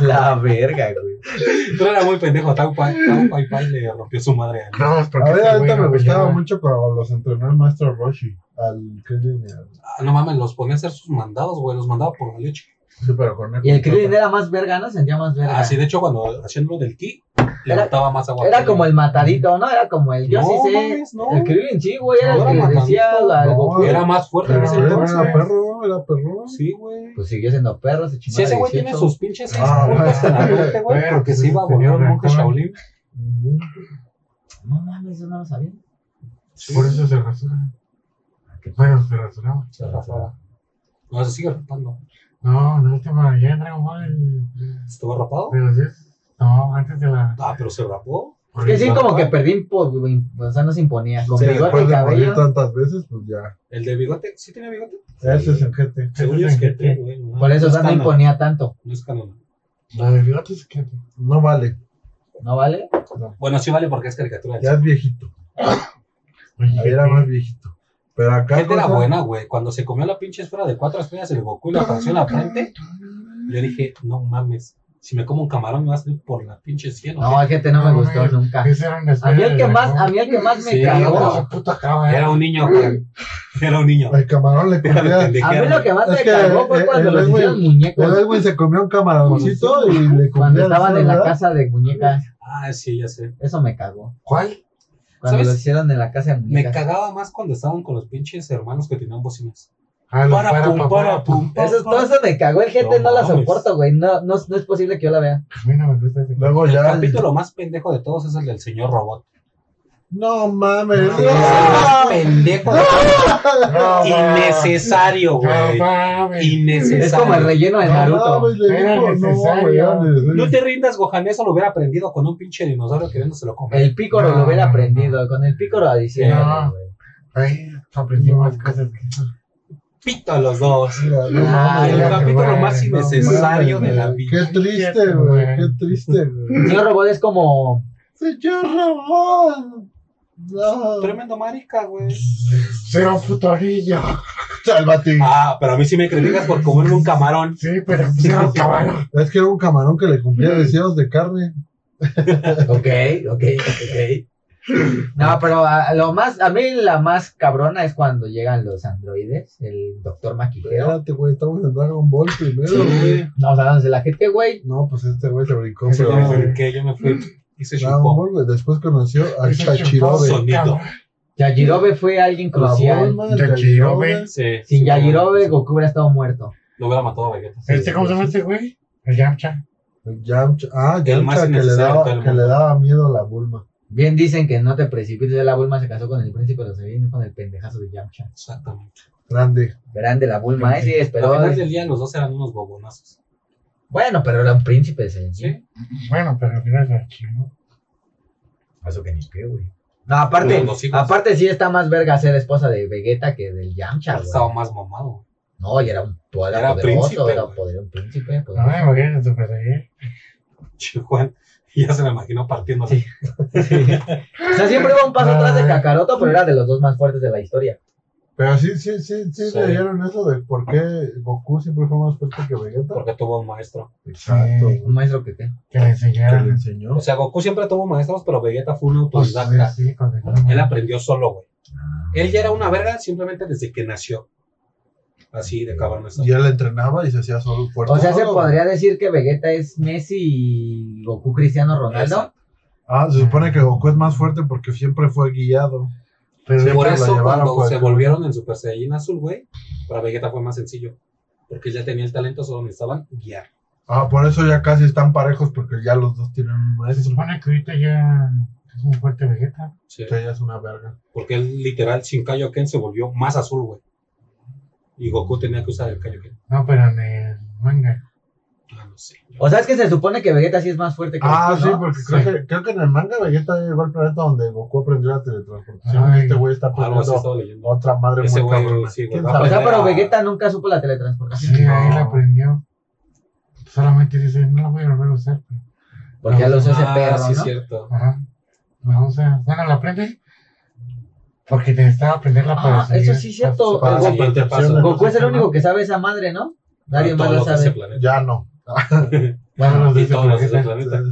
[SPEAKER 1] La verga, güey.
[SPEAKER 4] Yo era muy pendejo. Tau Pai, Tau Pai Pai le rompió su madre a
[SPEAKER 2] No, es porque
[SPEAKER 3] A ver,
[SPEAKER 2] ese pues
[SPEAKER 3] ahorita
[SPEAKER 2] güey
[SPEAKER 3] me
[SPEAKER 2] no
[SPEAKER 3] gustaba
[SPEAKER 2] volaba.
[SPEAKER 3] mucho cuando los entrenó el maestro Roshi. Al Krillin y al-
[SPEAKER 4] Ah, No mames, los ponía a hacer sus mandados, güey. Los mandaba por la leche.
[SPEAKER 3] Sí, pero con él.
[SPEAKER 1] Y el Krillin era más verga, ¿no? Sentía más verga.
[SPEAKER 4] Así, de hecho, cuando hacían lo del ki, le
[SPEAKER 1] Era-
[SPEAKER 4] botaba más agua.
[SPEAKER 1] Era como el matadito, ¿no? Era como el yo
[SPEAKER 4] No,
[SPEAKER 1] sí sé.
[SPEAKER 4] mames, no.
[SPEAKER 1] El Krillin sí, güey, era
[SPEAKER 4] No,
[SPEAKER 1] el
[SPEAKER 4] era
[SPEAKER 1] que le decía
[SPEAKER 4] matadito.
[SPEAKER 1] al
[SPEAKER 3] No,
[SPEAKER 1] Goku.
[SPEAKER 4] Era más fuerte en
[SPEAKER 3] Pero
[SPEAKER 4] ese
[SPEAKER 3] era,
[SPEAKER 4] entonces.
[SPEAKER 3] perro, era perro.
[SPEAKER 4] Sí, güey.
[SPEAKER 1] Pues siguió siendo perro, se chingó. Sí,
[SPEAKER 4] Si ese güey tiene sus pinches seis
[SPEAKER 2] Ah,
[SPEAKER 4] puntos en la
[SPEAKER 2] güey.
[SPEAKER 4] mente, güey,
[SPEAKER 2] Güey,
[SPEAKER 4] porque
[SPEAKER 2] pues
[SPEAKER 4] se iba a
[SPEAKER 2] ese
[SPEAKER 4] volver un
[SPEAKER 2] tenía
[SPEAKER 4] monje
[SPEAKER 2] razón.
[SPEAKER 4] Shaolin.
[SPEAKER 1] No mames, eso no lo sabía.
[SPEAKER 2] Por eso se rasura. Ah, Bueno, se rasuraba.
[SPEAKER 4] Se rapaba. No, se sigue rapando.
[SPEAKER 2] No, la última, ya en Dragon Ball.
[SPEAKER 4] ¿Estuvo rapado?
[SPEAKER 2] Pero sí es- No, antes de la.
[SPEAKER 4] Ah, pero se rapó.
[SPEAKER 1] Es que sí,
[SPEAKER 4] Porque-
[SPEAKER 1] como que perdí, impo- o sea, no se imponía. Con
[SPEAKER 4] Sí,
[SPEAKER 1] bigote
[SPEAKER 3] Después
[SPEAKER 1] y
[SPEAKER 3] de morir
[SPEAKER 1] cabello.
[SPEAKER 3] tantas veces, pues ya.
[SPEAKER 4] ¿El de bigote? ¿Sí tiene bigote?
[SPEAKER 3] Ese es el gente.
[SPEAKER 4] Según yo es que te, güey. no,
[SPEAKER 1] Por eso,
[SPEAKER 4] no
[SPEAKER 1] o
[SPEAKER 4] es
[SPEAKER 1] sea, no
[SPEAKER 4] canon,
[SPEAKER 1] imponía tanto.
[SPEAKER 4] No es canon.
[SPEAKER 2] La de bigote es que.
[SPEAKER 3] No vale.
[SPEAKER 1] ¿No vale?
[SPEAKER 4] Bueno, sí vale porque es caricatura.
[SPEAKER 3] Ya es viejito.
[SPEAKER 2] Oye,
[SPEAKER 3] Ahí era más viejito. Pero acá.
[SPEAKER 4] gente era
[SPEAKER 3] cosa-
[SPEAKER 4] buena, güey. Cuando se comió la pinche esfera de cuatro estrellas el Goku y la apareció en la frente, yo dije, no mames, si me como un camarón me va a salir por la pinche cielo.
[SPEAKER 1] No, gente, no me
[SPEAKER 2] No,
[SPEAKER 1] gustó
[SPEAKER 2] güey.
[SPEAKER 1] nunca.
[SPEAKER 2] Ese era un
[SPEAKER 1] A mí el
[SPEAKER 2] desmadre
[SPEAKER 1] que
[SPEAKER 2] de
[SPEAKER 1] más, a
[SPEAKER 2] Dragon
[SPEAKER 1] mí el que más me
[SPEAKER 4] Sí,
[SPEAKER 2] Ball.
[SPEAKER 4] no.
[SPEAKER 1] cagó.
[SPEAKER 2] Su puta ¿eh? cámara.
[SPEAKER 4] Era un niño, güey. Era
[SPEAKER 3] (laughs)
[SPEAKER 4] un niño.
[SPEAKER 3] El camarón le
[SPEAKER 4] Era
[SPEAKER 3] comía.
[SPEAKER 1] A mí
[SPEAKER 4] pendejeado.
[SPEAKER 1] lo que más
[SPEAKER 3] Es
[SPEAKER 1] me
[SPEAKER 3] que,
[SPEAKER 1] cagó
[SPEAKER 3] eh,
[SPEAKER 1] fue cuando
[SPEAKER 3] eh,
[SPEAKER 1] los
[SPEAKER 3] güey,
[SPEAKER 1] hicieron
[SPEAKER 3] El
[SPEAKER 1] muñecos.
[SPEAKER 3] Edwin se comió un camaroncito y le comía.
[SPEAKER 1] Cuando estaban en la
[SPEAKER 3] ¿verdad?
[SPEAKER 1] casa de muñecas.
[SPEAKER 4] Ah, sí, ya sé.
[SPEAKER 1] Eso me cagó.
[SPEAKER 2] ¿Cuál?
[SPEAKER 1] Cuando
[SPEAKER 4] ¿Sabes?
[SPEAKER 1] lo hicieron en la casa de
[SPEAKER 4] Me
[SPEAKER 1] muñecas.
[SPEAKER 4] cagaba más cuando estaban con los pinches hermanos que tenían bocinas.
[SPEAKER 2] Ah, lo
[SPEAKER 4] Para pum,
[SPEAKER 2] papá.
[SPEAKER 4] para pum, para
[SPEAKER 1] Eso, es- todo eso me cagó. El gente
[SPEAKER 4] No
[SPEAKER 1] no, la
[SPEAKER 4] mames.
[SPEAKER 1] soporto, güey. No, no, no es posible que yo la vea.
[SPEAKER 2] A mí no me gusta
[SPEAKER 4] (laughs)
[SPEAKER 2] ese.
[SPEAKER 3] Luego
[SPEAKER 4] El
[SPEAKER 3] ya.
[SPEAKER 4] capítulo más pendejo de todos es el del señor robot.
[SPEAKER 3] No mames.
[SPEAKER 2] No,
[SPEAKER 4] Es el
[SPEAKER 1] Ah.
[SPEAKER 4] más pendejo,
[SPEAKER 2] No,
[SPEAKER 4] innecesario,
[SPEAKER 2] No
[SPEAKER 4] güey.
[SPEAKER 2] mames.
[SPEAKER 4] Innecesario.
[SPEAKER 1] Ah, Es como el relleno de
[SPEAKER 3] No,
[SPEAKER 1] Naruto.
[SPEAKER 3] mames, le
[SPEAKER 2] Era
[SPEAKER 3] dijo, no,
[SPEAKER 2] necesario.
[SPEAKER 3] güey, era necesario.
[SPEAKER 4] No te rindas, Gohan, eso lo hubiera aprendido con un pinche dinosaurio queriéndoselo comer.
[SPEAKER 1] El pícoro
[SPEAKER 2] No,
[SPEAKER 1] lo hubiera
[SPEAKER 2] no, no.
[SPEAKER 1] aprendido. Con el pícoro a
[SPEAKER 2] No.
[SPEAKER 1] güey.
[SPEAKER 2] Ahí aprendí más cosas que eso.
[SPEAKER 4] Pito a los dos.
[SPEAKER 3] Mira, no
[SPEAKER 1] Ah,
[SPEAKER 3] mames,
[SPEAKER 1] el
[SPEAKER 3] no
[SPEAKER 4] capítulo
[SPEAKER 3] mames,
[SPEAKER 4] más
[SPEAKER 3] no
[SPEAKER 4] innecesario
[SPEAKER 3] mames,
[SPEAKER 4] de la
[SPEAKER 3] güey.
[SPEAKER 4] vida.
[SPEAKER 3] Qué triste,
[SPEAKER 2] Cierto,
[SPEAKER 3] güey.
[SPEAKER 2] güey.
[SPEAKER 3] Qué triste, güey.
[SPEAKER 1] El señor robot es como.
[SPEAKER 3] Señor Ramón. No.
[SPEAKER 4] Tremendo marica, güey.
[SPEAKER 2] Será un futorillo.
[SPEAKER 3] Sálvate.
[SPEAKER 4] Ah, pero a mí sí me criticas por comerme un camarón.
[SPEAKER 2] Sí, pero pues era un caballo.
[SPEAKER 3] Es que era un camarón que le cumplía deseos de carne.
[SPEAKER 1] Ok, ok, ok. No, pero a, lo más, a mí la más cabrona es cuando llegan los androides, el doctor maquillero.
[SPEAKER 3] Espérate, güey, estamos en Dragon Ball primero. güey.
[SPEAKER 1] No, o sea, donde la gente, güey.
[SPEAKER 3] No, pues este güey se brincó.
[SPEAKER 2] Ese
[SPEAKER 4] Yo
[SPEAKER 3] pero-
[SPEAKER 4] me brinqué, yo me fui. Hice
[SPEAKER 3] Dragon
[SPEAKER 4] chupó.
[SPEAKER 3] Ball, güey. Después conoció a
[SPEAKER 2] Ese
[SPEAKER 3] Chachirobe.
[SPEAKER 4] chupón. Sonido.
[SPEAKER 2] cabrón.
[SPEAKER 1] Yajirobe fue alguien crucial.
[SPEAKER 2] Yajirobe.
[SPEAKER 4] Sí,
[SPEAKER 1] Sin
[SPEAKER 4] sí,
[SPEAKER 1] Yajirobe,
[SPEAKER 4] sí.
[SPEAKER 1] Goku hubiera estado muerto.
[SPEAKER 4] Lo hubiera matado a Vegeta.
[SPEAKER 2] Este, ¿cómo se llama este güey? El Yamcha.
[SPEAKER 3] Yamcha. Ah,
[SPEAKER 4] El más
[SPEAKER 3] Yamcha que le,
[SPEAKER 4] innecesario de todo el
[SPEAKER 3] daba, que
[SPEAKER 4] mundo.
[SPEAKER 3] le daba miedo a la Bulma.
[SPEAKER 1] Bien dicen que no te precipites. La Bulma se casó con el príncipe de los Saiyajin, no con el pendejazo de Yamcha.
[SPEAKER 4] Exactamente.
[SPEAKER 3] Grande.
[SPEAKER 1] Grande la Bulma, eh, sí,
[SPEAKER 4] Pero
[SPEAKER 1] esperó.
[SPEAKER 4] al final del día los dos eran unos bobonazos.
[SPEAKER 1] Bueno, pero eran príncipes en sí.
[SPEAKER 4] Sí.
[SPEAKER 2] Bueno, pero al final la chingo.
[SPEAKER 5] Eso que ni qué, güey.
[SPEAKER 1] No, aparte,
[SPEAKER 4] Tuvieron dos hijos.
[SPEAKER 1] aparte sí está más verga ser esposa de Vegeta que del Yamcha, güey.
[SPEAKER 4] Estaba más mamado.
[SPEAKER 1] No, y era un tú era,
[SPEAKER 4] Era
[SPEAKER 1] poderoso,
[SPEAKER 4] príncipe,
[SPEAKER 1] era
[SPEAKER 4] güey. Ah.
[SPEAKER 1] poder- un príncipe. pues.
[SPEAKER 2] No
[SPEAKER 1] poderoso.
[SPEAKER 2] me imagino tu pesadilla.
[SPEAKER 4] Che, Juan, ya se me imaginó partiendo así.
[SPEAKER 1] O sea, siempre iba un paso
[SPEAKER 2] Ah.
[SPEAKER 1] atrás de Kakaroto, pero era de los dos más fuertes de la historia.
[SPEAKER 3] Pero sí, sí, sí, sí,
[SPEAKER 4] Sí.
[SPEAKER 3] leyeron eso de por qué Goku siempre fue más fuerte que Vegeta.
[SPEAKER 4] (laughs) Porque tuvo un maestro.
[SPEAKER 3] Exacto.
[SPEAKER 2] Sí.
[SPEAKER 1] Un maestro que qué.
[SPEAKER 2] Que le
[SPEAKER 3] Que le
[SPEAKER 2] enseñaron.
[SPEAKER 3] enseñó.
[SPEAKER 4] O sea, Goku siempre tuvo maestros, pero Vegeta fue un
[SPEAKER 2] Pues,
[SPEAKER 4] autodidacta.
[SPEAKER 2] sí, con el-
[SPEAKER 4] Él aprendió solo, güey.
[SPEAKER 3] Ah.
[SPEAKER 4] Él ya era una verga simplemente desde que nació. Así de cabrón. eso.
[SPEAKER 3] Y él entrenaba y se hacía solo fuerte.
[SPEAKER 1] O sea, se
[SPEAKER 3] Solo,
[SPEAKER 1] podría decir que Vegeta es Messi y Goku Cristiano Ronaldo.
[SPEAKER 3] Ah, se supone que Goku es más fuerte porque siempre fue guiado.
[SPEAKER 2] Pero
[SPEAKER 3] Sí.
[SPEAKER 4] Por
[SPEAKER 3] siempre lo
[SPEAKER 4] eso,
[SPEAKER 3] llevaron,
[SPEAKER 4] cuando
[SPEAKER 3] pues.
[SPEAKER 4] se volvieron en Super Saiyajin Azul, güey, para Vegeta fue más sencillo. Porque él ya tenía el talento, solo necesitaban guiar.
[SPEAKER 3] Ah, por eso ya casi están parejos porque ya los dos tienen un
[SPEAKER 2] se
[SPEAKER 3] maestro.
[SPEAKER 2] supone que ahorita ya es un fuerte Vegeta.
[SPEAKER 4] Sí.
[SPEAKER 3] Que ya es una verga.
[SPEAKER 4] Porque él, literal, sin Kaioken se volvió más azul, güey. Y Goku tenía que usar el Kaioken.
[SPEAKER 2] No, pero en el manga.
[SPEAKER 4] Ah, no sé.
[SPEAKER 1] O sea, es que se supone que Vegeta sí es más fuerte que
[SPEAKER 3] Ah,
[SPEAKER 1] Goku,
[SPEAKER 3] sí,
[SPEAKER 1] ¿no?
[SPEAKER 3] porque
[SPEAKER 2] Sí.
[SPEAKER 3] Creo, que, creo que en el manga Vegeta llegó al planeta donde Goku aprendió la teletransportación.
[SPEAKER 2] Ay.
[SPEAKER 3] y este güey está
[SPEAKER 4] Algo así
[SPEAKER 3] aprendiendo
[SPEAKER 4] estaba leyendo.
[SPEAKER 3] otra madre
[SPEAKER 4] Ese
[SPEAKER 3] muy
[SPEAKER 4] güey,
[SPEAKER 3] cabrona.
[SPEAKER 4] sí, güey,
[SPEAKER 3] ¿Quién
[SPEAKER 4] va a
[SPEAKER 1] O
[SPEAKER 3] sabe?
[SPEAKER 1] sea, pero
[SPEAKER 4] Ah.
[SPEAKER 1] Vegeta nunca supo la teletransportación.
[SPEAKER 2] Sí, ahí
[SPEAKER 3] No.
[SPEAKER 2] la aprendió. Solamente dice, no la voy a volver a usar. pero-
[SPEAKER 1] Porque ya lo usó ese
[SPEAKER 4] Ah,
[SPEAKER 1] perro,
[SPEAKER 4] sí,
[SPEAKER 1] ¿no?
[SPEAKER 4] cierto.
[SPEAKER 2] Ajá. No, o sea, bueno, la aprende porque necesitaba aprenderla para
[SPEAKER 1] Ah, eso
[SPEAKER 2] seguir-
[SPEAKER 1] sí es cierto.
[SPEAKER 3] para-
[SPEAKER 1] Goku-
[SPEAKER 3] para-
[SPEAKER 4] siguiente paso.
[SPEAKER 1] Goku es el único que sabe esa madre, ¿no? Nadie
[SPEAKER 4] Y
[SPEAKER 1] más
[SPEAKER 4] todo
[SPEAKER 1] la
[SPEAKER 4] lo que es el
[SPEAKER 1] sabe.
[SPEAKER 4] planeta.
[SPEAKER 3] Ya no.
[SPEAKER 2] para
[SPEAKER 1] Bueno,
[SPEAKER 2] los de
[SPEAKER 4] Y
[SPEAKER 2] ese
[SPEAKER 4] todo lo que es el
[SPEAKER 2] planeta.
[SPEAKER 4] planeta.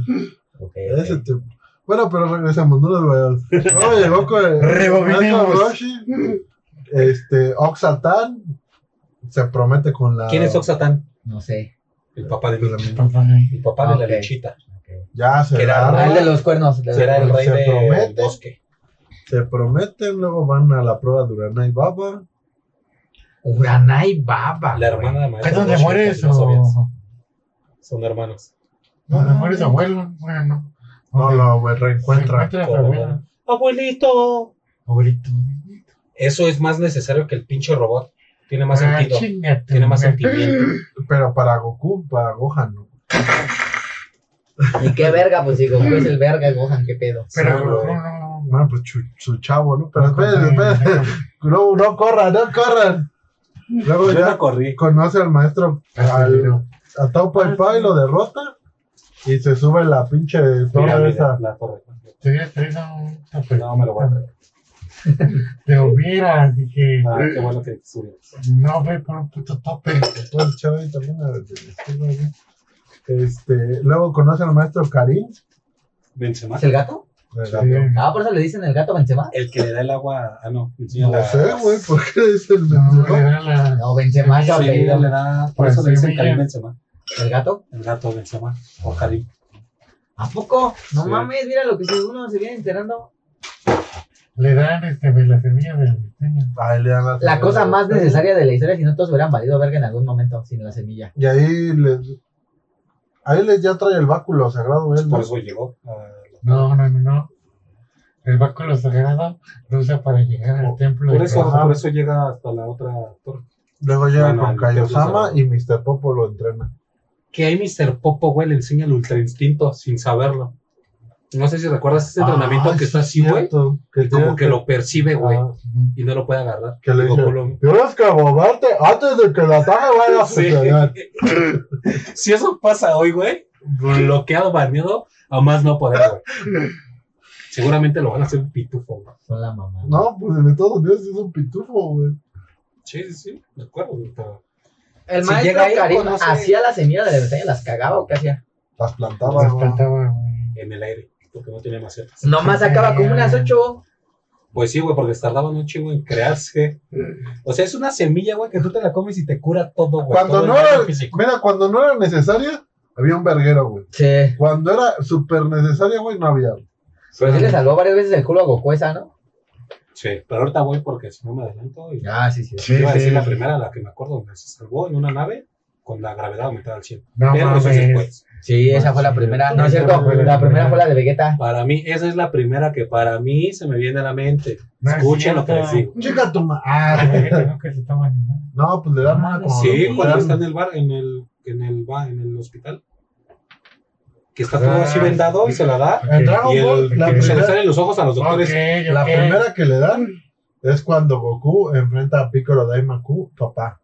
[SPEAKER 1] ok,
[SPEAKER 3] Ese
[SPEAKER 1] ok.
[SPEAKER 3] tipo. Bueno, pero regresamos, no los veas. Luego llegó con
[SPEAKER 2] Rebobinemos.
[SPEAKER 3] Nacho eh, Roshi, este, Oxatán se promete con la.
[SPEAKER 4] ¿Quién es Oxatán?
[SPEAKER 1] No sé.
[SPEAKER 4] El papá de
[SPEAKER 3] con la
[SPEAKER 4] Michi.
[SPEAKER 3] misma-
[SPEAKER 2] Papá, güey.
[SPEAKER 4] El papá de
[SPEAKER 1] Ok.
[SPEAKER 4] la lechita.
[SPEAKER 3] Ya se
[SPEAKER 4] Que era
[SPEAKER 3] arma,
[SPEAKER 1] Ah, el de los cuernos. de-
[SPEAKER 4] Será el rey
[SPEAKER 3] Se
[SPEAKER 4] del
[SPEAKER 3] promete.
[SPEAKER 4] bosque.
[SPEAKER 3] se prometen, luego van a la prueba de Urana y Baba.
[SPEAKER 1] Uranai Baba.
[SPEAKER 4] La hermana de
[SPEAKER 2] ¿Es
[SPEAKER 4] Maestro
[SPEAKER 2] donde
[SPEAKER 4] Roshi,
[SPEAKER 2] muere
[SPEAKER 4] por si no sabías.
[SPEAKER 2] su...
[SPEAKER 4] Son hermanos.
[SPEAKER 2] Donde muere su abuelo? Bueno, no.
[SPEAKER 3] No
[SPEAKER 2] Donde
[SPEAKER 3] lo güey,
[SPEAKER 2] se
[SPEAKER 4] (laughs)
[SPEAKER 3] reencuentra.
[SPEAKER 2] encuentra a su abuelo.
[SPEAKER 4] ¡Abuelito!
[SPEAKER 2] Abuelito.
[SPEAKER 4] Eso es más necesario que el pinche robot. Tiene más
[SPEAKER 2] Ah,
[SPEAKER 4] sentido.
[SPEAKER 2] chingate, (laughs)
[SPEAKER 4] Tiene más
[SPEAKER 2] güey.
[SPEAKER 4] sentimiento.
[SPEAKER 3] Pero para Goku, para Gohan, ¿no?
[SPEAKER 1] Y qué verga, pues si Goku es el verga, Gohan, qué pedo.
[SPEAKER 2] Pero
[SPEAKER 4] Sí,
[SPEAKER 2] Goku
[SPEAKER 4] güey.
[SPEAKER 2] no.
[SPEAKER 3] Bueno, pues su, su chavo, ¿no? Pero
[SPEAKER 2] Goku
[SPEAKER 3] espérense,
[SPEAKER 2] no-
[SPEAKER 3] espérense. No, no corran, no corran. Luego
[SPEAKER 4] Yo no
[SPEAKER 3] ya
[SPEAKER 4] corrí.
[SPEAKER 3] conoce al maestro, al,
[SPEAKER 2] Pero-
[SPEAKER 3] a Tau Pai Pai, lo derrota y se sube la pinche
[SPEAKER 4] Mira,
[SPEAKER 3] torre
[SPEAKER 4] mira,
[SPEAKER 3] esa.
[SPEAKER 4] la torre.
[SPEAKER 2] Te hubieras traído un tapete.
[SPEAKER 4] No, me lo voy a traer.
[SPEAKER 2] Te hubieras, dije.
[SPEAKER 4] Ah,
[SPEAKER 2] (laughs)
[SPEAKER 4] qué bueno que subes.
[SPEAKER 2] No, ve por un puto tope.
[SPEAKER 3] Te puedes echar ahí también a- Este, luego conoce al maestro Karim.
[SPEAKER 4] Benzema.
[SPEAKER 1] ¿Es el gato?
[SPEAKER 3] del
[SPEAKER 2] Sí.
[SPEAKER 3] gato.
[SPEAKER 1] Ah, por eso le dicen el gato Benzema.
[SPEAKER 4] El que le da el agua. Ah, no. Benzema.
[SPEAKER 3] No sé, güey, ¿por qué es el
[SPEAKER 2] No, le
[SPEAKER 3] Benzema?
[SPEAKER 2] da la-
[SPEAKER 1] No, Benzema es
[SPEAKER 4] Sí,
[SPEAKER 1] apellido.
[SPEAKER 4] le da- Por
[SPEAKER 2] Pues
[SPEAKER 4] eso le
[SPEAKER 2] sí,
[SPEAKER 4] dicen
[SPEAKER 2] mira.
[SPEAKER 4] Karim Benzema.
[SPEAKER 1] ¿El gato?
[SPEAKER 4] El gato Benzema. O Karim.
[SPEAKER 1] ¿A poco? No
[SPEAKER 4] Sí.
[SPEAKER 1] mames, mira lo que se- uno se viene enterando.
[SPEAKER 2] Le dan este, güey, la semilla del diseño.
[SPEAKER 3] Ahí le dan
[SPEAKER 1] La cosa más necesaria de la historia, si no todos hubieran valido verga en algún momento sin la semilla.
[SPEAKER 3] Y ahí les. Ahí les ya trae el báculo sagrado, él.
[SPEAKER 4] Por
[SPEAKER 3] ¿no?
[SPEAKER 4] eso llegó. Ah,
[SPEAKER 2] No, no, no, no. El báculo sagrado lo usa para llegar al templo.
[SPEAKER 4] Por
[SPEAKER 2] de
[SPEAKER 4] eso,
[SPEAKER 2] Krasno.
[SPEAKER 4] por eso llega hasta la otra torre.
[SPEAKER 3] Luego llega
[SPEAKER 4] Bueno,
[SPEAKER 3] con
[SPEAKER 4] el
[SPEAKER 3] Kaiosama
[SPEAKER 4] templo
[SPEAKER 3] y Mr. Popo lo entrena.
[SPEAKER 4] Que ahí Mr. Popo, güey, le enseña el ultra instinto sin saberlo. No sé si recuerdas ese ¿Este entrenamiento
[SPEAKER 3] Ah,
[SPEAKER 4] que
[SPEAKER 3] sí,
[SPEAKER 4] está así, güey.
[SPEAKER 3] cierto,
[SPEAKER 4] Y como
[SPEAKER 3] tiene
[SPEAKER 4] que lo percibe, güey.
[SPEAKER 3] Ah,
[SPEAKER 2] Ujú.
[SPEAKER 4] Y no lo puede agarrar.
[SPEAKER 3] que le
[SPEAKER 4] Y
[SPEAKER 3] dice,
[SPEAKER 4] Goku lo- Ah,
[SPEAKER 3] tienes que moverte antes de que la ataque vaya a
[SPEAKER 4] Sí. (laughs)
[SPEAKER 3] suceder.
[SPEAKER 4] Si eso pasa hoy, güey, bloqueado, baneado, a más no poder, güey. Seguramente lo van a hacer un pitufo, güey.
[SPEAKER 1] Son la mamá.
[SPEAKER 3] No, pues en Estados Unidos es un pitufo, güey.
[SPEAKER 4] Sí, sí, sí, de acuerdo, güey, pero-
[SPEAKER 1] El
[SPEAKER 4] Si
[SPEAKER 1] maestro
[SPEAKER 4] llega ahí,
[SPEAKER 1] Karim
[SPEAKER 4] conoce-
[SPEAKER 1] hacía la semilla de la Benzema, las cagaba o qué hacía.
[SPEAKER 3] Las plantaba,
[SPEAKER 2] Les
[SPEAKER 3] güey.
[SPEAKER 2] faltaba, güey.
[SPEAKER 4] en el aire, porque no tenía macetas.
[SPEAKER 1] Nomás sacaba como unas ocho.
[SPEAKER 4] Pues sí, güey, porque tardaban un chingo en crearse. O sea, es una semilla, güey, que tú te la comes y te cura todo, güey.
[SPEAKER 3] Cuando
[SPEAKER 4] todo el
[SPEAKER 3] no,
[SPEAKER 4] daño
[SPEAKER 3] era,
[SPEAKER 4] físico.
[SPEAKER 3] mira, cuando no era necesaria, había un verguero, güey.
[SPEAKER 1] Sí.
[SPEAKER 3] Cuando era súper necesaria, güey, no había.
[SPEAKER 1] Pero sí le salvó varias veces el culo a Goku esa, ¿no?
[SPEAKER 4] Sí, pero ahorita voy porque si no me adelanto. Y
[SPEAKER 1] Ah, sí, sí.
[SPEAKER 4] iba a decir la primera, la que me acuerdo, donde se salvó en una nave con la gravedad aumentada al 100.
[SPEAKER 2] No
[SPEAKER 4] Pero eso es
[SPEAKER 2] mames.
[SPEAKER 4] después.
[SPEAKER 1] Sí, esa
[SPEAKER 2] Ah,
[SPEAKER 1] fue la
[SPEAKER 2] sí.
[SPEAKER 1] primera. No es cierto, la primera fue la de Vegeta.
[SPEAKER 4] Para mí, esa es la primera que para mí se me viene a la mente.
[SPEAKER 2] No es
[SPEAKER 4] Escuchen lo que
[SPEAKER 2] cierto.
[SPEAKER 4] les digo.
[SPEAKER 3] Chica tu ma-
[SPEAKER 2] Ah, de Vegeta, ¿no? Que se toman, ¿no?
[SPEAKER 3] No, pues le
[SPEAKER 4] Ah,
[SPEAKER 3] dan mala como.
[SPEAKER 4] Sí,
[SPEAKER 3] lo-
[SPEAKER 4] cuando está en el bar, en el, en el ba- en el hospital. Que está todo
[SPEAKER 2] Ah,
[SPEAKER 4] así vendado y se la da.
[SPEAKER 3] En Dragon
[SPEAKER 4] Y el-
[SPEAKER 3] Ball, la
[SPEAKER 4] Se le
[SPEAKER 3] primera,
[SPEAKER 4] salen los ojos a los
[SPEAKER 2] Ok,
[SPEAKER 4] doctores.
[SPEAKER 2] ok.
[SPEAKER 3] la primera que le dan es cuando Goku enfrenta a Piccolo Daimaku, papá.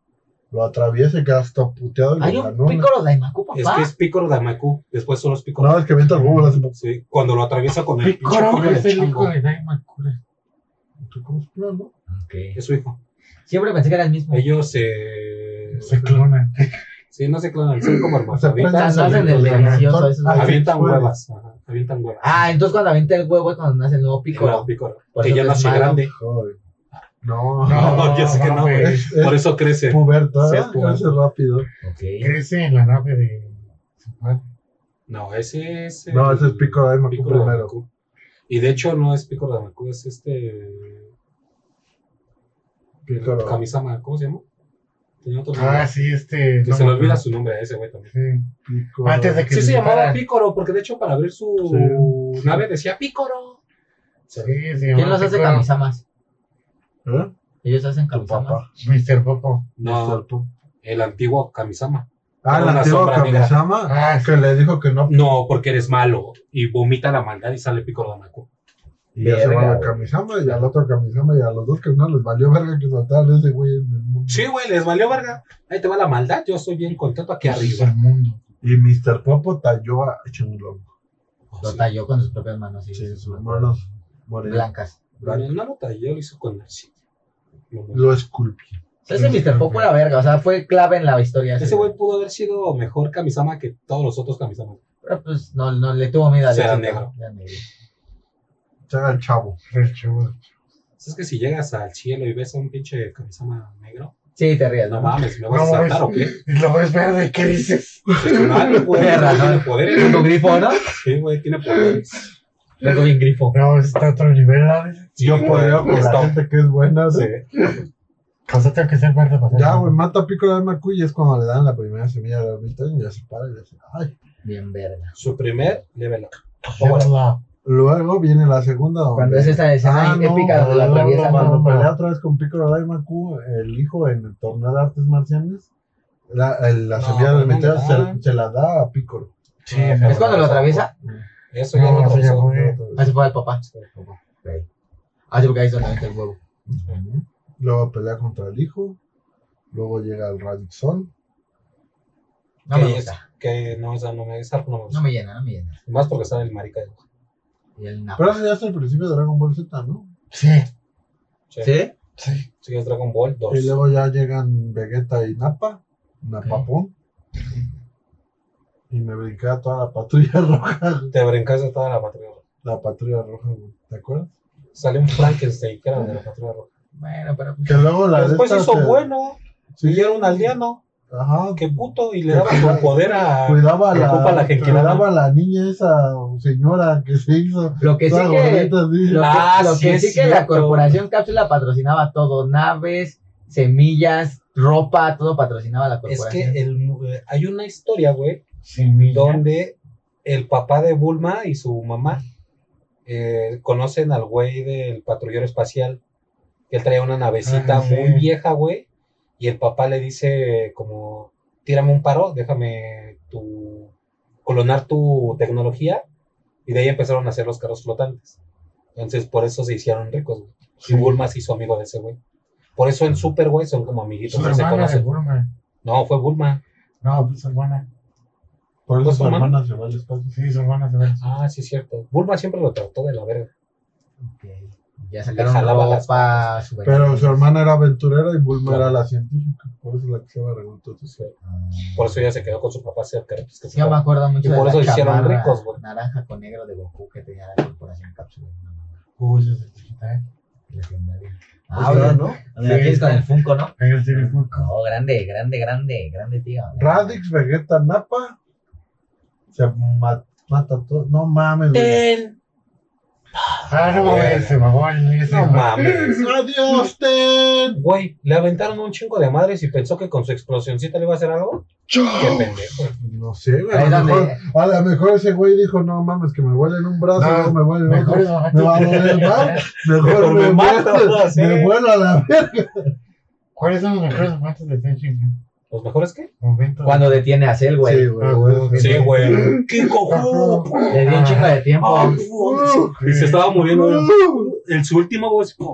[SPEAKER 3] Lo atraviesa y queda todo puteado y
[SPEAKER 1] Hay
[SPEAKER 3] le
[SPEAKER 1] un
[SPEAKER 3] anula.
[SPEAKER 1] pícoro Daimaku,
[SPEAKER 4] Es que
[SPEAKER 1] papá.
[SPEAKER 4] es Picoro Damaku. Después son los Picoros.
[SPEAKER 3] No, es que avienta el huevo lo hace.
[SPEAKER 4] Sí, cuando lo atraviesa con el pinche
[SPEAKER 1] Picoro,
[SPEAKER 4] ojo
[SPEAKER 2] Porque
[SPEAKER 4] del
[SPEAKER 2] es el
[SPEAKER 4] chango.
[SPEAKER 2] hijo de Daimakura.
[SPEAKER 3] ¿Tú cómo es plan, no?
[SPEAKER 5] Ok.
[SPEAKER 4] Es su hijo.
[SPEAKER 1] Siempre pensé que era el mismo.
[SPEAKER 4] Ellos se.
[SPEAKER 2] Se clonan.
[SPEAKER 4] Sí, no se clonan, son como hermanos.
[SPEAKER 3] Se
[SPEAKER 4] Avientan,
[SPEAKER 1] prenden, hacen el delicioso, eso es-
[SPEAKER 3] Ah, sí,
[SPEAKER 4] avientan
[SPEAKER 3] bueno.
[SPEAKER 4] huevas. ajá, avientan huevas.
[SPEAKER 1] Ah, entonces cuando avienta el huevo es cuando nace el nuevo pícoro.
[SPEAKER 4] Picoro, Picoro.
[SPEAKER 1] Por
[SPEAKER 4] Que
[SPEAKER 1] eso
[SPEAKER 4] ya
[SPEAKER 1] es
[SPEAKER 4] nace
[SPEAKER 1] malo.
[SPEAKER 4] grande.
[SPEAKER 3] Joder. No,
[SPEAKER 4] (laughs) No, yo sé que no, güey.
[SPEAKER 3] Es,
[SPEAKER 4] Por
[SPEAKER 3] es
[SPEAKER 4] eso crece.
[SPEAKER 3] puberta,
[SPEAKER 4] Sí, es
[SPEAKER 3] ¿verdad?
[SPEAKER 4] puberta.
[SPEAKER 3] Crece rápido.
[SPEAKER 5] Ok.
[SPEAKER 2] Crece en la nave de su padre.
[SPEAKER 4] No, ese es.
[SPEAKER 3] No,
[SPEAKER 4] el-
[SPEAKER 3] ese es Piccolo Daimaku
[SPEAKER 4] Piccolo
[SPEAKER 3] primero.
[SPEAKER 4] Damaku. Y de hecho, no es Piccolo Damaku, es este.
[SPEAKER 3] Piccolo.
[SPEAKER 4] Kamisama, ¿cómo se llama? Tenía otro nombre.
[SPEAKER 2] Ah, sí, este.
[SPEAKER 4] que
[SPEAKER 2] no
[SPEAKER 4] se
[SPEAKER 2] me
[SPEAKER 4] le olvida
[SPEAKER 2] acuerdo.
[SPEAKER 4] su nombre a ese güey también.
[SPEAKER 2] Sí.
[SPEAKER 3] Piccolo.
[SPEAKER 2] Antes de que.
[SPEAKER 4] Sí, se
[SPEAKER 2] le-
[SPEAKER 4] llamaba
[SPEAKER 1] para-
[SPEAKER 4] Pícoro, porque de hecho, para abrir su nave decía Pícoro.
[SPEAKER 2] Sí, se llamaba.
[SPEAKER 1] ¿Quién los hace
[SPEAKER 2] Piccolo.
[SPEAKER 1] camisamas?
[SPEAKER 3] ¿Eh?
[SPEAKER 1] Ellos hacen
[SPEAKER 3] Tu
[SPEAKER 1] camisamas.
[SPEAKER 3] papá.
[SPEAKER 2] Mr. Popo.
[SPEAKER 4] No,
[SPEAKER 3] Sarpo.
[SPEAKER 4] el antiguo Kamisama.
[SPEAKER 3] Ah,
[SPEAKER 4] Ah. Una
[SPEAKER 3] la antigua
[SPEAKER 4] sombra negra.
[SPEAKER 3] Kamisama
[SPEAKER 2] Ah, sí.
[SPEAKER 3] que le dijo que no.
[SPEAKER 4] No, porque eres malo. Y vomita la maldad y sale Pícoro Damaku.
[SPEAKER 3] Y ya se va
[SPEAKER 5] Verga,
[SPEAKER 3] la Kamisama y al otro Kamisama y a los dos que no les valió verga que soltaran ese güey en el mundo.
[SPEAKER 4] Sí, güey, les valió verga. Ahí te va la maldad. Yo estoy bien contento aquí
[SPEAKER 2] Ese es
[SPEAKER 4] arriba.
[SPEAKER 2] el mundo.
[SPEAKER 3] Y Mr. Popo talló a Chunulongo.
[SPEAKER 1] Lo talló con sus propias manos. sí,
[SPEAKER 3] Sí,
[SPEAKER 1] sus
[SPEAKER 3] sus
[SPEAKER 1] manos
[SPEAKER 3] manos morenas.
[SPEAKER 1] blancas.
[SPEAKER 4] Bueno, no lo talló, lo hizo con arcilla.
[SPEAKER 3] Lo esculpió.
[SPEAKER 1] Ese Mr. Popo era verga, o sea, fue clave en la historia. sí.
[SPEAKER 4] Ese güey pudo haber sido mejor Kamisama que todos los otros Kamisamas.
[SPEAKER 1] Pero pues no, no le tuvo miedo al
[SPEAKER 4] Será
[SPEAKER 1] éxito.
[SPEAKER 4] negro.
[SPEAKER 1] Era negro.
[SPEAKER 3] Se haga el chavo.
[SPEAKER 2] El chavo.
[SPEAKER 4] Es que si llegas al cielo y ves a un pinche Kamisama negro,
[SPEAKER 1] Sí, te rías,
[SPEAKER 4] no
[SPEAKER 1] ¿no?
[SPEAKER 4] mames, ¿me vas a
[SPEAKER 2] No mames.
[SPEAKER 4] saltar o qué?
[SPEAKER 2] Y lo ves verde, ¿qué dices?
[SPEAKER 4] Mal, güey,
[SPEAKER 1] Tienes
[SPEAKER 4] tiene
[SPEAKER 1] razón.
[SPEAKER 4] poderes.
[SPEAKER 1] Tu grifo, ¿no?
[SPEAKER 4] Sí, güey, tiene poderes.
[SPEAKER 1] Luego bien grifo.
[SPEAKER 2] No, está a otro nivel, ¿sabes?
[SPEAKER 3] Yo (laughs) podría con la
[SPEAKER 4] Stop.
[SPEAKER 3] gente que es buena.
[SPEAKER 4] Sí.
[SPEAKER 3] ¿sí?
[SPEAKER 2] O sea, tengo que ser verde para ser
[SPEAKER 3] Ya,
[SPEAKER 2] verde.
[SPEAKER 3] güey, mata a Piccolo de Macu y es cuando le dan la primera semilla de la mitad y ya se para y le dice, ay.
[SPEAKER 1] Bien verga.
[SPEAKER 4] Su primer level up.
[SPEAKER 2] Ahora la-
[SPEAKER 3] Luego viene la segunda. Donde...
[SPEAKER 1] Cuando es esa escena
[SPEAKER 3] Ah, no,
[SPEAKER 1] épica donde lo
[SPEAKER 3] no, no,
[SPEAKER 1] atraviesa.
[SPEAKER 3] no, Cuando
[SPEAKER 2] no.
[SPEAKER 3] pelea otra vez con Piccolo Daimaku, el hijo en el torneo de artes marciales, la, el- la
[SPEAKER 4] No,
[SPEAKER 3] semilla
[SPEAKER 4] no
[SPEAKER 3] de metal
[SPEAKER 4] le
[SPEAKER 3] se,
[SPEAKER 4] dan.
[SPEAKER 3] se la da a Piccolo.
[SPEAKER 2] Sí, es
[SPEAKER 1] ¿Es cuando lo atraviesa?
[SPEAKER 4] Mm. Eso ya
[SPEAKER 2] No,
[SPEAKER 4] lo
[SPEAKER 2] no se
[SPEAKER 4] atravesó.
[SPEAKER 2] llamó, eh.
[SPEAKER 1] Ah, se fue al papá.
[SPEAKER 5] Ok.
[SPEAKER 1] Ah, sí, porque ahí es donde avienta el huevo.
[SPEAKER 3] Luego pelea contra el hijo. Luego llega el Radixon.
[SPEAKER 1] No me
[SPEAKER 4] Que es-
[SPEAKER 1] gusta.
[SPEAKER 4] Que no, esa no me esa no me gusta.
[SPEAKER 1] No me llena, no me llena.
[SPEAKER 4] Más porque está en el marica.
[SPEAKER 1] Y el nap.
[SPEAKER 3] Pero eso ya es el principio de Dragon Ball Z, ¿no?
[SPEAKER 2] Sí,
[SPEAKER 4] Sí. sí.
[SPEAKER 1] ¿Sí?
[SPEAKER 4] es Dragon Ball 2.
[SPEAKER 3] Y luego ya llegan Vegeta y Nappa. Napapón. Y me brincaba toda la patrulla (laughs) roja.
[SPEAKER 4] Te brincaste toda la patrulla roja.
[SPEAKER 3] La patrulla roja, güey. ¿Te acuerdas?
[SPEAKER 4] Sale un Frankenstein que era de la patrulla roja.
[SPEAKER 1] Bueno, pero.
[SPEAKER 3] Que luego la
[SPEAKER 4] Que Después
[SPEAKER 3] esta
[SPEAKER 4] hizo
[SPEAKER 3] se-
[SPEAKER 4] bueno.
[SPEAKER 3] Sí.
[SPEAKER 4] Y era un aldeano.
[SPEAKER 3] Ajá.
[SPEAKER 4] Qué puto. Y le daba su poder a.
[SPEAKER 3] cuidaba a la,
[SPEAKER 4] Ah, Ocupa la Genkidama.
[SPEAKER 3] cuidaba a la niña esa señora que se hizo.
[SPEAKER 1] Lo que sí
[SPEAKER 3] toda
[SPEAKER 1] que.
[SPEAKER 3] gordita, así.
[SPEAKER 1] Lo que,
[SPEAKER 4] Ah,
[SPEAKER 1] lo
[SPEAKER 4] sí
[SPEAKER 1] que
[SPEAKER 4] es
[SPEAKER 1] sí que la
[SPEAKER 4] cierto.
[SPEAKER 1] corporación Cápsula patrocinaba todo: naves, semillas, ropa, todo patrocinaba la
[SPEAKER 4] Es
[SPEAKER 1] corporación.
[SPEAKER 4] que el, mu- eh, hay una historia, güey,
[SPEAKER 2] semilla.
[SPEAKER 4] donde el papá de Bulma y su mamá eh, conocen al güey del patrullero espacial. Él traía una navecita
[SPEAKER 2] Ah, sí.
[SPEAKER 4] muy vieja, güey, y el papá le dice como, tírame un paro, déjame tu, colonar tu tecnología, y de ahí empezaron a hacer los carros flotantes. Entonces, por eso se hicieron ricos, güey.
[SPEAKER 2] Sí.
[SPEAKER 4] Y Bulma se hizo amigo de ese güey. Por eso en Super, güey, son como amiguitos,
[SPEAKER 2] Su
[SPEAKER 4] no se
[SPEAKER 2] hermana de
[SPEAKER 4] conocen.
[SPEAKER 2] Burma.
[SPEAKER 4] No, fue Bulma.
[SPEAKER 2] No, pues su hermana.
[SPEAKER 3] Por eso
[SPEAKER 4] Pues,
[SPEAKER 3] su
[SPEAKER 4] mamá.
[SPEAKER 3] hermana se va al espacio.
[SPEAKER 2] Sí, su hermana se ve.
[SPEAKER 4] Ah, sí, es cierto. Bulma siempre lo trató de la verga.
[SPEAKER 1] Ok. Ya sacaron
[SPEAKER 4] Le jalaba las
[SPEAKER 1] ropa, souvenirs.
[SPEAKER 3] Pero su hermana era aventurera y Bulma
[SPEAKER 4] Claro.
[SPEAKER 3] era la científica. Por eso la que se va a revoltar.
[SPEAKER 4] pues, Por eso ella se quedó con su papá cerca. pues, que se
[SPEAKER 1] Ah, Yo me
[SPEAKER 4] fue.
[SPEAKER 1] acuerdo mucho
[SPEAKER 4] Y por
[SPEAKER 1] de
[SPEAKER 4] eso
[SPEAKER 1] la
[SPEAKER 4] se hicieron
[SPEAKER 1] chamarra
[SPEAKER 4] ricos, güey.
[SPEAKER 1] naranja con negro de Goku que tenía la corporación cápsula. No, no, no,
[SPEAKER 2] Uy, esa es chiquita, ¿eh?
[SPEAKER 4] Pues
[SPEAKER 1] legendaria.
[SPEAKER 3] Ah,
[SPEAKER 1] Ah, oye,
[SPEAKER 3] ¿no?
[SPEAKER 1] ¿me la
[SPEAKER 2] Sí.
[SPEAKER 1] tienes con el Funko, ¿no?
[SPEAKER 2] Ahí sí le fue con-
[SPEAKER 1] No, grande, grande, grande, grande, tío.
[SPEAKER 3] Radix, Vegeta, Napa. Se ma- mata todo. No mames, güey.
[SPEAKER 2] Ah, no mames, se mamó el ese,
[SPEAKER 4] No
[SPEAKER 2] güey.
[SPEAKER 4] mames.
[SPEAKER 3] ¡Adiós, Ten!
[SPEAKER 4] Güey, le aventaron un chingo de madres y pensó que con su explosioncita le iba a hacer algo. Qué pendejo.
[SPEAKER 3] No sé, güey.
[SPEAKER 1] Ahí
[SPEAKER 3] A lo,
[SPEAKER 1] donde-
[SPEAKER 4] (laughs)
[SPEAKER 3] mejor, a lo mejor ese güey dijo, no mames, que me vuelen un brazo,
[SPEAKER 2] No,
[SPEAKER 3] no, me vuelen
[SPEAKER 2] Mejor
[SPEAKER 3] otro.
[SPEAKER 2] es mamá.
[SPEAKER 3] Me va a doler más, (laughs) mejor (laughs) me,
[SPEAKER 4] me mato,
[SPEAKER 3] vuelo-
[SPEAKER 4] sí.
[SPEAKER 3] me vuelo a la verga.
[SPEAKER 2] ¿Cuáles son los mejores momentos de Tenshin?
[SPEAKER 4] ¿Los mejores qué?
[SPEAKER 2] Momentos.
[SPEAKER 1] Cuando detiene a Cell, güey.
[SPEAKER 3] Sí,
[SPEAKER 2] Ah, güey.
[SPEAKER 3] güey.
[SPEAKER 4] Sí, güey. ¡Qué
[SPEAKER 2] cojudo,
[SPEAKER 4] Oh,
[SPEAKER 1] Le dio un chingo de
[SPEAKER 4] Ah.
[SPEAKER 1] tiempo.
[SPEAKER 4] Y se estaba muriendo el su último, güey. "Ah,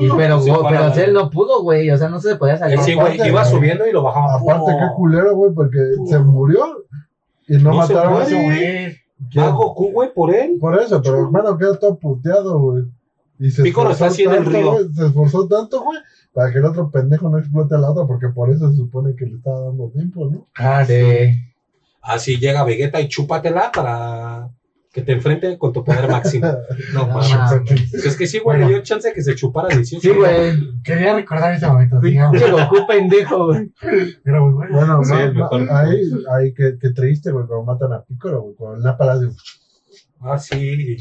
[SPEAKER 1] Y pero,
[SPEAKER 4] Sí,
[SPEAKER 1] güey,
[SPEAKER 4] para,
[SPEAKER 1] pero
[SPEAKER 4] güey.
[SPEAKER 1] Cell no pudo, güey. O sea, no se podía salir.
[SPEAKER 4] Sí, güey,
[SPEAKER 3] Aparte,
[SPEAKER 4] iba
[SPEAKER 3] güey.
[SPEAKER 4] subiendo y lo bajaba.
[SPEAKER 3] Aparte, qué culero, güey, porque se murió y no,
[SPEAKER 4] No se
[SPEAKER 3] mataron a
[SPEAKER 4] puede,
[SPEAKER 3] ese güey.
[SPEAKER 2] güey.
[SPEAKER 4] Va Goku, güey, por él.
[SPEAKER 3] Por eso, pero hermano queda todo puteado, güey. Y se
[SPEAKER 4] Piccolo
[SPEAKER 3] esforzó
[SPEAKER 4] está así en el
[SPEAKER 3] tanto,
[SPEAKER 4] río.
[SPEAKER 3] güey, se esforzó tanto, güey, para que el otro pendejo no explote a la otra, porque por eso se supone que le estaba dando tiempo, ¿no?
[SPEAKER 2] Ah, sí.
[SPEAKER 1] Sí.
[SPEAKER 4] Así llega Vegeta y chúpatela para que te enfrente con tu poder máximo. No
[SPEAKER 1] No,
[SPEAKER 4] mames.
[SPEAKER 1] mames.
[SPEAKER 4] Pues Es que sí, güey, le dio chance de que se chupara 18.
[SPEAKER 1] Sí, güey.
[SPEAKER 2] Quería recordar ese momento. digamos.
[SPEAKER 1] Pinche Goku pendejo, güey.
[SPEAKER 2] Era muy bueno.
[SPEAKER 3] Bueno,
[SPEAKER 4] Sí,
[SPEAKER 3] ma-
[SPEAKER 4] el
[SPEAKER 3] ma-
[SPEAKER 4] mejor.
[SPEAKER 3] ahí, ahí que, que triste, güey, cuando matan a Piccolo, güey, con la pala de...
[SPEAKER 4] Ah, sí.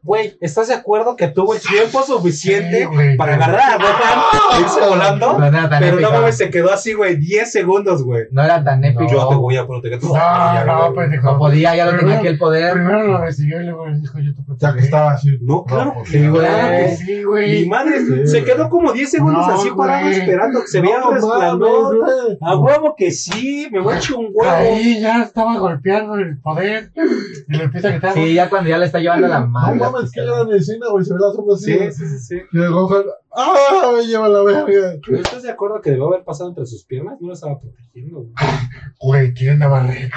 [SPEAKER 4] Güey, ¿estás de acuerdo que tuvo el tiempo suficiente
[SPEAKER 2] Sí, güey,
[SPEAKER 4] para
[SPEAKER 2] claro.
[SPEAKER 4] agarrar a Gohan e irse volando?
[SPEAKER 1] No era tan
[SPEAKER 4] Pero
[SPEAKER 1] épico.
[SPEAKER 4] no mames, se quedó así, güey, 10 segundos, güey.
[SPEAKER 1] No era tan épico.
[SPEAKER 4] Yo te voy a proteger.
[SPEAKER 2] No, no, pendejo.
[SPEAKER 1] No podía, ya lo tenía
[SPEAKER 2] Primero-
[SPEAKER 1] aquí el poder.
[SPEAKER 2] Primero lo recibió y luego le dijo yo te
[SPEAKER 3] Ya que
[SPEAKER 2] protegeré.
[SPEAKER 3] estaba así.
[SPEAKER 4] No, claro
[SPEAKER 3] Rojo.
[SPEAKER 4] que no.
[SPEAKER 2] Claro que
[SPEAKER 1] güey.
[SPEAKER 2] sí,
[SPEAKER 4] Mi
[SPEAKER 2] güey.
[SPEAKER 4] madre
[SPEAKER 3] Sí,
[SPEAKER 4] se
[SPEAKER 3] güey.
[SPEAKER 4] quedó como 10 segundos
[SPEAKER 2] No,
[SPEAKER 4] así parado
[SPEAKER 2] güey.
[SPEAKER 4] esperando que se vea
[SPEAKER 3] No
[SPEAKER 4] el resplandor. Ah,
[SPEAKER 3] mames, güey.
[SPEAKER 4] A huevo que sí, me voy a echar un huevo.
[SPEAKER 2] Ahí ya estaba golpeando el poder y le empieza a gritar.
[SPEAKER 1] Sí, ya cuando ya le está llevando la
[SPEAKER 3] No
[SPEAKER 1] madre.
[SPEAKER 3] mames, que era en el cine, güey, se ve la sombra así.
[SPEAKER 4] Sí,
[SPEAKER 3] güey.
[SPEAKER 4] sí, sí, sí.
[SPEAKER 3] Y el Gohan, ¡ah, me lleva la verga!
[SPEAKER 4] ¿Pero estás de acuerdo que debió haber pasado entre sus piernas? No lo estaba protegiendo, güey.
[SPEAKER 2] Güey, tiene una barrera.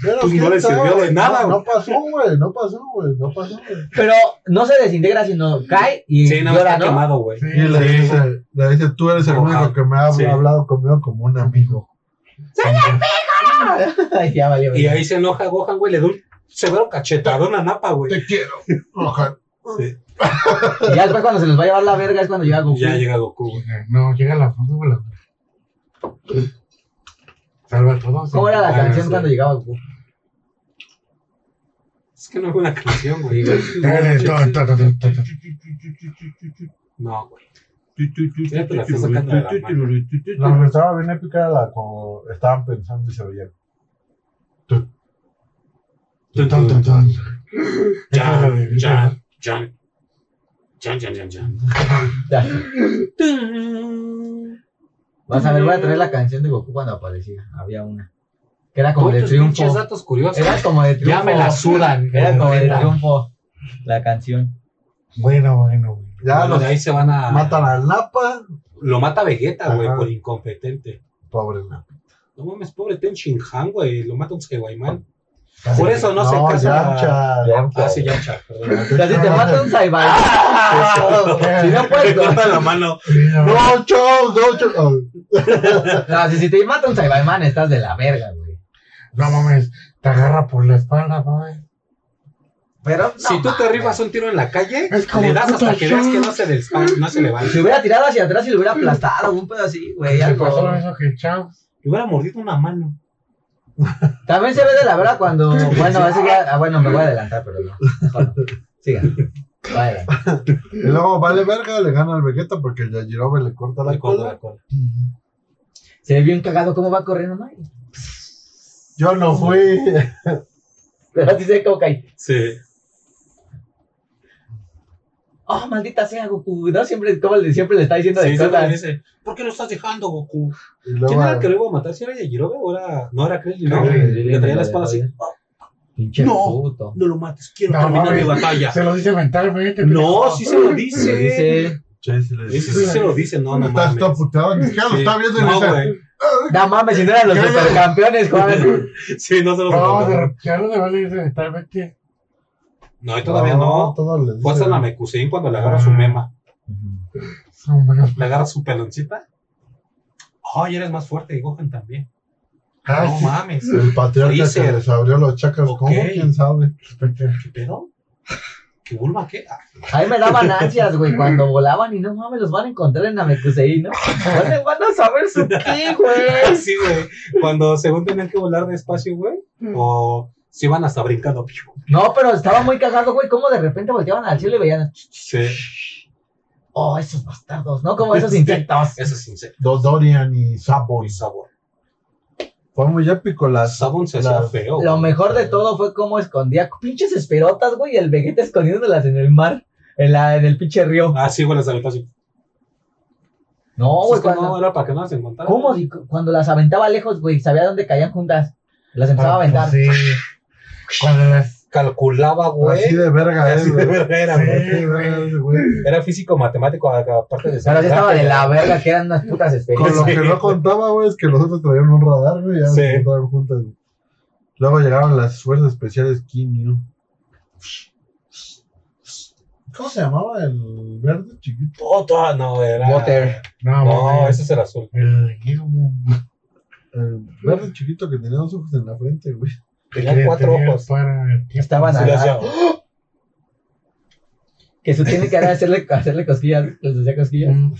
[SPEAKER 3] Pero
[SPEAKER 4] Pues
[SPEAKER 3] quién
[SPEAKER 4] no le sirvió
[SPEAKER 3] sabe,
[SPEAKER 4] de nada,
[SPEAKER 3] no- No pasó, güey, no pasó, güey, no pasó, güey.
[SPEAKER 1] Pero no se desintegra, sino cae y
[SPEAKER 4] Sí, nada más
[SPEAKER 1] llora,
[SPEAKER 4] está
[SPEAKER 1] ¿no?
[SPEAKER 4] quemado, güey.
[SPEAKER 2] Sí,
[SPEAKER 3] Y le dice, le dice, tú eres el
[SPEAKER 4] Ojalá.
[SPEAKER 3] único que me ha
[SPEAKER 4] Sí.
[SPEAKER 3] hablado conmigo como un amigo.
[SPEAKER 1] (laughs) Ay, ya valió.
[SPEAKER 4] Y ahí se enoja Gohan, güey, le da un severo cachetadón a Napa, güey.
[SPEAKER 3] Te quiero, Gohan.
[SPEAKER 4] Sí.
[SPEAKER 1] Y ya después cuando se los va a llevar la verga es cuando llega Goku.
[SPEAKER 4] Ya llega Goku, güey.
[SPEAKER 2] No, llega la fórmula. Salva a todos.
[SPEAKER 1] ¿Cómo era la
[SPEAKER 4] Ah,
[SPEAKER 1] canción
[SPEAKER 4] sí.
[SPEAKER 1] cuando llegaba Goku?
[SPEAKER 4] Es que no es una canción, güey.
[SPEAKER 2] Dale, to- to- to- to- to- to-
[SPEAKER 4] No, güey. Ya te la estás sacando de la mano.
[SPEAKER 3] La que estaba bien épica era la como estaban pensando y se oían.
[SPEAKER 2] to- to- to- to- Esa es la
[SPEAKER 4] Jan,
[SPEAKER 2] de-
[SPEAKER 4] Jan, Jan. Jan, Jan, Jan, Jan.
[SPEAKER 1] Ya. Vas a ver, voy a traer la canción de Goku cuando aparecía. Había una. Que era como de
[SPEAKER 4] Muchos pinches
[SPEAKER 1] triunfo.
[SPEAKER 4] datos curiosos.
[SPEAKER 1] Era como de triunfo.
[SPEAKER 4] Ya me la sudan.
[SPEAKER 1] Era como de
[SPEAKER 4] completa.
[SPEAKER 1] triunfo. La canción.
[SPEAKER 2] Bueno, bueno, güey.
[SPEAKER 3] Ya
[SPEAKER 4] Bueno,
[SPEAKER 3] los
[SPEAKER 4] de ahí se van a.
[SPEAKER 3] matan al Napa.
[SPEAKER 4] Lo mata Vegeta, güey,
[SPEAKER 3] Ajá.
[SPEAKER 4] por incompetente.
[SPEAKER 3] Pobre Napa.
[SPEAKER 4] No mames, pobre Ten Han, güey. Lo mata un Skywayman. Por eso no se casa-
[SPEAKER 3] Yamcha.
[SPEAKER 4] Ah, sí, Yamcha,
[SPEAKER 1] (laughs)
[SPEAKER 4] perdón.
[SPEAKER 1] O sea, si te mata un Saibai. (laughs) Si no puedes cortar la mano.
[SPEAKER 2] Sí, no,
[SPEAKER 3] No, chao, no, chao.
[SPEAKER 1] No, si, si te mata un Saibaiman, estás de la verga, güey.
[SPEAKER 2] No mames, te agarra por la espalda, mames.
[SPEAKER 1] Pero no
[SPEAKER 4] si tú te
[SPEAKER 1] mames.
[SPEAKER 4] rifas un tiro en la calle,
[SPEAKER 2] Es como
[SPEAKER 4] le das
[SPEAKER 2] puto
[SPEAKER 4] hasta que veas que no se, des- no se le va.
[SPEAKER 1] Si hubiera tirado hacia atrás y lo hubiera aplastado, un pedo así, güey.
[SPEAKER 2] Le
[SPEAKER 1] algo.
[SPEAKER 2] pasó lo mismo que Chao.
[SPEAKER 4] Le hubiera mordido una mano.
[SPEAKER 1] También se ve de la verga cuando. Bueno, eso ya. ah, bueno, me voy a adelantar, pero no. Mejor no. Sigan. Vaya.
[SPEAKER 3] Y luego vale verga, le gana al Vegeta porque el Yajirobe le corta la
[SPEAKER 4] Le corta la
[SPEAKER 3] cola.
[SPEAKER 4] cola.
[SPEAKER 1] Se ve bien cagado cómo va corriendo, Mike.
[SPEAKER 3] Yo no fui.
[SPEAKER 1] Pero sí se ve cómo cae.
[SPEAKER 4] Sí.
[SPEAKER 1] Oh, maldita sea, Goku. No siempre, como le, siempre le está diciendo de
[SPEAKER 4] Sí, siempre
[SPEAKER 1] cosas.
[SPEAKER 4] le dice, ¿Por qué lo estás dejando, Goku?
[SPEAKER 3] Y
[SPEAKER 4] ¿Quién
[SPEAKER 3] luego
[SPEAKER 4] era el que lo iba a matar? ¿Si era Yajirobe o era.? No, era Krillin, ¿no?
[SPEAKER 3] Krillin.
[SPEAKER 4] Le traía la espada así.
[SPEAKER 1] Pinche
[SPEAKER 4] No.
[SPEAKER 1] puto.
[SPEAKER 4] No lo mates, quiero
[SPEAKER 2] No,
[SPEAKER 4] terminar mi
[SPEAKER 2] mames.
[SPEAKER 4] batalla.
[SPEAKER 2] Se lo dice mentalmente.
[SPEAKER 4] No, sí se lo dice.
[SPEAKER 1] Le dice.
[SPEAKER 3] Sí, sí, le
[SPEAKER 4] Sí,
[SPEAKER 3] dice.
[SPEAKER 4] sí se lo dice, no, no
[SPEAKER 3] Está todo
[SPEAKER 4] mames.
[SPEAKER 3] puteado. Ni siquiera lo
[SPEAKER 4] Sí.
[SPEAKER 3] está viendo y le
[SPEAKER 4] No,
[SPEAKER 3] dice,
[SPEAKER 4] güey.
[SPEAKER 1] No mames, si no eran los
[SPEAKER 3] Creo que-
[SPEAKER 1] supercampeones, Juan.
[SPEAKER 4] (laughs) Sí, no se lo
[SPEAKER 2] No,
[SPEAKER 4] no,
[SPEAKER 2] de- ya no le vale dice mentalmente.
[SPEAKER 4] no, y (laughs) todavía no.
[SPEAKER 3] todo le
[SPEAKER 4] Fue hasta
[SPEAKER 3] dice.
[SPEAKER 4] la Mekusein cuando le agarra su
[SPEAKER 3] Ah.
[SPEAKER 4] mema.
[SPEAKER 2] No, mames.
[SPEAKER 4] Le agarra su peloncita. Ay, eres más fuerte y Gohan también.
[SPEAKER 2] Ah,
[SPEAKER 4] no
[SPEAKER 2] sí.
[SPEAKER 4] mames.
[SPEAKER 3] El patriarca
[SPEAKER 4] Freezer.
[SPEAKER 3] que les abrió los chakras,
[SPEAKER 4] Ok.
[SPEAKER 3] ¿cómo? ¿Quién sabe?
[SPEAKER 4] ¿Qué pedo? ¿Qué Bulma qué? Ah,
[SPEAKER 1] Ahí me daban ansias, güey, cuando volaban y no mames, los van a encontrar en Namekusei, ¿no? ¿Dónde van a saber su qué, güey?
[SPEAKER 4] Ah, (laughs)
[SPEAKER 1] Mm.
[SPEAKER 4] Sí, güey. Cuando según tenían que volar despacio, güey. O sí van hasta brincando.
[SPEAKER 1] No, pero estaba muy cagado, güey. Cómo de repente volteaban al cielo y veían.
[SPEAKER 4] Sí,
[SPEAKER 1] Oh, esos bastardos, ¿no? Como esos insectos.
[SPEAKER 4] eso es insecto.
[SPEAKER 3] Dorian y
[SPEAKER 4] Y
[SPEAKER 3] Sabon.
[SPEAKER 4] sabor.
[SPEAKER 3] Fue muy épico las.
[SPEAKER 4] Sabon se hacía
[SPEAKER 3] la-
[SPEAKER 4] feo.
[SPEAKER 1] Lo
[SPEAKER 4] güey.
[SPEAKER 1] mejor de todo fue cómo escondía pinches esperotas, güey. y El Vegeta escondiéndolas en el mar. En, la, en el pinche río.
[SPEAKER 4] Ah, sí, güey, las aventó así.
[SPEAKER 1] No,
[SPEAKER 4] Sí, es
[SPEAKER 1] güey.
[SPEAKER 4] que
[SPEAKER 1] Cuando,
[SPEAKER 4] no, era para que no las encontraran.
[SPEAKER 1] ¿Cómo? Si cu- Cuando las aventaba lejos, güey. Sabía dónde caían juntas. Las empezaba a aventar.
[SPEAKER 2] Sí. Cuando las.
[SPEAKER 4] Calculaba, güey.
[SPEAKER 3] Así de verga,
[SPEAKER 4] (laughs) Así
[SPEAKER 3] es,
[SPEAKER 4] de
[SPEAKER 3] güey.
[SPEAKER 4] verga era,
[SPEAKER 3] Sí,
[SPEAKER 4] güey.
[SPEAKER 3] verga es, güey.
[SPEAKER 4] Era físico matemático, aparte de ser.
[SPEAKER 1] Pero sí estaba de la
[SPEAKER 4] rápido.
[SPEAKER 1] verga que eran unas putas (laughs)
[SPEAKER 3] Con lo
[SPEAKER 1] esperotas.
[SPEAKER 3] que no contaba, güey, es que los otros traían un radar, güey, ya
[SPEAKER 4] Sí.
[SPEAKER 3] se juntaban juntas. güey. Luego llegaron las fuerzas especiales Kinyu. ¿Cómo se llamaba el verde chiquito?
[SPEAKER 4] Puta, no, era.
[SPEAKER 1] Water.
[SPEAKER 2] No,
[SPEAKER 4] No,
[SPEAKER 2] mames.
[SPEAKER 4] ese es el azul.
[SPEAKER 2] El Guillermo.
[SPEAKER 3] El verde chiquito que tenía dos ojos en la frente, güey.
[SPEAKER 4] Tenía
[SPEAKER 2] que
[SPEAKER 4] cuatro
[SPEAKER 2] tenía
[SPEAKER 4] ojos.
[SPEAKER 2] Para el tiempo.
[SPEAKER 1] Estaban
[SPEAKER 4] Sí,
[SPEAKER 1] a
[SPEAKER 4] le
[SPEAKER 1] la-
[SPEAKER 4] hacía- (gasps)
[SPEAKER 1] Que su tiene que era hacerle, hacerle cosquillas. Les hacía cosquillas.
[SPEAKER 2] Mm,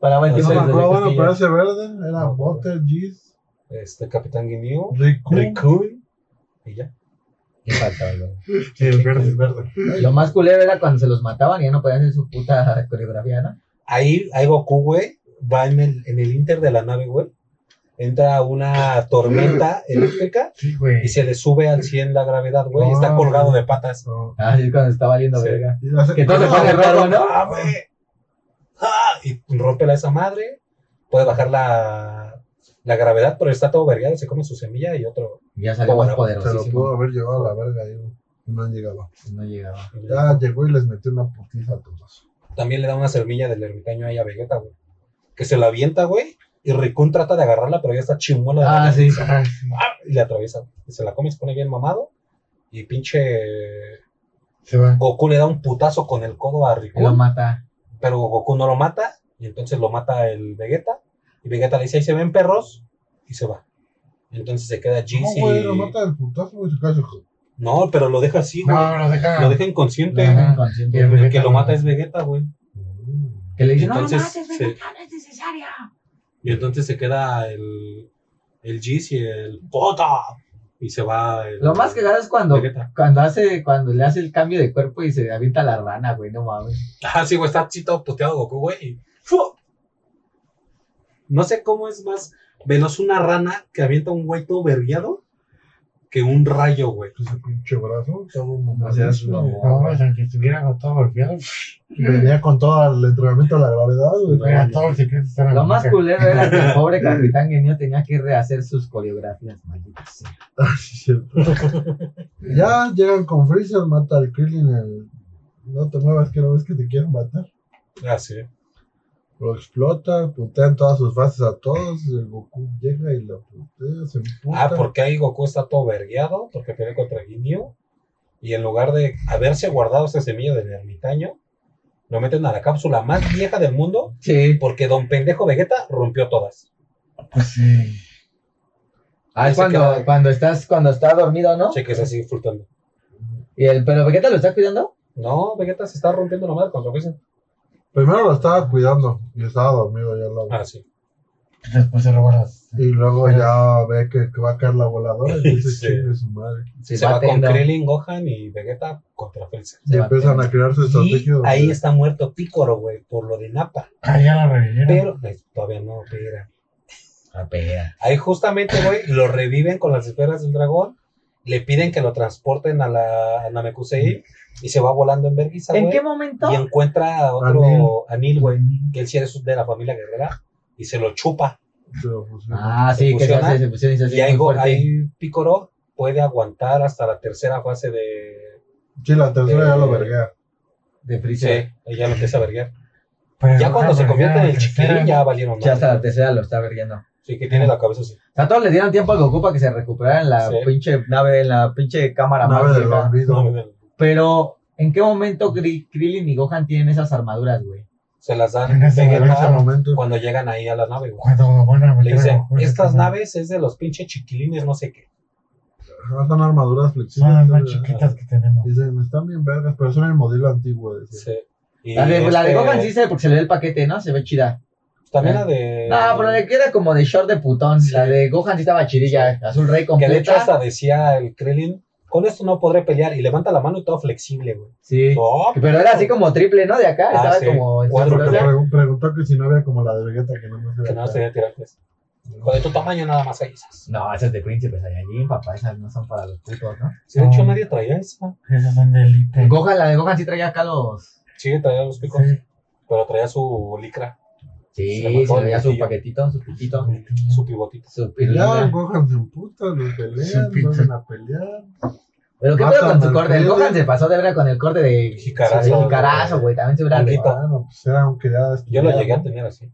[SPEAKER 1] Para ver
[SPEAKER 4] No
[SPEAKER 1] si
[SPEAKER 3] No
[SPEAKER 4] sé,
[SPEAKER 1] les
[SPEAKER 3] me
[SPEAKER 1] hacía
[SPEAKER 3] acuerdo, bueno,
[SPEAKER 1] cosquillas.
[SPEAKER 3] pero ese verde era Water Geese,
[SPEAKER 4] Este, Capitán Guineo.
[SPEAKER 3] Riku.
[SPEAKER 4] Raccoon. Y ya.
[SPEAKER 1] Qué falta, güey.
[SPEAKER 2] El verde. El verde.
[SPEAKER 1] Lo más culero era cuando se los mataban y ya no podían hacer su puta (laughs) coreografía, ¿no?
[SPEAKER 4] Ahí, ahí Goku, güey, va en el, en el inter de la nave, güey. Entra una tormenta eléctrica
[SPEAKER 2] Sí, güey.
[SPEAKER 4] y se le sube al 100 la gravedad, güey. y está
[SPEAKER 3] Ah,
[SPEAKER 4] colgado
[SPEAKER 3] güey.
[SPEAKER 4] de patas.
[SPEAKER 2] No.
[SPEAKER 1] Ah, sí, cuando está valiendo
[SPEAKER 4] Sí.
[SPEAKER 1] verga.
[SPEAKER 3] Y hace-
[SPEAKER 1] Que todo se pone raro, ¿no?
[SPEAKER 4] Ah, güey. Ah, y rompe la esa madre. Puede bajar la, la gravedad, pero está todo vergado. Se come su semilla y otro.
[SPEAKER 1] Ya salió más
[SPEAKER 4] Bueno,
[SPEAKER 3] Se lo pudo
[SPEAKER 1] poderosísimo.
[SPEAKER 3] haber llevado a la verga, ahí, güey. No llegaba.
[SPEAKER 1] No llegaba.
[SPEAKER 3] Ya llegó y les metió una putiza a todos.
[SPEAKER 4] También le da una semilla del ermitaño ahí a Vegeta, güey. Que se la avienta, güey. Y Rikun trata de agarrarla, pero ya está chimuela. de
[SPEAKER 1] Ah,
[SPEAKER 4] la-
[SPEAKER 1] sí.
[SPEAKER 2] Ay, sí.
[SPEAKER 4] ¡Ah! Y le atraviesa. Y se la come, se pone bien mamado. Y pinche
[SPEAKER 2] Se va.
[SPEAKER 4] Goku le da un putazo con el codo a Rikun.
[SPEAKER 1] Lo mata.
[SPEAKER 4] pero Goku no lo mata, y entonces lo mata el Vegeta, y Vegeta le dice, ahí se ven perros, y se va. Y entonces se queda
[SPEAKER 3] No,
[SPEAKER 4] Jizz y...
[SPEAKER 3] güey, lo mata del putazo, güey, se cae su
[SPEAKER 4] No, pero lo deja así, güey.
[SPEAKER 2] No, lo deja.
[SPEAKER 4] Lo deja inconsciente.
[SPEAKER 1] Lo deja
[SPEAKER 2] Ajá.
[SPEAKER 1] inconsciente.
[SPEAKER 2] Bien.
[SPEAKER 4] El que lo
[SPEAKER 2] Vegeta,
[SPEAKER 4] mata
[SPEAKER 2] no.
[SPEAKER 4] es Vegeta, güey.
[SPEAKER 1] Que le dice, no,
[SPEAKER 4] Entonces,
[SPEAKER 1] no, es
[SPEAKER 4] sí.
[SPEAKER 1] Vegeta, no es necesaria.
[SPEAKER 4] Y entonces se queda el, el Jizz y el Pota, y se va el-
[SPEAKER 1] Lo más que es cuando,
[SPEAKER 4] Vegeta.
[SPEAKER 1] cuando hace, cuando le hace el cambio de cuerpo y se avienta la rana, güey, no mames.
[SPEAKER 4] Ah, sí, güey, está así todo puteado Goku, güey. y ¡fu! No sé cómo es más veloz una rana que avienta un güey todo vergueado que un rayo, güey.
[SPEAKER 3] Ese pinche brazo, estaba
[SPEAKER 1] No seas
[SPEAKER 3] mamadísimo.
[SPEAKER 1] mamón.
[SPEAKER 2] No, o sea, que estuviera con todo golpeado. pues,
[SPEAKER 3] Venía con todo el entrenamiento a la gravedad, güey.
[SPEAKER 2] Pero todo el secreto está en la
[SPEAKER 1] Lo más
[SPEAKER 2] muñeca.
[SPEAKER 1] culero era que el pobre Capitán Genio tenía que rehacer sus coreografías, malditas. sea.
[SPEAKER 3] Ah, sí, cierto. (laughs) ya llegan con Freezer, mata al Krillin, el... No te muevas, que no ves que te quieren matar.
[SPEAKER 4] Ah, sí.
[SPEAKER 3] Lo explota, putea en todas sus fases a todos. y El Goku llega y la putea, se emputa.
[SPEAKER 4] Ah, porque ahí Goku está todo vergueado porque peleó contra Ginyu. Y en lugar de haberse guardado esa semilla del ermitaño, lo meten a la cápsula más vieja del mundo
[SPEAKER 1] Sí.
[SPEAKER 4] porque Don Pendejo Vegeta rompió todas.
[SPEAKER 2] Pues sí.
[SPEAKER 1] Ah, es
[SPEAKER 4] Ese
[SPEAKER 1] cuando,
[SPEAKER 4] cabrón.
[SPEAKER 1] cuando estás, cuando está dormido, ¿no?
[SPEAKER 4] Cheques así flotando.
[SPEAKER 1] Y el, pero Vegeta lo está cuidando.
[SPEAKER 4] No, Vegeta se está rompiendo la madre contra Freezer.
[SPEAKER 3] Primero lo estaba cuidando y estaba dormido ya al lado.
[SPEAKER 4] Ah, sí.
[SPEAKER 2] Después se roba las.
[SPEAKER 3] Y luego ya ve que, que va a caer la voladora y dice,
[SPEAKER 4] Sí.
[SPEAKER 3] chingue su madre.
[SPEAKER 1] Sí,
[SPEAKER 4] se va con
[SPEAKER 1] tendo.
[SPEAKER 4] Krillin, Gohan y Vegeta contra Freezer.
[SPEAKER 1] Se
[SPEAKER 3] y
[SPEAKER 1] va
[SPEAKER 3] empiezan a crear su
[SPEAKER 4] Y
[SPEAKER 3] estrategia. donde-
[SPEAKER 4] ahí está muerto Picoro, güey, por lo de Napa.
[SPEAKER 2] Ah, ya la revivieron.
[SPEAKER 4] Pero pues, todavía no, espera.
[SPEAKER 1] Ah, pea.
[SPEAKER 4] Ahí justamente, güey, lo reviven con las esferas del dragón, le piden que lo transporten a la a Namekusei y se va volando en Berguisa,
[SPEAKER 1] ¿En
[SPEAKER 4] güey.
[SPEAKER 1] qué momento?
[SPEAKER 4] Y encuentra a otro anil, güey, que él sí es de la familia guerrera y se lo chupa.
[SPEAKER 3] se lo fusiona.
[SPEAKER 1] Ah, sí,
[SPEAKER 4] se
[SPEAKER 1] que se
[SPEAKER 4] fusiona.
[SPEAKER 1] hace, se fusiona y se hace
[SPEAKER 4] Y ahí,
[SPEAKER 1] muy
[SPEAKER 4] go-
[SPEAKER 1] fuerte.
[SPEAKER 4] ahí Picoro puede aguantar hasta la tercera fase de.
[SPEAKER 3] Sí, la tercera ya lo
[SPEAKER 4] Eh,
[SPEAKER 3] verguea.
[SPEAKER 1] De
[SPEAKER 4] Sí,
[SPEAKER 1] Freezer.
[SPEAKER 4] ahí ya lo empieza a verguer.
[SPEAKER 2] Pero
[SPEAKER 4] Ya
[SPEAKER 2] Pues, no
[SPEAKER 4] cuando
[SPEAKER 2] la
[SPEAKER 4] se convierte en el
[SPEAKER 2] revivieron, tercera.
[SPEAKER 4] chiquilín, ya valieron.
[SPEAKER 1] Ya hasta la
[SPEAKER 4] madre.
[SPEAKER 1] tercera lo está verguiando. O
[SPEAKER 4] Sí, que tiene la cabeza así.
[SPEAKER 1] sea, todos le dieron tiempo a Goku para que se recuperara en la
[SPEAKER 4] Sí.
[SPEAKER 1] pinche nave, en la pinche cámara
[SPEAKER 3] Nave
[SPEAKER 1] más
[SPEAKER 3] del
[SPEAKER 1] vieja.
[SPEAKER 3] olvido.
[SPEAKER 1] Pero, ¿en qué momento Gri- Krillin y Gohan tienen esas armaduras, güey?
[SPEAKER 4] Se las dan
[SPEAKER 2] En ese- en
[SPEAKER 3] En ese
[SPEAKER 4] Vegeta
[SPEAKER 3] momento.
[SPEAKER 4] cuando llegan ahí a la nave, güey.
[SPEAKER 2] Cuando van a
[SPEAKER 4] Le
[SPEAKER 2] meter a
[SPEAKER 4] dice,
[SPEAKER 2] Goku en
[SPEAKER 4] estas
[SPEAKER 2] esa-
[SPEAKER 4] naves es de los pinches chiquilines, no sé qué.
[SPEAKER 3] Ajá, son armaduras
[SPEAKER 2] Son las
[SPEAKER 3] flexibles.
[SPEAKER 2] más
[SPEAKER 3] ¿verdad?
[SPEAKER 2] chiquitas que tenemos.
[SPEAKER 3] Dicen, están bien vergas, pero son el modelo antiguo. decía.
[SPEAKER 4] Sí. Y
[SPEAKER 1] La de, la de
[SPEAKER 4] este,
[SPEAKER 1] Gohan sí se ve porque se le ve el paquete, ¿no? Se ve chida.
[SPEAKER 4] Está También la de.
[SPEAKER 1] Ah. No, pero le queda como de short de putón. La de Gohan sí estaba chidilla. Azul Rey
[SPEAKER 4] Que de hecho
[SPEAKER 1] completa.
[SPEAKER 4] hasta decía el Krillin, con esto no podré pelear. Y levanta la mano y todo flexible, güey.
[SPEAKER 1] Sí.
[SPEAKER 4] Oh,
[SPEAKER 1] Pero era así como triple, ¿no? De acá.
[SPEAKER 4] Ah,
[SPEAKER 1] estaba
[SPEAKER 4] sí.
[SPEAKER 1] como. en
[SPEAKER 4] Cuatro,
[SPEAKER 1] circunferencia.
[SPEAKER 4] pero-
[SPEAKER 3] Pregun- preguntó que si no había como la de Vegeta, que no me
[SPEAKER 4] que no se debe tirar pues. Con de tu tamaño nada más hay esas.
[SPEAKER 1] No, esas de príncipes allí, papá. Esas no son para los putos, ¿no?
[SPEAKER 4] Sí, de hecho,
[SPEAKER 2] No.
[SPEAKER 4] nadie traía eso.
[SPEAKER 2] Esas son de élite.
[SPEAKER 1] Gohan, la de Gohan sí traía acá los.
[SPEAKER 4] Sí, traía los picos.
[SPEAKER 2] Sí.
[SPEAKER 4] Pero traía su licra,
[SPEAKER 1] Sí,
[SPEAKER 4] Se le marcó
[SPEAKER 1] se traía
[SPEAKER 4] el
[SPEAKER 1] su
[SPEAKER 4] gatillo.
[SPEAKER 1] paquetito, su piquito.
[SPEAKER 4] su pivotito.
[SPEAKER 1] Su
[SPEAKER 3] Ya,
[SPEAKER 1] pirulina.
[SPEAKER 3] Gohan se emputa, lo
[SPEAKER 2] Sí,
[SPEAKER 3] pelean,
[SPEAKER 2] pizza.
[SPEAKER 3] vuelven a pelear.
[SPEAKER 1] Pero qué
[SPEAKER 3] Matan
[SPEAKER 1] pedo con su
[SPEAKER 3] al
[SPEAKER 1] corte. El
[SPEAKER 3] Krillin.
[SPEAKER 1] Gohan se pasó de ver con el corte de.
[SPEAKER 4] Jicarazo.
[SPEAKER 1] Sí, Jicarazo, güey. También se hubiera
[SPEAKER 4] Maldito.
[SPEAKER 3] Bueno, pues era aunque ya.
[SPEAKER 4] Yo lo llegué a
[SPEAKER 3] tener.
[SPEAKER 4] tener así.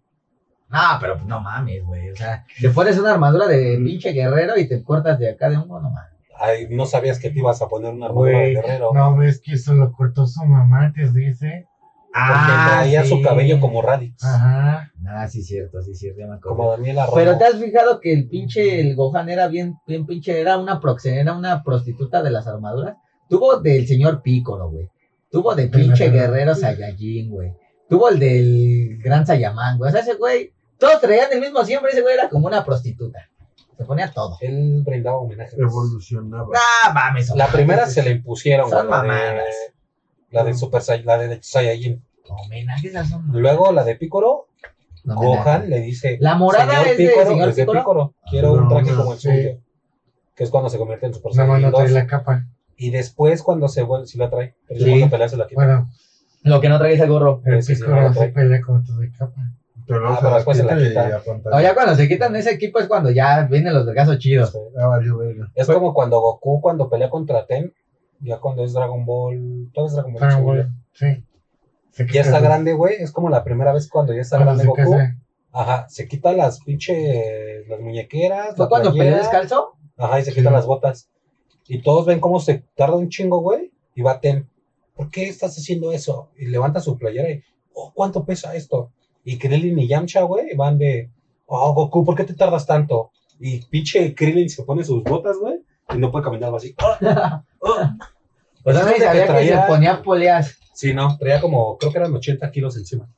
[SPEAKER 1] No, pero no mames, güey. O sea, te pones una armadura de
[SPEAKER 4] Mm.
[SPEAKER 1] pinche guerrero y te cortas de acá de un mono, mames.
[SPEAKER 4] Ay, no sabías que te ibas a poner una armadura
[SPEAKER 2] Güey,
[SPEAKER 4] de guerrero.
[SPEAKER 2] No ves que eso lo cortó su mamá, antes dice.
[SPEAKER 4] Porque traía su cabello como Raditz,
[SPEAKER 2] Ajá.
[SPEAKER 1] Ah, sí, cierto, sí, cierto, ya me acuerdo.
[SPEAKER 4] como Daniela Romo.
[SPEAKER 1] Pero te has fijado que el pinche el Gohan era bien, bien pinche, era una proxen, era una prostituta de las armaduras. Tuvo del señor Piccolo, güey. Tuvo de (laughs) pinche guerrero Saiyajin, güey. Tuvo el del gran Sayaman, güey. O sea, ese güey, todos traían el mismo siempre, ese güey era como una prostituta. Se ponía todo.
[SPEAKER 4] Él brindaba homenaje.
[SPEAKER 3] Evolucionaba.
[SPEAKER 1] Ah, mames.
[SPEAKER 4] La primera se le impusieron,
[SPEAKER 1] Son
[SPEAKER 4] güey, la de,
[SPEAKER 1] mamadas.
[SPEAKER 4] la de Super Sai- la de Saiyajin.
[SPEAKER 1] Homenajes a son.
[SPEAKER 4] Luego la de Picoro,
[SPEAKER 1] No me da.
[SPEAKER 4] Gohan le dice,
[SPEAKER 1] La morada
[SPEAKER 4] señor
[SPEAKER 1] es de
[SPEAKER 4] Picoro,
[SPEAKER 1] señor
[SPEAKER 4] es de
[SPEAKER 1] Piccolo.
[SPEAKER 4] Picoro, quiero un
[SPEAKER 3] No,
[SPEAKER 4] traje
[SPEAKER 3] no,
[SPEAKER 4] como el
[SPEAKER 2] sí.
[SPEAKER 4] suyo. Que es cuando se convierte en Super
[SPEAKER 2] Nada más
[SPEAKER 4] Saiyajin
[SPEAKER 2] no trae
[SPEAKER 4] 2.
[SPEAKER 2] la capa.
[SPEAKER 4] Y después cuando se vuelve, si la trae, pero ya
[SPEAKER 1] Sí.
[SPEAKER 4] cuando pelea se la quita.
[SPEAKER 2] Bueno,
[SPEAKER 1] Lo que no traes el gorro.
[SPEAKER 2] el
[SPEAKER 4] Sí, sí,
[SPEAKER 2] pícoro
[SPEAKER 4] no
[SPEAKER 2] se
[SPEAKER 4] trae.
[SPEAKER 2] pelea con todo de capa.
[SPEAKER 3] Pero luego
[SPEAKER 4] Ah, pero después se la
[SPEAKER 3] quita y
[SPEAKER 4] quita.
[SPEAKER 3] apunta.
[SPEAKER 1] O ya cuando se quitan ese equipo es cuando ya vienen los vergazos chidos.
[SPEAKER 3] Ya valió verga.
[SPEAKER 4] Es como cuando Goku, cuando pelea contra Ten, ya cuando es Dragon Ball, todo es Dragon Ball.
[SPEAKER 2] Dragon
[SPEAKER 4] sí,
[SPEAKER 2] Ball, sí. Se
[SPEAKER 4] Ya
[SPEAKER 2] quita
[SPEAKER 4] está
[SPEAKER 2] los-
[SPEAKER 4] grande, güey. Es como la primera vez cuando ya está
[SPEAKER 2] cuando
[SPEAKER 4] grande
[SPEAKER 2] se
[SPEAKER 4] Goku.
[SPEAKER 2] casa.
[SPEAKER 4] Ajá, se quita las pinche las muñequeras.
[SPEAKER 1] ¿Fue
[SPEAKER 4] la
[SPEAKER 1] cuando peleó
[SPEAKER 4] playera,
[SPEAKER 1] descalzo?
[SPEAKER 4] Ajá, y se quita
[SPEAKER 2] Sí.
[SPEAKER 4] las botas. Y todos ven cómo se tarda un chingo, güey. Y va Ten. ¿Por qué estás haciendo eso? Y levanta su playera y, oh, ¿cuánto pesa esto? Y Krillin y Yamcha, güey, van de, oh, Goku, ¿por qué te tardas tanto? Y pinche Krillin se pone sus botas, güey, y no puede caminar va así.
[SPEAKER 1] (laughs)
[SPEAKER 4] "Ah, ah".
[SPEAKER 1] Pues
[SPEAKER 4] Es
[SPEAKER 1] nadie
[SPEAKER 4] de
[SPEAKER 1] sabía que se
[SPEAKER 4] traía-
[SPEAKER 1] ponía poleas.
[SPEAKER 4] Sí, no, traía como, creo que eran 80 kilos encima.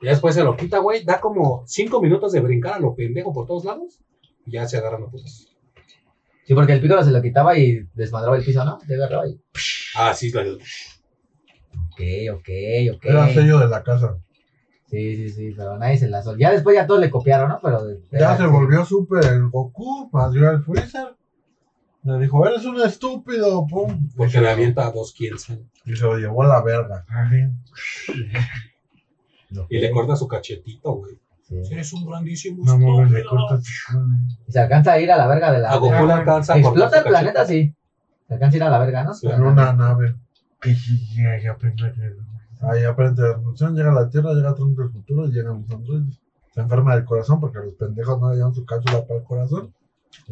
[SPEAKER 4] Y después se lo quita, güey, da como 5 minutos de brincar a lo pendejo por todos lados. Y ya se agarran a putas.
[SPEAKER 1] Sí, porque el pícaro se lo quitaba y desmadraba el piso, ¿no? Se agarraba y.
[SPEAKER 4] Ah, sí, la-
[SPEAKER 1] Ok, ok, ok.
[SPEAKER 3] Era sello de la casa.
[SPEAKER 1] Sí, sí, sí, pero nadie se la sol. Ya después ya todos le copiaron, ¿no? Pero.
[SPEAKER 3] Ya se volvió super el Goku, más el Freezer. Le dijo, eres un estúpido, pum.
[SPEAKER 4] porque le avienta a dos quién sabe.
[SPEAKER 3] Y se lo llevó a la verga.
[SPEAKER 2] Ah, bien.
[SPEAKER 1] Ok,
[SPEAKER 4] Y le corta su cachetito, güey.
[SPEAKER 1] sí.
[SPEAKER 4] Eres un grandísimo
[SPEAKER 2] No mames, le
[SPEAKER 4] estúpido.
[SPEAKER 2] corta.
[SPEAKER 1] Y se alcanza a ir a la verga de la.
[SPEAKER 4] A Goku le alcanza a
[SPEAKER 1] Explota
[SPEAKER 4] cortar
[SPEAKER 1] el
[SPEAKER 4] su
[SPEAKER 1] planeta, sí. Se alcanza a ir a la verga, ¿no?
[SPEAKER 3] En una nave.
[SPEAKER 2] Que ya, ya aprendí a leer.
[SPEAKER 3] Ahí aprende la revolución, llega a la Tierra, llega a Trump del futuro y llegan los androides. Se enferma del corazón porque los pendejos no le llevan su cápsula para el corazón.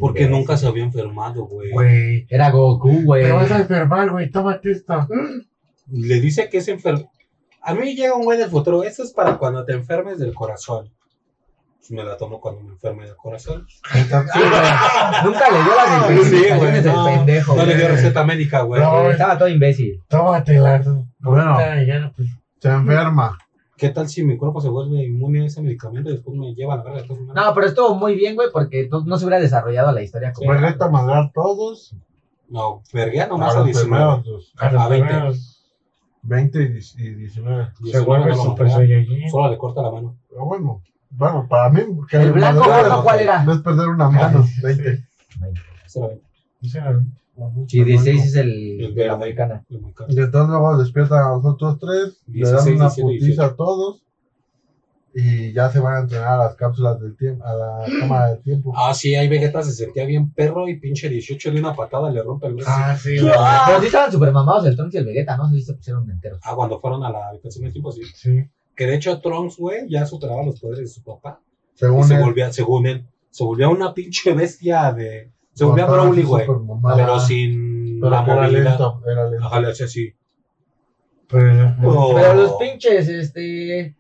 [SPEAKER 4] Porque nunca se había enfermado, güey.
[SPEAKER 2] Güey.
[SPEAKER 1] Era Goku, güey.
[SPEAKER 2] Te vas a enfermar, güey. Tómate esto.
[SPEAKER 4] Le dice que es enfermo. A mí llega un güey del futuro. Esto es para cuando te enfermes del corazón. Pues me la tomo cuando me enferme del corazón.
[SPEAKER 1] Sí, güey. Nunca le dio las
[SPEAKER 4] güey,
[SPEAKER 1] instrucciones del
[SPEAKER 4] no,
[SPEAKER 1] pendejo.
[SPEAKER 4] No le dio
[SPEAKER 1] güey.
[SPEAKER 4] receta médica, güey.
[SPEAKER 2] No.
[SPEAKER 1] Sí, Estaba todo imbécil.
[SPEAKER 2] Tómatela.
[SPEAKER 3] Bueno.
[SPEAKER 2] Ah, ya, pues.
[SPEAKER 3] Se enferma.
[SPEAKER 4] ¿Qué tal si mi cuerpo se vuelve inmune a ese medicamento y después me lleva a la verga de todas maneras?
[SPEAKER 1] No, pero estuvo muy bien, güey, porque no, no se hubiera desarrollado la historia como.
[SPEAKER 3] Regreta a mandar todos.
[SPEAKER 4] No, verguea
[SPEAKER 3] A
[SPEAKER 4] nomás a
[SPEAKER 3] los
[SPEAKER 4] 19.
[SPEAKER 3] primeros, los
[SPEAKER 2] A los
[SPEAKER 4] A 20.
[SPEAKER 2] primeros.
[SPEAKER 3] 20 y 10 y 19.
[SPEAKER 2] Se
[SPEAKER 4] 19
[SPEAKER 2] vuelve
[SPEAKER 4] no lo
[SPEAKER 2] super
[SPEAKER 4] madrea.
[SPEAKER 2] saiyajin.
[SPEAKER 4] Solo le corta la mano.
[SPEAKER 3] Pero bueno, bueno, para mí. que
[SPEAKER 1] ¿El blanco
[SPEAKER 3] madrear
[SPEAKER 1] rojo cuál era?
[SPEAKER 3] No es perder una mano. 20.
[SPEAKER 4] Se la ve.
[SPEAKER 2] Sí, la verdad.
[SPEAKER 1] Sí, 16 es
[SPEAKER 4] El
[SPEAKER 1] el,
[SPEAKER 4] verde.
[SPEAKER 1] el americano.
[SPEAKER 4] Le marca.
[SPEAKER 3] Y entonces luego despiertan a los otros tres, le
[SPEAKER 4] 16,
[SPEAKER 3] dan una
[SPEAKER 4] 17,
[SPEAKER 3] putiza a todos y ya se van a entrenar a las cápsulas del tiempo, a la cámara del tiempo.
[SPEAKER 4] Ah, sí, ahí Vegeta se sentía bien perro y pinche 18 de una patada le rompe el brazo. Ah,
[SPEAKER 2] Ah, sí. la-
[SPEAKER 1] Pero sí estaban super mamados el Trunks y el Vegeta, ¿no? Sí se pusieron enteros.
[SPEAKER 4] Ah, cuando fueron a la habitación del tiempo, sí.
[SPEAKER 2] Sí.
[SPEAKER 4] Que de hecho Trunks, güey, ya superaba los poderes de su papá. Y
[SPEAKER 3] Según
[SPEAKER 4] se
[SPEAKER 3] él,
[SPEAKER 4] volvía, según él, se volvía una pinche bestia de... Se volvía
[SPEAKER 3] cortaban
[SPEAKER 4] Broly,
[SPEAKER 3] su
[SPEAKER 4] güey.
[SPEAKER 3] supermamada,
[SPEAKER 4] Pero sin
[SPEAKER 3] pero
[SPEAKER 4] la
[SPEAKER 3] que era
[SPEAKER 4] movilidad. Ah,
[SPEAKER 3] lento, era lento.
[SPEAKER 4] Ajá, le hacía así.
[SPEAKER 2] Pero.
[SPEAKER 4] Oh.
[SPEAKER 1] Pero los pinches, este.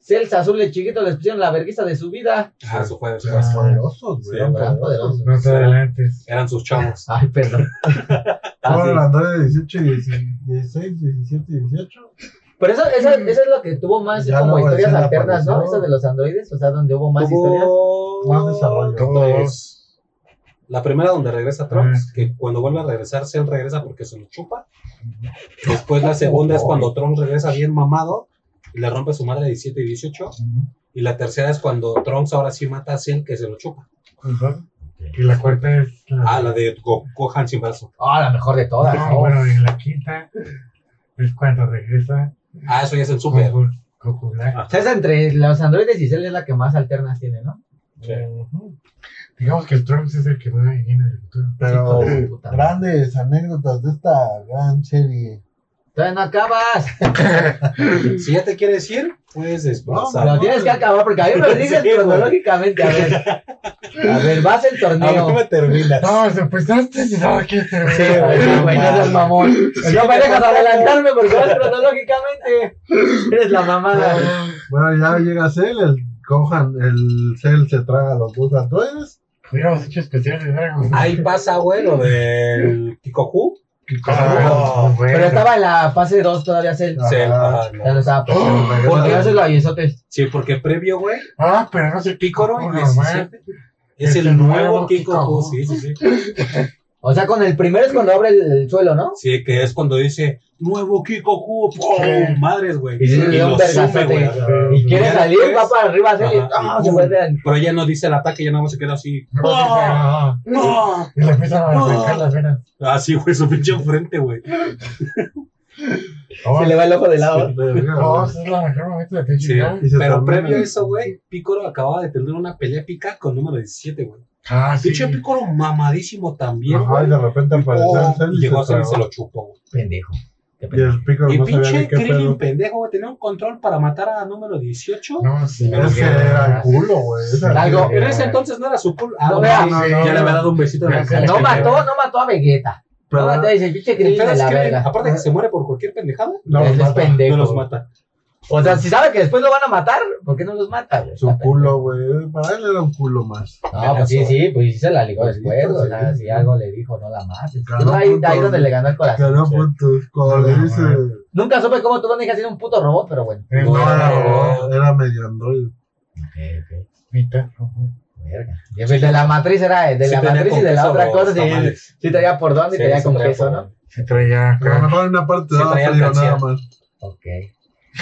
[SPEAKER 1] Cels azules chiquitos les pusieron la vergüenza de su vida.
[SPEAKER 4] Ah, eso fue después.
[SPEAKER 3] Eran poderosos,
[SPEAKER 4] Sí,
[SPEAKER 3] güey. eran
[SPEAKER 4] eran
[SPEAKER 3] poderosos.
[SPEAKER 2] No te adelantes.
[SPEAKER 4] Eran sus chavos.
[SPEAKER 1] Ay,
[SPEAKER 4] (laughs)
[SPEAKER 1] perdón. Ah,
[SPEAKER 3] Fueron
[SPEAKER 1] sí.
[SPEAKER 3] andar de 18 y 16, 17 y 18.
[SPEAKER 1] Pero eso, eso, eso es lo que tuvo más
[SPEAKER 3] Mm. Ya
[SPEAKER 1] como
[SPEAKER 3] luego
[SPEAKER 1] historias
[SPEAKER 3] sí la
[SPEAKER 1] alternas, ¿no?
[SPEAKER 3] apareció.
[SPEAKER 1] Eso de los androides, o sea, donde hubo (laughs) más historias.
[SPEAKER 4] Tuvo
[SPEAKER 3] Más desarrollo.
[SPEAKER 4] dos. La primera donde regresa Trunks, que cuando vuelve a regresar, Cell regresa porque se lo chupa. Después la segunda es cuando Trunks regresa bien mamado y le rompe su madre de 17 y 18. Y la tercera es cuando Trunks ahora sí mata a Cell que se lo chupa.
[SPEAKER 2] Ajá. Pues, Y la cuarta es la.
[SPEAKER 4] Ah, la de Go- Gohan sin brazo.
[SPEAKER 1] Ah, la mejor de todas,
[SPEAKER 2] No,
[SPEAKER 1] ¿no?
[SPEAKER 2] bueno, y la quinta es cuando regresa
[SPEAKER 4] Ah, eso ya es el super.
[SPEAKER 2] Goku, Goku Black.
[SPEAKER 1] O sea, esa entre los androides y Cell es la que más alternas tiene, ¿no?
[SPEAKER 3] Ujú.
[SPEAKER 2] Digamos que el Trunks es el que va y viene del futuro.
[SPEAKER 3] Pero
[SPEAKER 1] Sí, como puta.
[SPEAKER 3] grandes anécdotas de esta gran serie.
[SPEAKER 1] Todavía no acabas.
[SPEAKER 3] (laughs)
[SPEAKER 4] Si ya te quieres ir, puedes desplazar.
[SPEAKER 1] Lo tienes que acabar porque a mí me lo dices
[SPEAKER 4] Sí, güey.
[SPEAKER 1] cronológicamente. A
[SPEAKER 3] (laughs)
[SPEAKER 1] ver, a ver, vas el
[SPEAKER 4] A ver, ¿cómo
[SPEAKER 1] torneo.
[SPEAKER 4] terminas?
[SPEAKER 2] No, se empezaste y no
[SPEAKER 1] Sí,
[SPEAKER 2] quieres terminar.
[SPEAKER 1] güey, güey, no seas mamón. No me dejas adelantarme porque vas cronológicamente. Eres la mamada.
[SPEAKER 3] Bueno, ya llega Cell, el Gohan, el Cell se traga los dos androides.
[SPEAKER 2] Hubiéramos hecho especiales de Dragon Ball.
[SPEAKER 4] Ahí pasa, güey, lo del Kikoku.
[SPEAKER 2] Ah, bueno.
[SPEAKER 1] Pero estaba en la fase 2 todavía Cell.
[SPEAKER 3] Ajá.
[SPEAKER 4] Cell, ah,
[SPEAKER 1] Ya no
[SPEAKER 4] no.
[SPEAKER 1] estaba.
[SPEAKER 3] Regresa-
[SPEAKER 1] Porque ya se lo avisotes.
[SPEAKER 4] Sí, porque previo, güey,
[SPEAKER 2] Ah, pero no es el
[SPEAKER 4] Picoro
[SPEAKER 2] Piccolo
[SPEAKER 4] y
[SPEAKER 2] normal.
[SPEAKER 4] 17. Es el nuevo Kikoku, sí, sí, sí.
[SPEAKER 1] O sea, con el primero es cuando abre el, el suelo, ¿no?
[SPEAKER 4] Sí, que es cuando dice, nuevo Kikoku, ¡pum! Madres, güey.
[SPEAKER 1] Y sí, le da un
[SPEAKER 4] lo
[SPEAKER 1] vergazote.
[SPEAKER 4] sume, güey.
[SPEAKER 1] Y quiere
[SPEAKER 4] Ya
[SPEAKER 1] salir,
[SPEAKER 4] después-
[SPEAKER 1] va para arriba Cell y
[SPEAKER 4] Ajá,
[SPEAKER 1] ¡ah!
[SPEAKER 4] y
[SPEAKER 1] se
[SPEAKER 4] pum.
[SPEAKER 1] vuelve a-
[SPEAKER 4] Pero ella no dice el ataque, ya nada más se queda así.
[SPEAKER 2] No, no,
[SPEAKER 4] ¡No!
[SPEAKER 2] Y le empiezan a arrancar las venas.
[SPEAKER 4] Así, güey, su pinche frente, güey.
[SPEAKER 2] Oh,
[SPEAKER 1] Se le va el ojo de lado.
[SPEAKER 2] oh, ese es el mejor momento de Tenchi.
[SPEAKER 4] Sí,
[SPEAKER 2] ¿no?
[SPEAKER 3] Y se
[SPEAKER 4] pero
[SPEAKER 3] termina.
[SPEAKER 4] previo a eso, güey, Picoro acababa de tener una pelea épica con número 17, güey.
[SPEAKER 2] Ah, sí.
[SPEAKER 4] Pinche Picoro mamadísimo también,
[SPEAKER 3] Ajá,
[SPEAKER 4] güey.
[SPEAKER 3] y de repente apareció
[SPEAKER 4] Oh,
[SPEAKER 3] el Cell
[SPEAKER 4] y
[SPEAKER 3] y,
[SPEAKER 4] llegó a
[SPEAKER 3] se
[SPEAKER 4] ser y se
[SPEAKER 3] tragó.
[SPEAKER 4] lo chupó, güey.
[SPEAKER 1] Pendejo. Qué
[SPEAKER 3] Y
[SPEAKER 1] pendejo.
[SPEAKER 3] el Piccolo
[SPEAKER 4] Y
[SPEAKER 3] no sabía
[SPEAKER 4] pinche
[SPEAKER 3] ni qué
[SPEAKER 4] Krillin,
[SPEAKER 3] pedo.
[SPEAKER 4] pendejo, güey, tenía un control para matar a número 18.
[SPEAKER 2] No, sí.
[SPEAKER 3] Es que era el culo, güey. Era el
[SPEAKER 1] Algo-
[SPEAKER 3] culo,
[SPEAKER 4] En ese
[SPEAKER 3] güey.
[SPEAKER 4] entonces no era su culo. Ah,
[SPEAKER 1] No,
[SPEAKER 4] no,
[SPEAKER 1] vea.
[SPEAKER 4] sí,
[SPEAKER 2] No, no,
[SPEAKER 4] ya le
[SPEAKER 2] no.
[SPEAKER 4] había dado un besito en la cara.
[SPEAKER 1] No
[SPEAKER 2] Pero-
[SPEAKER 1] mató, no mató a Vegeta. No
[SPEAKER 3] Pero-
[SPEAKER 1] mató, dice el pinche Krillin
[SPEAKER 4] Pero
[SPEAKER 1] de
[SPEAKER 4] es
[SPEAKER 1] la
[SPEAKER 4] que,
[SPEAKER 1] verga.
[SPEAKER 4] aparte que se muere por cualquier pendejada,
[SPEAKER 3] No,
[SPEAKER 1] Ese es
[SPEAKER 3] mata.
[SPEAKER 1] pendejo.
[SPEAKER 4] no los mata.
[SPEAKER 1] O sea, si sabe que después lo van a matar, ¿por qué no los mata? güey?
[SPEAKER 3] Su culo, güey. Para él era un culo más.
[SPEAKER 1] No, pues sí, sí, pues sí se la ligó después. O sea,
[SPEAKER 3] Sí.
[SPEAKER 1] si algo le dijo, no la mates.
[SPEAKER 3] Ganó
[SPEAKER 1] ahí,
[SPEAKER 3] puntos.
[SPEAKER 1] ahí donde le ganó el corazón.
[SPEAKER 3] Ganó puntos. pues, Cuando le
[SPEAKER 2] No,
[SPEAKER 3] dice.
[SPEAKER 1] Nunca supe cómo tu hija sido un puto robot, pero bueno.
[SPEAKER 2] Eh,
[SPEAKER 3] No,
[SPEAKER 2] No,
[SPEAKER 3] era
[SPEAKER 2] era
[SPEAKER 3] robot, era medio androide.
[SPEAKER 1] Ok,
[SPEAKER 2] mitad.
[SPEAKER 1] ok. Verga. Y el de la matriz era de
[SPEAKER 4] Sí
[SPEAKER 1] la
[SPEAKER 4] tenía
[SPEAKER 1] matriz y
[SPEAKER 4] con
[SPEAKER 1] de la
[SPEAKER 4] queso
[SPEAKER 1] otra
[SPEAKER 4] los
[SPEAKER 1] cosa. Sí,
[SPEAKER 4] tamales.
[SPEAKER 1] sí traía por dónde y
[SPEAKER 4] Sí,
[SPEAKER 1] traía
[SPEAKER 4] sí
[SPEAKER 1] con
[SPEAKER 4] traía
[SPEAKER 1] queso,
[SPEAKER 4] por
[SPEAKER 1] ¿no?
[SPEAKER 4] dónde.
[SPEAKER 2] Se traía
[SPEAKER 3] A lo
[SPEAKER 2] acá.
[SPEAKER 3] mejor en una parte
[SPEAKER 4] Sí,
[SPEAKER 3] daba
[SPEAKER 4] traía
[SPEAKER 3] frío nada
[SPEAKER 4] alcancía.
[SPEAKER 3] más.
[SPEAKER 1] Ok.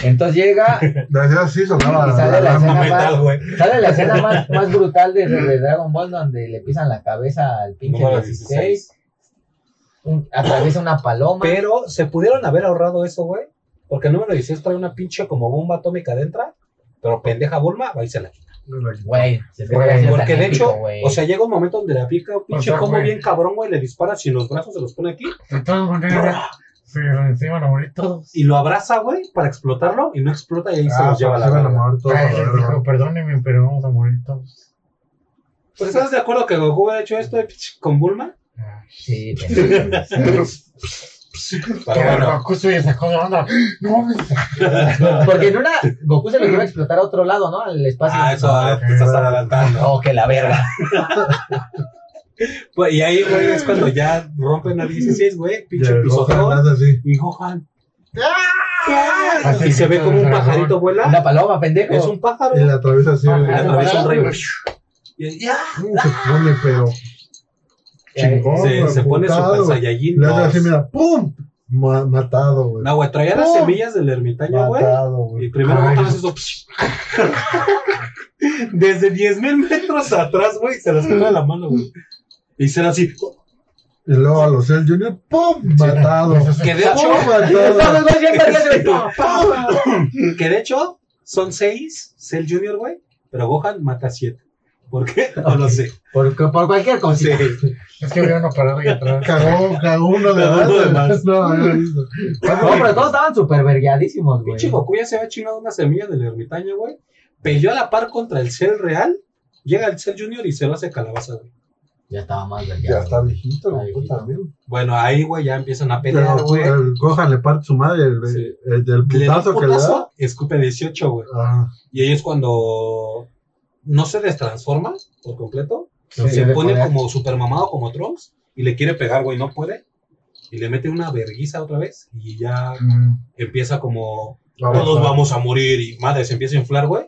[SPEAKER 1] Entonces llega,
[SPEAKER 3] Decía así, sonaba
[SPEAKER 1] Y sale la
[SPEAKER 3] la- la-
[SPEAKER 1] escena.
[SPEAKER 4] Un metal, güey.
[SPEAKER 1] sale la escena más, más brutal de, de Dragon Ball donde le pisan la cabeza al pinche
[SPEAKER 4] Número
[SPEAKER 1] 16. un- atraviesa una paloma.
[SPEAKER 4] Pero se pudieron haber ahorrado eso, güey. Porque el número 16 trae una pinche como bomba atómica adentro. Pero pendeja Bulma, va y se la quita.
[SPEAKER 1] Güey, se fue
[SPEAKER 2] Güey,
[SPEAKER 1] gracioso,
[SPEAKER 4] Porque de
[SPEAKER 1] tan épico,
[SPEAKER 4] hecho,
[SPEAKER 1] güey.
[SPEAKER 4] o sea, llega un momento donde le aplica un pinche
[SPEAKER 2] O sea,
[SPEAKER 4] como
[SPEAKER 2] güey.
[SPEAKER 4] bien cabrón, güey, le dispara si los brazos se los pone aquí
[SPEAKER 2] De todas maneras, se, se iban a morir todos.
[SPEAKER 4] y lo abraza, güey, para explotarlo y no explota y ahí se
[SPEAKER 3] Ah,
[SPEAKER 4] los lleva a
[SPEAKER 3] se
[SPEAKER 4] la
[SPEAKER 3] iban a
[SPEAKER 4] verga.
[SPEAKER 3] mover todos a
[SPEAKER 2] Ah,
[SPEAKER 3] la
[SPEAKER 2] les
[SPEAKER 3] verga.
[SPEAKER 2] dijo, perdónenme, pero vamos a morir todos.
[SPEAKER 4] Pero Pues, ¿estás de acuerdo que Goku hubiera hecho esto de pinche con Bulma?
[SPEAKER 2] Ah,
[SPEAKER 1] Sí, pendejo.
[SPEAKER 4] Pero
[SPEAKER 2] Pero
[SPEAKER 4] bueno,
[SPEAKER 2] Goku se sacó de onda. (gasps) No mames.
[SPEAKER 1] Porque en una, Goku se lo iba a explotar a otro lado, ¿no? Al espacio.
[SPEAKER 4] ah, eso ahora te estás adelantando.
[SPEAKER 1] No, que la verga.
[SPEAKER 4] Güey, Pues, y ahí, güey, es cuando ya rompen al 16, güey,
[SPEAKER 3] Y
[SPEAKER 4] pinche
[SPEAKER 3] el Gohan
[SPEAKER 4] pisotón.
[SPEAKER 3] hace así.
[SPEAKER 4] Y Gohan.
[SPEAKER 2] Así
[SPEAKER 4] Y se ve
[SPEAKER 2] está
[SPEAKER 4] como
[SPEAKER 2] el
[SPEAKER 4] un
[SPEAKER 2] dragón.
[SPEAKER 4] pajarito
[SPEAKER 1] Una
[SPEAKER 4] vuela.
[SPEAKER 1] paloma, pendejo.
[SPEAKER 4] Es un pájaro.
[SPEAKER 3] Y la atraviesa así.
[SPEAKER 1] Ajá.
[SPEAKER 3] güey.
[SPEAKER 4] La atraviesa un rayo. Y ya.
[SPEAKER 3] Mm, Se pone, pero
[SPEAKER 1] Eh,
[SPEAKER 3] chingón.
[SPEAKER 4] Se, se pone
[SPEAKER 3] apuntado,
[SPEAKER 4] super
[SPEAKER 3] güey.
[SPEAKER 4] saiyajin.
[SPEAKER 3] Le hace así,
[SPEAKER 4] dos.
[SPEAKER 3] mira, ¡pum! Ma- matado, güey.
[SPEAKER 4] No, güey, traía las
[SPEAKER 3] Oh.
[SPEAKER 1] ¡Pum!
[SPEAKER 4] semillas del ermitaño, güey.
[SPEAKER 3] matado,
[SPEAKER 4] Y
[SPEAKER 3] güey.
[SPEAKER 4] primero
[SPEAKER 2] Ay.
[SPEAKER 4] Gohan hace eso. (laughs) Desde 10.000 metros atrás, güey, se las coge la mano, güey. Y será así.
[SPEAKER 3] Y luego a los El Junior, ¡pum!
[SPEAKER 4] (laughs)
[SPEAKER 3] Matado.
[SPEAKER 2] Pues,
[SPEAKER 4] Que de
[SPEAKER 3] ¡Pum!
[SPEAKER 4] hecho,
[SPEAKER 1] Todos
[SPEAKER 4] (laughs)
[SPEAKER 3] Matado.
[SPEAKER 1] los siempre hacen eso.
[SPEAKER 4] que de hecho son 6, Cell Junior, güey. Pero Gohan mata 7. ¿Por qué? (laughs) No lo sé.
[SPEAKER 1] Por, por cualquier cosa.
[SPEAKER 4] Sí.
[SPEAKER 2] Es que había una parada ahí atrás.
[SPEAKER 3] Cagó, cagó uno de
[SPEAKER 4] Cagó
[SPEAKER 3] más.
[SPEAKER 4] uno de
[SPEAKER 3] (laughs)
[SPEAKER 4] más.
[SPEAKER 3] No, había visto.
[SPEAKER 1] No, pero todos estaban súper vergueadísimos, güey.
[SPEAKER 4] Pinche Goku ya se había chingado una semilla del ermitaño, güey. Peleó a la par contra el Cell real. Llega el Cell Junior y se lo hace calabaza, güey.
[SPEAKER 1] Ya estaba más
[SPEAKER 3] Ya
[SPEAKER 1] vergueado.
[SPEAKER 3] está viejito,
[SPEAKER 1] Está
[SPEAKER 3] güey,
[SPEAKER 1] viejito.
[SPEAKER 3] también.
[SPEAKER 4] Bueno, ahí, güey, ya empiezan a pelear,
[SPEAKER 3] Pero
[SPEAKER 4] güey.
[SPEAKER 3] el Gohan le parte su madre el,
[SPEAKER 4] Sí.
[SPEAKER 3] el del
[SPEAKER 4] Le da un
[SPEAKER 3] putazo, que le da.
[SPEAKER 4] putazo, escupe 18, güey.
[SPEAKER 3] Ah,
[SPEAKER 4] Y ahí es cuando no se destransforma por completo.
[SPEAKER 1] Sí,
[SPEAKER 4] se
[SPEAKER 1] de
[SPEAKER 4] pone
[SPEAKER 1] poder.
[SPEAKER 4] como super mamado, como Trunks. Y le quiere pegar, güey, no puede. y le mete una verguiza otra vez y ya
[SPEAKER 2] Mm,
[SPEAKER 4] empieza como
[SPEAKER 3] A ver,
[SPEAKER 4] todos
[SPEAKER 3] no.
[SPEAKER 4] vamos a morir y madre, se empieza a inflar, güey.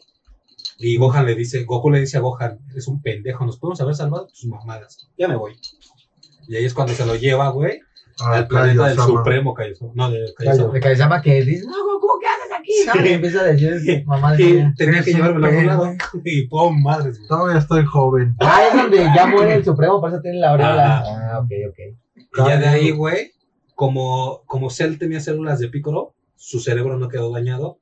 [SPEAKER 4] Y Gohan le dice, Goku le dice a Gohan, eres un pendejo, nos podemos haber salvado tus mamadas, ya me voy. Y ahí es cuando se lo lleva, güey,
[SPEAKER 3] Ah,
[SPEAKER 4] al planeta del
[SPEAKER 3] Kaiosama.
[SPEAKER 4] Supremo Kaiosama. No, de Kaiosama.
[SPEAKER 1] De Kaiosama que dice, no, Goku, ¿qué haces aquí? No, y empieza a decir, mamá de
[SPEAKER 4] Y tenía que
[SPEAKER 2] Es un
[SPEAKER 4] llevarme a algún
[SPEAKER 2] pedo.
[SPEAKER 4] lado. (laughs) Y pum, madres, güey.
[SPEAKER 3] Todavía estoy joven.
[SPEAKER 1] Ah, es donde ya muere el Supremo, por eso tiene la aureola. Ah, ok, ok.
[SPEAKER 4] Y ya de ahí, güey, como, como Cell tenía células de Piccolo, su cerebro no quedó dañado.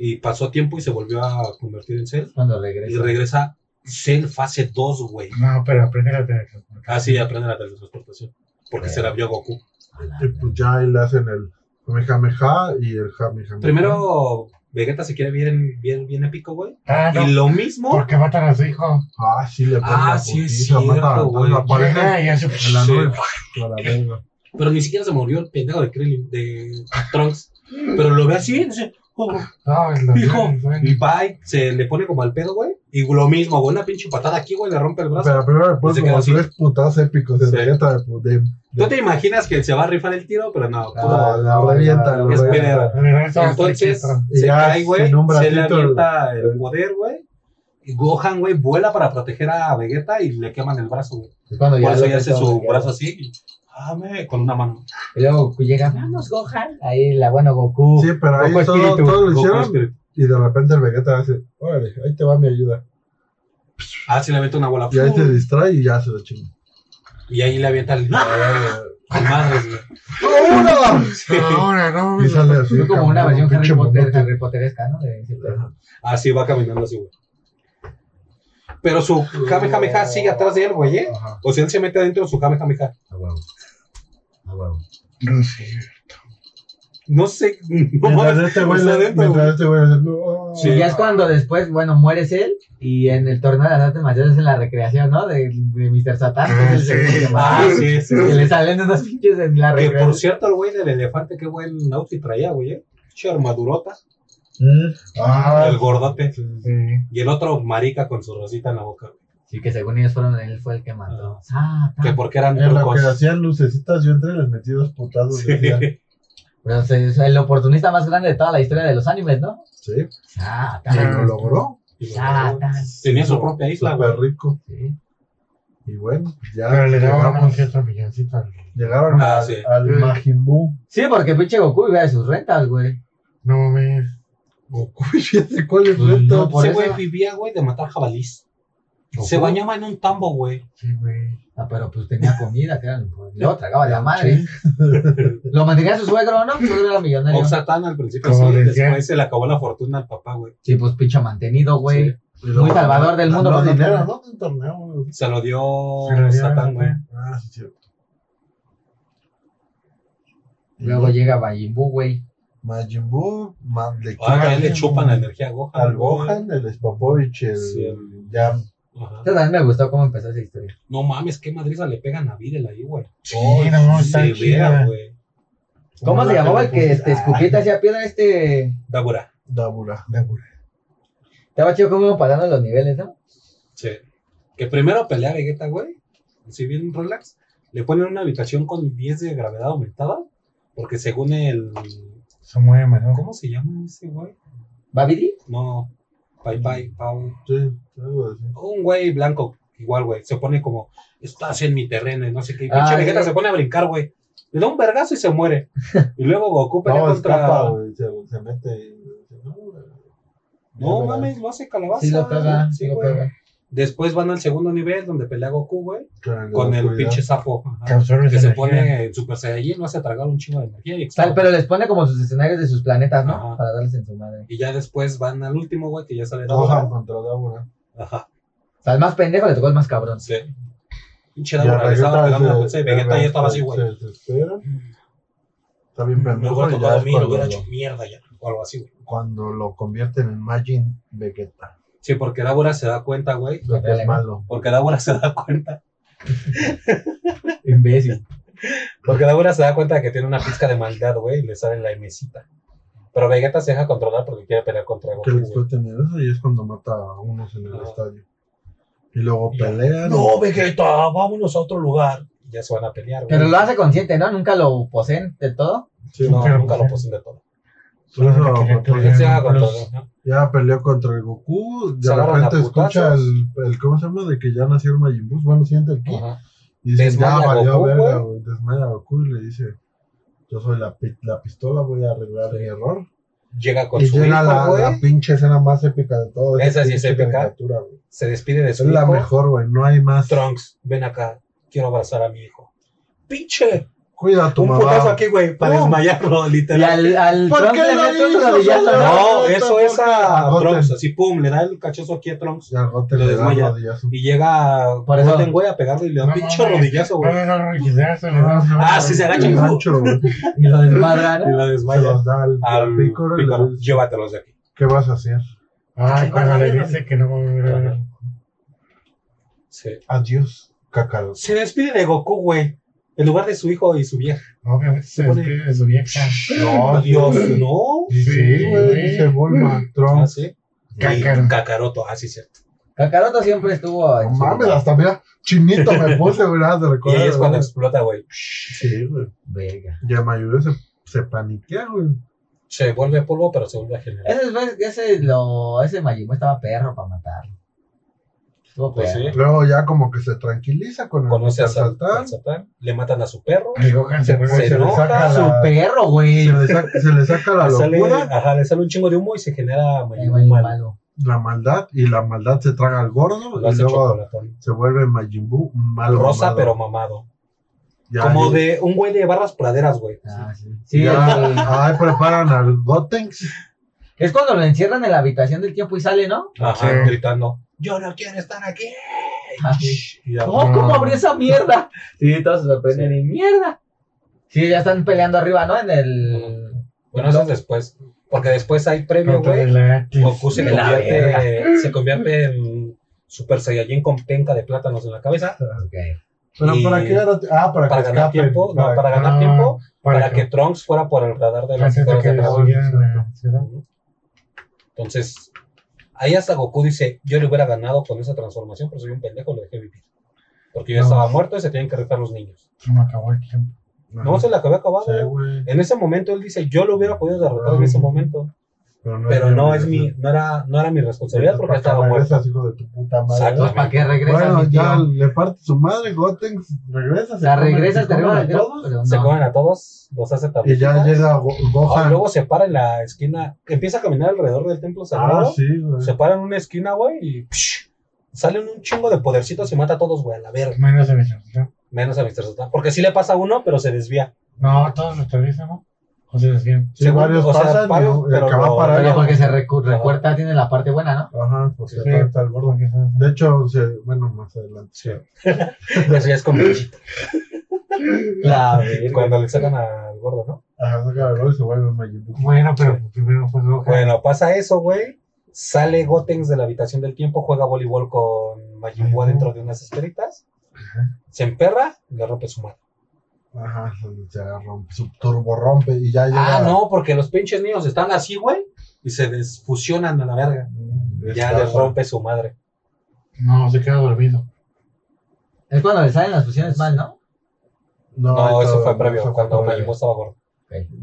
[SPEAKER 4] Y pasó tiempo y se volvió a convertir en Cell.
[SPEAKER 1] Cuando
[SPEAKER 4] Y
[SPEAKER 1] regresa.
[SPEAKER 4] regresa Cell fase 2, güey.
[SPEAKER 2] No, pero aprende la teletransportación.
[SPEAKER 4] Así aprende la teletransportación. Porque se la vio a Goku.
[SPEAKER 3] Y pues ya ahí le hacen el Kamehameha y el Kamehameha.
[SPEAKER 4] Primero, Vegeta se quiere bien, bien, bien épico, güey.
[SPEAKER 2] Ah, no,
[SPEAKER 4] Y lo mismo.
[SPEAKER 2] porque matan a su hijo.
[SPEAKER 3] Ah, sí, le ponen
[SPEAKER 4] Ah,
[SPEAKER 3] la
[SPEAKER 4] sí es
[SPEAKER 3] putiza,
[SPEAKER 4] cierto,
[SPEAKER 3] mata a
[SPEAKER 4] güey.
[SPEAKER 3] la pareja
[SPEAKER 2] Llega y hace- pues,
[SPEAKER 3] en la
[SPEAKER 4] Sí.
[SPEAKER 3] nube. A la
[SPEAKER 4] (laughs)
[SPEAKER 3] verga.
[SPEAKER 4] Pero ni siquiera se murió el pendejo de Krillin, de Trunks. Pero lo ve así, dice, "Oh,
[SPEAKER 2] No, lo-
[SPEAKER 4] Hijo.
[SPEAKER 2] lo-
[SPEAKER 4] Y bye, se le pone como al pedo, güey. Y lo mismo, güey, una pinche patada aquí, güey, le rompe el brazo.
[SPEAKER 3] Pero primero le
[SPEAKER 4] Se
[SPEAKER 3] ponen
[SPEAKER 4] queda
[SPEAKER 3] como
[SPEAKER 4] así.
[SPEAKER 3] tres putados épicos.
[SPEAKER 4] Sí.
[SPEAKER 3] Se revienta de, pues, de,
[SPEAKER 4] ¿Tú te imaginas que se va a rifar el tiro? Pero no,
[SPEAKER 3] Ah,
[SPEAKER 4] puro-
[SPEAKER 3] la revienta. la
[SPEAKER 4] es
[SPEAKER 3] revienta.
[SPEAKER 4] piedra.
[SPEAKER 2] lo regresa hasta
[SPEAKER 4] Entonces, (laughs)
[SPEAKER 2] chiquito.
[SPEAKER 3] Y
[SPEAKER 4] se
[SPEAKER 3] ya
[SPEAKER 4] cae, güey,
[SPEAKER 3] sin un
[SPEAKER 4] se le
[SPEAKER 3] bracito,
[SPEAKER 4] avienta el poder, güey. Y Gohan, güey, vuela para proteger a Vegeta y le queman el brazo, güey.
[SPEAKER 1] Es cuando
[SPEAKER 4] Por eso
[SPEAKER 1] lo
[SPEAKER 4] ya hace
[SPEAKER 1] meten
[SPEAKER 4] su
[SPEAKER 1] donde queda.
[SPEAKER 4] brazo así. y, ah, me- con una mano.
[SPEAKER 1] Y luego llega, vamos, Gohan. Ahí la bueno Goku.
[SPEAKER 3] Sí, pero ahí
[SPEAKER 1] Goku
[SPEAKER 3] todo,
[SPEAKER 1] espíritu,
[SPEAKER 3] todo lo
[SPEAKER 4] Goku
[SPEAKER 3] hicieron.
[SPEAKER 4] Spirit.
[SPEAKER 3] Y de repente el Vegeta hace: Órale, ahí te va mi ayuda.
[SPEAKER 4] Ah, sí, le avienta una bola.
[SPEAKER 3] Y ahí
[SPEAKER 4] ¡Pum!
[SPEAKER 3] se distrae y ya se lo chinga.
[SPEAKER 4] Y ahí le
[SPEAKER 3] (laughs)
[SPEAKER 4] avienta el. ¡Ah! Madres, güey.
[SPEAKER 2] Ahora, no.
[SPEAKER 3] Y sale así.
[SPEAKER 1] Fue Pues como una
[SPEAKER 3] caminando,
[SPEAKER 1] versión Harry
[SPEAKER 3] pinche
[SPEAKER 1] Potter,
[SPEAKER 3] monote.
[SPEAKER 1] Harry Potteresca, ¿no? De- pues,
[SPEAKER 3] Ajá.
[SPEAKER 4] Así va caminando así, güey. Pero su Kamehameha sigue atrás de él, güey, ¿eh?
[SPEAKER 3] Ajá.
[SPEAKER 4] O sea, él se mete adentro de su Kamehameha.
[SPEAKER 5] A huevo. A huevo.
[SPEAKER 2] No sé.
[SPEAKER 4] No sé. (laughs) No mames.
[SPEAKER 3] Mientras este güey
[SPEAKER 4] está
[SPEAKER 3] le-
[SPEAKER 4] adentro,
[SPEAKER 3] mientras
[SPEAKER 4] güey.
[SPEAKER 3] este güey le dice, "No".
[SPEAKER 4] Sí,
[SPEAKER 1] Y ya es cuando después, bueno, mueres él y en el torneo de las artes marciales en la recreación, ¿no? De, de Mr. Satan, que es el
[SPEAKER 2] Sí.
[SPEAKER 1] segundo que
[SPEAKER 4] Ah,
[SPEAKER 1] mata,
[SPEAKER 4] sí, sí.
[SPEAKER 1] Que
[SPEAKER 4] sí.
[SPEAKER 1] le salen unos pinches en la
[SPEAKER 4] Que por
[SPEAKER 1] recreación.
[SPEAKER 4] cierto, el güey del elefante, qué buen outfit traía, güey, ¿eh? Che armadurota.
[SPEAKER 1] Mm,
[SPEAKER 3] Ah,
[SPEAKER 4] El gordote.
[SPEAKER 3] sí, sí.
[SPEAKER 2] Sí.
[SPEAKER 4] Y el otro marica con su rosita en la boca, güey.
[SPEAKER 1] Sí, que según ellos fueron, él fue el que mató. Satan.
[SPEAKER 4] Que porque eran
[SPEAKER 3] En lo que
[SPEAKER 4] trucos.
[SPEAKER 3] hacían lucecitas, yo entre les metí dos putados.
[SPEAKER 4] Sí.
[SPEAKER 3] decía,
[SPEAKER 1] Pero es- es el oportunista más grande de toda la historia de los animes, ¿no?
[SPEAKER 3] Sí, pero
[SPEAKER 1] Satan.
[SPEAKER 3] lo logró.
[SPEAKER 4] Y lo logró, güey.
[SPEAKER 1] Satan.
[SPEAKER 4] Tenía su propia isla, güey.
[SPEAKER 3] Súper rico.
[SPEAKER 1] Sí.
[SPEAKER 3] Y bueno, pues ya
[SPEAKER 2] Pero le daban un
[SPEAKER 3] llegamos-
[SPEAKER 2] cierto milloncito. al-
[SPEAKER 3] llegaron
[SPEAKER 4] Ah,
[SPEAKER 3] al,
[SPEAKER 4] sí.
[SPEAKER 3] al Majin Buu.
[SPEAKER 1] Sí, porque pinche Goku vivía de sus rentas, güey.
[SPEAKER 2] No mames.
[SPEAKER 3] Goku,
[SPEAKER 4] (laughs)
[SPEAKER 3] ya sé cuál es
[SPEAKER 1] No,
[SPEAKER 3] esto.
[SPEAKER 1] por
[SPEAKER 4] Ese
[SPEAKER 1] eso.
[SPEAKER 4] güey vivía, güey, de matar jabalís. Se
[SPEAKER 1] Goku.
[SPEAKER 4] bañaba en un tambo, güey.
[SPEAKER 2] Sí, güey.
[SPEAKER 1] Ah, pero pues tenía comida, que era lo importante. Luego tragaba de la madre. (laughs) Lo mantenía su suegro, ¿no? Su suegro era millonario.
[SPEAKER 4] O Satán al principio
[SPEAKER 2] Como
[SPEAKER 4] sí,
[SPEAKER 2] decía.
[SPEAKER 4] después se le acabó la fortuna al papá, güey.
[SPEAKER 1] sí, pues pinche mantenido, güey.
[SPEAKER 3] Y luego-
[SPEAKER 1] Muy salvador del mundo,
[SPEAKER 3] Ganó
[SPEAKER 1] pero no
[SPEAKER 3] dinero,
[SPEAKER 1] tiene-
[SPEAKER 3] ¿no? Un torneo. güey.
[SPEAKER 4] Se lo dio
[SPEAKER 2] Se lo dio
[SPEAKER 4] Satán, güey.
[SPEAKER 3] Ah, sí, cierto.
[SPEAKER 1] Luego llega Majin Buu, güey.
[SPEAKER 3] Majin Buu, ma- le
[SPEAKER 4] Ah,
[SPEAKER 3] chupan-
[SPEAKER 4] que le chupan la energía a Gohan.
[SPEAKER 3] Al
[SPEAKER 4] güey.
[SPEAKER 3] Gohan, el Spopovich, el
[SPEAKER 4] Sí, el-
[SPEAKER 3] Jam.
[SPEAKER 4] Ajá.
[SPEAKER 1] Esto también me gustó cómo empezó esa historia.
[SPEAKER 4] No mames, qué madriza le pegan a Videl ahí, güey.
[SPEAKER 2] Sí, no, está
[SPEAKER 4] Severa,
[SPEAKER 2] chida.
[SPEAKER 4] güey.
[SPEAKER 1] ¿Cómo se llamaba el que este, escupía y te hacía piedra? Este.
[SPEAKER 4] Dabura.
[SPEAKER 3] Dabura.
[SPEAKER 1] Estaba chido cómo iban pasando los niveles, ¿no?
[SPEAKER 4] Sí. Que primero pelea a Vegeta, güey. Si bien relax, le ponen una habitación con 10 de gravedad aumentada. Porque según el.
[SPEAKER 2] Se mueve mejor.
[SPEAKER 4] ¿Cómo se llama ese güey?
[SPEAKER 1] ¿Babidi?
[SPEAKER 4] No. Pai Pai Pau.
[SPEAKER 3] Sí, algo así.
[SPEAKER 4] Un güey blanco, igual, güey. Se pone como, estás en mi terreno y no sé qué. Y
[SPEAKER 1] Ah,
[SPEAKER 4] pinche Vegeta
[SPEAKER 1] sí.
[SPEAKER 4] se pone a brincar, güey. Le da un vergazo y se muere. Y luego
[SPEAKER 3] (laughs)
[SPEAKER 4] Goku pelea
[SPEAKER 3] No,
[SPEAKER 4] contra.
[SPEAKER 3] escapa, güey. Se, se mete y. No, güey.
[SPEAKER 4] no
[SPEAKER 3] Ya
[SPEAKER 4] mames, lo hace calabaza.
[SPEAKER 1] Sí, lo caga.
[SPEAKER 4] Sí,
[SPEAKER 1] Sí, lo
[SPEAKER 4] güey.
[SPEAKER 1] caga.
[SPEAKER 4] Después van al segundo nivel donde pelea Goku, güey.
[SPEAKER 3] verás,
[SPEAKER 4] Con el
[SPEAKER 3] oscuridad.
[SPEAKER 4] pinche sapo. ajá.
[SPEAKER 2] Que absorbe
[SPEAKER 4] Que
[SPEAKER 2] esa
[SPEAKER 4] se
[SPEAKER 2] energía.
[SPEAKER 4] pone en Super Saiyajin, lo hace tragar un chingo de energía y
[SPEAKER 1] Tal,
[SPEAKER 4] explota.
[SPEAKER 1] pero les pone como sus escenarios de sus planetas, ¿no?
[SPEAKER 4] Ajá.
[SPEAKER 1] Para darles en su madre.
[SPEAKER 4] Y ya después van al último, güey, que ya sale
[SPEAKER 3] Gohan
[SPEAKER 4] Dabura.
[SPEAKER 3] contra Dabura.
[SPEAKER 4] Ajá.
[SPEAKER 1] O sea, al más pendejo le tocó el más cabrón.
[SPEAKER 4] Sí. Pinche
[SPEAKER 3] Ya
[SPEAKER 4] Dabura, le estaba pegando una
[SPEAKER 3] se-
[SPEAKER 4] pulsa y Vegeta ya estaba así, güey. Mm,
[SPEAKER 3] Se desespera. Está bien
[SPEAKER 4] Me
[SPEAKER 3] pendejo.
[SPEAKER 4] hubiera
[SPEAKER 3] Y ya
[SPEAKER 4] tocado a
[SPEAKER 3] es
[SPEAKER 4] mí, lo
[SPEAKER 3] cuando,
[SPEAKER 4] hubiera
[SPEAKER 3] lo,
[SPEAKER 4] hecho mierda ya. O algo así, güey.
[SPEAKER 3] cuando lo convierten en Majin Vegeta.
[SPEAKER 4] Sí, porque Dabura se da cuenta, güey.
[SPEAKER 3] Lo que es malo.
[SPEAKER 4] Porque Dabura se da cuenta.
[SPEAKER 1] Imbécil.
[SPEAKER 4] Porque Dabura se da cuenta de que tiene una pizca de maldad, güey, y le sale la mesita. Pero Vegeta se deja controlar porque quiere pelear contra
[SPEAKER 3] Que
[SPEAKER 4] Goku.
[SPEAKER 3] les
[SPEAKER 4] güey.
[SPEAKER 3] fue tener eso y es cuando mata a unos en el
[SPEAKER 4] Ah.
[SPEAKER 3] estadio. Y luego
[SPEAKER 4] Ya.
[SPEAKER 3] pelean.
[SPEAKER 4] No, Vegeta, vámonos a otro lugar. y ya se van a pelear, güey.
[SPEAKER 1] Pero lo hace consciente, ¿no? Nunca lo poseen del todo.
[SPEAKER 3] Sí,
[SPEAKER 4] No,
[SPEAKER 2] pero
[SPEAKER 4] nunca
[SPEAKER 2] pues,
[SPEAKER 4] lo
[SPEAKER 2] eh.
[SPEAKER 4] poseen de todo.
[SPEAKER 3] por eso,
[SPEAKER 4] Porque se haga con todo, ¿no?
[SPEAKER 3] Ya peleó contra el Goku, de
[SPEAKER 4] Se agarran a
[SPEAKER 3] repente escucha
[SPEAKER 4] putazos.
[SPEAKER 3] el, el, ¿cómo se llama? De que ya nació el Majin Buu, bueno, siente el ki.
[SPEAKER 4] Ajá.
[SPEAKER 3] Y dice, ya
[SPEAKER 4] Desmaya a
[SPEAKER 3] valió
[SPEAKER 4] Goku,
[SPEAKER 3] verga, güey. Desmaya a Goku y le dice, yo soy la, pi- la pistola, voy a arreglar mi error.
[SPEAKER 4] Llega con
[SPEAKER 3] y
[SPEAKER 4] su
[SPEAKER 3] llega
[SPEAKER 4] hijo,
[SPEAKER 3] la,
[SPEAKER 4] güey.
[SPEAKER 3] la pinche escena más épica de todo.
[SPEAKER 4] Esa sí es
[SPEAKER 3] pinche
[SPEAKER 4] épica.
[SPEAKER 3] caricatura, güey.
[SPEAKER 4] Se despide de
[SPEAKER 3] Es
[SPEAKER 4] su
[SPEAKER 3] la
[SPEAKER 4] hijo.
[SPEAKER 3] mejor, güey, no hay más.
[SPEAKER 4] Trunks, ven acá, quiero abrazar a mi hijo. ¡Pinche!
[SPEAKER 3] Cuida a tu
[SPEAKER 4] un putazo
[SPEAKER 3] mamá.
[SPEAKER 4] aquí, güey, para
[SPEAKER 3] ¡Pum!
[SPEAKER 4] desmayarlo,
[SPEAKER 1] Y
[SPEAKER 4] literal.
[SPEAKER 1] al, al
[SPEAKER 3] ¿Por
[SPEAKER 1] Trump
[SPEAKER 3] qué
[SPEAKER 1] le
[SPEAKER 3] lo
[SPEAKER 1] mete otro
[SPEAKER 3] hizo,
[SPEAKER 1] rodillazo, ¿no?
[SPEAKER 3] solo?
[SPEAKER 4] No,
[SPEAKER 3] no,
[SPEAKER 4] eso
[SPEAKER 3] tampoco.
[SPEAKER 4] es a
[SPEAKER 3] Goten.
[SPEAKER 4] Trunks, así pum, le da el cachazo aquí a Trunks
[SPEAKER 3] Y al Goten
[SPEAKER 4] Lo
[SPEAKER 3] le da el
[SPEAKER 4] desmaya.
[SPEAKER 3] rodillazo.
[SPEAKER 4] y llega
[SPEAKER 1] Por eso-
[SPEAKER 4] Goten, güey, a pegarle y le da un
[SPEAKER 2] No
[SPEAKER 4] pinche
[SPEAKER 2] mames,
[SPEAKER 4] rodillazo,
[SPEAKER 2] No
[SPEAKER 4] güey.
[SPEAKER 2] le da rodillazo, le da-
[SPEAKER 4] Ah, sí, se agacha.
[SPEAKER 3] El gancho, güey.
[SPEAKER 1] Y lo desmadra,
[SPEAKER 4] Y
[SPEAKER 1] ¿no?
[SPEAKER 4] la
[SPEAKER 3] Se
[SPEAKER 4] desmaya.
[SPEAKER 3] los da al,
[SPEAKER 4] Al
[SPEAKER 3] Picoro y le
[SPEAKER 4] Pícoro,
[SPEAKER 3] dice,
[SPEAKER 4] llévatelos de aquí.
[SPEAKER 3] ¿qué vas a hacer?
[SPEAKER 2] Ay, cuando le dice que no va a volver a ver.
[SPEAKER 4] Sí.
[SPEAKER 3] Adiós, Cacalo.
[SPEAKER 4] Se despide de Goku, güey. En lugar de su hijo y su vieja.
[SPEAKER 2] Obviamente se
[SPEAKER 4] pone-
[SPEAKER 2] despide de su vieja. Oh,
[SPEAKER 4] No, Dios, no.
[SPEAKER 3] Sí,
[SPEAKER 2] Sí,
[SPEAKER 3] güey,
[SPEAKER 2] güey.
[SPEAKER 3] dice Bulma,
[SPEAKER 4] (laughs) Ah,
[SPEAKER 3] Trunks.
[SPEAKER 4] sí. Y
[SPEAKER 2] Cácaro.
[SPEAKER 4] Kakaroto, así es cierto.
[SPEAKER 1] Kakaroto siempre estuvo
[SPEAKER 3] No
[SPEAKER 1] en su-
[SPEAKER 3] mames, hasta mira, chinito me puse, güey, nada de
[SPEAKER 4] Y
[SPEAKER 3] recordar.
[SPEAKER 4] ahí es cuando
[SPEAKER 3] güey.
[SPEAKER 4] explota, güey.
[SPEAKER 3] Sí, güey.
[SPEAKER 1] Verga.
[SPEAKER 3] Ya me ayudó, se, se paniquea, güey.
[SPEAKER 4] Se vuelve polvo, pero se vuelve a generar.
[SPEAKER 1] Ese, fue- ese, lo, ese Majin Buu estaba perro para matarlo. Estuvo
[SPEAKER 4] Pues
[SPEAKER 1] perro.
[SPEAKER 4] sí.
[SPEAKER 3] Luego ya como que se tranquiliza con el
[SPEAKER 4] Conoce a Sal-
[SPEAKER 3] Saltán.
[SPEAKER 4] al Satán, le matan a su perro.
[SPEAKER 2] Y Gohan se vuelve
[SPEAKER 4] Se
[SPEAKER 3] Se le
[SPEAKER 4] enoja,
[SPEAKER 3] saca
[SPEAKER 1] Su
[SPEAKER 3] la,
[SPEAKER 1] perro, güey.
[SPEAKER 3] se le saca, se le saca la
[SPEAKER 4] Le (laughs) sale,
[SPEAKER 3] locura,
[SPEAKER 4] ajá, le sale un chingo de humo y se genera
[SPEAKER 1] Ay,
[SPEAKER 4] Majin
[SPEAKER 1] Majin
[SPEAKER 4] Buu malo.
[SPEAKER 1] malo.
[SPEAKER 3] la maldad, y la maldad se traga al gordo,
[SPEAKER 4] Lo
[SPEAKER 3] y
[SPEAKER 4] hace
[SPEAKER 3] luego
[SPEAKER 4] chocolatón.
[SPEAKER 3] se vuelve Majin Buu malo.
[SPEAKER 4] Rosa,
[SPEAKER 3] mamado.
[SPEAKER 4] pero mamado.
[SPEAKER 3] Ya,
[SPEAKER 4] Como
[SPEAKER 3] y-
[SPEAKER 4] de un güey de barras praderas, güey.
[SPEAKER 1] Ah, sí. Sí, el-
[SPEAKER 3] Ya, ahí preparan al Gotenks.
[SPEAKER 1] Es cuando lo encierran en la habitación del tiempo y sale, ¿no?
[SPEAKER 4] Ajá,
[SPEAKER 2] Sí.
[SPEAKER 4] gritando. Yo no quiero estar aquí.
[SPEAKER 3] Ah,
[SPEAKER 1] Así.
[SPEAKER 4] Y ya,
[SPEAKER 1] ¿Cómo, Oh, ¿Cómo abrió esa
[SPEAKER 3] (laughs)
[SPEAKER 1] mierda? Sí, todos se sorprenden. ¡Y mierda! Sí, ya están peleando arriba, ¿no? En el.
[SPEAKER 4] Bueno, eso es después. Porque después hay premio,
[SPEAKER 2] contra
[SPEAKER 4] güey.
[SPEAKER 2] el Atis.
[SPEAKER 4] Goku se
[SPEAKER 1] De la verga.
[SPEAKER 4] convierte, (laughs) se convierte en Super Saiyajin con penca de plátanos en la cabeza.
[SPEAKER 1] Ok.
[SPEAKER 3] Pero
[SPEAKER 4] Y-
[SPEAKER 3] para qué era. Ah, para,
[SPEAKER 4] Para
[SPEAKER 3] que
[SPEAKER 4] ganar
[SPEAKER 3] escapen,
[SPEAKER 4] tiempo. No,
[SPEAKER 3] para-
[SPEAKER 4] para ganar
[SPEAKER 2] no,
[SPEAKER 4] tiempo.
[SPEAKER 2] para
[SPEAKER 4] Para que Trunks fuera por el radar de las
[SPEAKER 2] antes de
[SPEAKER 4] esferas
[SPEAKER 2] que
[SPEAKER 4] de
[SPEAKER 2] le
[SPEAKER 4] dragón.
[SPEAKER 2] subieran a la ciudad.
[SPEAKER 4] Entonces, ahí hasta Goku dice, yo le hubiera ganado con esa transformación, pero soy un pendejo, lo dejé vivir. Porque yo
[SPEAKER 2] No.
[SPEAKER 4] estaba muerto y se tenían que retar los niños.
[SPEAKER 2] Se me acabó el tiempo.
[SPEAKER 4] No se la acabó acabado.
[SPEAKER 3] Sí,
[SPEAKER 4] güey.
[SPEAKER 3] güey.
[SPEAKER 4] en ese momento él dice, yo lo hubiera podido derrotar en
[SPEAKER 3] Ah.
[SPEAKER 4] ese momento.
[SPEAKER 3] no
[SPEAKER 4] Pero no es
[SPEAKER 3] ese.
[SPEAKER 4] mi, no era, no era mi responsabilidad porque
[SPEAKER 3] ¿Para qué
[SPEAKER 4] estaba muerto.
[SPEAKER 3] regresas, hijo de tu puta madre?
[SPEAKER 4] Exacto.
[SPEAKER 1] Entonces, ¿para qué regresas?
[SPEAKER 3] Bueno,
[SPEAKER 1] mi tío?
[SPEAKER 3] ya le parte su madre, Gotenks regresa.
[SPEAKER 1] O sea,
[SPEAKER 3] come-
[SPEAKER 1] regresas,
[SPEAKER 3] se
[SPEAKER 1] te
[SPEAKER 3] come
[SPEAKER 1] arriba
[SPEAKER 3] a
[SPEAKER 1] del
[SPEAKER 3] todos,
[SPEAKER 1] pero
[SPEAKER 4] Se
[SPEAKER 1] no.
[SPEAKER 4] comen a todos, los hace
[SPEAKER 3] Y ya
[SPEAKER 4] tabletitas.
[SPEAKER 3] llega Go-
[SPEAKER 4] Ah,
[SPEAKER 3] Gohan.
[SPEAKER 4] luego se para en la esquina, empieza a caminar alrededor del templo sagrado.
[SPEAKER 3] Ah, sí, güey.
[SPEAKER 4] Se para en una esquina, güey, y psh, salen un chingo de podercitos y mata a todos, güey, a la verga.
[SPEAKER 2] Menos de Vegeta.
[SPEAKER 4] Menos a Mr. Satan. Porque sí le pasa a uno, pero se desvía.
[SPEAKER 2] No, todos los atraviesan, ¿no? O se desvían.
[SPEAKER 3] Sí,
[SPEAKER 4] según-
[SPEAKER 3] varios
[SPEAKER 4] o sea,
[SPEAKER 3] pasan
[SPEAKER 4] varios,
[SPEAKER 3] y el
[SPEAKER 4] pero
[SPEAKER 3] que va
[SPEAKER 4] no-
[SPEAKER 3] a parar.
[SPEAKER 1] Pero
[SPEAKER 4] no,
[SPEAKER 1] porque se recu- recuerda, tiene la parte buena, ¿no?
[SPEAKER 3] Ajá, porque
[SPEAKER 2] Sí.
[SPEAKER 3] está hasta el borde.
[SPEAKER 2] Porque se-
[SPEAKER 3] De hecho, se, bueno, más adelante.
[SPEAKER 4] Sí. Eso ya
[SPEAKER 3] (laughs)
[SPEAKER 4] es con Vegeta.
[SPEAKER 1] La
[SPEAKER 4] Cuando le sacan al gordo, ¿no?
[SPEAKER 3] Ajá, saca el borde y se vuelve Majin Buu.
[SPEAKER 2] Bueno, pero primero fue Gohan.
[SPEAKER 4] Bueno, pasa eso, güey. Sale Gotenks de la habitación del tiempo, juega voleibol con Majin Buu
[SPEAKER 2] Ajá.
[SPEAKER 4] dentro de unas esferitas. Se emperra y le rompe su madre.
[SPEAKER 3] Ajá, se rompe, su turbo rompe y ya llega.
[SPEAKER 4] Ah, no, porque los pinches niños están así, güey. Y se desfusionan a la verga. Ya
[SPEAKER 3] Mm, Está-
[SPEAKER 4] les rompe su madre.
[SPEAKER 2] No, se queda dormido.
[SPEAKER 1] Es cuando le salen las fusiones mal, ¿no?
[SPEAKER 3] No,
[SPEAKER 4] No, eso
[SPEAKER 3] todo,
[SPEAKER 4] fue
[SPEAKER 3] eso
[SPEAKER 4] previo,
[SPEAKER 3] fue
[SPEAKER 4] cuando
[SPEAKER 3] previo.
[SPEAKER 4] Majin Buu estaba gordo.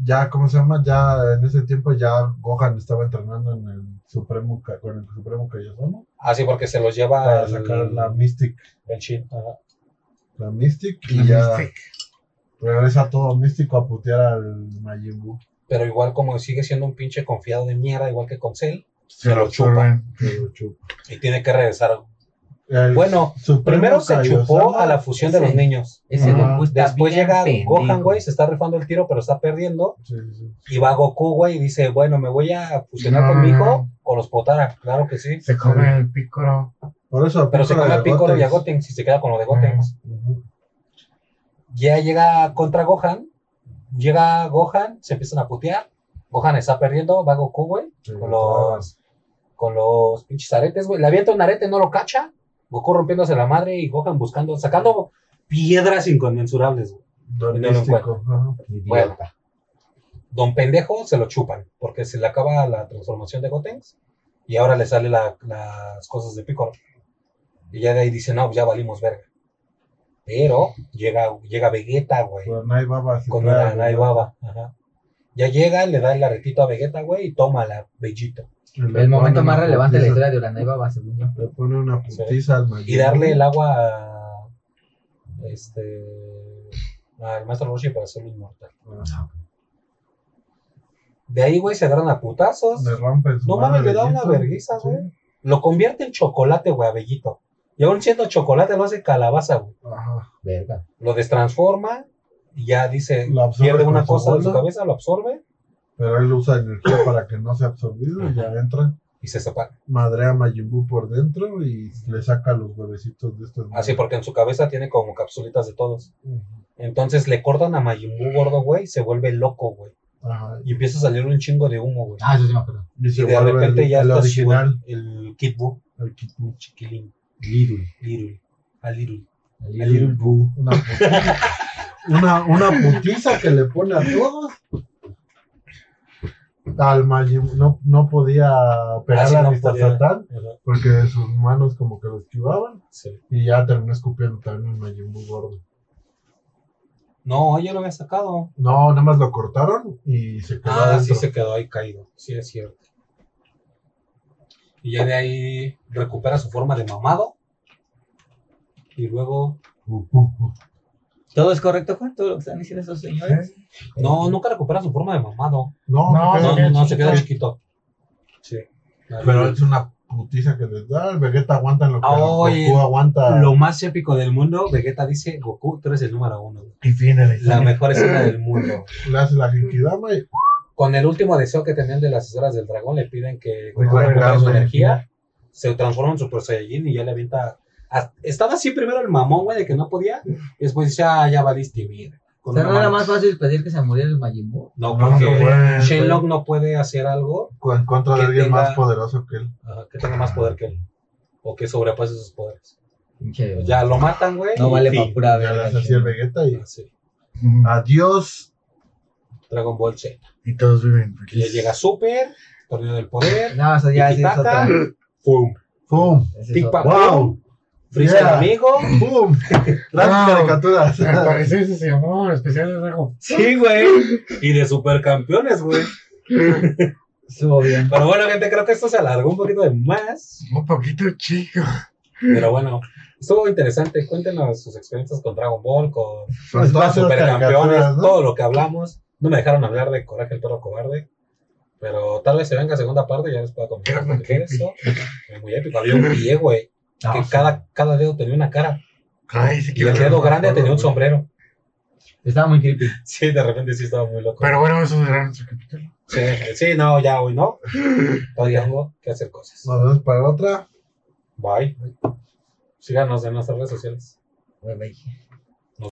[SPEAKER 3] Ya, ¿cómo se llama? Ya en ese tiempo ya Gohan estaba entrenando en el Supremo, Ka- con el Supremo Kaiosomo
[SPEAKER 4] Ah, sí, porque se los lleva
[SPEAKER 3] para
[SPEAKER 4] el,
[SPEAKER 3] sacar la Mystic.
[SPEAKER 4] el chin. Ah, ajá.
[SPEAKER 3] La Mystic y
[SPEAKER 2] La
[SPEAKER 3] ya
[SPEAKER 2] Mystic.
[SPEAKER 3] regresa todo místico a putear al Majin Buu.
[SPEAKER 4] Pero igual como sigue siendo un pinche confiado de mierda, igual que con Cell,
[SPEAKER 2] Se
[SPEAKER 4] lo
[SPEAKER 2] lo chupan.
[SPEAKER 3] Se lo chupa.
[SPEAKER 4] y tiene que regresar.
[SPEAKER 3] El
[SPEAKER 4] Bueno,
[SPEAKER 3] Supremo
[SPEAKER 4] Primero se chupó
[SPEAKER 3] Kaiosomo-
[SPEAKER 4] a la fusión de
[SPEAKER 1] Sí.
[SPEAKER 4] los niños.
[SPEAKER 1] Ese
[SPEAKER 2] Ajá.
[SPEAKER 1] Goku Pues está
[SPEAKER 4] Después
[SPEAKER 1] bien
[SPEAKER 4] llega
[SPEAKER 1] pendejo.
[SPEAKER 4] Gohan, güey, se está rifando el tiro, pero está perdiendo.
[SPEAKER 3] Sí, sí, sí.
[SPEAKER 4] Y va Goku, güey, y dice, bueno, me voy a fusionar
[SPEAKER 2] No,
[SPEAKER 4] con mi
[SPEAKER 2] no,
[SPEAKER 4] hijo
[SPEAKER 2] no.
[SPEAKER 4] o los Potara. Claro que sí.
[SPEAKER 2] Se come el pícoro.
[SPEAKER 3] Por eso.
[SPEAKER 4] Pero se come a Piccolo y a Gotenks y se queda con lo de Gotenks. Ya llega contra Gohan. Llega Gohan, se empiezan a putear. Gohan está perdiendo, va Goku, güey,
[SPEAKER 3] eh,
[SPEAKER 4] con los, con los pinches aretes, güey. Le avienta un arete, no lo cacha. Goku rompiéndose la madre y Gohan buscando, sacando piedras inconmensurables, güey.
[SPEAKER 3] Don
[SPEAKER 4] no lo
[SPEAKER 3] Místico. ajá.
[SPEAKER 1] Idiota.
[SPEAKER 4] Don Pendejo se lo chupan, porque se le acaba la transformación de Gotenks y ahora le sale la- las cosas de Piccolo. Y ya de ahí dice, no, ya valimos verga. Pero llega, llega Vegeta, güey.
[SPEAKER 3] Con Nai Baba. se
[SPEAKER 4] con
[SPEAKER 3] trae
[SPEAKER 4] una
[SPEAKER 3] a-
[SPEAKER 4] Naibaba. Ajá. Ya llega, le da el arretito a Vegeta, güey, y toma la bellito.
[SPEAKER 1] El momento más relevante de la
[SPEAKER 3] le
[SPEAKER 1] historia de Urana y Baba, según yo.
[SPEAKER 3] pone una putiza- Le pone una
[SPEAKER 4] Sí.
[SPEAKER 3] putiza al
[SPEAKER 4] Y darle el agua a, este, al maestro Roshi para hacerlo inmortal.
[SPEAKER 3] Ah,
[SPEAKER 4] De ahí, güey, se agarran a putazos.
[SPEAKER 3] Le rompe su
[SPEAKER 4] No
[SPEAKER 3] madre,
[SPEAKER 4] mames, le da una
[SPEAKER 3] Vegeta.
[SPEAKER 4] vergüenza,
[SPEAKER 3] Sí.
[SPEAKER 4] güey. Lo convierte en chocolate, güey, a Bellito. Y aún siendo chocolate, lo hace calabaza, güey.
[SPEAKER 3] Ajá.
[SPEAKER 1] Verga.
[SPEAKER 4] Lo destransforma y ya dice,
[SPEAKER 3] Lo absorbe
[SPEAKER 4] pierde
[SPEAKER 3] con
[SPEAKER 4] una
[SPEAKER 3] su
[SPEAKER 4] cosa de su
[SPEAKER 3] bolsa.
[SPEAKER 4] cabeza, lo absorbe
[SPEAKER 3] Pero él usa energía para que no sea absorbido y ya entra.
[SPEAKER 4] y se separa.
[SPEAKER 3] Madrea a Majin Buu por dentro y le saca los huevecitos de estos.
[SPEAKER 4] Así porque en su cabeza tiene como capsulitas de todos.
[SPEAKER 3] Ujú.
[SPEAKER 4] Entonces le cortan a Majin Buu gordo, güey, y se vuelve loco, güey.
[SPEAKER 3] Ajá.
[SPEAKER 4] Y empieza a salir un chingo de humo, güey.
[SPEAKER 5] Ah, eso sí me acuerdo.
[SPEAKER 3] Y se
[SPEAKER 4] y de
[SPEAKER 3] vuelve
[SPEAKER 4] repente
[SPEAKER 3] el,
[SPEAKER 4] ya
[SPEAKER 3] el
[SPEAKER 4] está su-
[SPEAKER 3] original.
[SPEAKER 4] el Kid Buu,
[SPEAKER 3] El Kid Buu.
[SPEAKER 4] un chiquilín,
[SPEAKER 5] Lidl.
[SPEAKER 4] Lirul, a Lirul, a
[SPEAKER 5] El
[SPEAKER 4] Lirul Buu.
[SPEAKER 3] Una, putiza, (laughs) una, una putiza que le pone a todos. Al Majin Buu no, no podía pegar
[SPEAKER 4] Ah, sí,
[SPEAKER 3] la
[SPEAKER 4] no
[SPEAKER 3] vista
[SPEAKER 4] podía.
[SPEAKER 3] satán
[SPEAKER 4] Ajá,
[SPEAKER 3] porque sus manos como que lo esquivaban
[SPEAKER 4] sí.
[SPEAKER 3] y ya terminó escupiendo también el Majin Buu gordo.
[SPEAKER 4] No, ya lo había sacado.
[SPEAKER 3] No, nada más lo cortaron y se quedó
[SPEAKER 4] Ah, sí
[SPEAKER 3] adentro.
[SPEAKER 4] se quedó ahí caído, sí es cierto. Y ya de ahí recupera su forma de mamado. Y luego.
[SPEAKER 3] Uh,
[SPEAKER 1] ¿Todo es correcto, Juan? ¿Todo lo que están diciendo esos señores?
[SPEAKER 4] No, nunca recupera su forma de mamado.
[SPEAKER 3] No,
[SPEAKER 2] No,
[SPEAKER 3] se
[SPEAKER 4] No,
[SPEAKER 3] queda
[SPEAKER 4] no, no, se
[SPEAKER 3] chiquito.
[SPEAKER 4] queda Ah, chiquito. Sí.
[SPEAKER 3] Pero es una putiza que les da. El Vegeta aguanta en lo que
[SPEAKER 4] Ah,
[SPEAKER 3] el
[SPEAKER 4] oye,
[SPEAKER 3] Goku aguanta.
[SPEAKER 4] Lo más épico del mundo, Vegeta dice, Goku, tú eres el número uno. güey.
[SPEAKER 2] Y fin de la
[SPEAKER 4] La
[SPEAKER 2] historia.
[SPEAKER 4] mejor escena del mundo.
[SPEAKER 3] Le hace la Genkidama y
[SPEAKER 4] Con el último deseo que tenían de las esferas del dragón, le piden que
[SPEAKER 3] Pues,
[SPEAKER 4] recupere su
[SPEAKER 3] recargue.
[SPEAKER 4] energía, se transforma en Super Saiyajin y ya le avienta... a- Estaba así primero el mamón, güey, de que no podía, y después "Ah, ya, ya valiste, mira.
[SPEAKER 1] O
[SPEAKER 4] Con
[SPEAKER 1] sea,
[SPEAKER 4] una
[SPEAKER 1] no era
[SPEAKER 4] mano.
[SPEAKER 1] más fácil pedir que se muriera el Majin Buu.
[SPEAKER 3] No,
[SPEAKER 4] No,
[SPEAKER 3] no
[SPEAKER 4] porque
[SPEAKER 3] puede,
[SPEAKER 4] Shenlong no puede hacer algo
[SPEAKER 3] co- en contra de
[SPEAKER 4] que
[SPEAKER 3] alguien
[SPEAKER 4] tenga-
[SPEAKER 3] más poderoso que él.
[SPEAKER 4] ajá, que tenga más poder que él, o que sobrepase sus poderes.
[SPEAKER 1] Pinche-
[SPEAKER 4] Ya lo matan, güey.
[SPEAKER 1] Pues No
[SPEAKER 4] y
[SPEAKER 1] vale
[SPEAKER 4] fin.
[SPEAKER 1] para pura
[SPEAKER 3] Ya le
[SPEAKER 1] verga.
[SPEAKER 3] hace así el Vegeta y
[SPEAKER 4] Ah, sí.
[SPEAKER 3] adiós.
[SPEAKER 4] Dragon Ball Z.
[SPEAKER 2] Y todos viven
[SPEAKER 4] Y ya
[SPEAKER 2] felices.
[SPEAKER 4] llega Super, Torneo del Poder,
[SPEAKER 1] No, eso ya ese es
[SPEAKER 4] Tiki-taka,
[SPEAKER 1] otra.
[SPEAKER 4] ¡pum!
[SPEAKER 3] ¡Pum!
[SPEAKER 1] Ese es
[SPEAKER 4] Tic-tac.
[SPEAKER 1] otra.
[SPEAKER 3] ¡Wow!
[SPEAKER 4] Freezer
[SPEAKER 3] Yeah.
[SPEAKER 4] amigo.
[SPEAKER 3] ¡Pum! (laughs) Las
[SPEAKER 2] Wow.
[SPEAKER 3] (laughs) caricaturas.
[SPEAKER 2] Al parecer ese se llamó especial de Drago.
[SPEAKER 4] Sí, güey. Y de supercampeones, güey.
[SPEAKER 1] Estuvo bien.
[SPEAKER 4] Pero bueno, gente, creo que esto se alargó un poquito de más.
[SPEAKER 2] Un poquito chico.
[SPEAKER 4] Pero bueno, estuvo interesante. Cuéntenos sus experiencias con Dragon Ball, con
[SPEAKER 3] Son todas esas
[SPEAKER 4] supercampeones,
[SPEAKER 3] caricaturas, ¿no?
[SPEAKER 4] todo lo que hablamos. No me dejaron hablar de Coraje el Perro Cobarde. Pero tal vez se venga segunda parte y ya les pueda comentar un poquito de eso. Es muy épico. Había un pie, güey.
[SPEAKER 3] Ah,
[SPEAKER 4] Que cada, cada dedo tenía una cara.
[SPEAKER 2] Ay, sí
[SPEAKER 4] Y
[SPEAKER 2] que
[SPEAKER 4] el
[SPEAKER 2] me
[SPEAKER 4] dedo
[SPEAKER 2] acuerdo,
[SPEAKER 4] grande tenía un
[SPEAKER 2] güey.
[SPEAKER 4] sombrero.
[SPEAKER 1] Estaba muy creepy.
[SPEAKER 4] Sí, de repente sí estaba muy loco.
[SPEAKER 2] Pero bueno, eso será nuestro capítulo.
[SPEAKER 4] Sí, sí, no, ya
[SPEAKER 2] (laughs)
[SPEAKER 4] hoy no. Hoy tengo que hacer cosas.
[SPEAKER 3] Nos vemos para otra.
[SPEAKER 4] Bye. Síganos en nuestras redes sociales.
[SPEAKER 1] Güey, güey.